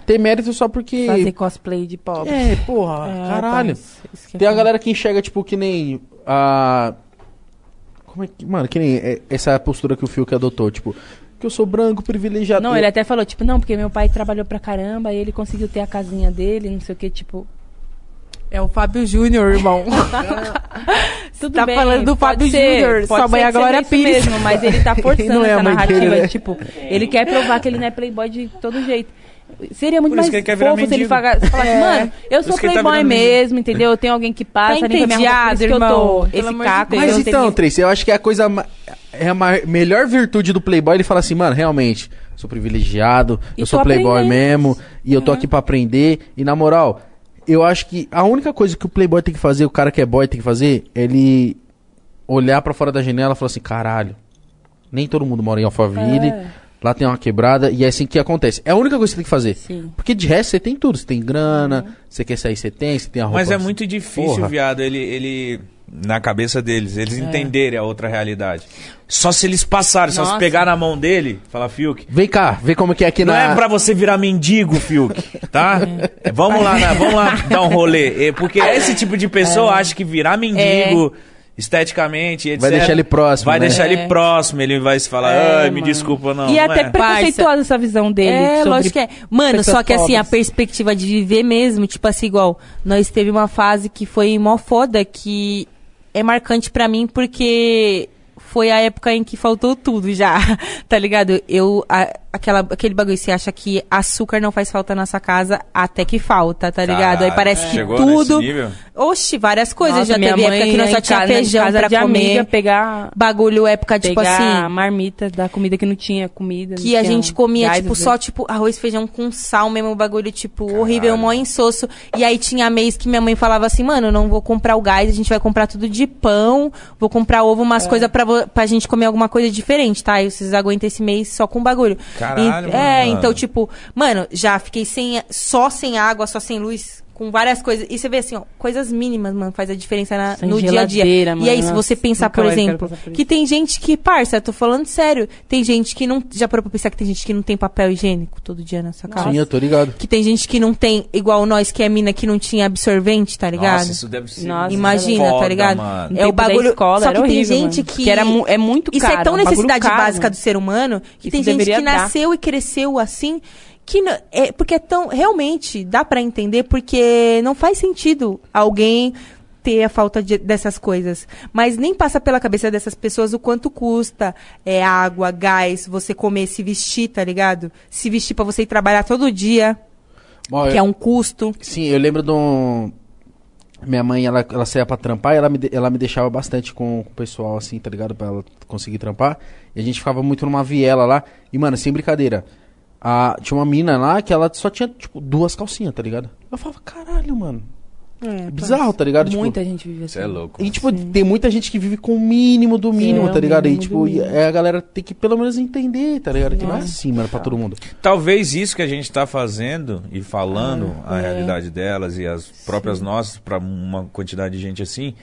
Speaker 2: ter mérito só porque.
Speaker 3: Fazer cosplay de pobre.
Speaker 2: É, porra,
Speaker 4: Ah,
Speaker 2: caralho. Tem
Speaker 4: Tem
Speaker 2: a galera que enxerga, tipo, que nem. A. Como é que. Mano, que nem é, essa postura que o Fiuk adotou, tipo. Que eu sou branco, privilegiado.
Speaker 3: Não, ele até falou, tipo, não, porque meu pai trabalhou pra caramba e ele conseguiu ter a casinha dele, não sei o que, tipo.
Speaker 7: É o Fábio Júnior, irmão.
Speaker 3: Tudo
Speaker 7: tá
Speaker 3: bem,
Speaker 7: falando do
Speaker 3: pode
Speaker 7: Fábio
Speaker 3: ser,
Speaker 7: Júnior,
Speaker 3: pode
Speaker 7: sua mãe
Speaker 3: ser que
Speaker 7: agora
Speaker 3: seja
Speaker 7: é
Speaker 3: isso
Speaker 7: Pires.
Speaker 3: mesmo, mas ele tá forçando
Speaker 2: Não é a
Speaker 3: essa
Speaker 2: mãe
Speaker 3: narrativa,
Speaker 2: dele, né?
Speaker 3: tipo, ele quer provar que ele não é playboy de todo jeito. Seria muito
Speaker 1: Por
Speaker 3: mais
Speaker 1: isso que ele quer virar
Speaker 3: fofo se ele
Speaker 1: mendigo.
Speaker 3: faga- falasse, assim, mano, eu sou
Speaker 1: isso que ele tá
Speaker 3: playboy
Speaker 1: virando
Speaker 3: mesmo, entendeu? Eu tenho alguém que passa,
Speaker 4: Tá
Speaker 3: nem que me arruma, por isso que eu
Speaker 7: entediado, irmão.
Speaker 3: tô.
Speaker 7: Pelo
Speaker 3: Esse
Speaker 7: amor de
Speaker 3: caco,
Speaker 7: Deus.
Speaker 2: Mas
Speaker 3: eu
Speaker 2: então,
Speaker 3: tenho-
Speaker 2: Tracy, eu acho que é a coisa. ma- É a ma- melhor virtude do Playboy ele fala assim, mano, realmente, sou privilegiado,
Speaker 3: E
Speaker 2: eu sou
Speaker 3: tô
Speaker 2: Playboy
Speaker 3: aprendendo.
Speaker 2: mesmo, e eu tô aqui pra aprender. E na moral, eu acho que a única coisa que o Playboy tem que fazer, o cara que é boy tem que fazer, é ele olhar pra fora da janela e falar assim, caralho, nem todo mundo mora em Alphaville,
Speaker 3: É.
Speaker 2: lá tem uma quebrada, e é assim que acontece. É a única coisa que você tem que fazer.
Speaker 3: Sim. Uhum.
Speaker 2: Porque de resto você tem tudo, você tem grana, você quer sair, você tem, você tem a roupa.
Speaker 1: Mas é
Speaker 2: você-
Speaker 1: muito difícil,
Speaker 2: Porra. É.
Speaker 1: viado, ele, ele. Na cabeça deles, eles entenderem a outra realidade. Só se eles passarem, só se
Speaker 4: Nossa.
Speaker 1: pegar na mão dele, falar, Fiuk.
Speaker 2: Vem cá, vê como que é aqui
Speaker 1: Não
Speaker 2: na...
Speaker 1: é pra você virar mendigo, Fiuk, tá? Vamos lá, né? vamos lá dar um rolê. É, Porque esse tipo de pessoa acha que virar mendigo, esteticamente, etc.
Speaker 2: Vai deixar ele próximo,
Speaker 1: Vai
Speaker 2: né?
Speaker 1: deixar
Speaker 4: É.
Speaker 1: ele próximo, ele vai se falar,
Speaker 3: É,
Speaker 1: ai, me
Speaker 3: mano.
Speaker 1: desculpa, não.
Speaker 3: E
Speaker 1: não
Speaker 3: até
Speaker 1: é.
Speaker 3: preconceituosa essa visão dele.
Speaker 4: É,
Speaker 3: sobre
Speaker 4: lógico que é. Mano,
Speaker 3: pessoas
Speaker 4: só que assim, a
Speaker 3: pobres.
Speaker 4: perspectiva de viver mesmo, tipo assim, igual, nós teve uma fase que foi mó foda, que é marcante pra mim, porque foi a época em que faltou tudo já, tá ligado? Eu, a- aquela, aquele bagulho, você acha que açúcar não faz falta na sua casa, até que falta, tá ligado? Aí
Speaker 1: Caralho,
Speaker 4: parece que
Speaker 1: chegou
Speaker 4: tudo...
Speaker 1: nesse nível?
Speaker 4: Oxe, várias coisas
Speaker 3: Nossa,
Speaker 4: já
Speaker 3: minha
Speaker 4: teve época
Speaker 3: mãe
Speaker 4: que nós
Speaker 3: ia
Speaker 4: só
Speaker 3: em
Speaker 4: tinha
Speaker 3: casa- em
Speaker 4: feijão
Speaker 3: casa
Speaker 4: pra
Speaker 3: de
Speaker 4: comer.
Speaker 3: amiga, pegar
Speaker 4: Bagulho, época, tipo
Speaker 3: pegar
Speaker 4: assim...
Speaker 3: a marmita da comida que não tinha comida. não
Speaker 4: Que a
Speaker 3: tinha
Speaker 4: gente comia,
Speaker 3: gás,
Speaker 4: tipo,
Speaker 3: às
Speaker 4: só,
Speaker 3: vezes.
Speaker 4: tipo, arroz, feijão com sal mesmo, o bagulho, tipo, horrível, mó insosso. E aí tinha mês que minha mãe falava assim, mano, eu não vou comprar o gás, a gente vai comprar tudo de pão, vou comprar ovo,
Speaker 3: É.
Speaker 4: umas coisas pra, vo- pra gente comer alguma coisa diferente, tá? E vocês aguentam esse mês só com bagulho.
Speaker 1: Caralho,
Speaker 4: E- É,
Speaker 1: mano.
Speaker 4: então, tipo, mano, já fiquei sem, só sem água, só sem luz. Com várias coisas. E você vê assim, ó, coisas mínimas, mano, faz a diferença na-
Speaker 3: Sem
Speaker 4: no dia a dia.
Speaker 3: geladeira, mano,
Speaker 4: e aí, se
Speaker 3: nossa,
Speaker 4: você pensar,
Speaker 3: nunca
Speaker 4: por
Speaker 3: mais quero
Speaker 4: exemplo,
Speaker 3: passar por isso.
Speaker 4: que tem gente que, parça, eu tô falando sério, tem gente que não. Já parou pra pensar que tem gente que não tem papel higiênico todo dia na sua casa?
Speaker 2: Sim, eu tô ligado.
Speaker 4: Que tem gente que não tem, igual nós, que é mina que não tinha absorvente, tá ligado?
Speaker 1: Nossa, isso deve ser.
Speaker 3: Nossa,
Speaker 4: Imagina,
Speaker 1: foda,
Speaker 4: tá ligado?
Speaker 1: mano.
Speaker 3: No
Speaker 4: É o
Speaker 3: tempo da
Speaker 4: bagulho.
Speaker 3: escola,
Speaker 4: só que
Speaker 3: era
Speaker 4: tem
Speaker 3: horrível,
Speaker 4: gente
Speaker 3: mano.
Speaker 4: que.
Speaker 3: Que era mu- é muito
Speaker 4: Isso é
Speaker 3: caro,
Speaker 4: tão
Speaker 3: um bagulho
Speaker 4: necessidade
Speaker 3: caro,
Speaker 4: básica
Speaker 3: mano.
Speaker 4: do ser humano que
Speaker 3: Isso
Speaker 4: tem gente
Speaker 3: deveria
Speaker 4: que
Speaker 3: dar.
Speaker 4: nasceu e cresceu assim. Que não- é, porque é tão. Realmente dá pra entender, porque não faz sentido alguém ter a falta de- dessas coisas. Mas nem passa pela cabeça dessas pessoas o quanto custa é, água, gás, você comer, se vestir, tá ligado? Se vestir pra você ir trabalhar todo dia,
Speaker 2: Ó,
Speaker 4: que
Speaker 2: eu-
Speaker 4: é um custo.
Speaker 2: Sim, eu lembro de um... Minha mãe, ela, ela saía pra trampar e ela me, de- ela me deixava bastante com, com o pessoal, assim, tá ligado? Pra ela conseguir trampar. E a gente ficava muito numa viela lá. E, mano, sem brincadeira. a- tinha uma mina lá que ela só tinha, tipo, duas calcinhas, tá ligado? Eu falava, caralho, mano. É bizarro, tá ligado? Tipo,
Speaker 3: Muita gente vive assim.
Speaker 1: Você é louco.
Speaker 2: E, tipo, tem muita gente que vive com o mínimo do mínimo,
Speaker 3: é
Speaker 2: tá
Speaker 3: o
Speaker 2: ligado? E,
Speaker 3: mínimo
Speaker 2: tipo,
Speaker 3: do
Speaker 2: e-
Speaker 3: mínimo.
Speaker 2: é, a galera tem que pelo menos entender, tá ligado? Que não é assim, mano, pra todo mundo.
Speaker 1: Talvez isso que a gente tá fazendo e falando a realidade delas e as próprias nossas pra uma quantidade de gente assim,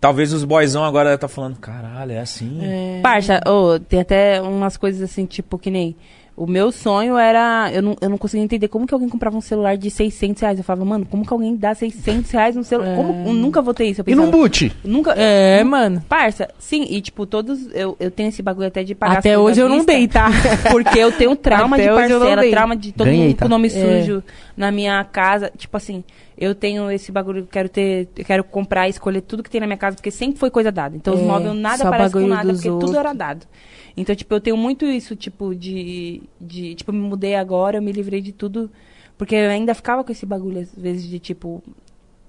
Speaker 1: talvez os boyzão agora tá falando, caralho, é assim.
Speaker 3: Parça, ô, tem até umas coisas assim, tipo, que nem O meu sonho era. Eu não, eu não conseguia entender como que alguém comprava um celular de 600 reais. Eu falava, mano, como que alguém dá 600 reais num celular? Como? Eu nunca vou ter isso. Eu
Speaker 2: E num
Speaker 3: pensava,
Speaker 2: boot?
Speaker 3: Nunca.
Speaker 4: É, mano.
Speaker 3: Parça, sim, e tipo, todos. Eu, eu tenho esse bagulho até de pagar.
Speaker 4: Até
Speaker 3: as coisas
Speaker 4: hoje
Speaker 3: à
Speaker 4: eu não
Speaker 3: vista,
Speaker 4: dei, tá?
Speaker 3: Porque eu tenho trauma
Speaker 4: Até
Speaker 3: de
Speaker 4: hoje eu não
Speaker 3: parcela,
Speaker 4: dei.
Speaker 3: trauma de todo
Speaker 2: Ganhei,
Speaker 3: mundo
Speaker 2: tá?
Speaker 3: com nome
Speaker 4: É.
Speaker 3: sujo na minha casa. Tipo assim, eu tenho esse bagulho que eu quero ter. Eu quero comprar e escolher tudo que tem na minha casa, porque sempre foi coisa dada. Então os
Speaker 4: É,
Speaker 3: móveis nada
Speaker 4: só
Speaker 3: parece com
Speaker 4: bagulho
Speaker 3: nada,
Speaker 4: dos
Speaker 3: porque tudo
Speaker 4: outros.
Speaker 3: era dado. Então, tipo, eu tenho muito isso, tipo, de. de tipo, eu me mudei agora, eu me livrei de tudo. Porque eu ainda ficava com esse bagulho, às vezes, de tipo.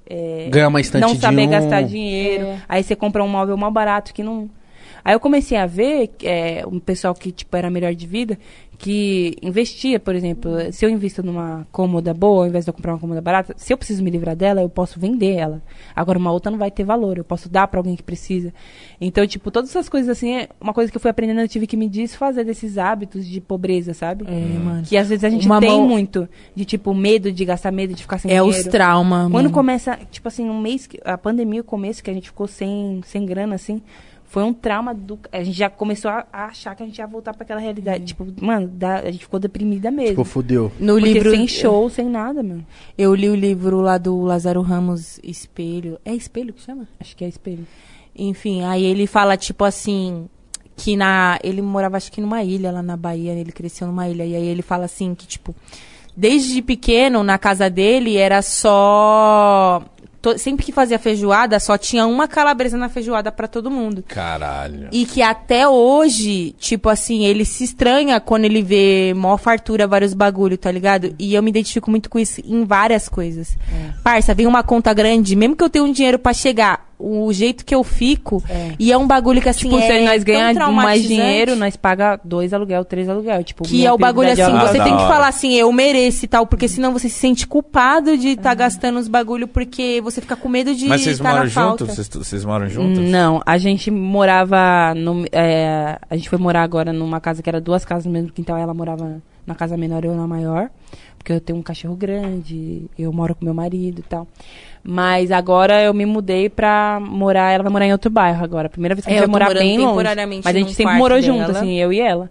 Speaker 3: é,
Speaker 2: Ganhar uma estante
Speaker 3: não
Speaker 2: de
Speaker 3: saber
Speaker 2: um.
Speaker 3: gastar dinheiro.
Speaker 4: É.
Speaker 3: Aí você compra um móvel mal barato que não. Aí eu comecei a ver é, um pessoal que tipo era melhor de vida que investia, por exemplo, se eu invisto numa cômoda boa, ao invés de eu comprar uma cômoda barata, se eu preciso me livrar dela, eu posso vender ela. Agora uma outra não vai ter valor, eu posso dar pra alguém que precisa. Então, tipo, todas essas coisas assim, é uma coisa que eu fui aprendendo, eu tive que me desfazer desses hábitos de pobreza, sabe?
Speaker 4: É, mano.
Speaker 3: Que às vezes a gente
Speaker 4: Uma
Speaker 3: tem
Speaker 4: mão-
Speaker 3: muito de tipo medo de gastar, medo de ficar sem
Speaker 4: É os
Speaker 3: dinheiro.
Speaker 4: traumas,
Speaker 3: Quando
Speaker 4: mano.
Speaker 3: começa, tipo assim, um mês, que- a pandemia, o começo, que a gente ficou sem, sem grana, assim, foi um trauma do. A gente já começou a, a achar que a gente ia voltar pra aquela realidade. Tipo, mano, da- a gente ficou deprimida mesmo.
Speaker 2: Tipo, fudeu.
Speaker 4: Uhum. No
Speaker 3: porque
Speaker 4: livro.
Speaker 3: sem show, sem nada, meu.
Speaker 4: Eu li o livro lá do Lázaro Ramos, Espelho. É Espelho que chama?
Speaker 3: Acho que é espelho.
Speaker 4: Enfim, aí ele fala, tipo assim, que na. Ele morava, acho que numa ilha lá na Bahia, né? ele cresceu numa ilha. E aí ele fala assim, que, tipo, desde pequeno, na casa dele, era só. to- Sempre que fazia feijoada, só tinha uma calabresa na feijoada pra todo mundo.
Speaker 8: Caralho.
Speaker 4: E que até hoje, tipo assim, ele se estranha quando ele vê mó fartura, vários bagulho, tá ligado? E eu me identifico muito com isso em várias coisas.
Speaker 3: É.
Speaker 4: Parça, vem uma conta grande, mesmo que eu tenha um dinheiro pra chegar, o jeito que eu fico, e é um bagulho que assim,
Speaker 3: Tipo,
Speaker 4: é
Speaker 3: se nós
Speaker 4: tão
Speaker 3: ganharmos mais
Speaker 4: traumatizante
Speaker 3: dinheiro, né? nós paga dois aluguel, três aluguel. Tipo,
Speaker 4: Que
Speaker 3: minha
Speaker 4: é o bagulho assim,
Speaker 3: prioridade é
Speaker 8: alugar.
Speaker 4: você
Speaker 8: Ah,
Speaker 4: tem
Speaker 8: da
Speaker 4: que
Speaker 8: hora.
Speaker 4: falar assim, eu mereço e tal,
Speaker 3: Uhum.
Speaker 4: porque senão você se sente culpado de estar gastando os bagulho, porque você fica com medo de
Speaker 1: Mas vocês
Speaker 4: estar na
Speaker 1: moram
Speaker 4: falta.
Speaker 1: juntos? Vocês, vocês moram juntos?
Speaker 3: Não, a gente morava. No, é, a gente foi morar agora numa casa que era duas casas no mesmo quintal. Ela morava na casa menor e eu na maior. Porque eu tenho um cachorro grande, eu moro com meu marido e tal. Mas agora eu me mudei pra morar. Ela vai morar em outro bairro agora. Primeira vez que a
Speaker 4: É,
Speaker 3: gente
Speaker 4: eu tô
Speaker 3: vai morar
Speaker 4: morando
Speaker 3: bem longe.
Speaker 4: temporariamente
Speaker 3: Mas a
Speaker 4: num
Speaker 3: gente sempre
Speaker 4: quarto
Speaker 3: morou
Speaker 4: dela.
Speaker 3: junto, assim, eu e ela.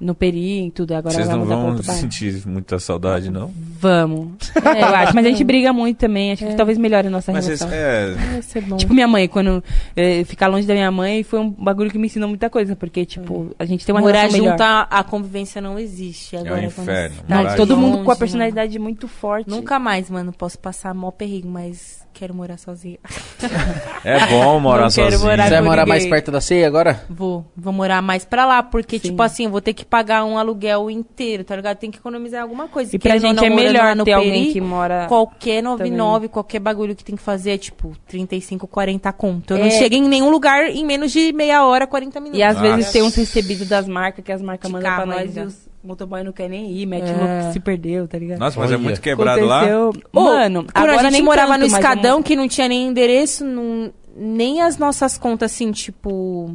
Speaker 3: No Peri e tudo. Agora
Speaker 1: Vocês
Speaker 3: ela
Speaker 1: não
Speaker 3: vai mudar pra
Speaker 1: vão
Speaker 3: outro bairro.
Speaker 1: sentir muita saudade, não?
Speaker 3: Vamos. É, eu acho. Mas a gente briga muito também.
Speaker 4: É.
Speaker 3: Acho que talvez melhore a nossa
Speaker 1: Mas vocês.
Speaker 3: relação.
Speaker 1: É,
Speaker 4: Vai ser bom.
Speaker 3: Tipo, minha mãe, quando eh, ficar longe da minha mãe, foi um bagulho que me ensinou muita coisa, porque, tipo, a gente tem uma
Speaker 4: morar
Speaker 3: relação melhor.
Speaker 4: junto, a, a convivência não existe. Agora, quando
Speaker 1: É um inferno.
Speaker 4: você tá
Speaker 1: Morar
Speaker 3: Não, todo
Speaker 1: junto.
Speaker 3: mundo com a
Speaker 4: longe,
Speaker 3: personalidade muito forte.
Speaker 4: mano. né? Nunca mais, mano, posso passar mó perrigo, mas quero morar sozinha.
Speaker 1: é bom morar
Speaker 3: Não quero
Speaker 1: sozinho.
Speaker 3: morar
Speaker 2: Você vai
Speaker 3: com
Speaker 2: morar
Speaker 3: ninguém.
Speaker 2: mais perto da ceia agora?
Speaker 4: Vou, vou morar mais pra lá, porque,
Speaker 3: Sim.
Speaker 4: tipo assim, eu vou ter que pagar um aluguel inteiro, tá ligado? Tem que economizar alguma coisa.
Speaker 3: E pra
Speaker 4: Querendo ou
Speaker 3: gente
Speaker 4: não,
Speaker 3: é
Speaker 4: morando lá
Speaker 3: melhor
Speaker 4: no
Speaker 3: ter alguém
Speaker 4: Peri,
Speaker 3: que mora...
Speaker 4: Qualquer 99, qualquer bagulho que tem que fazer é tipo 35, 40 conto. Eu não
Speaker 3: É.
Speaker 4: chego em nenhum lugar em menos de meia hora, 40 minutos.
Speaker 3: E às
Speaker 1: Nossa.
Speaker 3: vezes tem uns recebidos das marcas que as marcas
Speaker 4: De
Speaker 3: mandam pra
Speaker 4: carro
Speaker 3: nós
Speaker 4: ainda.
Speaker 3: e os motoboy não quer nem ir,
Speaker 4: É.
Speaker 3: mete louco que se perdeu, tá ligado?
Speaker 1: Nossa, mas é
Speaker 2: Olha.
Speaker 1: muito quebrado lá.
Speaker 3: Aconteceu-
Speaker 4: Ô,
Speaker 3: Mano,
Speaker 4: quando
Speaker 3: agora
Speaker 4: a gente
Speaker 3: nem
Speaker 4: morava
Speaker 3: tanto,
Speaker 4: no
Speaker 3: mas é um-
Speaker 4: escadão que não tinha nem endereço, não- nem as nossas contas, assim, tipo.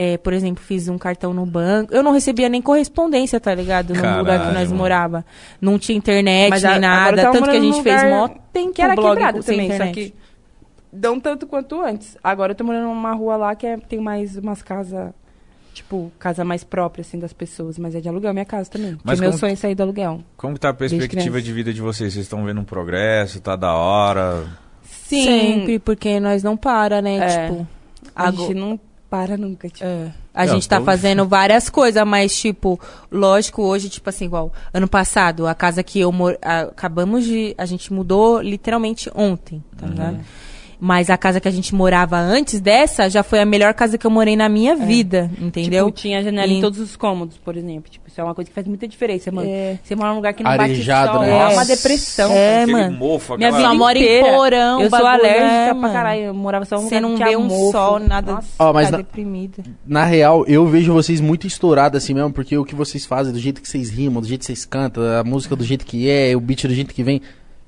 Speaker 4: é, por exemplo, fiz um cartão no banco. Eu não recebia nem correspondência, tá ligado? No
Speaker 1: Caralho,
Speaker 4: lugar que nós
Speaker 1: mano.
Speaker 4: morava. Não tinha internet,
Speaker 3: Mas a-
Speaker 4: nem
Speaker 3: agora eu
Speaker 4: nada.
Speaker 3: tava
Speaker 4: Tanto que a
Speaker 3: morando
Speaker 4: gente
Speaker 3: num
Speaker 4: fez
Speaker 3: lugar
Speaker 4: mó tempo
Speaker 3: que era
Speaker 4: blog
Speaker 3: quebrado
Speaker 4: sem
Speaker 3: também,
Speaker 4: internet.
Speaker 3: só que não tanto quanto antes. Agora eu tô morando numa rua lá que é- tem mais umas casas, tipo, casa mais própria, assim, das pessoas, mas é de aluguel minha casa também. Porque
Speaker 1: Mas
Speaker 3: meu
Speaker 1: como-
Speaker 3: sonho é sair do aluguel.
Speaker 1: Como que tá a perspectiva
Speaker 3: criança.
Speaker 1: de vida de vocês? Vocês estão vendo um progresso? Tá da hora?
Speaker 3: Sim.
Speaker 4: Sempre, porque nós não para, né?
Speaker 3: É.
Speaker 4: Tipo,
Speaker 3: A
Speaker 4: agora-
Speaker 3: gente não para nunca, tipo.
Speaker 4: É. A
Speaker 1: Não,
Speaker 4: gente tá
Speaker 1: tô-
Speaker 4: fazendo várias coisas, mas, tipo, lógico, hoje, tipo assim, igual, ano passado, a casa que eu moro. Acabamos de. A gente mudou literalmente ontem, tá ligado? Mas a casa que a gente morava antes dessa já foi a melhor casa que eu morei na minha vida, entendeu?
Speaker 3: Tipo, tinha janela em
Speaker 4: E-
Speaker 3: todos os cômodos, por exemplo. Tipo, isso é uma coisa que faz muita diferença, mano. Você mora num lugar que não
Speaker 2: Arejado,
Speaker 3: bate sol,
Speaker 2: né?
Speaker 3: dá uma
Speaker 2: Nossa.
Speaker 3: depressão.
Speaker 4: É,
Speaker 1: Aquele
Speaker 4: mano.
Speaker 1: mofo,
Speaker 3: Minha
Speaker 1: aquela-
Speaker 4: Só
Speaker 3: vida
Speaker 4: mora em
Speaker 3: inteira.
Speaker 4: porão,
Speaker 3: eu sou
Speaker 4: bagulho,
Speaker 3: alérgica
Speaker 4: é,
Speaker 3: pra
Speaker 4: mano.
Speaker 3: caralho. Eu morava só num
Speaker 4: Você
Speaker 3: lugar
Speaker 4: não
Speaker 3: que tinha
Speaker 4: vê um
Speaker 3: mofo.
Speaker 4: sol, nada.
Speaker 3: Nossa,
Speaker 2: Ó, mas
Speaker 4: tá
Speaker 2: na-
Speaker 4: deprimida.
Speaker 2: Na real, eu vejo vocês muito estourados assim mesmo, porque o que vocês fazem, do jeito que vocês rimam, do jeito que vocês cantam, a música do jeito que é, o beat do jeito que vem.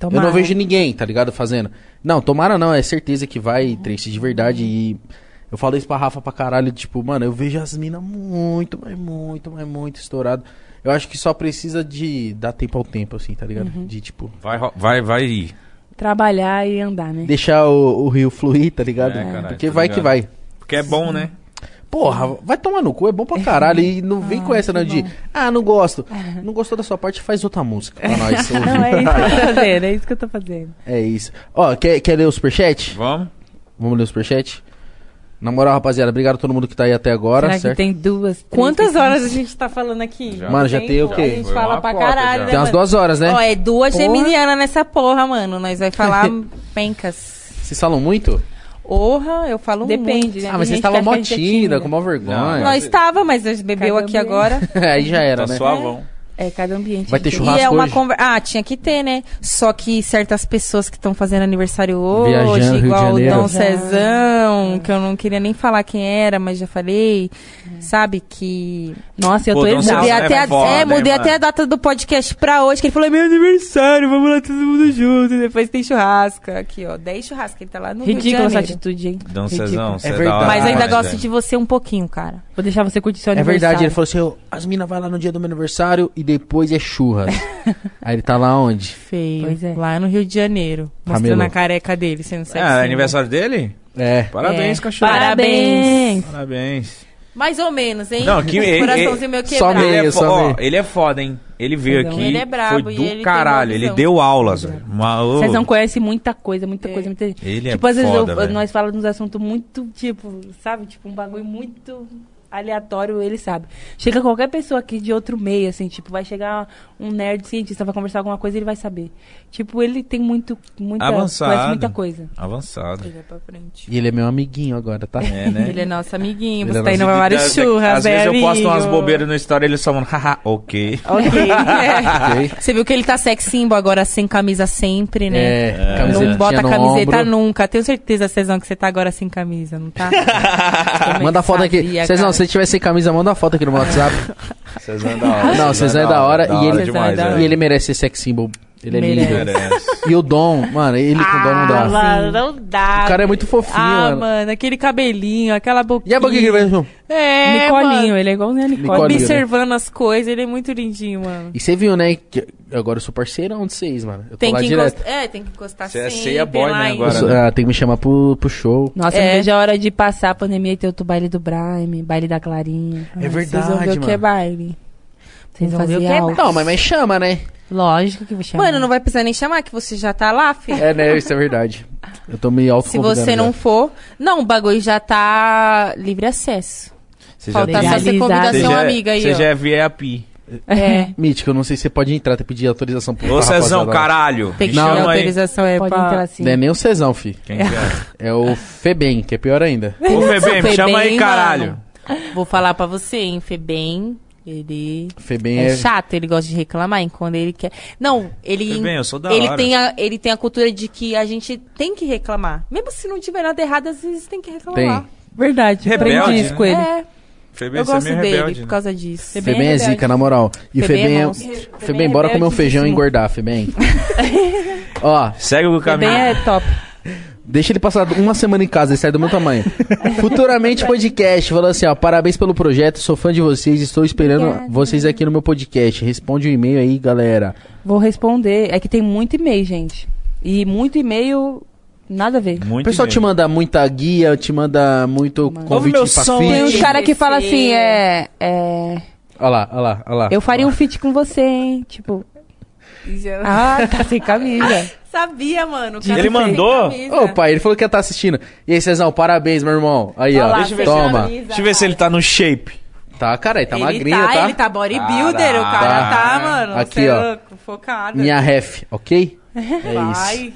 Speaker 2: Eu
Speaker 3: Tomara.
Speaker 2: não vejo ninguém, tá ligado, fazendo. Não, tomara não, é certeza que vai, Tracy, de verdade. E eu falo isso pra Rafa pra caralho, tipo, mano, eu vejo as minas muito, mas muito, mas muito estourado. Eu acho que só precisa de dar tempo ao tempo, assim, tá ligado?
Speaker 3: Uhum.
Speaker 2: De, tipo,
Speaker 1: Vai, ro- vai, vai ir.
Speaker 3: Trabalhar e andar, né?
Speaker 2: deixar o, o rio fluir, tá ligado?
Speaker 1: É, caralho,
Speaker 2: porque
Speaker 1: tô
Speaker 2: vai que
Speaker 1: ligado.
Speaker 2: vai.
Speaker 1: Porque é bom, né?
Speaker 2: Porra, vai tomar no cu, é bom pra caralho. E não vem com essa, não,
Speaker 3: É,
Speaker 2: de. Ah, não gosto. Não gostou da sua parte, faz outra música pra nós. ouvir.
Speaker 3: Não, é isso que eu tô fazendo, é isso que eu tô fazendo.
Speaker 2: É isso. Ó, quer, quer ler o superchat?
Speaker 1: Vamos?
Speaker 2: Vamos ler o superchat? Na moral, rapaziada, obrigado a todo mundo que tá aí até agora,
Speaker 3: Será
Speaker 2: certo?
Speaker 3: que tem duas? três,
Speaker 4: Quantas
Speaker 3: cinco?
Speaker 4: horas a gente tá falando aqui?
Speaker 1: Já.
Speaker 2: Mano, já
Speaker 4: Tempo?
Speaker 2: tem o
Speaker 4: A
Speaker 2: quê?
Speaker 4: gente
Speaker 1: Foi
Speaker 4: fala
Speaker 1: uma
Speaker 4: pra
Speaker 1: cota
Speaker 4: caralho,
Speaker 1: já.
Speaker 4: né,
Speaker 2: Tem umas
Speaker 4: mano?
Speaker 2: duas horas, né?
Speaker 4: Ó, é duas
Speaker 2: Porra.
Speaker 4: geminianas nessa porra, mano. Nós vai falar pencas.
Speaker 2: Vocês falam muito?
Speaker 4: Porra, eu falo muito.
Speaker 3: Depende, né?
Speaker 2: Ah, mas vocês
Speaker 3: Tem gente que
Speaker 2: estavam
Speaker 3: acha que
Speaker 2: mó
Speaker 3: a gente é
Speaker 2: tímida,
Speaker 3: tímida.
Speaker 2: com mó vergonha.
Speaker 1: Não, é.
Speaker 4: Nós tava, mas a gente bebeu
Speaker 3: Cada
Speaker 4: aqui
Speaker 3: um
Speaker 4: agora.
Speaker 2: aí já era,
Speaker 1: Tá
Speaker 2: né?
Speaker 1: suavão.
Speaker 3: É, cada ambiente.
Speaker 2: Vai ter
Speaker 3: diferente.
Speaker 2: churrasco
Speaker 4: e é uma
Speaker 2: hoje?
Speaker 4: conversa. Ah, tinha que ter, né? Só que certas pessoas que estão fazendo aniversário hoje,
Speaker 2: Viajando, Rio de
Speaker 4: igual o
Speaker 2: Janeiro.
Speaker 4: Dom Cezão, que eu não queria nem falar quem era, mas já falei, sabe? Que.
Speaker 3: Nossa, eu
Speaker 1: Pô,
Speaker 3: tô
Speaker 1: Dom
Speaker 3: exausta.
Speaker 4: Mudei
Speaker 1: Cezão.
Speaker 4: até, a,
Speaker 1: foda,
Speaker 4: é,
Speaker 1: hein,
Speaker 4: mudei
Speaker 1: mano?
Speaker 4: até a data do podcast pra hoje, que ele falou: é meu aniversário, vamos lá todo mundo junto. e Depois tem churrasco. Aqui, ó, 10 churrascos, ele tá lá no Rio de
Speaker 3: Ridícula essa
Speaker 4: Janeiro.
Speaker 3: atitude, hein? Ridícula.
Speaker 1: Dancezão,
Speaker 2: É
Speaker 1: você
Speaker 2: verdade.
Speaker 4: Mas ainda
Speaker 1: né,
Speaker 2: Ah,
Speaker 4: gosto de você um pouquinho, cara.
Speaker 3: Vou deixar você curtir seu
Speaker 2: É verdade, ele
Speaker 3: aniversário.
Speaker 2: falou assim: "Eu- as minas vai lá no dia do meu aniversário e depois é churras. aí ele tá lá onde?
Speaker 4: Feio.
Speaker 3: Pois é.
Speaker 4: Lá no Rio de Janeiro.
Speaker 2: Camelo.
Speaker 4: Mostrando a careca dele, sendo
Speaker 1: É,
Speaker 4: sexy.
Speaker 1: é aniversário dele?
Speaker 2: É.
Speaker 1: Parabéns,
Speaker 4: É.
Speaker 1: cachorro.
Speaker 4: Parabéns.
Speaker 1: Parabéns.
Speaker 4: Mais ou menos, hein?
Speaker 1: Não, que-
Speaker 4: O
Speaker 1: ele-
Speaker 4: coraçãozinho meu
Speaker 2: só
Speaker 4: quebrado.
Speaker 2: meio.
Speaker 1: Ele é,
Speaker 2: Eu
Speaker 1: fo-
Speaker 2: só
Speaker 1: ó,
Speaker 2: vi.
Speaker 1: ele é foda, hein? Ele veio
Speaker 3: Cezão.
Speaker 1: aqui.
Speaker 4: Ele é brabo
Speaker 1: Foi
Speaker 4: e
Speaker 1: do
Speaker 4: ele tem boa
Speaker 1: caralho. Ele
Speaker 4: visão.
Speaker 1: deu aulas, velho. Uma- ô,
Speaker 3: Vocês não conhecem muita coisa, muita
Speaker 4: É.
Speaker 3: coisa, muita coisa.
Speaker 1: Ele é
Speaker 3: tipo, às vezes eu-
Speaker 1: foda, velho.
Speaker 3: nós falamos uns assuntos muito, tipo, sabe? Tipo, um bagulho muito aleatório, ele sabe. Chega qualquer pessoa aqui de outro meio, assim, tipo, vai chegar um nerd cientista, vai conversar alguma coisa, ele vai saber. Tipo, ele tem muito, muita,
Speaker 1: Avançado.
Speaker 3: conhece muita coisa.
Speaker 1: Avançado.
Speaker 4: Ele é pra frente.
Speaker 2: E ele é meu amiguinho agora, tá?
Speaker 1: É, né?
Speaker 4: Ele é nosso amiguinho.
Speaker 2: Ele
Speaker 4: Você
Speaker 2: é
Speaker 4: tá indo
Speaker 2: nosso
Speaker 4: pra várias
Speaker 1: Às-
Speaker 4: churras,
Speaker 1: Às
Speaker 4: né,
Speaker 1: vezes eu
Speaker 4: amigo?
Speaker 1: posto umas bobeiras no story e eles só falam, haha, ok.
Speaker 4: Ok. É.
Speaker 2: Ok.
Speaker 4: Você viu que ele tá sex symbol agora, sem camisa sempre, né?
Speaker 2: É,
Speaker 4: Não
Speaker 2: camisetinha
Speaker 4: bota
Speaker 2: no
Speaker 4: camiseta
Speaker 2: ombro.
Speaker 4: nunca. Tenho certeza, Cezão, que você tá agora sem camisa, não tá?
Speaker 2: Manda foto aqui.
Speaker 4: Sabia,
Speaker 2: Vocês não,
Speaker 4: cara.
Speaker 2: se tiver sem camisa, manda foto aqui no meu WhatsApp.
Speaker 1: Vocês é da
Speaker 4: Ah,
Speaker 1: hora.
Speaker 2: Não, vocês é da hora. E ele,
Speaker 4: Cezão é da hora.
Speaker 2: e ele merece ser sex symbol. Ele é
Speaker 4: Merece.
Speaker 2: lindo.
Speaker 1: merece.
Speaker 2: E o Dom, mano, ele com o Dom não
Speaker 3: Ah,
Speaker 2: dá.
Speaker 3: mano, não dá.
Speaker 2: O cara é muito fofinho,
Speaker 4: Ah,
Speaker 2: mano.
Speaker 4: mano, aquele cabelinho, aquela boquinha.
Speaker 2: E a boquinha que ele vai.
Speaker 4: É,
Speaker 3: Nicolinho,
Speaker 4: mano.
Speaker 3: ele é igualzinho a
Speaker 2: Nicolinho.
Speaker 3: Nicolinho.
Speaker 4: Observando as coisas, ele é muito lindinho, mano.
Speaker 2: E você viu, né? Que agora eu sou parceirão de vocês, mano. Eu tô
Speaker 4: Tem
Speaker 2: lá
Speaker 4: que
Speaker 2: direto.
Speaker 4: encostar. É, tem que encostar
Speaker 1: Você é
Speaker 4: sempre.
Speaker 1: ceia boy,
Speaker 4: lá
Speaker 1: né,
Speaker 4: em-
Speaker 2: Eu
Speaker 1: agora?
Speaker 2: sou-
Speaker 1: né?
Speaker 2: ah, tem que me chamar pro, pro show.
Speaker 3: Nossa,
Speaker 4: É.
Speaker 3: eu não vejo a hora de passar a pandemia e ter outro baile do Brime, baile da Clarinha.
Speaker 2: É
Speaker 3: Vocês vão ver
Speaker 2: verdade,
Speaker 3: o que é
Speaker 2: mano.
Speaker 3: baile. Vocês
Speaker 4: vão
Speaker 3: vão
Speaker 4: ver
Speaker 3: fazer
Speaker 4: o
Speaker 3: o
Speaker 4: que é
Speaker 2: Não, mas, mas chama, né?
Speaker 3: Lógico que vou chamar.
Speaker 4: Então. Mano, não vai precisar nem chamar, que você já tá lá, filho.
Speaker 2: É, né? Isso é verdade. Eu tô me
Speaker 4: Se
Speaker 2: autoconvidando.
Speaker 4: você não
Speaker 2: já.
Speaker 4: for. Não, o bagulho já tá livre acesso.
Speaker 1: Você
Speaker 4: Falta
Speaker 1: tem-
Speaker 4: só você
Speaker 3: legalizado.
Speaker 4: convidar
Speaker 1: Você
Speaker 4: seu
Speaker 1: já-
Speaker 4: amigo aí,
Speaker 1: Você
Speaker 4: ó.
Speaker 1: já é VIP.
Speaker 4: É.
Speaker 2: Mítico, eu não sei se você pode entrar, tem que pedir autorização pro
Speaker 1: Ô,
Speaker 2: pra
Speaker 1: Cezão,
Speaker 2: rapaziada lá.
Speaker 1: caralho.
Speaker 4: Tem
Speaker 1: Me
Speaker 4: que pedir
Speaker 1: chama aí.
Speaker 4: autorização é
Speaker 3: Pode
Speaker 4: pra...
Speaker 3: entrar assim.
Speaker 2: Não é nem o Cezão, fi.
Speaker 1: Quem que é?
Speaker 2: É o Febem, que é pior ainda.
Speaker 1: Ô, Febem, me
Speaker 4: Febem,
Speaker 1: chama aí,
Speaker 4: mano.
Speaker 1: caralho.
Speaker 4: Vou falar pra você, hein, Febem. Ele
Speaker 2: Febem
Speaker 4: é,
Speaker 2: é.
Speaker 4: chato, ele gosta de reclamar, hein, quando ele quer. Não, ele.
Speaker 1: Febem, eu sou da
Speaker 4: ele
Speaker 1: hora.
Speaker 4: tem a Ele tem a cultura de que a gente tem que reclamar. Mesmo se não tiver nada errado, às vezes tem que reclamar.
Speaker 2: Tem.
Speaker 3: Verdade,
Speaker 1: Rebelde,
Speaker 3: aprendi isso
Speaker 1: né?
Speaker 3: com ele.
Speaker 4: É,
Speaker 1: Febem,
Speaker 4: eu
Speaker 1: você é
Speaker 4: gosto
Speaker 1: meio
Speaker 4: dele
Speaker 1: rebelde.
Speaker 4: por
Speaker 1: né?
Speaker 4: causa disso.
Speaker 3: Febem é
Speaker 2: Febem é
Speaker 3: rebelde.
Speaker 2: zica, na moral. E o
Speaker 4: Febem é
Speaker 2: Febem é.
Speaker 4: monstro.
Speaker 2: Febem, bora comer um feijão e engordar, Febem. Ó,
Speaker 1: Segue o caminho.
Speaker 3: Bem é top.
Speaker 2: Deixa ele passar uma semana em casa, ele sai do meu tamanho. Futuramente podcast, falou assim, ó, parabéns pelo projeto, sou fã de vocês, estou esperando
Speaker 3: Obrigada.
Speaker 2: vocês aqui no meu podcast. Responde o e-mail aí, galera.
Speaker 3: Vou responder. É que tem muito e-mail, gente. E muito e-mail, nada a ver.
Speaker 2: O
Speaker 1: Muito
Speaker 2: pessoal
Speaker 1: bem.
Speaker 2: te manda muita guia, te manda muito
Speaker 1: Ouve
Speaker 2: convite
Speaker 1: meu
Speaker 2: pra
Speaker 1: som.
Speaker 3: Tem uns
Speaker 2: feat.
Speaker 3: cara que fala assim, é, é...
Speaker 2: Olha lá, olha lá, olha lá.
Speaker 3: Eu faria um feat com você, hein? Tipo... Ah, tá sem camisa.
Speaker 4: Sabia, mano. o
Speaker 1: Ele
Speaker 4: cara sem
Speaker 1: mandou?
Speaker 4: camisa.
Speaker 2: Ô, pai, ele falou que ia estar assistindo. E aí, Cezão, parabéns, meu irmão. Aí, ó,
Speaker 4: Olha lá,
Speaker 2: toma.
Speaker 4: fechando.
Speaker 1: Deixa eu ver se ele tá no shape.
Speaker 2: Tá, cara, ele tá
Speaker 4: ele
Speaker 2: magrinho,
Speaker 4: tá,
Speaker 2: tá?
Speaker 4: Ele tá bodybuilder, o
Speaker 1: Caralho.
Speaker 4: cara tá, mano.
Speaker 2: Aqui,
Speaker 4: cê é
Speaker 2: ó.
Speaker 4: louco, focado.
Speaker 2: Minha ref, ok? É
Speaker 4: Vai.
Speaker 2: isso.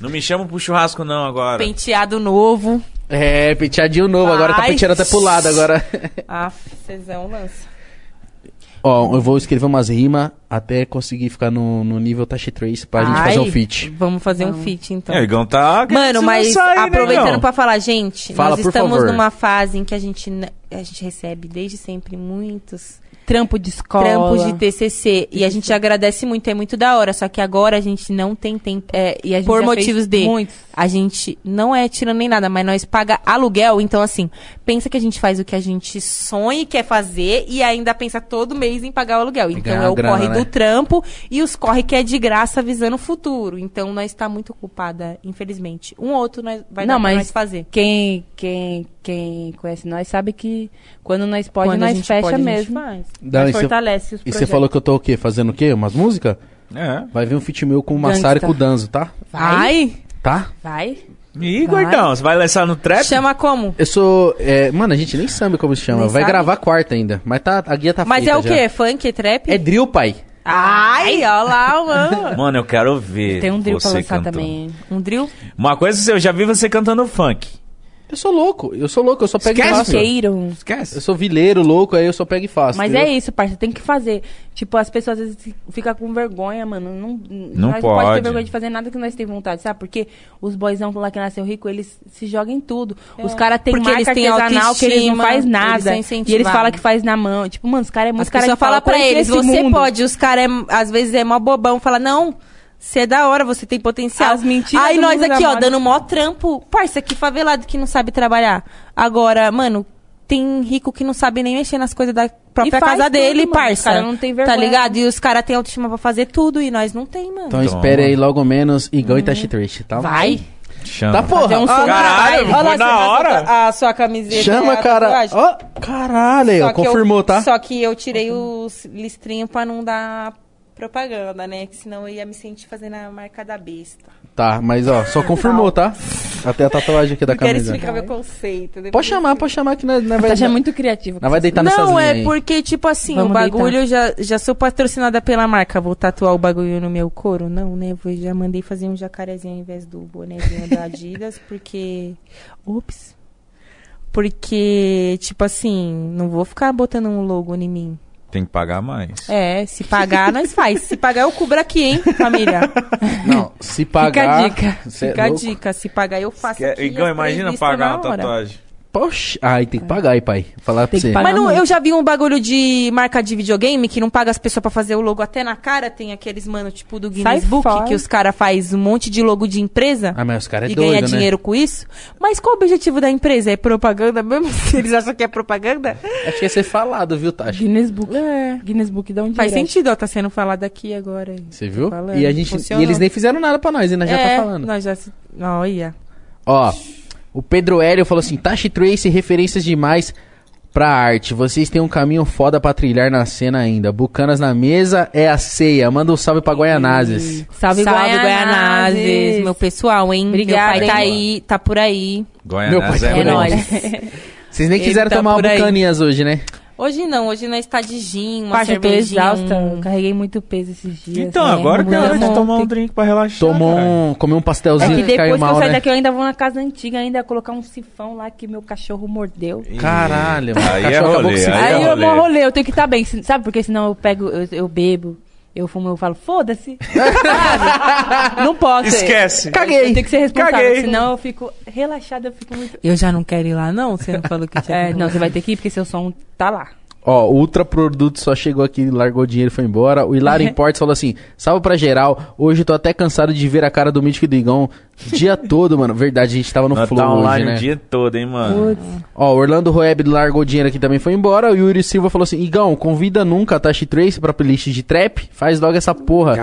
Speaker 1: Não me chama pro churrasco não agora.
Speaker 4: Penteado novo.
Speaker 2: É, penteadinho novo, agora tá
Speaker 4: Vai.
Speaker 2: penteado até pro lado agora.
Speaker 4: Ah, Cezão lança.
Speaker 2: Ó, eu vou escrever umas rimas até conseguir ficar no, no nível Tashi 3 pra gente fazer um feat.
Speaker 4: Vamos fazer um feat, então.
Speaker 1: É, o Igão tá...
Speaker 4: Mano,
Speaker 1: querendo
Speaker 4: mas
Speaker 1: se lançar aí, né,
Speaker 4: aproveitando
Speaker 1: Igão?
Speaker 4: pra falar, gente,
Speaker 2: Fala,
Speaker 4: nós
Speaker 2: por
Speaker 4: estamos
Speaker 2: favor.
Speaker 4: numa fase em que a gente, n- a gente recebe desde sempre muitos
Speaker 3: Trampo de escola.
Speaker 4: trampos de TCC e a gente agradece muito, é muito da hora, só que agora a gente não tem tempo.
Speaker 3: É, e a gente
Speaker 4: por
Speaker 3: já fez
Speaker 4: motivos de
Speaker 3: Muitos.
Speaker 4: a gente não é tirando nem nada, mas nós paga aluguel, então assim, pensa que a gente faz o que a gente sonha e quer fazer e ainda pensa todo mês em pagar o aluguel. Então
Speaker 2: ganhar
Speaker 4: é o
Speaker 2: grana,
Speaker 4: corre
Speaker 2: né?
Speaker 4: do trampo e os corre que é de graça visando o futuro. Então nós está muito ocupada, infelizmente. Um outro nós vai
Speaker 3: Não,
Speaker 4: dar pra
Speaker 3: mas-
Speaker 4: nós fazer.
Speaker 3: Quem, quem, quem conhece nós sabe que quando nós pode,
Speaker 4: Quando a
Speaker 3: nós
Speaker 4: gente
Speaker 3: fecha
Speaker 4: pode, a gente
Speaker 3: mesmo.
Speaker 2: Dá,
Speaker 3: nós
Speaker 2: e cê-
Speaker 3: fortalece os
Speaker 2: E
Speaker 3: projetos.
Speaker 2: você falou que eu tô o quê? Fazendo o quê? Umas músicas?
Speaker 1: É.
Speaker 2: Vai vir um feat meu com o Massaro e
Speaker 4: Gangsta.
Speaker 2: com o Danzo, tá?
Speaker 4: Vai?
Speaker 2: Tá?
Speaker 4: Vai?
Speaker 1: Ih,
Speaker 4: Vai.
Speaker 1: gordão, você vai lançar no trap?
Speaker 4: Chama como?
Speaker 2: Eu sou. é, mano, a gente nem sabe como se chama.
Speaker 4: Nem
Speaker 2: Vai
Speaker 4: sabe.
Speaker 2: gravar quarta ainda. Mas tá, a guia tá
Speaker 4: Mas é
Speaker 2: feita
Speaker 4: o
Speaker 2: já.
Speaker 4: quê? Funk? Trap?
Speaker 2: É drill, pai.
Speaker 4: Ai, olha lá, mano.
Speaker 1: Mano, eu quero ver.
Speaker 3: Tem um drill
Speaker 1: você
Speaker 3: pra lançar
Speaker 1: cantando.
Speaker 3: também.
Speaker 4: Um drill?
Speaker 1: Uma coisa, eu já vi você cantando funk.
Speaker 2: Eu sou louco. Eu sou louco. Eu só pego e
Speaker 1: Esquece,
Speaker 2: faço.
Speaker 1: meu.
Speaker 3: Queiram.
Speaker 1: Esquece.
Speaker 2: Eu sou vileiro, louco. Aí eu só pego e faço.
Speaker 3: Mas
Speaker 2: entendeu?
Speaker 3: é isso, parça, tem que fazer. Tipo, as pessoas às vezes fi- ficam com vergonha, mano. Não,
Speaker 1: Não
Speaker 3: nós
Speaker 1: pode.
Speaker 3: ter vergonha de fazer nada que nós temos vontade, sabe? Porque os boizão lá que nasceu rico, eles se jogam em tudo. Os caras têm
Speaker 4: É. Porque
Speaker 3: marca
Speaker 4: eles têm
Speaker 3: artesanal que eles não
Speaker 4: autoestima,
Speaker 3: faz
Speaker 4: eles
Speaker 3: nada.
Speaker 4: são
Speaker 3: e eles
Speaker 4: incentivados.
Speaker 3: falam que faz na mão. Tipo, mano, os caras é muito
Speaker 4: As
Speaker 3: cara
Speaker 4: pessoas
Speaker 3: que
Speaker 4: falam pra
Speaker 3: "Como que
Speaker 4: eles,
Speaker 3: esse
Speaker 4: você
Speaker 3: mundo?"
Speaker 4: pode. Os caras, é, às vezes, é mó bobão. Fala, não, você é da hora, você tem potencial.
Speaker 3: As mentiras
Speaker 4: Aí
Speaker 3: do
Speaker 4: nós
Speaker 3: mundo da
Speaker 4: aqui, ó,
Speaker 3: moda.
Speaker 4: dando mó trampo. Parça, que favelado que não sabe trabalhar. Agora, mano, tem rico que não sabe nem mexer nas coisas da própria
Speaker 3: E faz
Speaker 4: casa
Speaker 3: tudo,
Speaker 4: dele,
Speaker 3: mano.
Speaker 4: parça.
Speaker 3: Os cara não tem
Speaker 4: Tá
Speaker 3: vergonha.
Speaker 4: ligado? E os caras têm autoestima pra fazer tudo e nós não tem, mano.
Speaker 1: Toma.
Speaker 2: Então espere aí logo menos Igão e Tash Trish, tá?
Speaker 4: Hum. Vai.
Speaker 1: Chama.
Speaker 2: Tá porra.
Speaker 4: Fazer um
Speaker 2: Ah,
Speaker 4: som-
Speaker 1: Caralho,
Speaker 4: Olha
Speaker 1: foi
Speaker 4: lá, você
Speaker 1: na
Speaker 4: faz
Speaker 1: hora.
Speaker 4: A, a sua camiseta. é,
Speaker 2: Chama,
Speaker 4: a
Speaker 2: cara.
Speaker 4: tatuagem.
Speaker 2: Ó, caralho, aí, ó,
Speaker 4: Só que eu-
Speaker 2: confirmou, tá?
Speaker 4: Só que eu tirei os listrinhos pra não dar propaganda, né? Que senão eu ia me sentir fazendo a marca da besta.
Speaker 2: Tá, mas ó, só confirmou, tá? Até a tatuagem aqui da
Speaker 4: Não quero
Speaker 2: camisa.
Speaker 4: explicar meu conceito. depois
Speaker 2: Pode
Speaker 4: eu
Speaker 2: chamar, pode chamar que nós nós vai.
Speaker 3: Tacha é muito criativo.
Speaker 2: Nós vai deitar tá nessas
Speaker 4: não,
Speaker 2: linhas
Speaker 4: é
Speaker 2: aí.
Speaker 4: porque, tipo assim,
Speaker 3: Vamos
Speaker 4: o bagulho, eu já, já sou patrocinada pela marca. Vou tatuar o bagulho no meu couro? Não, né? Vou, já mandei fazer um jacarezinho ao invés do bonezinho da Adidas, porque. Ops. Porque, tipo assim, não vou ficar botando um logo em mim.
Speaker 1: Tem que pagar mais.
Speaker 4: É, se pagar, nós faz. Se pagar, eu cubro aqui, hein, família?
Speaker 2: Não, se pagar.
Speaker 3: Fica a dica.
Speaker 2: cê é
Speaker 4: Fica a
Speaker 2: louco.
Speaker 4: dica. Se pagar, eu faço.
Speaker 1: Esque-
Speaker 4: aqui
Speaker 1: Igão,
Speaker 4: as
Speaker 1: imagina
Speaker 4: entrevistas
Speaker 1: pagar
Speaker 4: na
Speaker 1: uma
Speaker 4: hora.
Speaker 1: tatuagem.
Speaker 2: Poxa, ai, tem que pagar aí, pai. Falar pra
Speaker 3: Tem que
Speaker 2: você.
Speaker 3: pagar.
Speaker 4: Mas não,
Speaker 3: muito.
Speaker 4: eu já vi um bagulho de marca de videogame que não paga as pessoas pra fazer o logo até na cara. Tem aqueles, mano, tipo do Guinness
Speaker 3: Sai
Speaker 4: Book,
Speaker 3: fora.
Speaker 4: que os caras faz um monte de logo de empresa
Speaker 2: Ah, mas os caras é
Speaker 4: e ganha
Speaker 2: doido, né?
Speaker 4: dinheiro com isso. Mas qual o objetivo da empresa? É propaganda mesmo? Se eles acham que é propaganda?
Speaker 2: Acho que ia ser falado, viu, Tati?
Speaker 3: Guinness Book. Guinness Book dá um
Speaker 4: É. Faz
Speaker 3: direct.
Speaker 4: sentido, ó, tá sendo falado aqui agora.
Speaker 2: Você viu?
Speaker 4: Falando,
Speaker 2: E, a gente, e
Speaker 4: funcionou.
Speaker 2: eles nem fizeram nada pra nós, ainda já tá falando.
Speaker 4: É, Nós já se... Olha.
Speaker 2: Ó, o Pedro Hélio falou assim: Tashi Trace, referências demais pra arte. Vocês têm um caminho foda pra trilhar na cena ainda. Bucanas na mesa é a ceia. Manda um salve pra Guaianazes.
Speaker 3: Salve, Guaianazes.
Speaker 4: meu pessoal, hein?
Speaker 3: Obrigada,
Speaker 4: meu pai tá
Speaker 1: hein?
Speaker 4: aí, tá por aí.
Speaker 2: Meu
Speaker 1: Goianás
Speaker 2: pai tá
Speaker 1: é,
Speaker 4: É,
Speaker 2: por
Speaker 1: bom.
Speaker 2: aí.
Speaker 4: nóis.
Speaker 2: Vocês nem
Speaker 4: Ele
Speaker 2: quiseram
Speaker 4: tá
Speaker 2: tomar
Speaker 4: por
Speaker 2: uma
Speaker 4: aí.
Speaker 2: bucaninhas hoje, né?
Speaker 4: Hoje não, hoje nós tá de gin, uma
Speaker 3: Parça, eu tô
Speaker 4: cervejinha,
Speaker 3: exausta.
Speaker 4: um-
Speaker 3: eu Carreguei muito peso esses dias.
Speaker 1: Então,
Speaker 3: né?
Speaker 1: agora que é hora de
Speaker 3: Muito
Speaker 1: tomar um
Speaker 3: ontem.
Speaker 1: drink pra relaxar.
Speaker 2: Tomou
Speaker 1: cara.
Speaker 2: um. Comeu um
Speaker 3: É
Speaker 2: pastelzinho
Speaker 3: que
Speaker 2: que
Speaker 3: depois
Speaker 2: caiu
Speaker 3: que eu
Speaker 2: mal,
Speaker 3: sair
Speaker 2: né?
Speaker 3: daqui, eu ainda vou na casa antiga, ainda colocar um sifão lá que meu cachorro mordeu.
Speaker 1: Ih,
Speaker 2: Caralho, mano.
Speaker 1: Aí
Speaker 2: o
Speaker 1: é
Speaker 2: cachorro acabou com
Speaker 1: rolê,
Speaker 2: o
Speaker 1: aí é
Speaker 3: Aí
Speaker 2: cigarro.
Speaker 3: eu
Speaker 1: rolê.
Speaker 3: vou rolê, eu tenho que estar bem, se- sabe? Porque senão eu pego, eu, eu bebo, eu fumo, eu falo, foda-se. Sabe? Não posso. é.
Speaker 1: Esquece.
Speaker 3: Caguei. Eu tenho que ser responsável,
Speaker 1: Caguei.
Speaker 3: senão eu fico relaxada, eu fico muito...
Speaker 4: Eu já não quero ir lá, não? Você não falou que tinha.
Speaker 3: É, não, você vai ter que ir, porque seu som tá lá.
Speaker 2: Ó, o Ultra Produto só chegou aqui, largou o dinheiro e foi embora. O Hilário Importes falou assim: salve pra geral, hoje eu tô até cansado de ver a cara do Mítico e do Igão dia todo, mano. Verdade, a gente tava no
Speaker 1: Nós
Speaker 2: flow
Speaker 1: tá
Speaker 2: hoje,
Speaker 1: online
Speaker 2: né?
Speaker 1: o dia todo, hein, mano.
Speaker 3: Putz,
Speaker 2: Ó, o Orlando Roeb largou o dinheiro aqui também foi embora. O Yuri Silva falou assim: Igão, convida nunca a Tashi Trace pra playlist de trap. Faz logo essa porra.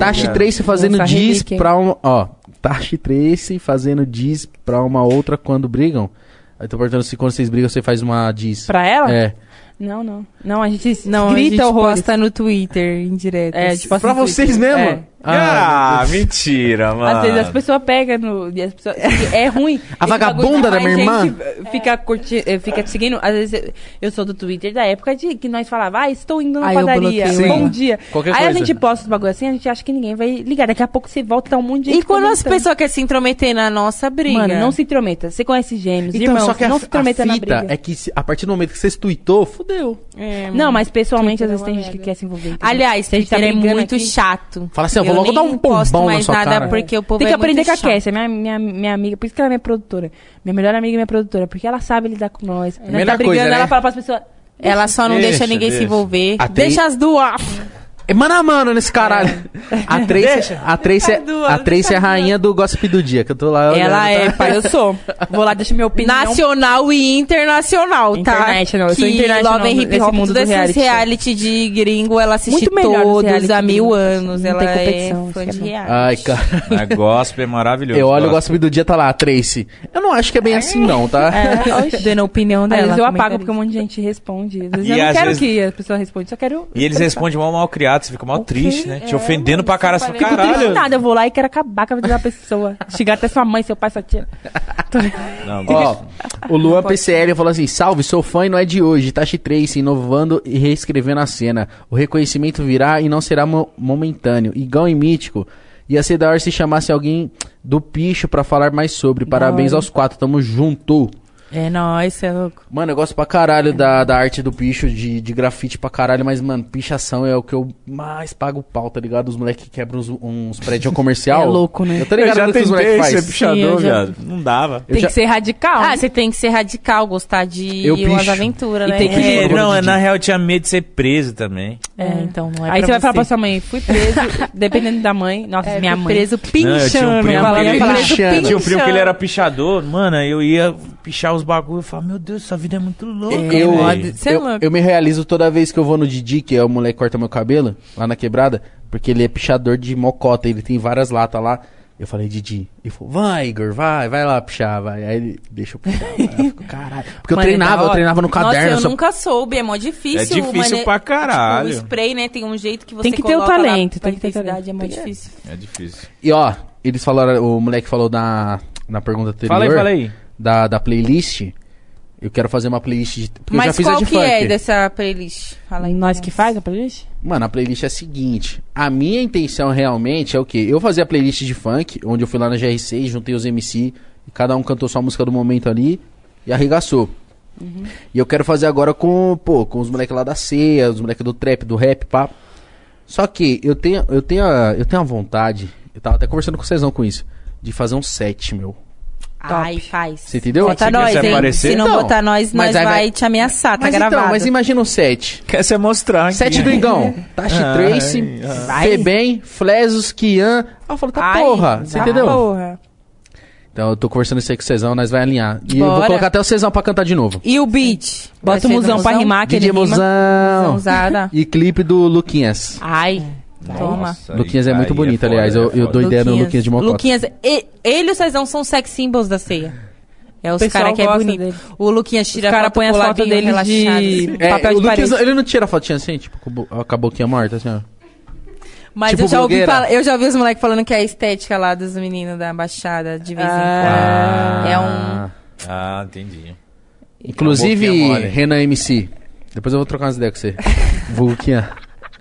Speaker 2: Tashi Trace fazendo
Speaker 3: Nossa,
Speaker 2: diz
Speaker 3: relíquia, hein?
Speaker 2: pra um. Ó, Tashi Trace fazendo diz pra uma outra quando brigam. Aí tô perguntando se quando vocês brigam você faz uma diz.
Speaker 3: pra ela?
Speaker 2: É.
Speaker 3: Não, não. Não, a gente
Speaker 4: Não,
Speaker 3: grita assim.
Speaker 4: a gente
Speaker 3: horrores.
Speaker 4: posta no Twitter, em direto.
Speaker 3: É, tipo assim,
Speaker 2: Pra
Speaker 3: no
Speaker 2: vocês
Speaker 3: Twitter.
Speaker 2: mesmo?
Speaker 3: É.
Speaker 1: Ah,
Speaker 2: meu Deus.
Speaker 1: mentira, mano.
Speaker 3: Às vezes as pessoas pegam no. e as pessoas- é ruim.
Speaker 2: Ah. A
Speaker 3: Esse
Speaker 2: vagabunda
Speaker 3: bagulho
Speaker 2: da
Speaker 3: de-
Speaker 2: minha
Speaker 3: a gente
Speaker 2: irmã.
Speaker 3: eh,
Speaker 4: É.
Speaker 3: Fica, curti, eh, fica seguindo. Às vezes eu- eu sou do Twitter da época de que nós falava, ah, estou indo na
Speaker 4: Aí eu
Speaker 3: padaria.
Speaker 4: bloqueio
Speaker 3: Bom
Speaker 2: ela.
Speaker 3: dia.
Speaker 2: Qualquer
Speaker 3: Aí a
Speaker 2: coisa.
Speaker 3: gente posta os bagulho assim, a gente acha que ninguém vai ligar. Daqui a pouco você volta, tá um monte de gente.
Speaker 4: E quando as
Speaker 3: comentando.
Speaker 4: pessoas querem se intrometer na nossa briga?
Speaker 3: Mano, não se intrometa. Você conhece gêmeos,
Speaker 2: Então,
Speaker 3: irmãos,
Speaker 2: só que a,
Speaker 3: não
Speaker 2: a
Speaker 3: se intrometa na
Speaker 2: fita
Speaker 3: briga.
Speaker 2: é que se- a partir do momento que vocês tweetou, fudeu.
Speaker 4: É, mano.
Speaker 3: Não, mas pessoalmente
Speaker 4: Twitter
Speaker 3: às vezes
Speaker 4: é
Speaker 3: tem
Speaker 4: uma
Speaker 3: gente que
Speaker 4: merda.
Speaker 3: quer se envolver. entendeu?
Speaker 4: Aliás,
Speaker 3: Se a gente tá
Speaker 4: Twitter é
Speaker 3: brigando
Speaker 4: muito
Speaker 3: aqui-
Speaker 4: chato.
Speaker 2: Fala assim, eu vou logo dar um
Speaker 4: nem posto
Speaker 2: pombão na
Speaker 4: mais
Speaker 2: sua
Speaker 4: nada
Speaker 2: cara.
Speaker 4: porque o povo
Speaker 3: Tem que
Speaker 4: é
Speaker 3: aprender
Speaker 4: muito
Speaker 3: com a
Speaker 4: chato.
Speaker 3: Kessia, minha, minha, minha amiga. Por isso que ela é minha produtora. Minha melhor amiga e minha produtora. Porque ela sabe lidar com nós. Nós
Speaker 2: Melhor
Speaker 3: tá brigando,
Speaker 2: coisa, né?
Speaker 3: ela fala pras pessoas.
Speaker 4: Ela só não
Speaker 1: Deixa,
Speaker 4: deixa, ninguém
Speaker 1: deixa.
Speaker 4: se envolver.
Speaker 2: Até-
Speaker 4: Deixa as duas.
Speaker 2: É mano a mano nesse caralho. A Tracy, a Tracy, é,
Speaker 9: duas,
Speaker 2: a Tracy é a rainha do gossip do dia, que eu tô lá olhando,
Speaker 3: Ela é,
Speaker 2: tá?
Speaker 3: pai, eu sou. Vou lá, deixa minha opinião.
Speaker 4: Nacional e internacional, tá?
Speaker 3: International, eu
Speaker 4: que
Speaker 3: sou international
Speaker 4: Love and Hip
Speaker 3: nesse
Speaker 4: Hop,
Speaker 3: mundo
Speaker 4: tudo
Speaker 3: do
Speaker 4: esses reality,
Speaker 3: reality.
Speaker 4: de gringo, ela assiste
Speaker 3: Muito melhor os
Speaker 4: todos
Speaker 3: reality
Speaker 4: há mil
Speaker 3: gringos,
Speaker 4: anos.
Speaker 3: não
Speaker 4: Ela
Speaker 3: tem
Speaker 4: é
Speaker 3: competição,
Speaker 4: fã
Speaker 3: isso
Speaker 4: de
Speaker 3: que é bom.
Speaker 4: reality.
Speaker 2: Ai, cara.
Speaker 1: A gospel é maravilhoso.
Speaker 2: Eu olho o gossip do dia, tá lá, a Tracy. Eu não acho que é bem assim, não, tá?
Speaker 4: É. Dando a opinião
Speaker 3: Às
Speaker 4: dela. é
Speaker 3: vezes eu
Speaker 4: comentarista.
Speaker 3: apago porque um monte de gente responde. Às vezes
Speaker 1: E
Speaker 3: eu não
Speaker 1: às
Speaker 3: quero
Speaker 1: vezes-
Speaker 3: que a pessoa responda, só quero.
Speaker 1: E eles respondem mal, mal criado, você fica mal triste, né? Te ofendendo pra cara, assim,
Speaker 3: Fico triste
Speaker 1: caralho.
Speaker 3: nada, eu vou lá e quero acabar com a vida da pessoa. Chegar até sua mãe, seu pai, sua tia.
Speaker 1: Não,
Speaker 2: Ó, o Luan PCL falou assim: salve, sou fã e não é de hoje. Tashi Trace inovando e reescrevendo a cena. O reconhecimento virá e não será mo- momentâneo. Igual em mítico. Ia ser da hora se chamasse alguém do picho pra falar mais sobre. Parabéns aos quatro, tamo junto.
Speaker 4: É nóis, cê é louco.
Speaker 2: Mano, eu gosto pra caralho da, da arte do picho, de, de grafite pra caralho, mas, mano, pichação é o que eu mais pago pau, tá ligado? Os moleques quebram uns, uns prédios comercial.
Speaker 4: É louco, né?
Speaker 2: Eu tô ligado no que os moleques fazem.
Speaker 4: Sim, eu já-
Speaker 1: viado. Não dava.
Speaker 2: Eu
Speaker 3: Tem
Speaker 2: já-
Speaker 3: que ser radical.
Speaker 4: Ah, você tem que ser radical, gostar de
Speaker 2: Eu
Speaker 4: umas
Speaker 2: picho.
Speaker 4: aventuras,
Speaker 3: E
Speaker 4: né?
Speaker 3: tem que-
Speaker 4: É,
Speaker 1: É, não,
Speaker 2: Didi.
Speaker 1: na real eu tinha medo de ser preso também.
Speaker 4: é, então não é
Speaker 3: Aí
Speaker 4: pra
Speaker 3: você vai falar pra sua mãe, fui preso, dependendo da mãe. Nossa,
Speaker 4: É,
Speaker 3: minha
Speaker 4: fui
Speaker 3: mãe.
Speaker 4: preso
Speaker 1: Não, eu tinha um
Speaker 4: pinchando.
Speaker 1: primo
Speaker 4: ela
Speaker 1: que-
Speaker 4: vai falar.
Speaker 2: Preso Pichando.
Speaker 1: Tinha um primo que ele era pichador, mano, aí eu ia pichar os bagulho e falava, meu Deus, essa vida é muito louca.
Speaker 2: Eu,
Speaker 1: velho."
Speaker 4: Cê é
Speaker 2: eu,
Speaker 4: louco.
Speaker 2: eu me realizo toda vez que eu vou no Didi, que é o moleque que corta meu cabelo, lá na quebrada, porque ele é pichador de mocota, ele tem várias latas lá. Eu falei, Didi. Ele falou, vai, Igor, vai, vai lá pichar, vai. Aí ele deixa eu pichar. vai. Eu fico, caralho. Porque eu
Speaker 4: Mano, é da
Speaker 2: treinava, eu
Speaker 4: hora.
Speaker 2: treinava no caderno.
Speaker 4: Nossa, eu
Speaker 2: só-
Speaker 4: nunca soube, é mó difícil.
Speaker 1: É difícil
Speaker 4: mano,
Speaker 1: pra
Speaker 4: O
Speaker 1: caralho.
Speaker 4: spray, né, tem um jeito que você
Speaker 3: Tem que ter o
Speaker 4: coloca lá
Speaker 3: talento,
Speaker 4: pra
Speaker 3: tem que ter
Speaker 4: intensidade,
Speaker 3: talento.
Speaker 4: é mó
Speaker 3: Tem que-
Speaker 4: difícil.
Speaker 1: É difícil.
Speaker 2: E ó, eles falaram, o moleque falou na, na pergunta anterior.
Speaker 1: Fala aí, fala aí.
Speaker 2: Da, da playlist. Eu quero fazer uma playlist de. Porque
Speaker 4: Mas
Speaker 2: eu já fiz
Speaker 4: qual
Speaker 2: a de
Speaker 4: que
Speaker 2: funk.
Speaker 4: é dessa playlist? Fala aí.
Speaker 3: Nós que faz a playlist?
Speaker 2: Mano, a playlist é a seguinte. A minha intenção realmente é o quê? Eu fazia a playlist de funk, onde eu fui lá na GR6, juntei os MC, e cada um cantou sua música do momento ali e arregaçou.
Speaker 4: Uhum.
Speaker 2: E eu quero fazer agora com, pô, com os moleques lá da ceia, os moleques do trap, do rap, pá. Só que eu tenho, eu tenho, a, eu tenho a vontade, eu tava até conversando com o Cezão com isso, de fazer um set, meu.
Speaker 4: Ai, faz.
Speaker 2: Você entendeu?
Speaker 4: Bota
Speaker 1: Se
Speaker 4: nós,
Speaker 1: quiser
Speaker 4: hein?
Speaker 1: aparecer.
Speaker 4: Se não
Speaker 2: Então,
Speaker 4: botar nós,
Speaker 2: mas
Speaker 4: nós
Speaker 2: aí
Speaker 4: vai,
Speaker 2: vai-
Speaker 4: te ameaçar, tá
Speaker 2: mas
Speaker 4: gravado.
Speaker 2: então, mas imagina um set.
Speaker 1: Quer se mostrar, hein?
Speaker 2: Sete do Igão. Tashi
Speaker 1: Ai,
Speaker 2: Trace,
Speaker 4: ai.
Speaker 2: Febem, Flesos, Kian. Ah, eu falo, tá
Speaker 4: Ai,
Speaker 2: porra. Você
Speaker 4: tá
Speaker 2: entendeu?
Speaker 3: Porra.
Speaker 2: Então eu tô conversando isso aí com o Cezão, nós vai alinhar. E eu vou
Speaker 4: Bora.
Speaker 2: colocar até o Cezão pra cantar de novo.
Speaker 4: E o beat? Vai
Speaker 3: Bota
Speaker 4: ser
Speaker 3: o
Speaker 4: do
Speaker 3: musão pra rimar, que ele
Speaker 2: DJ
Speaker 3: rima.
Speaker 2: Mozão.
Speaker 4: Mãozada.
Speaker 2: E clipe do Luquinhas.
Speaker 4: Ai, toma.
Speaker 1: Nossa,
Speaker 2: Luquinhas é
Speaker 1: aí
Speaker 2: muito bonito,
Speaker 1: foda,
Speaker 2: aliás,
Speaker 1: é
Speaker 2: eu- eu
Speaker 1: foda.
Speaker 2: dou ideia no Luquinhas de Mocota.
Speaker 4: Luquinhas, e- ele e o Cezão são sex symbols da ceia. É os
Speaker 3: pessoal
Speaker 4: caras que é
Speaker 3: gosta
Speaker 4: bonito.
Speaker 3: dele.
Speaker 4: O Luquinhas tira
Speaker 3: Os cara
Speaker 4: foto
Speaker 3: põe as
Speaker 4: coladinho,
Speaker 3: fotos dele
Speaker 4: relaxado.
Speaker 3: de-
Speaker 2: É,
Speaker 3: Papel
Speaker 2: o
Speaker 3: de
Speaker 2: Luquinhas,
Speaker 3: parede.
Speaker 2: ele não tira a fotinha assim, tipo, com bo- a caboquinha morta, assim, ó.
Speaker 4: Mas
Speaker 2: Tipo
Speaker 4: eu, já ouvi
Speaker 2: blogueira.
Speaker 4: fala- eu já ouvi os moleques falando que é a estética lá dos meninos da Baixada de vez em quando. É um.
Speaker 1: Ah, entendi.
Speaker 2: Inclusive,
Speaker 1: Caboquinha mole.
Speaker 2: Renan MC. Depois eu vou trocar umas ideias com você. Vulquinha.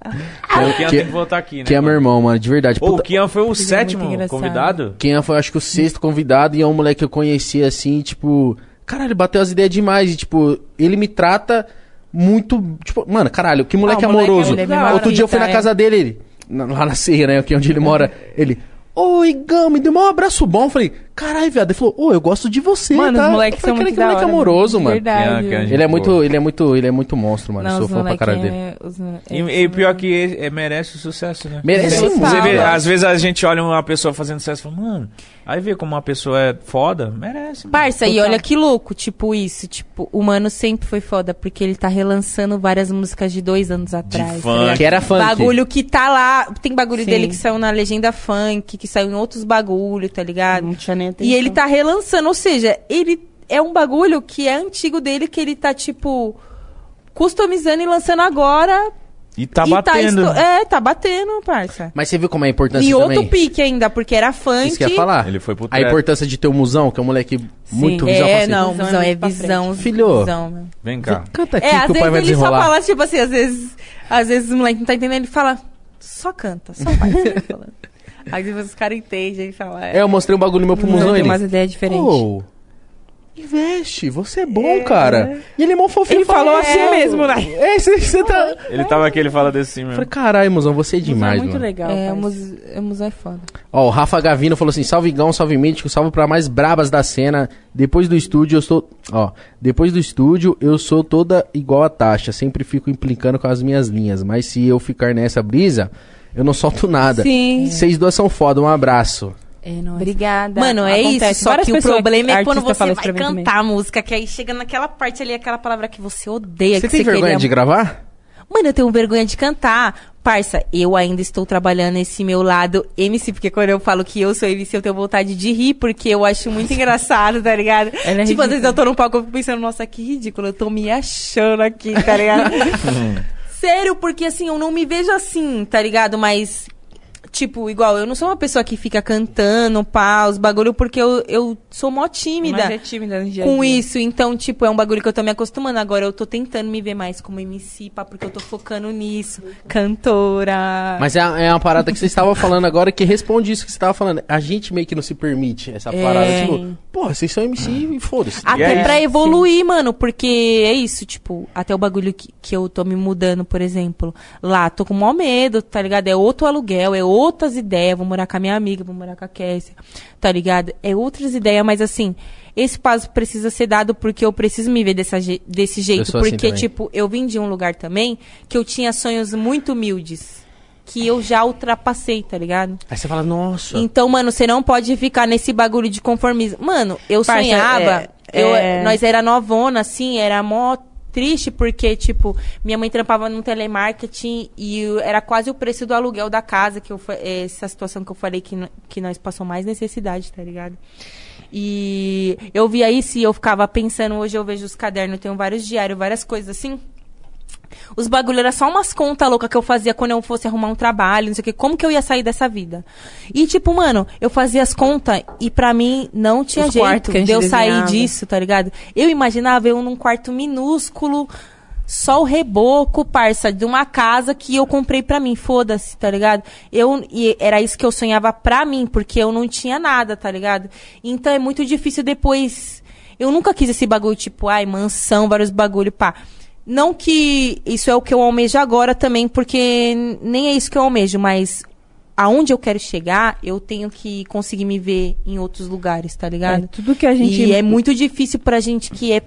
Speaker 2: Ah.
Speaker 1: o Kian tem que voltar aqui, né?
Speaker 2: Que é meu
Speaker 1: mano?
Speaker 2: irmão, mano, de verdade.
Speaker 1: Ô, o
Speaker 2: Puta,
Speaker 1: Kian foi o
Speaker 4: é
Speaker 1: sétimo
Speaker 4: muito engraçado.
Speaker 1: convidado?
Speaker 2: Quem é, foi, acho que o sexto convidado e é um moleque que eu conheci assim, tipo, caralho, bateu as ideias demais. E, tipo, ele me trata muito. Tipo, mano, caralho, que moleque
Speaker 3: Ah, o moleque é
Speaker 2: amoroso.
Speaker 3: muito da hora.
Speaker 2: Outro dia eu fui na
Speaker 4: É.
Speaker 2: casa dele, ele. na- Lá na ceia, né? Que é onde ele mora. Ele. Oi, Gão, me deu um abraço bom. Eu falei, caralho, viado. Ele falou, ô, eu gosto de você,
Speaker 3: Mano,
Speaker 2: tá?
Speaker 3: os moleques
Speaker 2: Eu falei,
Speaker 3: são muito
Speaker 2: "Caralho, que
Speaker 3: da
Speaker 2: moleque
Speaker 3: hora,
Speaker 2: amoroso,
Speaker 3: de
Speaker 2: mano.
Speaker 3: Verdade.
Speaker 1: Kian, Kian,
Speaker 2: Ele é
Speaker 1: gente
Speaker 2: muito,
Speaker 1: boa.
Speaker 2: ele é muito, ele é muito monstro, mano. eu sou
Speaker 4: os
Speaker 2: fã pra caralho
Speaker 3: é
Speaker 2: dele.
Speaker 4: molequinhos, os é. mole-
Speaker 1: E,
Speaker 4: eles
Speaker 1: e
Speaker 4: são
Speaker 1: pior que ele é, merece o sucesso, né?
Speaker 2: Merece
Speaker 1: Você
Speaker 2: muito,
Speaker 1: vê-
Speaker 2: cara.
Speaker 1: Às vezes a gente olha uma pessoa fazendo sucesso e fala, mano, aí vê como uma pessoa é foda, merece. mano.
Speaker 4: Parça, e olha que louco, tipo isso, tipo, o Mano sempre foi foda, porque ele tá relançando várias músicas de dois anos atrás. tá
Speaker 1: funk.
Speaker 4: ligado?
Speaker 2: Que era funk.
Speaker 4: Bagulho que tá lá, tem bagulho
Speaker 3: Sim.
Speaker 4: dele que saiu na legenda funk, que saiu em outros bagulho, tá ligado?
Speaker 3: Não tinha nem atenção.
Speaker 4: E ele tá relançando, ou seja, ele é um bagulho que é antigo dele, que ele tá, tipo, customizando e lançando agora.
Speaker 1: E tá
Speaker 4: e
Speaker 1: batendo.
Speaker 4: esto- é, tá batendo, parça.
Speaker 2: Mas você viu como é a importância
Speaker 4: E
Speaker 2: também?
Speaker 4: outro pique ainda, porque era funk.
Speaker 2: Isso que eu ia falar.
Speaker 1: Ele foi pro
Speaker 2: A
Speaker 1: trap.
Speaker 2: importância de ter o Musão, que é um moleque muito
Speaker 3: É,
Speaker 2: visual.
Speaker 4: É,
Speaker 2: assim,
Speaker 4: não,
Speaker 3: Visão é
Speaker 4: visão, é
Speaker 3: muito pra
Speaker 4: visão.
Speaker 2: Filho.
Speaker 4: visão, meu.
Speaker 1: Vem cá.
Speaker 2: Canta aqui
Speaker 4: É, às
Speaker 2: que o pai
Speaker 4: vezes
Speaker 2: vai
Speaker 4: ele só
Speaker 2: desenrolar.
Speaker 4: fala, tipo assim, às vezes, às vezes o moleque não tá entendendo, ele fala, só canta, só vai. falando. Aí depois os caras entendem e falam, é.
Speaker 2: É, eu mostrei um bagulho meu pro
Speaker 3: Não,
Speaker 2: Musão
Speaker 3: tem
Speaker 2: ele.
Speaker 3: umas ideias diferentes.
Speaker 2: "Oh, Investe, você é bom, cara. E ele é mó fofinho.
Speaker 3: Ele
Speaker 2: eu falei,
Speaker 3: falou assim
Speaker 2: "É,
Speaker 3: mesmo, né?"
Speaker 2: É, você- você tá...
Speaker 1: Ele tava aqui, ele fala desse
Speaker 2: Eu
Speaker 1: mesmo.
Speaker 2: falei, caralho, mozão, você é demais,
Speaker 3: é muito
Speaker 2: mano.
Speaker 3: legal.
Speaker 4: É,
Speaker 3: parece.
Speaker 4: o museu, o museu é foda.
Speaker 2: Ó, o Rafa Gavino falou assim: salve Igão, salve Mítico, salve pra mais brabas da cena. Depois do estúdio, eu sou. Ó, depois do estúdio, eu sou toda igual a taxa. Sempre fico implicando com as minhas linhas. Mas se eu ficar nessa brisa, eu não solto nada.
Speaker 4: Sim.
Speaker 2: Vocês duas são foda, um abraço.
Speaker 3: É, nóis.
Speaker 4: Obrigada. Mano, é
Speaker 3: Acontece.
Speaker 4: isso. Só
Speaker 3: Várias
Speaker 4: que o
Speaker 3: pessoas-
Speaker 4: problema é quando
Speaker 3: artistas
Speaker 4: você
Speaker 3: falam
Speaker 4: vai
Speaker 3: isso pra mim também.
Speaker 4: cantar a música, que aí chega naquela parte ali, aquela palavra que você odeia,
Speaker 2: Você
Speaker 4: é que
Speaker 2: tem
Speaker 4: você
Speaker 2: vergonha
Speaker 4: queria
Speaker 2: de gravar?
Speaker 4: Mano, eu tenho vergonha de cantar. Parça, eu ainda estou trabalhando esse meu lado MC, porque quando eu falo que eu sou MC, eu tenho vontade de rir, porque eu acho muito engraçado, tá ligado?
Speaker 3: Ela é
Speaker 4: tipo, às vezes
Speaker 3: ridícula.
Speaker 4: eu tô num palco, eu fico pensando, nossa, que ridículo, eu tô me achando aqui, tá ligado? Sério, porque assim, eu não me vejo assim, tá ligado? Mas, tipo, igual, eu não sou uma pessoa que fica cantando, pá, os bagulho, porque eu, eu sou mó tímida
Speaker 3: Mas é tímida no dia a
Speaker 4: com
Speaker 3: dia.
Speaker 4: isso. Então, tipo, é um bagulho que eu tô me acostumando. Agora eu tô tentando me ver mais como MC, pá, porque eu tô focando nisso. Cantora.
Speaker 2: Mas é, é uma parada que vocês estavam falando agora que responde isso que você tava falando. A gente meio que não se permite essa parada. Tipo, porra, vocês são MC e foda-se.
Speaker 1: E é
Speaker 4: É. Até
Speaker 1: isso.
Speaker 4: pra evoluir, mano, porque é isso, tipo, até o bagulho que, que eu tô me mudando, por exemplo, lá, tô com maior medo, tá ligado? É outro aluguel, é outras ideias, vou morar com a minha amiga, vou morar com a Kessia, tá ligado? É outras ideias, mas assim, esse passo precisa ser dado porque eu preciso me ver dessa je- desse jeito,
Speaker 2: sou assim
Speaker 4: porque,
Speaker 2: também.
Speaker 4: tipo, eu vim de um lugar também que eu tinha sonhos muito humildes, que eu já ultrapassei, tá ligado?
Speaker 2: Aí você fala, nossa.
Speaker 4: Então, mano, você não pode ficar nesse bagulho de conformismo. Mano, eu
Speaker 3: Parça,
Speaker 4: sonhava.
Speaker 3: é-
Speaker 4: eu-
Speaker 3: é-
Speaker 4: Nós era novona, assim, era mó triste, porque, tipo, minha mãe trampava num telemarketing e eu- era quase o preço do aluguel da casa, que eu fa- é, essa situação que eu falei que, no- que nós passamos mais necessidade, tá ligado? E eu via isso e eu ficava pensando, hoje eu vejo os cadernos, eu tenho vários diários, várias coisas assim. Os bagulho era só umas contas loucas que eu fazia quando eu fosse arrumar um trabalho, não sei o que. Como que eu ia sair dessa vida? E, tipo, mano, eu fazia as contas e pra mim não tinha
Speaker 3: Os
Speaker 4: jeito
Speaker 3: quartos que a
Speaker 4: de
Speaker 3: gente
Speaker 4: eu sair
Speaker 3: desenhava.
Speaker 4: disso, tá ligado? Eu imaginava eu num quarto minúsculo, só o reboco, parça, de uma casa que eu comprei pra mim, foda-se, tá ligado? Eu, e era isso que eu sonhava pra mim, porque eu não tinha nada, tá ligado? Então é muito difícil depois. Eu nunca quis esse bagulho, tipo, ai, mansão, vários bagulho, pá. Não que isso é o que eu almejo agora também, porque nem é isso que eu almejo, mas aonde eu quero chegar, eu tenho que conseguir me ver em outros lugares, tá ligado?
Speaker 3: É, tudo que a gente-
Speaker 4: E é muito difícil pra gente que é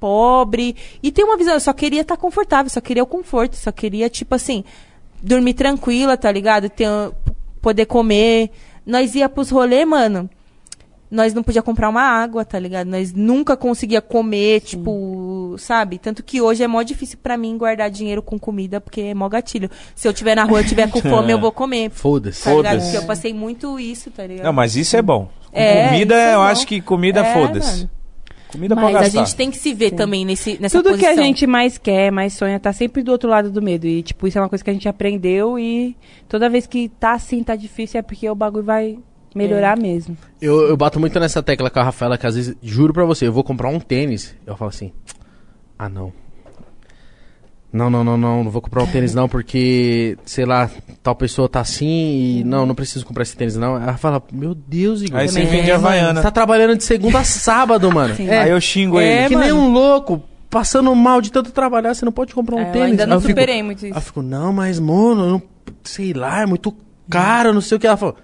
Speaker 4: pobre e tem uma visão, eu só queria estar confortável, só queria o conforto, só queria tipo assim, dormir tranquila, tá ligado? Ter poder comer. Nós ia pros rolê, mano nós não podia comprar uma água, tá ligado? Nós nunca conseguia comer, tipo, sabe? Tanto que hoje é mó difícil pra mim guardar dinheiro com comida, porque é mó gatilho. Se eu tiver na rua, eu tiver com fome, eu vou comer.
Speaker 2: Foda-se.
Speaker 4: Tá ligado?
Speaker 1: Foda-se.
Speaker 4: Porque eu passei muito isso, tá ligado?
Speaker 1: Não, mas isso é bom. Com
Speaker 4: É,
Speaker 1: comida,
Speaker 4: isso é
Speaker 1: eu
Speaker 4: bom.
Speaker 1: acho que comida,
Speaker 4: É,
Speaker 1: foda-se.
Speaker 4: mano.
Speaker 1: Comida
Speaker 4: Mas
Speaker 1: pra
Speaker 4: a
Speaker 1: gastar.
Speaker 4: gente tem que se ver também nesse, nessa
Speaker 3: Tudo
Speaker 4: posição.
Speaker 3: que a gente mais quer, mais sonha, tá sempre do outro lado do medo. E, tipo, isso é uma coisa que a gente aprendeu e toda vez que tá assim, tá difícil, é porque o bagulho vai melhorar mesmo.
Speaker 2: Eu, eu bato muito nessa tecla com a Rafaela, que às vezes, juro pra você, eu vou comprar um tênis. Eu falo assim, ah não. Não, não, não, não, não vou comprar um tênis não, porque, sei lá, tal pessoa tá assim e não, não preciso comprar esse tênis não. Ela fala, meu Deus, Igor.
Speaker 1: Aí você
Speaker 2: É,
Speaker 1: vende
Speaker 2: mano,
Speaker 1: Havaiana.
Speaker 2: Você tá trabalhando de segunda a sábado, mano.
Speaker 3: Sim.
Speaker 2: É,
Speaker 1: Aí eu xingo
Speaker 2: é,
Speaker 1: ele.
Speaker 2: que nem um louco, passando mal de tanto trabalhar, você não pode comprar um
Speaker 10: É, eu
Speaker 2: tênis.
Speaker 10: ainda
Speaker 2: Aí
Speaker 10: não
Speaker 2: fico-
Speaker 10: superei muito
Speaker 2: Ela
Speaker 10: isso.
Speaker 2: ficou, não, mas, mano, eu não, sei lá, é muito caro, não sei o que. Ela falou,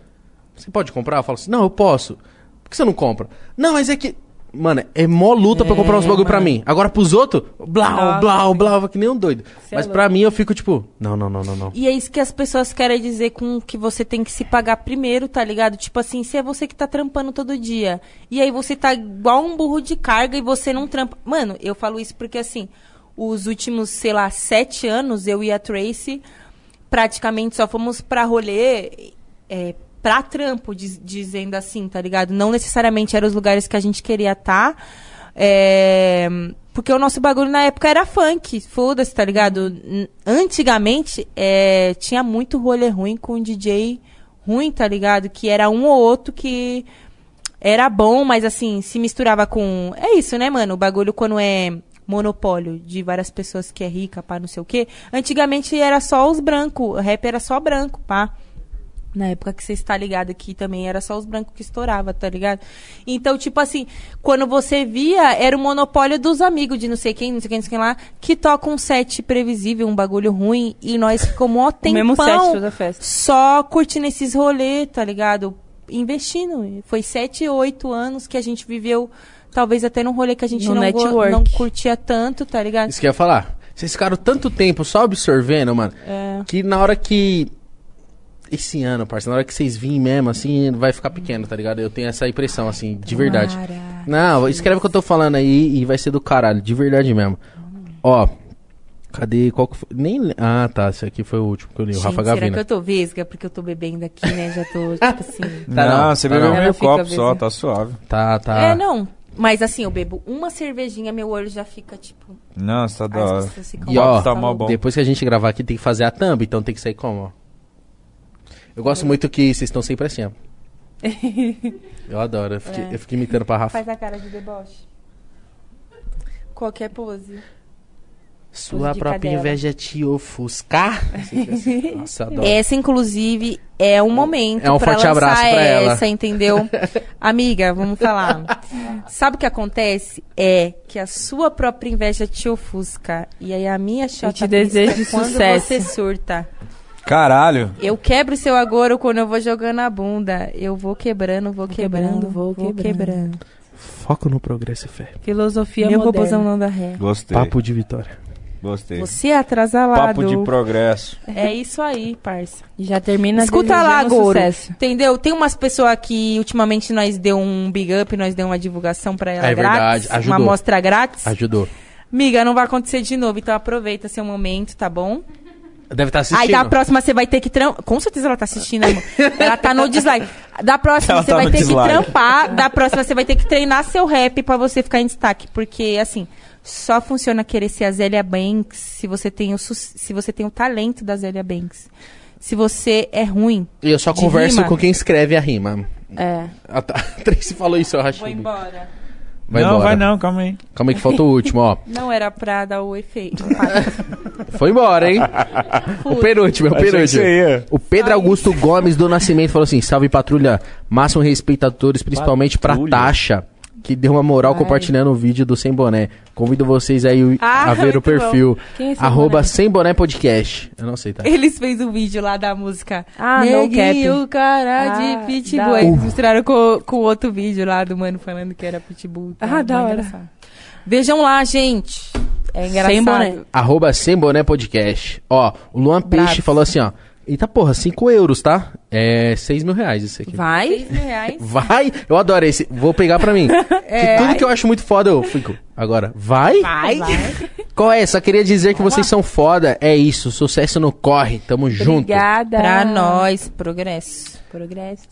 Speaker 2: você pode comprar? Eu falo assim, não, eu posso. Por que você não compra? Não, mas é que. Mano, é mó luta pra comprar uns bagulho pra mim. Agora pros outros, blau,
Speaker 3: Nossa,
Speaker 2: blau, blau, que nem um doido. mas
Speaker 3: é
Speaker 2: pra mim eu fico tipo, não, não, não, não, não.
Speaker 4: E é isso que as pessoas querem dizer com que você tem que se pagar primeiro, tá ligado? Tipo assim, se é você que tá trampando todo dia. E aí você tá igual um burro de carga e você não trampa. Mano, eu falo isso porque assim, os últimos, sei lá, sete anos eu e a Tracy praticamente só fomos pra rolê. é, pra trampo, diz- dizendo assim, tá ligado? Não necessariamente eram os lugares que a gente queria estar. É, porque o nosso bagulho na época era funk, foda-se, tá ligado? N- Antigamente é, tinha muito rolê ruim com DJ ruim, tá ligado? Que era um ou outro que era bom, mas assim, se misturava com. É isso, né, mano? O bagulho quando é monopólio de várias pessoas que é rica, pá, não sei o quê. Antigamente era só os brancos, rap era só branco, pá. Na época que você está ligado aqui também, era só os brancos que estourava, tá ligado? Então, tipo assim, quando você via, era o monopólio dos amigos de não sei quem, não sei quem, não sei quem lá, que toca um set previsível, um bagulho ruim, e nós ficamos ó
Speaker 3: O
Speaker 4: tempão
Speaker 3: mesmo set toda a festa.
Speaker 4: só curtindo esses rolês, tá ligado? Investindo. Foi sete, oito anos que a gente viveu, talvez até num rolê que a gente
Speaker 3: No
Speaker 4: não, go-
Speaker 3: network.
Speaker 4: não curtia tanto, tá ligado?
Speaker 2: Isso que eu ia falar. Vocês ficaram tanto tempo só absorvendo, mano,
Speaker 4: É.
Speaker 2: que na hora que. Esse ano, parceiro, na hora que vocês virem mesmo, assim, vai ficar pequeno, tá ligado? Eu tenho essa impressão, assim, de verdade.
Speaker 4: Tomara.
Speaker 2: Não, escreve o que eu tô falando aí e vai ser do caralho, de verdade mesmo. Ó, cadê? Qual que foi? Nem. le- Ah, tá, esse aqui foi o último que eu li, o
Speaker 4: Gente,
Speaker 2: Rafa
Speaker 4: Será que
Speaker 2: Gavina.
Speaker 4: eu tô vesga? Porque eu tô bebendo aqui, né? Já tô, tipo assim.
Speaker 2: Tá,
Speaker 1: não,
Speaker 2: não,
Speaker 1: você
Speaker 2: tá,
Speaker 1: bebeu
Speaker 2: não.
Speaker 1: meio
Speaker 3: Ela fica
Speaker 1: copo só,
Speaker 3: vesga.
Speaker 1: tá suave.
Speaker 2: Tá, tá.
Speaker 4: É, não. Mas assim, eu bebo uma cervejinha, meu olho já fica, tipo.
Speaker 1: Não, você tá da
Speaker 4: as
Speaker 1: hora.
Speaker 4: pessoas ficam
Speaker 2: E ó,
Speaker 1: Tá mó bom.
Speaker 2: depois que a gente gravar aqui tem que fazer a thumb, então tem que sair como, ó. Eu gosto muito que vocês estão sempre assim, ó. Eu adoro, eu fiquei, eu fiquei imitando pra Rafa.
Speaker 4: É. Faz a cara de deboche. Qualquer pose.
Speaker 2: Sua
Speaker 4: de
Speaker 2: própria
Speaker 4: cadela.
Speaker 2: inveja te ofuscar. Assim, Nossa, eu adoro.
Speaker 4: Essa, inclusive, é um momento
Speaker 2: Tá. É um
Speaker 4: pra
Speaker 2: forte
Speaker 4: lançar
Speaker 2: abraço pra ela.
Speaker 4: essa, entendeu? Amiga, vamos falar. Sabe o que acontece? É que a sua própria inveja te ofusca. E aí a minha chota
Speaker 3: te desejo
Speaker 4: pisca quando
Speaker 3: sucesso.
Speaker 4: você surta.
Speaker 1: Caralho.
Speaker 4: Eu quebro seu agouro quando eu vou jogando a bunda. Eu vou quebrando, vou, quebrando, vou, quebrando.
Speaker 2: Foco no progresso e fé.
Speaker 3: Filosofia
Speaker 4: Meu
Speaker 3: moderna.
Speaker 4: robôzão não dá ré.
Speaker 1: Gostei.
Speaker 2: Papo de vitória.
Speaker 1: Gostei.
Speaker 4: Você é atrasalado.
Speaker 1: Papo de progresso.
Speaker 4: É isso aí, parça.
Speaker 3: Já termina
Speaker 4: Escuta
Speaker 3: desejando
Speaker 4: lá, Goro.
Speaker 3: sucesso.
Speaker 4: Entendeu? Tem umas pessoas que ultimamente nós deu um big up, nós deu uma divulgação pra ela
Speaker 2: É
Speaker 4: grátis.
Speaker 2: verdade, ajudou.
Speaker 4: Uma amostra grátis.
Speaker 2: Ajudou.
Speaker 4: Miga, não vai acontecer de novo, então aproveita seu momento, tá bom?
Speaker 2: Deve estar assistindo.
Speaker 4: Aí da próxima você vai ter que trampar. Com certeza ela tá assistindo, amor. Ela tá no dislike. Da próxima
Speaker 1: Ela
Speaker 4: você
Speaker 1: tá
Speaker 4: vai
Speaker 1: no
Speaker 4: ter
Speaker 1: dislike.
Speaker 4: que trampar. Da próxima você vai ter que treinar seu rap pra você ficar em destaque. Porque, assim, só funciona querer ser a Zélia Banks se você tem o, su- se você tem o talento da Zélia Banks. Se você é ruim.
Speaker 2: E eu só
Speaker 4: de
Speaker 2: converso
Speaker 4: rima.
Speaker 2: com quem escreve a rima.
Speaker 3: É.
Speaker 2: A Tra- a Tracy falou isso, eu achei.
Speaker 4: embora.
Speaker 2: Vai
Speaker 1: não,
Speaker 2: embora.
Speaker 1: vai não, calma aí.
Speaker 2: Calma aí que falta o último, ó.
Speaker 4: Não era pra dar o efeito.
Speaker 2: Foi embora, hein? o penúltimo, é o
Speaker 1: Achei que
Speaker 2: penúltimo.
Speaker 1: você ia.
Speaker 2: O Pedro Augusto Gomes do Nascimento falou assim: salve patrulha, máximo respeito a todos, principalmente
Speaker 1: Patrulha.
Speaker 2: pra Tasha, que deu uma moral compartilhando o vídeo do Sem Boné. Convido vocês aí
Speaker 4: Ah,
Speaker 2: a ver o
Speaker 4: muito
Speaker 2: perfil.
Speaker 3: Quem é Sem
Speaker 2: arroba
Speaker 4: né?
Speaker 3: Boné?
Speaker 2: Sem Boné Podcast. Eu não sei, tá?
Speaker 4: Eles fez um vídeo lá da música.
Speaker 3: Ah, no cap.
Speaker 4: o cara
Speaker 3: Ah,
Speaker 4: de
Speaker 3: da
Speaker 4: Pitbull.
Speaker 3: hora.
Speaker 4: Eles misturaram com, com outro vídeo lá do mano falando que era Pitbull. Tá?
Speaker 3: Ah,
Speaker 4: Muito
Speaker 3: da hora.
Speaker 4: engraçado. Vejam lá, gente. É engraçado.
Speaker 3: Sem boné.
Speaker 2: Arroba Sem Boné Podcast. Ó, o Luan Peixe
Speaker 4: Bravo.
Speaker 2: falou assim, ó. Eita porra, 5 euros, tá? É 6 mil reais isso aqui.
Speaker 4: Vai.
Speaker 3: Vai?
Speaker 4: reais.
Speaker 2: Vai, eu adoro esse. Vou pegar pra mim.
Speaker 3: É,
Speaker 2: Que tudo que eu acho muito foda, eu fico. Agora, vai?
Speaker 4: Vai.
Speaker 2: Qual é? Só queria dizer que vocês são foda. É isso, sucesso no corre. Tamo junto.
Speaker 3: Obrigada.
Speaker 4: Pra nós, progresso.
Speaker 3: Progresso.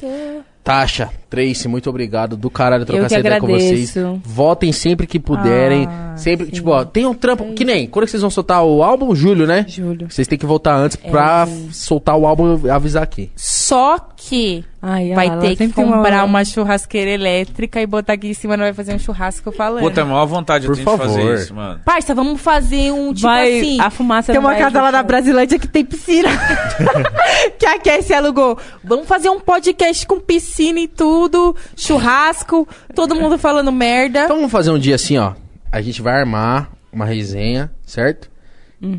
Speaker 2: Tasha, Tracy, muito obrigado do caralho trocar
Speaker 3: Eu que
Speaker 2: essa ideia com vocês.
Speaker 3: agradeço.
Speaker 2: Votem sempre que puderem.
Speaker 4: Ah,
Speaker 2: sempre, tipo, ó, tem um trampo. Que nem, quando que vocês vão soltar o álbum? Julho, né?
Speaker 3: Júlio.
Speaker 2: Vocês têm que voltar antes
Speaker 3: É,
Speaker 2: pra soltar o álbum e avisar aqui.
Speaker 4: Só que
Speaker 3: Ai,
Speaker 4: vai
Speaker 3: ela
Speaker 4: ter que
Speaker 3: sempre tem uma-
Speaker 4: comprar uma... churrasqueira elétrica e botar aqui em cima, não vai fazer um churrasco falando.
Speaker 1: Puta, é a maior vontade
Speaker 2: Por
Speaker 1: eu tenho de
Speaker 2: favor.
Speaker 1: fazer isso, mano.
Speaker 4: Parça, vamos fazer um tipo
Speaker 3: vai,
Speaker 4: assim.
Speaker 3: a fumaça
Speaker 4: Tem
Speaker 3: não
Speaker 4: uma
Speaker 3: vai
Speaker 4: casa lá
Speaker 3: juntar.
Speaker 4: na Brasilândia que tem piscina. que a Cassie alugou. Vamos fazer um podcast com piscina e tudo, churrasco, todo mundo falando merda.
Speaker 2: Então vamos fazer um dia assim, ó. A gente vai armar uma resenha, certo?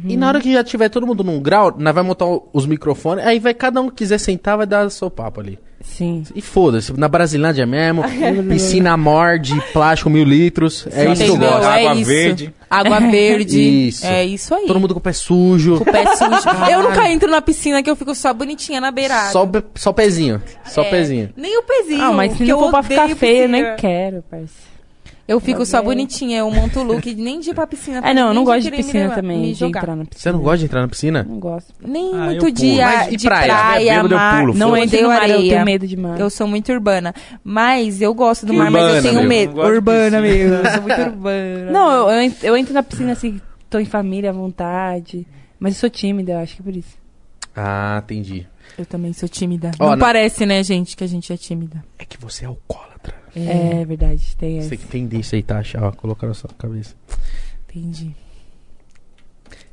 Speaker 2: E na hora que já tiver todo mundo num grau, nós vai montar o- os microfones, aí vai cada um que quiser sentar, vai dar seu papo ali.
Speaker 3: Sim.
Speaker 2: E foda-se, na Brasilândia mesmo, piscina morde, plástico, mil litros. É isso que eu
Speaker 4: Entendeu?
Speaker 2: gosto.
Speaker 4: É
Speaker 1: Água
Speaker 4: isso.
Speaker 1: verde.
Speaker 4: Água verde.
Speaker 2: Isso.
Speaker 4: É isso aí.
Speaker 2: Todo mundo com o pé sujo.
Speaker 4: Pé sujo. Eu nunca entro na piscina que eu fico só bonitinha na beirada.
Speaker 2: Só, o pe- só o pezinho. Só o
Speaker 4: É,
Speaker 2: pezinho.
Speaker 4: Nem o pezinho.
Speaker 3: Ah, mas se
Speaker 4: que
Speaker 3: não
Speaker 4: eu
Speaker 3: for pra
Speaker 4: odeio
Speaker 3: ficar feia, né? eu
Speaker 4: piscina.
Speaker 3: nem quero, parceiro.
Speaker 4: Eu fico só
Speaker 3: Odeio.
Speaker 4: bonitinha, eu monto o look, nem de ir pra piscina.
Speaker 3: É, não, eu
Speaker 4: nem
Speaker 3: não gosto de
Speaker 4: querer me
Speaker 3: piscina
Speaker 4: levar-
Speaker 3: também,
Speaker 4: me
Speaker 3: de
Speaker 4: jogar.
Speaker 3: entrar na piscina.
Speaker 2: Você não gosta de entrar na piscina?
Speaker 3: Não gosto.
Speaker 4: Nem
Speaker 1: Ah, eu
Speaker 4: muito
Speaker 1: pulo.
Speaker 4: dia
Speaker 2: Mas e
Speaker 4: de
Speaker 2: praia?
Speaker 4: praia,
Speaker 2: Se
Speaker 1: tiver bêbado, eu
Speaker 4: mar.
Speaker 1: pulo,
Speaker 4: Não
Speaker 3: Não
Speaker 4: entrei
Speaker 3: entre
Speaker 4: no
Speaker 3: no mar, eu
Speaker 4: areia.
Speaker 3: tenho medo de mar.
Speaker 4: Eu sou muito urbana. Mas eu gosto do
Speaker 1: Que
Speaker 4: mar, mas eu
Speaker 1: urbana,
Speaker 4: tenho
Speaker 1: meu.
Speaker 4: medo.
Speaker 1: Não gosto de piscina.
Speaker 4: Urbana mesmo. Eu sou muito urbana.
Speaker 3: Não, eu, eu, ent- eu entro na piscina assim, tô em família à vontade. Mas eu sou tímida, eu acho que é por isso.
Speaker 2: Ah, entendi.
Speaker 4: eu também sou tímida.
Speaker 2: Ó,
Speaker 4: não,
Speaker 2: na-
Speaker 4: parece, né, gente, que a gente é tímida.
Speaker 2: É que você é alcoólatra.
Speaker 3: É, verdade, tem
Speaker 2: Você
Speaker 3: essa.
Speaker 2: que entender isso aí, tá? Ó, colocar na sua cabeça.
Speaker 4: Entendi.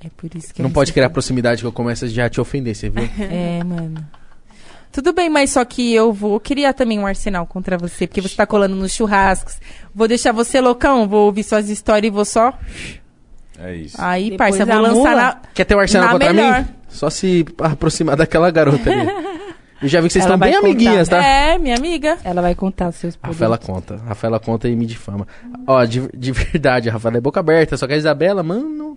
Speaker 4: É por isso que
Speaker 2: não
Speaker 4: eu
Speaker 2: pode
Speaker 4: sou-
Speaker 11: é
Speaker 2: criar proximidade que eu começo a já te ofender, você viu?
Speaker 4: É, mano.
Speaker 11: Tudo bem, mas só que eu vou criar também um arsenal contra você, porque você tá colando nos churrascos. Vou deixar você loucão, vou ouvir suas histórias e vou só.
Speaker 1: É isso.
Speaker 11: Aí,
Speaker 3: Depois
Speaker 11: parça, vou
Speaker 3: a
Speaker 11: lançar
Speaker 3: mula.
Speaker 11: lá.
Speaker 2: Quer ter um arsenal
Speaker 11: Na
Speaker 2: contra
Speaker 11: melhor.
Speaker 2: mim? Só se aproximar daquela garota ali. Eu já vi que vocês
Speaker 3: Ela
Speaker 2: estão
Speaker 3: vai
Speaker 2: bem
Speaker 3: contar.
Speaker 2: amiguinhas, tá?
Speaker 11: É, minha amiga.
Speaker 3: Ela vai contar os seus
Speaker 2: A Rafaela
Speaker 3: problemas.
Speaker 2: conta. A Rafaela conta e me difama. Ó, de, de verdade, a Rafaela é boca aberta, só que a Isabela, mano.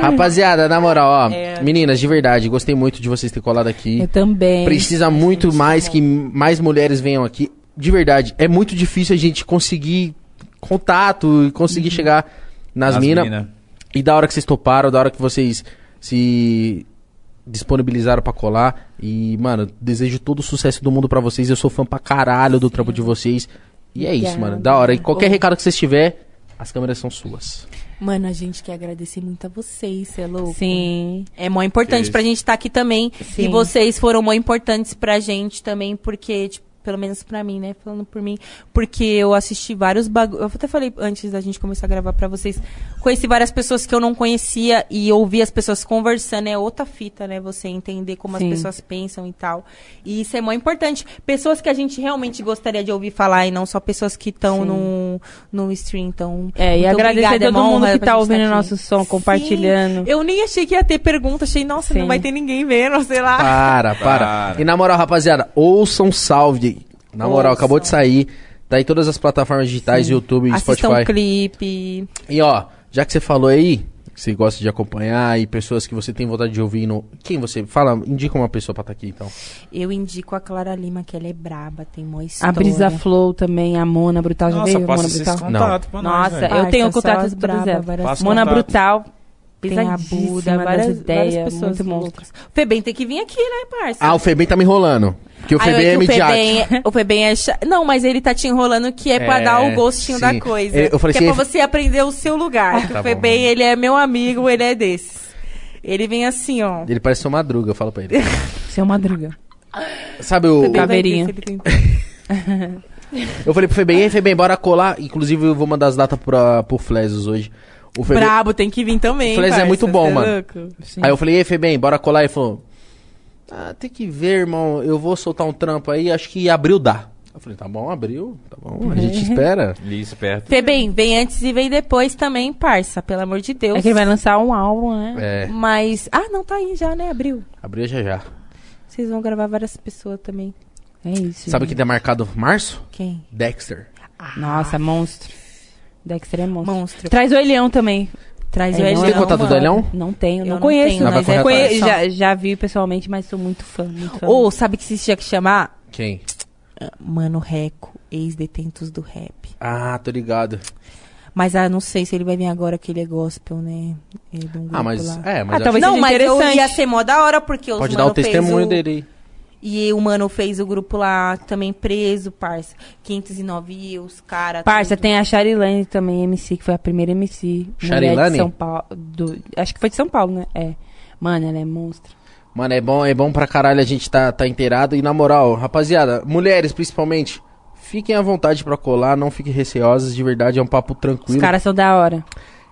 Speaker 2: Rapaziada, na moral, ó. Meninas, de verdade, gostei muito de vocês terem colado aqui.
Speaker 3: É. Eu também.
Speaker 2: Precisa muito mais que mais mulheres venham aqui. De verdade, é muito difícil a gente conseguir contato e
Speaker 3: Uhum.
Speaker 2: conseguir chegar nas, minas.
Speaker 1: mina.
Speaker 2: E da hora que vocês toparam, da hora que vocês se disponibilizaram pra colar. E, mano, desejo todo o sucesso do mundo pra vocês. Eu sou fã pra caralho do trampo de vocês. E é isso, mano. Da hora. E qualquer recado que vocês tiver, as câmeras são suas.
Speaker 4: Mano, a gente quer agradecer muito a vocês, cê é louco.
Speaker 3: Sim.
Speaker 4: É mó importante
Speaker 1: Isso.
Speaker 4: pra gente estar aqui também.
Speaker 3: Sim.
Speaker 4: E vocês foram mó importantes pra gente também, porque, tipo, pelo menos pra mim, né? Falando por mim. Porque eu assisti vários bagulhos. Eu até falei antes da gente começar a gravar pra vocês. Conheci várias pessoas que eu não conhecia e ouvi as pessoas conversando. É outra fita, né? Você entender como
Speaker 3: Sim.
Speaker 4: as pessoas pensam e tal. E isso é mó importante. Pessoas que a gente realmente gostaria de ouvir falar e não só pessoas que estão
Speaker 3: Sim.
Speaker 4: no, no stream. Então,
Speaker 3: É, e
Speaker 4: muito
Speaker 3: agradecer
Speaker 4: obrigada, é
Speaker 3: todo
Speaker 4: uma
Speaker 3: mundo
Speaker 4: honra
Speaker 3: que
Speaker 4: pra
Speaker 3: tá
Speaker 4: gente
Speaker 3: ouvindo
Speaker 4: aqui.
Speaker 3: nosso som, compartilhando.
Speaker 4: Eu nem achei que ia ter pergunta, achei, nossa,
Speaker 3: Sim.
Speaker 4: não vai ter ninguém vendo, sei lá.
Speaker 2: Para, para,
Speaker 1: Para.
Speaker 2: E na moral, rapaziada, ouçam salve. Na moral,
Speaker 4: Ouçam.
Speaker 2: acabou de sair. Tá aí todas as plataformas digitais, YouTube,
Speaker 4: Assistam
Speaker 2: Spotify.
Speaker 4: o clipe.
Speaker 2: E ó, já que você falou aí, que você gosta de acompanhar e pessoas que você tem vontade de ouvir no. Quem você. Fala, indica uma pessoa pra estar aqui então.
Speaker 4: Eu indico a Clara Lima, que ela é braba, tem mó história.
Speaker 3: A Brisa Flow também, a Mona Brutal. Já
Speaker 1: Nossa,
Speaker 3: veio a
Speaker 1: passa
Speaker 3: Mona
Speaker 1: esses
Speaker 3: Brutal?
Speaker 1: contatos pra nós,
Speaker 3: tá. Nossa,
Speaker 1: velho.
Speaker 3: eu tenho
Speaker 4: Parça,
Speaker 3: contatos
Speaker 4: só
Speaker 3: de todas
Speaker 4: braba,
Speaker 3: elas.
Speaker 4: várias
Speaker 1: Passa
Speaker 3: Mona
Speaker 1: contato.
Speaker 3: Brutal,
Speaker 4: Tem a
Speaker 3: pesadíssima
Speaker 4: Buda,
Speaker 3: das
Speaker 4: várias,
Speaker 3: ideias,
Speaker 4: várias pessoas
Speaker 3: muito monstro.
Speaker 4: loucas. O Febem tem que vir aqui, né, parça?
Speaker 2: Ah, o Febem tá me enrolando. Porque o
Speaker 4: Aí
Speaker 2: Febem
Speaker 4: é
Speaker 2: é
Speaker 4: que
Speaker 2: midiático.
Speaker 4: Febem- O Febem é cha... Não, mas ele tá te enrolando que é pra
Speaker 2: É,
Speaker 4: dar o gostinho
Speaker 2: sim.
Speaker 4: da coisa.
Speaker 2: Eu- eu falei
Speaker 4: que é
Speaker 2: assim,
Speaker 4: pra você aprender o seu lugar.
Speaker 2: Tá
Speaker 4: o Febem, ele é meu amigo, ele é desses. Ele vem assim, ó.
Speaker 2: Ele parece seu madruga, eu falo pra ele.
Speaker 3: Seu Madruga.
Speaker 2: Sabe o.
Speaker 4: Febem vai
Speaker 3: é Caveirinha.
Speaker 4: ver se ele tem-
Speaker 2: Eu falei pro Febem, ei, Febem, bora colar. Inclusive, eu vou mandar as datas pra, pro Flesos hoje. O Febem.
Speaker 4: Brabo, tem que vir então. também.
Speaker 2: O Flash é
Speaker 4: parça,
Speaker 2: muito bom,
Speaker 4: cê é
Speaker 2: mano.
Speaker 4: louco?
Speaker 3: Sim.
Speaker 2: Aí eu falei, ei, Febem, bora colar. Ele falou, ah, tem que ver, irmão. Eu vou soltar um trampo aí, acho que abril dá. Eu falei, tá bom, abril, tá bom, a gente espera.
Speaker 1: Li esperto.
Speaker 4: Febem, vem antes e vem depois também, parça, pelo amor de Deus.
Speaker 3: É que ele vai lançar um álbum, né?
Speaker 2: É,
Speaker 4: Mas. Ah, não, tá aí já, né? Abril.
Speaker 2: abril é já já.
Speaker 4: Vocês vão gravar várias pessoas também.
Speaker 3: É, isso.
Speaker 2: Sabe o que tem marcado março?
Speaker 4: Quem?
Speaker 2: Dexter.
Speaker 3: Nossa, monstro. Dexter é monstro.
Speaker 4: Monstro.
Speaker 3: Traz o Elião também.
Speaker 4: Traz
Speaker 3: É,
Speaker 4: o
Speaker 3: não,
Speaker 4: Elião.
Speaker 2: Você tem contato do
Speaker 4: mano.
Speaker 2: Elhão?
Speaker 3: Não tenho,
Speaker 4: Eu
Speaker 3: não,
Speaker 4: não
Speaker 3: conheço.
Speaker 4: tenho,
Speaker 2: Mas
Speaker 3: mas
Speaker 2: vai
Speaker 3: é
Speaker 2: correr
Speaker 3: conhe-
Speaker 4: atrás.
Speaker 3: já, já vi pessoalmente, mas sou muito fã, muito fã.
Speaker 4: Ou, sabe que se tinha que chamar?
Speaker 2: Quem?
Speaker 4: Mano Reco, ex-detentos do rap.
Speaker 2: Ah, tô ligado.
Speaker 4: Mas ah, não sei se ele vai vir agora que ele é gospel, né? Ele é de um grupo
Speaker 2: Ah, mas.
Speaker 4: lá.
Speaker 2: É, mas.
Speaker 3: Ah, talvez-
Speaker 4: não,
Speaker 3: seja
Speaker 4: mas eu
Speaker 3: interessante.
Speaker 4: ia ser mó da hora, porque os
Speaker 2: Pode dar
Speaker 4: mano
Speaker 2: o testemunho
Speaker 4: fez o...
Speaker 2: dele aí.
Speaker 4: E o mano fez o grupo lá também preso, parça. 509 e os caras.
Speaker 3: Parça, tem a Charilane também, MC, que foi a primeira MC. mulher
Speaker 2: Charilane?
Speaker 3: De São Paulo. do- acho que foi de São Paulo, né? É. Mano, ela é monstro.
Speaker 2: Mano, é bom, é bom pra caralho a gente tá, tá inteirado. E na moral, rapaziada, mulheres principalmente, fiquem à vontade pra colar, não fiquem receosas, de verdade, é um papo
Speaker 3: Os
Speaker 2: tranquilo.
Speaker 3: caras são da hora.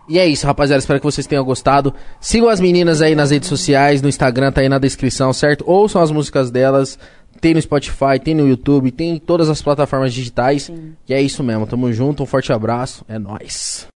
Speaker 2: E é isso, rapaziada, espero que vocês tenham gostado. Sigam as meninas aí nas redes sociais, no Instagram, tá aí na descrição, certo? Ouçam as músicas delas, tem no Spotify, tem no YouTube, tem em todas as plataformas digitais. E é isso mesmo, tamo junto, um forte abraço, é nóis.